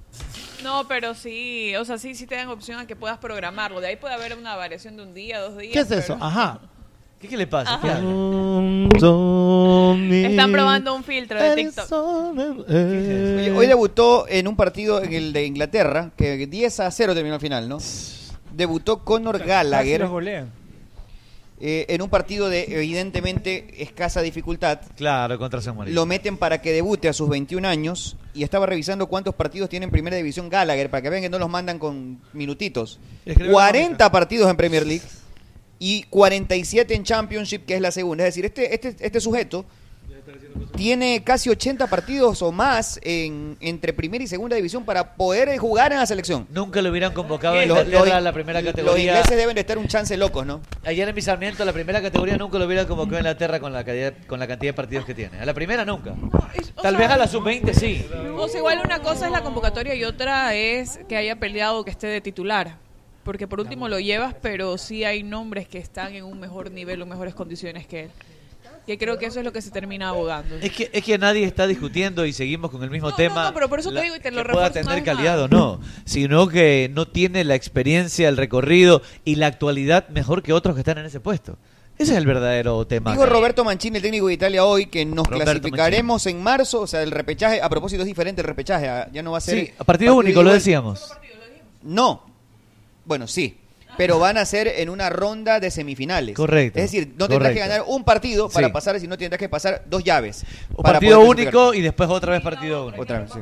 Speaker 14: No, pero sí, o sea, sí, sí te dan opción a que puedas programarlo. De ahí puede haber una variación de un día, dos días.
Speaker 10: ¿Qué es
Speaker 14: pero-
Speaker 10: eso? Ajá.
Speaker 17: ¿Qué, qué le pasa?
Speaker 14: Ajá.
Speaker 10: Están
Speaker 14: Están probando un filtro de TikTok.
Speaker 10: Eh.
Speaker 12: Oye, hoy debutó en un partido en el de Inglaterra, que 10 a 0 terminó al final, ¿no? Debutó Conor
Speaker 15: Casi
Speaker 12: Gallagher
Speaker 15: los golean.
Speaker 12: eh, en un partido de evidentemente escasa dificultad.
Speaker 17: Claro, contra San Marino.
Speaker 12: Lo meten para que debute a sus 21 años y estaba revisando cuántos partidos tiene en Primera División Gallagher para que vean que no los mandan con minutitos.
Speaker 17: Escribe
Speaker 12: 40 partidos en Premier League y 47 en Championship, que es la segunda. Es decir, este, este, este sujeto tiene casi 80 partidos o más en, entre Primera y Segunda División para poder eh, jugar en la selección.
Speaker 17: Nunca lo hubieran convocado a
Speaker 12: Los-
Speaker 17: Inglaterra
Speaker 12: los-
Speaker 17: a la primera
Speaker 12: Los
Speaker 17: categoría.
Speaker 12: ingleses deben de estar un chance locos, ¿no?
Speaker 17: Ayer en mi Sarmiento, a la primera categoría nunca lo hubieran convocado a Inglaterra con la, calidad- con la cantidad de partidos que tiene. A la primera nunca. Tal vez a la sub-20 sí.
Speaker 14: O sea, igual una cosa es la convocatoria y otra es que haya peleado o que esté de titular. Porque por último lo llevas, pero sí hay nombres que están en un mejor nivel o mejores condiciones que él. Que creo que eso es lo que se termina abogando.
Speaker 17: Es que, es que nadie está discutiendo y seguimos con el mismo tema.
Speaker 14: no, pero por eso te
Speaker 17: la-
Speaker 14: digo y te lo
Speaker 17: que pueda
Speaker 14: refuerzo una
Speaker 17: tener
Speaker 14: vez más.
Speaker 17: calidad o no, sino que no tiene la experiencia, el recorrido y la actualidad mejor que otros que están en ese puesto. Ese es el verdadero tema.
Speaker 12: Digo Roberto Mancini, el técnico de Italia hoy, que nos
Speaker 17: Roberto
Speaker 12: clasificaremos en marzo, o sea, el repechaje, a propósito es diferente el repechaje, ah, ya no va a ser...
Speaker 17: Sí, a partido único, lo
Speaker 12: igual.
Speaker 17: decíamos.
Speaker 12: No, bueno, sí, pero van a ser en una ronda de semifinales.
Speaker 17: Correcto,
Speaker 12: Es decir, no tendrás
Speaker 17: correcto.
Speaker 12: que ganar un partido para
Speaker 17: Sí.
Speaker 12: pasar, sino tendrás que pasar dos llaves.
Speaker 17: O
Speaker 12: para
Speaker 17: partido
Speaker 12: poder
Speaker 17: único y después otra vez partido único.
Speaker 12: Otra vez, sí.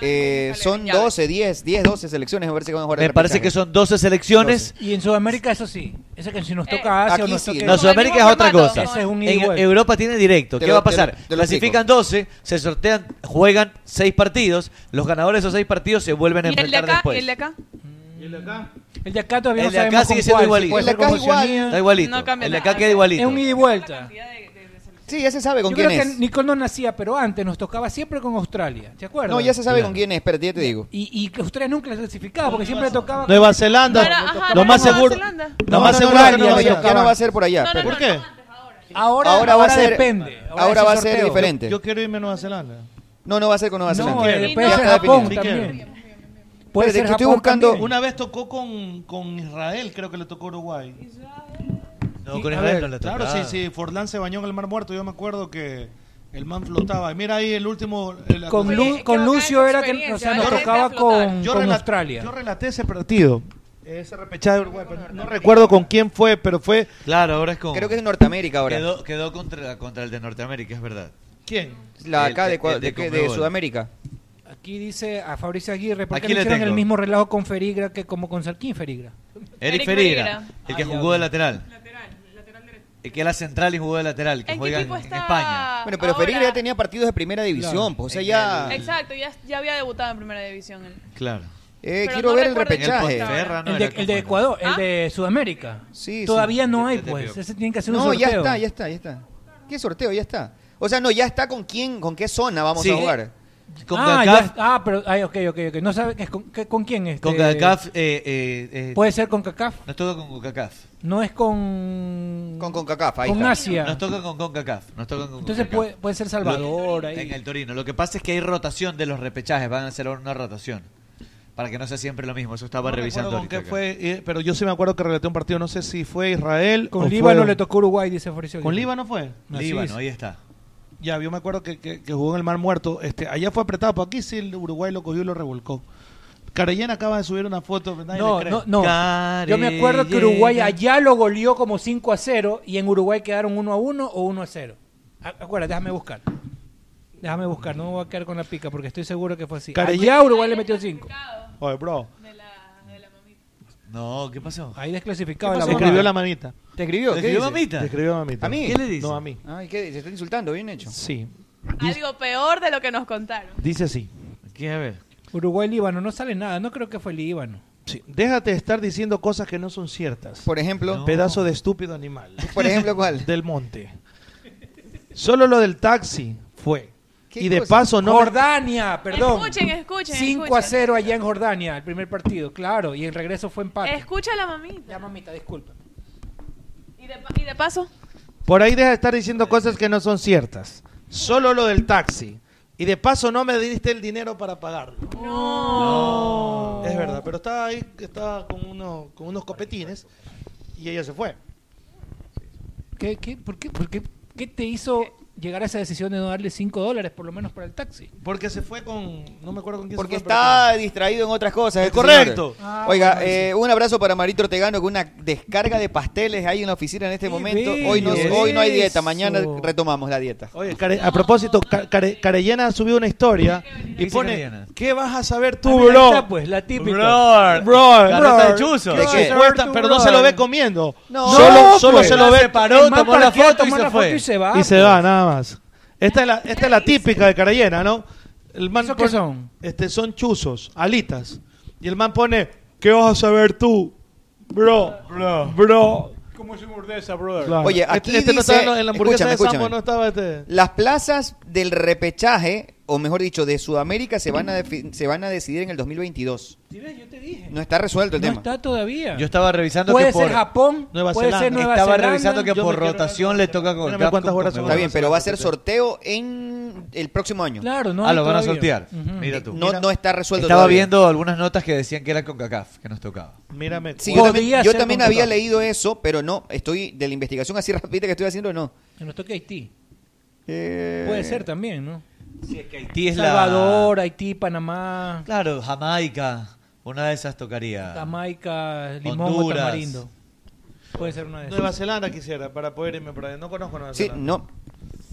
Speaker 12: Eh, son 12, 10, 10, 12 selecciones, me parece que van a jugar el
Speaker 17: Me parece
Speaker 12: repechaje.
Speaker 17: que son 12 selecciones.
Speaker 15: Y en Sudamérica, eso sí. Eso que si nos toca Asia o
Speaker 12: Eh, aquí
Speaker 15: nos
Speaker 12: sí.
Speaker 15: toca.
Speaker 17: No, Sudamérica es otra cosa.
Speaker 15: Ese es un ida y
Speaker 17: En
Speaker 15: vuelta.
Speaker 17: Europa tiene directo.
Speaker 15: Te
Speaker 17: ¿Qué
Speaker 15: lo-
Speaker 17: va a
Speaker 15: te lo-
Speaker 17: pasar?
Speaker 15: te lo
Speaker 17: Clasifican 12, se sortean, juegan 6 partidos. Los ganadores de esos 6 partidos se vuelven a
Speaker 14: ¿Y el de
Speaker 17: enfrentar
Speaker 14: acá?
Speaker 17: después.
Speaker 14: ¿Y el de acá?
Speaker 10: ¿Y el de acá?
Speaker 15: El de acá todavía
Speaker 17: El
Speaker 15: no
Speaker 17: de acá
Speaker 15: sabemos
Speaker 17: sigue
Speaker 15: con
Speaker 17: siendo
Speaker 15: cuál, si
Speaker 17: igualito.
Speaker 15: puede
Speaker 17: El de
Speaker 15: ser
Speaker 17: acá
Speaker 15: con
Speaker 17: es igual.
Speaker 15: Oceanía.
Speaker 17: Está igualito. No cambia El de acá nada. queda igualito.
Speaker 15: Es un ida y vuelta.
Speaker 12: Sí, ya se sabe con
Speaker 15: Yo
Speaker 12: quién
Speaker 15: creo
Speaker 12: es.
Speaker 15: que Nicole no nacía, pero antes nos tocaba siempre con Australia. ¿Te acuerdas?
Speaker 12: No, ya se sabe con quién es, espérate, ya te digo.
Speaker 15: Y, y que Australia nunca clasificaba porque siempre tocaba.
Speaker 10: Nueva Zelanda,
Speaker 15: Ahora, ajá,
Speaker 10: lo
Speaker 15: ahora
Speaker 10: más
Speaker 15: Nueva
Speaker 10: seguro.
Speaker 15: Zelanda.
Speaker 10: Lo más seguro
Speaker 12: ya
Speaker 10: es que
Speaker 12: no,
Speaker 10: no
Speaker 12: ya-
Speaker 10: le
Speaker 12: ya
Speaker 10: tocaban.
Speaker 12: no va a ser por allá. pero-
Speaker 10: ¿Por qué?
Speaker 15: Ahora,
Speaker 12: Ahora va a ser-
Speaker 15: depende.
Speaker 12: ahora
Speaker 15: es el
Speaker 12: va a ser
Speaker 15: sorteo.
Speaker 12: diferente.
Speaker 10: Yo quiero irme a Nueva Zelanda.
Speaker 12: No, no va a ser con Nueva
Speaker 10: No,
Speaker 12: Zelanda.
Speaker 10: eh,
Speaker 12: Ya
Speaker 10: después
Speaker 12: está
Speaker 10: de Japón
Speaker 12: definido.
Speaker 10: también.
Speaker 12: Puede Espérate, ser que estoy Japón buscando- también.
Speaker 10: Una vez tocó con, con Israel, creo que le tocó Uruguay.
Speaker 17: No,
Speaker 10: Sí,
Speaker 17: con
Speaker 10: a
Speaker 17: Israel
Speaker 10: ver,
Speaker 17: no le tocó.
Speaker 10: Claro, sí, sí. Forlán se bañó en el Mar Muerto. Yo me acuerdo que el man flotaba. Y mira ahí el último. el-
Speaker 15: Con, Lu- con Lucio era que o sea, nos tocaba con,
Speaker 10: Yo
Speaker 15: con
Speaker 10: rela-
Speaker 15: Australia.
Speaker 10: Yo relaté ese partido. Ese repechaje de Uruguay. pero no recuerdo con quién fue, pero fue.
Speaker 17: Claro, ahora es con.
Speaker 12: Creo que es Norteamérica ahora.
Speaker 17: Quedó, quedó contra, contra el de Norteamérica, es verdad.
Speaker 10: ¿Quién?
Speaker 12: La
Speaker 17: El-
Speaker 12: acá de,
Speaker 17: el-
Speaker 12: Ecua-
Speaker 17: el
Speaker 12: de- de
Speaker 17: Conmebol.
Speaker 12: Sudamérica.
Speaker 15: Aquí dice a Fabricio Aguirre, ¿por qué
Speaker 17: Aquí
Speaker 15: no
Speaker 17: le
Speaker 15: hicieron
Speaker 17: tengo.
Speaker 15: el mismo relajo con Ferigra que como con Sarquín Ferigra?
Speaker 17: Eric
Speaker 15: Eric
Speaker 17: Ferreira,
Speaker 15: Ferreira.
Speaker 17: el que
Speaker 15: Ah, ya,
Speaker 17: jugó de
Speaker 15: ok.
Speaker 17: lateral. Lateral, lateral El que era central y jugó de lateral, que
Speaker 14: ¿En qué
Speaker 17: juega en,
Speaker 14: equipo
Speaker 17: en
Speaker 14: está
Speaker 17: España.
Speaker 12: Bueno, pero
Speaker 14: Ahora-
Speaker 12: Ferreira ya tenía partidos de primera división,
Speaker 17: Claro.
Speaker 12: pues, o sea, ya...
Speaker 14: Exacto, ya, ya había debutado en primera división. él.
Speaker 17: Claro.
Speaker 12: Eh,
Speaker 14: Pero
Speaker 12: quiero
Speaker 14: no
Speaker 12: ver el
Speaker 14: recuerdo el ¿Ah?
Speaker 12: repechaje.
Speaker 14: equipo ahora.
Speaker 17: no
Speaker 15: el, de,
Speaker 17: era
Speaker 15: el de Ecuador, el de Sudamérica.
Speaker 12: Sí,
Speaker 15: Todavía
Speaker 17: Este
Speaker 12: sí.
Speaker 15: no hay, pues. Ese tiene que hacer un
Speaker 12: no,
Speaker 15: sorteo.
Speaker 12: ya está, ya está, ya está. ¿Qué sorteo? Ya está. O sea, no, ya está con quién, con qué zona vamos
Speaker 17: Sí.
Speaker 12: a jugar.
Speaker 15: ah, ya está. Ah, pero, ay, ok, ok, ok. No sabe que es con, que- con quién es.
Speaker 17: Con CACAF. Eh, eh, eh,
Speaker 15: Puede ser con CACAF.
Speaker 17: Nos toca con CACAF.
Speaker 15: No es con.
Speaker 12: Con CONCACAF, ahí
Speaker 15: Con
Speaker 12: está.
Speaker 15: Asia.
Speaker 17: Nos toca con CONCACAF. Nos toca con
Speaker 15: Entonces
Speaker 17: CONCACAF.
Speaker 15: puede- puede ser Salvador
Speaker 17: Lo-
Speaker 15: ahí.
Speaker 17: En el Torino. Lo que pasa es que hay rotación de los repechajes. Van a hacer una rotación. Para que no sea siempre lo mismo. Eso estaba
Speaker 10: No recuerdo
Speaker 17: revisando
Speaker 10: con
Speaker 17: ahorita
Speaker 10: qué
Speaker 17: acá.
Speaker 10: fue, eh, pero yo sí me acuerdo que relaté un partido, no sé si fue Israel. o
Speaker 15: Con Líbano
Speaker 10: fue-
Speaker 15: le tocó Uruguay, dice Fabricio Aguirre.
Speaker 10: ¿Con Líbano fue?
Speaker 15: Así
Speaker 17: Líbano,
Speaker 15: es.
Speaker 17: ahí está.
Speaker 10: Ya, yo me acuerdo que, que- que jugó en el Mar Muerto. Este, allá fue apretado, pero aquí sí el Uruguay lo cogió y lo revolcó. Carellén acaba de subir una foto. pues, nadie
Speaker 15: No,
Speaker 10: le cree.
Speaker 15: no, no. Yo me acuerdo que Uruguay allá lo goleó como 5 a 0 y en Uruguay quedaron 1 a 1 o 1 a 0. A- Acuérdate, déjame buscar. Déjame buscar, no me voy a quedar con la pica porque estoy seguro que fue así.
Speaker 10: Carellén-
Speaker 15: Allá Uruguay le metió 5.
Speaker 10: Oye, bro.
Speaker 17: No, ¿qué pasó?
Speaker 15: Ahí desclasificado
Speaker 10: ¿Qué
Speaker 15: la
Speaker 10: pasó?
Speaker 15: mamita.
Speaker 10: Escribió la mamita.
Speaker 12: ¿Te escribió?
Speaker 10: ¿Te
Speaker 12: ¿Qué
Speaker 10: escribió
Speaker 12: dice?
Speaker 10: mamita? Te escribió mamita.
Speaker 12: ¿A mí?
Speaker 10: ¿Qué le dice? No, a mí.
Speaker 12: Ay, ¿qué? ¿Se está insultando? Bien hecho.
Speaker 10: Sí.
Speaker 21: Algo peor de lo que nos contaron.
Speaker 10: Dice así.
Speaker 17: ¿Qué? A ver.
Speaker 15: Uruguay-Líbano, no sale nada. No creo que fue Líbano.
Speaker 10: Sí. Déjate de estar diciendo cosas que no son ciertas.
Speaker 12: Por ejemplo. No.
Speaker 10: Pedazo de estúpido animal.
Speaker 12: Por ejemplo, ¿cuál?
Speaker 10: Del monte. Solo lo del taxi fue.
Speaker 15: ¿Qué
Speaker 10: Y de
Speaker 15: cosa?
Speaker 10: paso no...
Speaker 15: Jordania, perdón.
Speaker 21: Escuchen, escuchen,
Speaker 15: 5 a
Speaker 21: escuchen.
Speaker 15: 0 allá en Jordania, el primer partido, claro. Y el regreso fue empate.
Speaker 21: Escucha a la mamita.
Speaker 15: La mamita, disculpa.
Speaker 21: ¿Y de, pa- y de paso?
Speaker 10: Por ahí deja de estar diciendo cosas que no son ciertas. Solo lo del taxi. Y de paso no me diste el dinero para pagarlo. No. Es verdad, pero estaba ahí, estaba con, uno, con unos copetines y ella se fue.
Speaker 15: ¿Qué, qué, por qué, por qué, qué te hizo llegar a esa decisión de no darle 5 dólares por lo menos para el taxi?
Speaker 10: Porque se fue con... No me acuerdo con quién
Speaker 12: Porque
Speaker 10: se fue. pero-
Speaker 12: está distraído en otras cosas. este
Speaker 10: Correcto.
Speaker 12: señor.
Speaker 10: Ah,
Speaker 12: Oiga,
Speaker 10: bueno,
Speaker 12: eh, un abrazo para Marito Ortegano con una descarga de pasteles ahí en la oficina en este momento. Hoy no,
Speaker 10: bello
Speaker 12: hoy no hay dieta,
Speaker 10: eso.
Speaker 12: mañana retomamos la dieta.
Speaker 10: Oye, Care- a propósito, Ca- Care- Carellena subió una historia y
Speaker 12: dice
Speaker 10: pone,
Speaker 12: Carellena?
Speaker 10: ¿qué vas a saber
Speaker 15: Ah,
Speaker 10: tú,
Speaker 15: mira, ahí
Speaker 10: bro?
Speaker 15: está, pues, la típica.
Speaker 10: Bro, bro,
Speaker 15: Carota de chuzo.
Speaker 10: ¿Qué
Speaker 15: ¿De
Speaker 10: se
Speaker 15: qué?
Speaker 10: cuesta? pero no se lo ve comiendo. solo
Speaker 15: pues.
Speaker 10: solo se lo ve.
Speaker 15: Se paró, Es más, tomó la cualquiera foto y tomó se pues. la foto fue.
Speaker 10: Y se va, y se va nada más. Esta es la, esta es la típica de Carellena, ¿no? El man
Speaker 15: ¿Eso qué
Speaker 10: pone-
Speaker 15: son?
Speaker 10: Este, son chuzos, alitas. Y el man pone, ¿qué vas a saber tú, bro? Bro. Bro.
Speaker 15: ¿Cómo se mordesa, brother?
Speaker 10: Claro.
Speaker 12: Oye,
Speaker 10: Este-
Speaker 12: aquí
Speaker 10: este no
Speaker 12: dice-
Speaker 10: estaba en la- en la hamburguesa de
Speaker 12: escúchame,
Speaker 10: Sambo,
Speaker 12: escúchame.
Speaker 10: no estaba este.
Speaker 12: Las plazas del repechaje, o mejor dicho, de Sudamérica se van a, defi- se van a decidir en el 2022. No está resuelto el
Speaker 15: No
Speaker 12: tema.
Speaker 15: está todavía.
Speaker 17: Yo estaba revisando
Speaker 15: Puede
Speaker 17: que
Speaker 15: ser
Speaker 17: por...
Speaker 15: Japón, Nueva puede Zelanda. ser Nueva
Speaker 17: Estaba
Speaker 15: Zelanda.
Speaker 17: revisando que
Speaker 15: Yo
Speaker 17: por
Speaker 15: me quiero-
Speaker 17: rotación le toca con
Speaker 10: Espérame, ¿cuántas horas son?
Speaker 12: Está bien, pero va a ser sorteo en el próximo año. Eh,
Speaker 15: Claro,
Speaker 17: ah, lo van a sortear. Mira tú.
Speaker 12: No, no está resuelto
Speaker 17: Estaba
Speaker 12: todavía.
Speaker 17: viendo algunas notas que decían que era con CACAF, que nos tocaba.
Speaker 10: Mírame.
Speaker 12: Sí, yo
Speaker 15: Podría
Speaker 12: también, yo
Speaker 15: ser
Speaker 12: también
Speaker 15: con
Speaker 12: había
Speaker 15: Qatar.
Speaker 12: leído eso, pero no, estoy de la investigación así rápida que estoy haciendo, no.
Speaker 15: Que nos toque Haití.
Speaker 12: Eh,
Speaker 15: Puede ser también, ¿no?
Speaker 17: Haití es la-
Speaker 15: Salvador, Haití, Panamá,
Speaker 17: Claro, Jamaica, una de esas tocaría.
Speaker 15: Jamaica, Limón o
Speaker 17: Honduras.
Speaker 15: Tamarindo. Puede ser una de esas.
Speaker 10: Nueva Zelanda quisiera para poder irme por ahí. No conozco Nueva
Speaker 12: Sí,
Speaker 10: Zelanda.
Speaker 12: no.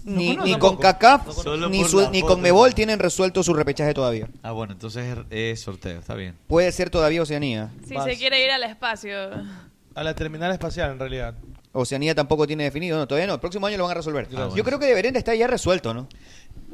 Speaker 10: No
Speaker 12: Ni,
Speaker 10: conozco
Speaker 12: ni con
Speaker 10: tampoco.
Speaker 12: CACAF,
Speaker 10: No conozco.
Speaker 12: ni,
Speaker 17: por
Speaker 12: su-
Speaker 17: la
Speaker 12: ni
Speaker 17: foto.
Speaker 12: con Mebol tienen resuelto su repechaje todavía.
Speaker 17: Ah, bueno, entonces es- es sorteo, está bien.
Speaker 12: Puede ser todavía Oceanía.
Speaker 21: Si
Speaker 10: Vas.
Speaker 21: se quiere ir al espacio.
Speaker 10: A la terminal espacial, en realidad.
Speaker 12: Oceanía tampoco tiene definido, no, todavía no. El próximo año lo van a resolver. Yo
Speaker 10: bueno.
Speaker 12: creo que deberían de estar ya resuelto, ¿no?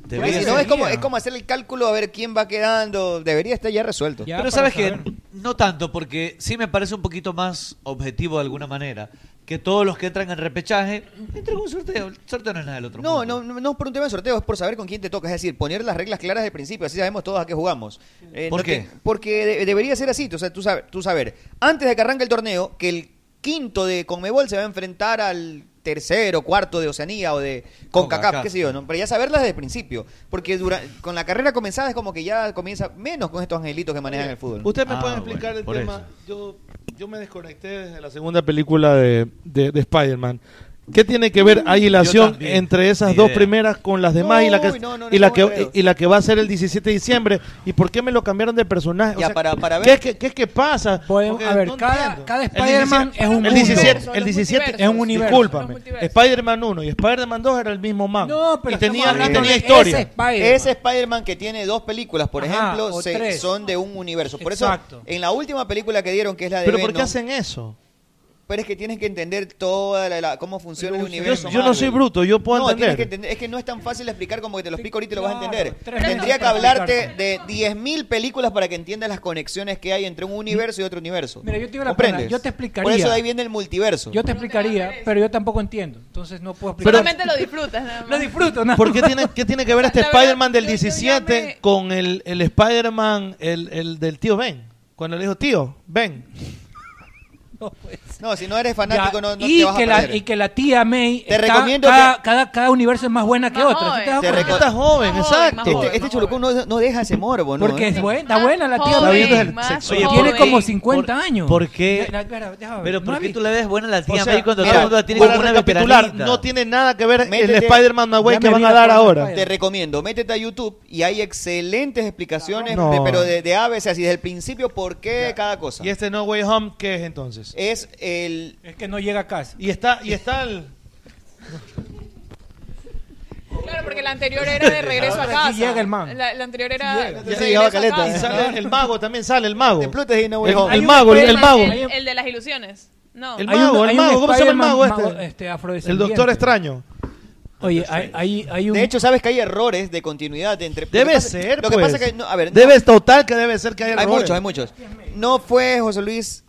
Speaker 12: Porque
Speaker 17: Debería
Speaker 12: si no,
Speaker 17: ser.
Speaker 12: es como, es como hacer el cálculo a ver quién va quedando. Debería estar ya resuelto.
Speaker 17: Pero sabes que no tanto, porque sí me parece un poquito más objetivo de alguna manera que todos los que entran en repechaje entren un sorteo. El sorteo no es nada del otro
Speaker 12: No,
Speaker 17: mundo.
Speaker 12: no, no no es por un tema de sorteo, es por saber con quién te toca. Es decir, poner las reglas claras de principio, así sabemos todos a qué jugamos. Eh,
Speaker 17: ¿Por
Speaker 12: no
Speaker 17: qué?
Speaker 12: te- porque de- debería ser así, tú, o sea, tú, sabes, tú saber, antes de que arranque el torneo, que el quinto de Conmebol se va a enfrentar al tercero, cuarto de Oceanía o de CONCACAF,
Speaker 17: Concacaf.
Speaker 12: qué sé yo, ¿no? Pero ya saberlas desde el principio, porque dura- con la carrera comenzada es como que ya comienza menos con estos angelitos que manejan el fútbol.
Speaker 10: Usted me
Speaker 17: Ah,
Speaker 10: puede explicar el
Speaker 12: por
Speaker 10: tema. Yo, yo me desconecté desde la segunda película de, de, de Spider-Man. ¿Qué tiene que ver Aguilación entre esas dos primeras con las demás y la que y la que y la que va a ser el 17 de diciembre? ¿Y por qué me lo cambiaron de personaje? O
Speaker 12: Ya,
Speaker 10: sea,
Speaker 12: para- para
Speaker 10: ¿qué, es que- qué es que pasa?
Speaker 15: Podemos-
Speaker 10: Porque
Speaker 15: a ver,
Speaker 10: no
Speaker 15: cada,
Speaker 10: entiendo.
Speaker 15: cada
Speaker 10: El
Speaker 15: Spider-Man
Speaker 10: 17
Speaker 15: es un
Speaker 10: el
Speaker 15: mundo.
Speaker 10: 17, el 17
Speaker 15: es un universo.
Speaker 10: Discúlpame. Spider-Man 1 y Spider-Man 2 era el mismo man.
Speaker 15: No, pero
Speaker 10: y tenía,
Speaker 15: estamos hablando
Speaker 10: tenía
Speaker 15: de
Speaker 10: historia.
Speaker 15: ese Spider-Man.
Speaker 12: Ese Spider-Man que tiene dos películas, por
Speaker 10: Ajá,
Speaker 12: ejemplo,
Speaker 10: o
Speaker 12: se-
Speaker 10: tres.
Speaker 12: son de un universo. Por
Speaker 10: Exacto.
Speaker 12: eso, en la última película que dieron, que es la de
Speaker 10: Pero ¿por qué
Speaker 12: Venom,
Speaker 10: hacen eso?
Speaker 12: Pero es que tienes que entender toda la, la- cómo funciona el
Speaker 10: yo-
Speaker 12: universo.
Speaker 10: yo no soy
Speaker 12: Marvel.
Speaker 10: bruto, yo puedo
Speaker 12: No, tienes
Speaker 10: entender.
Speaker 12: que entender. Es que no es tan fácil de explicar como que te lo explico ahorita y lo vas a entender.
Speaker 15: tres
Speaker 12: Tendría
Speaker 15: minutos
Speaker 12: que
Speaker 15: para
Speaker 12: hablarte de 10.000 películas para que entiendas las conexiones que hay entre un universo y otro universo.
Speaker 15: Mira, yo te digo la
Speaker 12: ¿Comprendes?
Speaker 15: pena, yo te explicaría.
Speaker 12: Por eso de ahí viene el multiverso.
Speaker 15: Yo te explicaría, pero yo tampoco entiendo. Entonces no puedo explicar.
Speaker 21: Solamente lo disfrutas. nada más.
Speaker 15: Lo disfruto, nada
Speaker 10: ¿Por
Speaker 15: más.
Speaker 10: qué tiene, qué tiene que ver este Spider-Man del 17 con el, el Spider-Man el, el del tío Ben? Cuando le dijo, tío, Ben.
Speaker 12: No, si no eres fanático,
Speaker 15: pues. Ya,
Speaker 12: no, no
Speaker 15: y,
Speaker 12: te vas a
Speaker 15: que la,
Speaker 12: perder.
Speaker 15: y que la tía May.
Speaker 12: Te
Speaker 15: está-
Speaker 12: recomiendo
Speaker 15: cada, cada, cada universo es más buena que otra. ¿sí te das
Speaker 12: Te
Speaker 15: cuenta?
Speaker 12: reco- Este, este chulucón no, no deja ese morbo, ¿no? Eh.
Speaker 15: Porque es buena, está buena la tía May.
Speaker 12: joven, más
Speaker 17: Oye,
Speaker 15: tiene
Speaker 17: ¿por-
Speaker 15: como
Speaker 17: por-
Speaker 15: 50 años.
Speaker 17: ¿Por qué?
Speaker 15: Ya, ya, espera, déjame ver.
Speaker 17: Pero
Speaker 15: ¿No
Speaker 17: ¿por
Speaker 15: la
Speaker 17: qué
Speaker 15: vi?
Speaker 17: tú le ves buena a la tía
Speaker 10: O sea,
Speaker 17: May cuando
Speaker 10: mira,
Speaker 17: todo el mundo la tiene
Speaker 10: para
Speaker 17: como una
Speaker 10: recapitular,
Speaker 17: veteranita?
Speaker 10: no tiene nada que ver el
Speaker 12: Métete-
Speaker 10: Spider-Man My Way
Speaker 12: Ya
Speaker 10: que
Speaker 12: me
Speaker 10: van
Speaker 12: vi
Speaker 10: a
Speaker 12: la
Speaker 10: dar
Speaker 12: foto de
Speaker 10: ahora.
Speaker 12: Spider-Man. Te recomiendo, métete a YouTube y hay excelentes explicaciones,
Speaker 10: No.
Speaker 12: de- pero de, de aves, así desde el principio, por qué cada cosa.
Speaker 10: ¿Y este No Way Home qué es entonces?
Speaker 12: Es el...
Speaker 15: Es que no llega a casa.
Speaker 10: Y está, y está el...
Speaker 14: Claro, porque la anterior era de regreso a
Speaker 10: Ahora sí
Speaker 14: casa.
Speaker 10: llega el man.
Speaker 14: La, la anterior era de
Speaker 10: Ya se
Speaker 14: regreso
Speaker 10: llegaba
Speaker 14: a
Speaker 10: caleta.
Speaker 12: ¿eh?
Speaker 14: casa.
Speaker 10: Y sale el mago, también sale el mago.
Speaker 12: El,
Speaker 10: el mago, el, el mago.
Speaker 21: El, el de las ilusiones. No.
Speaker 10: El
Speaker 15: Hay un-
Speaker 10: mago, el
Speaker 15: hay un
Speaker 10: mago, ¿cómo se llama
Speaker 15: Spider-Man
Speaker 10: el mago
Speaker 15: mago,
Speaker 10: este?
Speaker 15: este,
Speaker 10: el
Speaker 15: afrodescendiente.
Speaker 10: doctor extraño.
Speaker 15: Oye, hay, hay, hay un.
Speaker 12: De hecho, sabes que hay errores de continuidad entre...
Speaker 10: Debe
Speaker 12: lo que pasa-
Speaker 10: ser,
Speaker 12: Lo que
Speaker 10: pues.
Speaker 12: pasa que... no, a ver, no-
Speaker 10: debe, total que debe ser que haya
Speaker 12: hay
Speaker 10: errores.
Speaker 12: muchos, hay muchos. No fue, José Luis,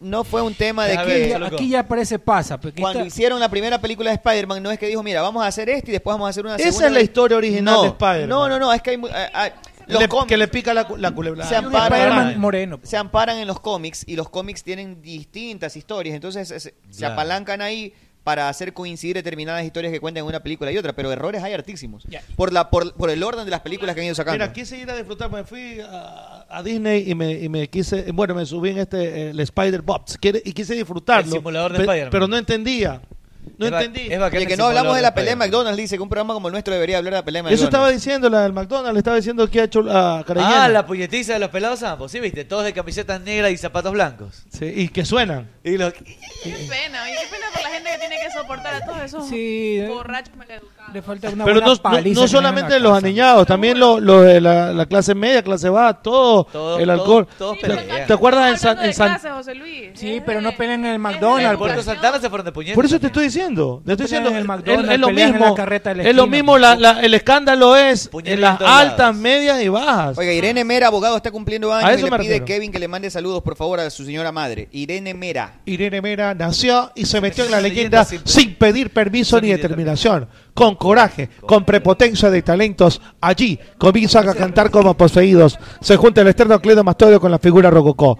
Speaker 12: no fue un tema de
Speaker 15: Aquí,
Speaker 12: que...
Speaker 15: ya- aquí ya aparece pasa. porque
Speaker 12: Cuando
Speaker 15: está-
Speaker 12: hicieron la primera película de Spider-Man, no es que dijo, mira, vamos a hacer esto y después vamos a hacer una
Speaker 10: Esa
Speaker 12: segunda.
Speaker 10: es la historia original
Speaker 12: No,
Speaker 10: de Spider-Man.
Speaker 12: No, no, no, es que hay... mu- ah, ah, los
Speaker 10: Le-
Speaker 12: cómics-
Speaker 10: que le pica la, cu- la culebra.
Speaker 12: se amparan,
Speaker 15: Spider-Man moreno.
Speaker 12: se amparan en los cómics y los cómics tienen distintas historias, entonces se, se
Speaker 10: Claro.
Speaker 12: apalancan ahí para hacer coincidir determinadas historias que cuentan en una película y otra, pero errores hay hartísimos por la por, por el orden de las películas que han ido sacando.
Speaker 10: Mira, quise ir a disfrutar, me fui a, a Disney y me, y me quise, bueno, me subí en este, el Spider Bots, quiere- y quise disfrutarlo.
Speaker 17: El simulador de
Speaker 10: pe-
Speaker 17: Spider-Man.
Speaker 10: Pero no entendía. No
Speaker 17: Es ba-
Speaker 10: entendí.
Speaker 17: es bacán
Speaker 12: Oye,
Speaker 17: el
Speaker 12: que no hablamos
Speaker 17: simulador
Speaker 12: de la pelea de
Speaker 17: Spider-Man.
Speaker 12: McDonald's, dice que un programa como el nuestro debería hablar de la pelea de
Speaker 10: Eso
Speaker 12: McDonald's.
Speaker 10: estaba diciendo la del McDonald's, estaba diciendo que ha hecho a
Speaker 17: Ah,
Speaker 10: Carayena.
Speaker 17: la puñetiza de los pelados ambos, ¿sí viste? Todos de camisetas negras y zapatos blancos.
Speaker 10: Sí, y que suenan.
Speaker 17: Y los...
Speaker 14: Qué pena, oye, qué pena por la gente que tiene que soportar a todos esos
Speaker 15: Sí, eh.
Speaker 14: borrachos maleducados.
Speaker 15: Le falta una
Speaker 10: Pero
Speaker 15: buena
Speaker 10: no, no,
Speaker 15: paliza
Speaker 10: no
Speaker 15: que le den a
Speaker 10: solamente
Speaker 15: la
Speaker 10: los
Speaker 15: casa.
Speaker 10: aniñados, también los los de la, la clase media, clase baja, todo,
Speaker 17: Todo-
Speaker 10: el
Speaker 17: todo-
Speaker 10: alcohol.
Speaker 17: todos
Speaker 10: ¿Te,
Speaker 17: pelean.
Speaker 10: te acuerdas en San,
Speaker 14: Hablando
Speaker 10: en
Speaker 14: de
Speaker 10: San-
Speaker 14: clases, José Luis.
Speaker 15: Sí, pero no pelean en el
Speaker 17: En
Speaker 15: McDonald's.
Speaker 17: Puerto
Speaker 15: pues.
Speaker 17: Santana se fueron de puñetas.
Speaker 10: Por eso te estoy diciendo, te estoy
Speaker 15: Pelean
Speaker 10: diciendo,
Speaker 15: en el
Speaker 10: es-
Speaker 15: McDonald's,
Speaker 10: es lo
Speaker 15: pelean en la
Speaker 10: mismo,
Speaker 15: carreta de la
Speaker 10: es lo
Speaker 15: esquina,
Speaker 10: mismo, la- la- el escándalo es en las
Speaker 17: todos lados.
Speaker 10: altas, medias y bajas.
Speaker 12: Oiga, Irene Mera, abogado, está cumpliendo
Speaker 10: A
Speaker 12: años y
Speaker 10: eso
Speaker 12: le
Speaker 10: me
Speaker 12: pide
Speaker 10: refiero.
Speaker 12: Kevin que le mande saludos, por favor, a su señora madre. Irene Mera.
Speaker 10: Irene Mera nació y se metió en la
Speaker 12: Leyenda
Speaker 10: leyenda sin pedir permiso ni determinación, con coraje, con prepotencia de talentos. Allí comienzan a cantar como poseídos. Se junta el externo Cledo Mastodio con la figura Rococó.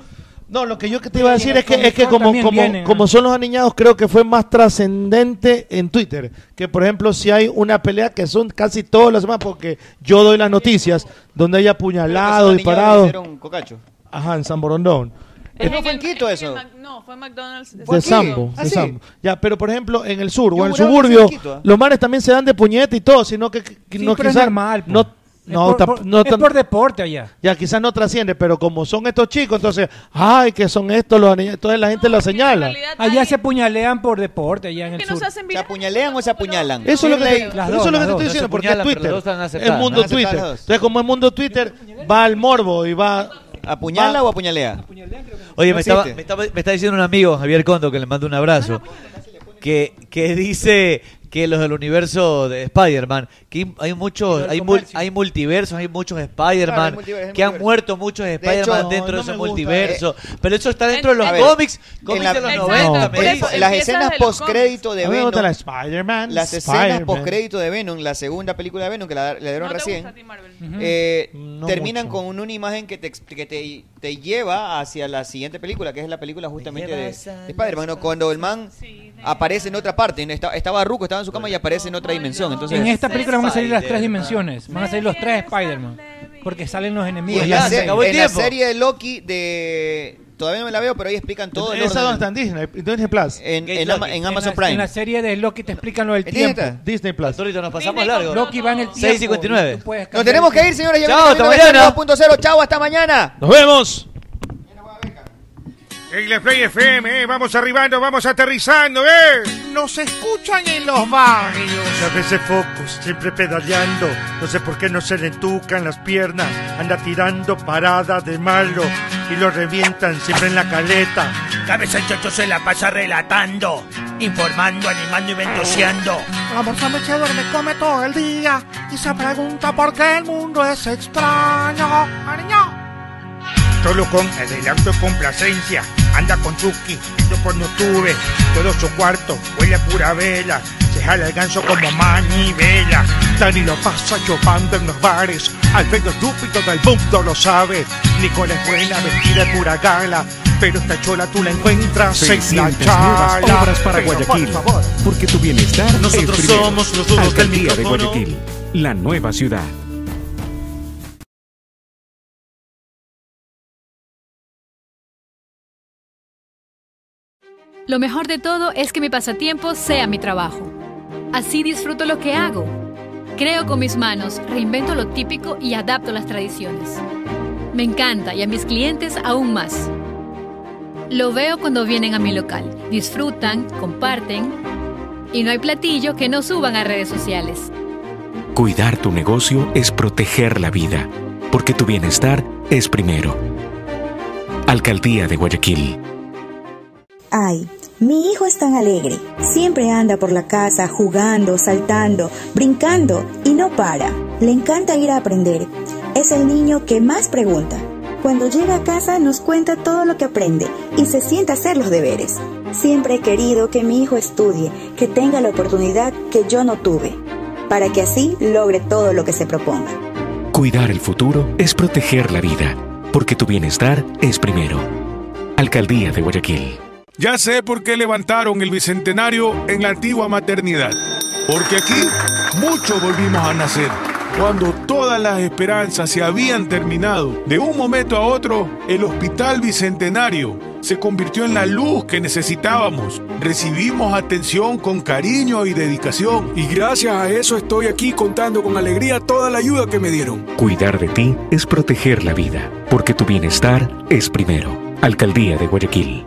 Speaker 10: No, lo que yo que te iba a decir es que, es que como, como, como son los aniñados, creo que fue más trascendente en Twitter. Que por ejemplo, si hay una pelea que son casi todos los demás, porque yo doy las noticias, donde hay apuñalado,
Speaker 12: Esos niños le
Speaker 10: disparado.
Speaker 12: hicieron cocacho.
Speaker 10: Ajá, en San Borondón.
Speaker 14: Es
Speaker 12: No
Speaker 14: en
Speaker 12: fue
Speaker 14: el-
Speaker 12: en Quito
Speaker 14: es en
Speaker 12: eso.
Speaker 14: el Mac- No, fue en Ah, McDonald's.
Speaker 10: De Sambo,
Speaker 12: Ah,
Speaker 10: de Sambo. Ya, pero por ejemplo, en el sur o en el suburbio,
Speaker 14: Quito, ¿eh?
Speaker 10: los manes también se dan de puñete y todo, sino que, que
Speaker 15: Sí,
Speaker 10: no
Speaker 15: pero es
Speaker 10: quizás-
Speaker 15: normal, po.
Speaker 10: No, no,
Speaker 15: por-
Speaker 10: tam-
Speaker 15: por-
Speaker 10: no
Speaker 15: es
Speaker 10: tam-
Speaker 15: por deporte allá.
Speaker 10: ya quizás no trasciende, pero como son estos chicos, entonces, ay, que son estos los niños, entonces la gente lo señala.
Speaker 15: Allá se puñalean por deporte, allá en el sur.
Speaker 12: ¿Se apuñalean o se apuñalan?
Speaker 10: Eso es lo que te,
Speaker 15: Las
Speaker 10: eso
Speaker 15: dos, las
Speaker 10: es lo que te
Speaker 15: dos,
Speaker 10: estoy
Speaker 15: las
Speaker 10: diciendo, porque es
Speaker 17: apuñalan, pero
Speaker 10: Twitter.
Speaker 17: las dos están
Speaker 10: El
Speaker 17: aceptadas.
Speaker 10: mundo
Speaker 17: Están aceptadas
Speaker 10: Twitter.
Speaker 17: las dos.
Speaker 10: Entonces, como es mundo Twitter, va al morbo y va.
Speaker 12: ¿Apuñala o apuñalea?
Speaker 17: Oye,
Speaker 12: No
Speaker 17: me, estaba-
Speaker 12: existe.
Speaker 17: me estaba- me está diciendo un amigo, Javier Condo, que le mando un abrazo,
Speaker 12: Ah,
Speaker 17: que, que dice que los del universo de Spider-Man, que hay muchos, hay, mul- hay multiversos, hay muchos
Speaker 12: Claro, hay
Speaker 17: Spider-Man,
Speaker 12: multiverso, hay
Speaker 17: que han
Speaker 12: multiverso.
Speaker 17: muerto muchos Spider-Man
Speaker 12: hecho,
Speaker 17: dentro
Speaker 12: no
Speaker 17: de esos
Speaker 12: me gusta, eh.
Speaker 17: multiversos, pero eso está dentro de los
Speaker 12: A ver,
Speaker 17: cómics,
Speaker 12: en
Speaker 17: cómics
Speaker 12: la-
Speaker 17: de los
Speaker 12: Exacto,
Speaker 17: 90, me
Speaker 12: por eso,
Speaker 17: dice.
Speaker 12: en las escenas
Speaker 14: de los
Speaker 12: postcrédito de
Speaker 10: A mí me
Speaker 12: Venom.
Speaker 10: gusta la Spider-Man,
Speaker 12: Las escenas
Speaker 10: Spider-Man.
Speaker 12: postcrédito de Venom, la segunda película de Venom que la, la dieron recién.
Speaker 14: Ujú.
Speaker 12: eh,
Speaker 10: No
Speaker 12: terminan
Speaker 10: mucho.
Speaker 12: con una imagen que te, ex- que te, te lleva hacia la siguiente película, que es la película justamente de, de
Speaker 17: llevas a
Speaker 12: Spider-Man. ¿no? Cuando el man aparece en otra parte, en esta- estaba Ruco, estaba en su cama y aparece en otra dimensión. Entonces,
Speaker 15: En esta película van a salir las tres dimensiones. Van a salir los tres Spider-Man. Porque salen los
Speaker 12: Y
Speaker 15: enemigos.
Speaker 12: en, la, Pues se- en la serie de Loki de todavía no me la veo, pero ahí explican todo. el
Speaker 10: Esa
Speaker 12: orden.
Speaker 10: donde está en Disney, Disney Plus.
Speaker 12: En- en Ama- en Amazon
Speaker 15: la-
Speaker 12: Prime.
Speaker 15: En la serie de Loki te explican lo del
Speaker 12: ¿Entiendes?
Speaker 15: tiempo.
Speaker 10: Disney Plus.
Speaker 17: Ahorita nos pasamos
Speaker 15: Disney
Speaker 17: largo.
Speaker 15: Loki va en el tiempo.
Speaker 17: 6.59.
Speaker 15: y tú puedes
Speaker 12: Nos
Speaker 15: cambiar
Speaker 12: tenemos
Speaker 15: el tiempo.
Speaker 12: que ir, señores. y
Speaker 17: Chao,
Speaker 12: amigos,
Speaker 17: hasta
Speaker 12: 92.0. Chao, hasta mañana.
Speaker 10: Nos vemos.
Speaker 8: Regla Play FM, eh, vamos arribando, vamos aterrizando, eh.
Speaker 7: Nos escuchan en los barrios.
Speaker 8: A veces focus, siempre pedaleando. No sé por qué no se le entucan las piernas. Anda tirando parada de malo y lo revientan siempre en la caleta.
Speaker 9: Cabeza el chocho se la pasa relatando, informando, animando y ventoseando.
Speaker 7: El amor sándwich se duerme, come todo el día y se pregunta por qué el mundo es extraño. Ariño.
Speaker 8: Solo con adelanto y complacencia. Anda con Chucky, yo cuando tuve todo su cuarto, huele a pura vela. Se jala el ganso como manivela.
Speaker 11: Dani lo pasa chupando en los bares.
Speaker 8: Al pedo estúpido del mundo lo sabe. Nicole es buena, vestida de pura gala. Pero esta chola tú la encuentras en la
Speaker 20: 600 nuevas
Speaker 8: chala.
Speaker 20: obras para
Speaker 8: Pero, por
Speaker 20: Guayaquil.
Speaker 8: favor,
Speaker 20: Porque tu bienestar
Speaker 8: Nosotros
Speaker 20: es primero.
Speaker 8: somos los duros del
Speaker 20: Alcaldía de
Speaker 8: micrófono.
Speaker 20: Guayaquil, la nueva ciudad.
Speaker 2: Lo mejor de todo es que mi pasatiempo sea mi trabajo. Así disfruto lo que hago. Creo con mis manos, reinvento lo típico y adapto las tradiciones. Me encanta y a mis clientes aún más. Lo veo cuando vienen a mi local. Disfrutan, comparten y no hay platillo que no suban a redes sociales.
Speaker 20: Cuidar tu negocio es proteger la vida, porque tu bienestar es primero. Alcaldía de Guayaquil.
Speaker 3: Ay, mi hijo es tan alegre. Siempre anda por la casa jugando, saltando, brincando y no para. Le encanta ir a aprender. Es el niño que más pregunta. Cuando llega a casa nos cuenta todo lo que aprende y se sienta a hacer los deberes. Siempre he querido que mi hijo estudie, que tenga la oportunidad que yo no tuve, para que así logre todo lo que se proponga.
Speaker 20: Cuidar el futuro es proteger la vida, porque tu bienestar es primero. Alcaldía de Guayaquil.
Speaker 4: Ya sé por qué levantaron el bicentenario en la antigua maternidad. Porque aquí muchos volvimos a nacer. Cuando todas las esperanzas se habían terminado, de un momento a otro, el Hospital Bicentenario se convirtió en la luz que necesitábamos. Recibimos atención con cariño y dedicación.
Speaker 31: Y gracias a eso estoy aquí contando con alegría toda la ayuda que me dieron.
Speaker 20: Cuidar de ti es proteger la vida, porque tu bienestar es primero. Alcaldía de Guayaquil.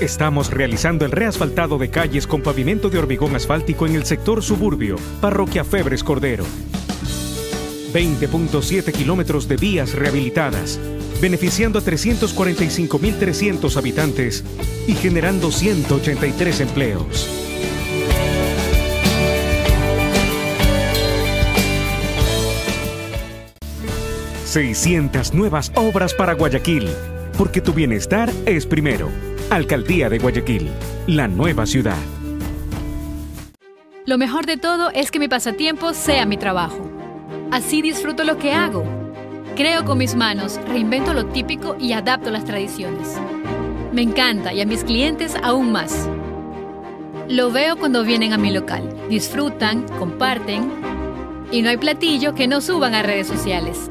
Speaker 1: Estamos realizando el reasfaltado de calles con pavimento de hormigón asfáltico en el sector suburbio, Parroquia Febres Cordero. 20.7 kilómetros de vías rehabilitadas, beneficiando a 345.300 habitantes y generando 183 empleos.
Speaker 20: ¡600 nuevas obras para Guayaquil, porque tu bienestar es primero.
Speaker 1: Alcaldía de Guayaquil, la nueva ciudad.
Speaker 2: Lo mejor de todo es que mi pasatiempo sea mi trabajo. Así disfruto lo que hago. Creo con mis manos, reinvento lo típico y adapto las tradiciones. Me encanta y a mis clientes aún más. Lo veo cuando vienen a mi local. Disfrutan, comparten y no hay platillo que no suban a redes sociales.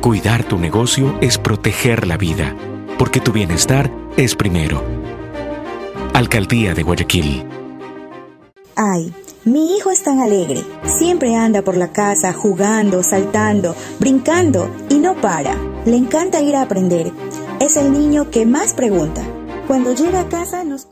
Speaker 20: Cuidar tu negocio es proteger la vida, porque tu bienestar es primero. Alcaldía de Guayaquil.
Speaker 3: Ay, mi hijo es tan alegre. Siempre anda por la casa jugando, saltando, brincando y no para. Le encanta ir a aprender. Es el niño que más pregunta. Cuando llega a casa nos...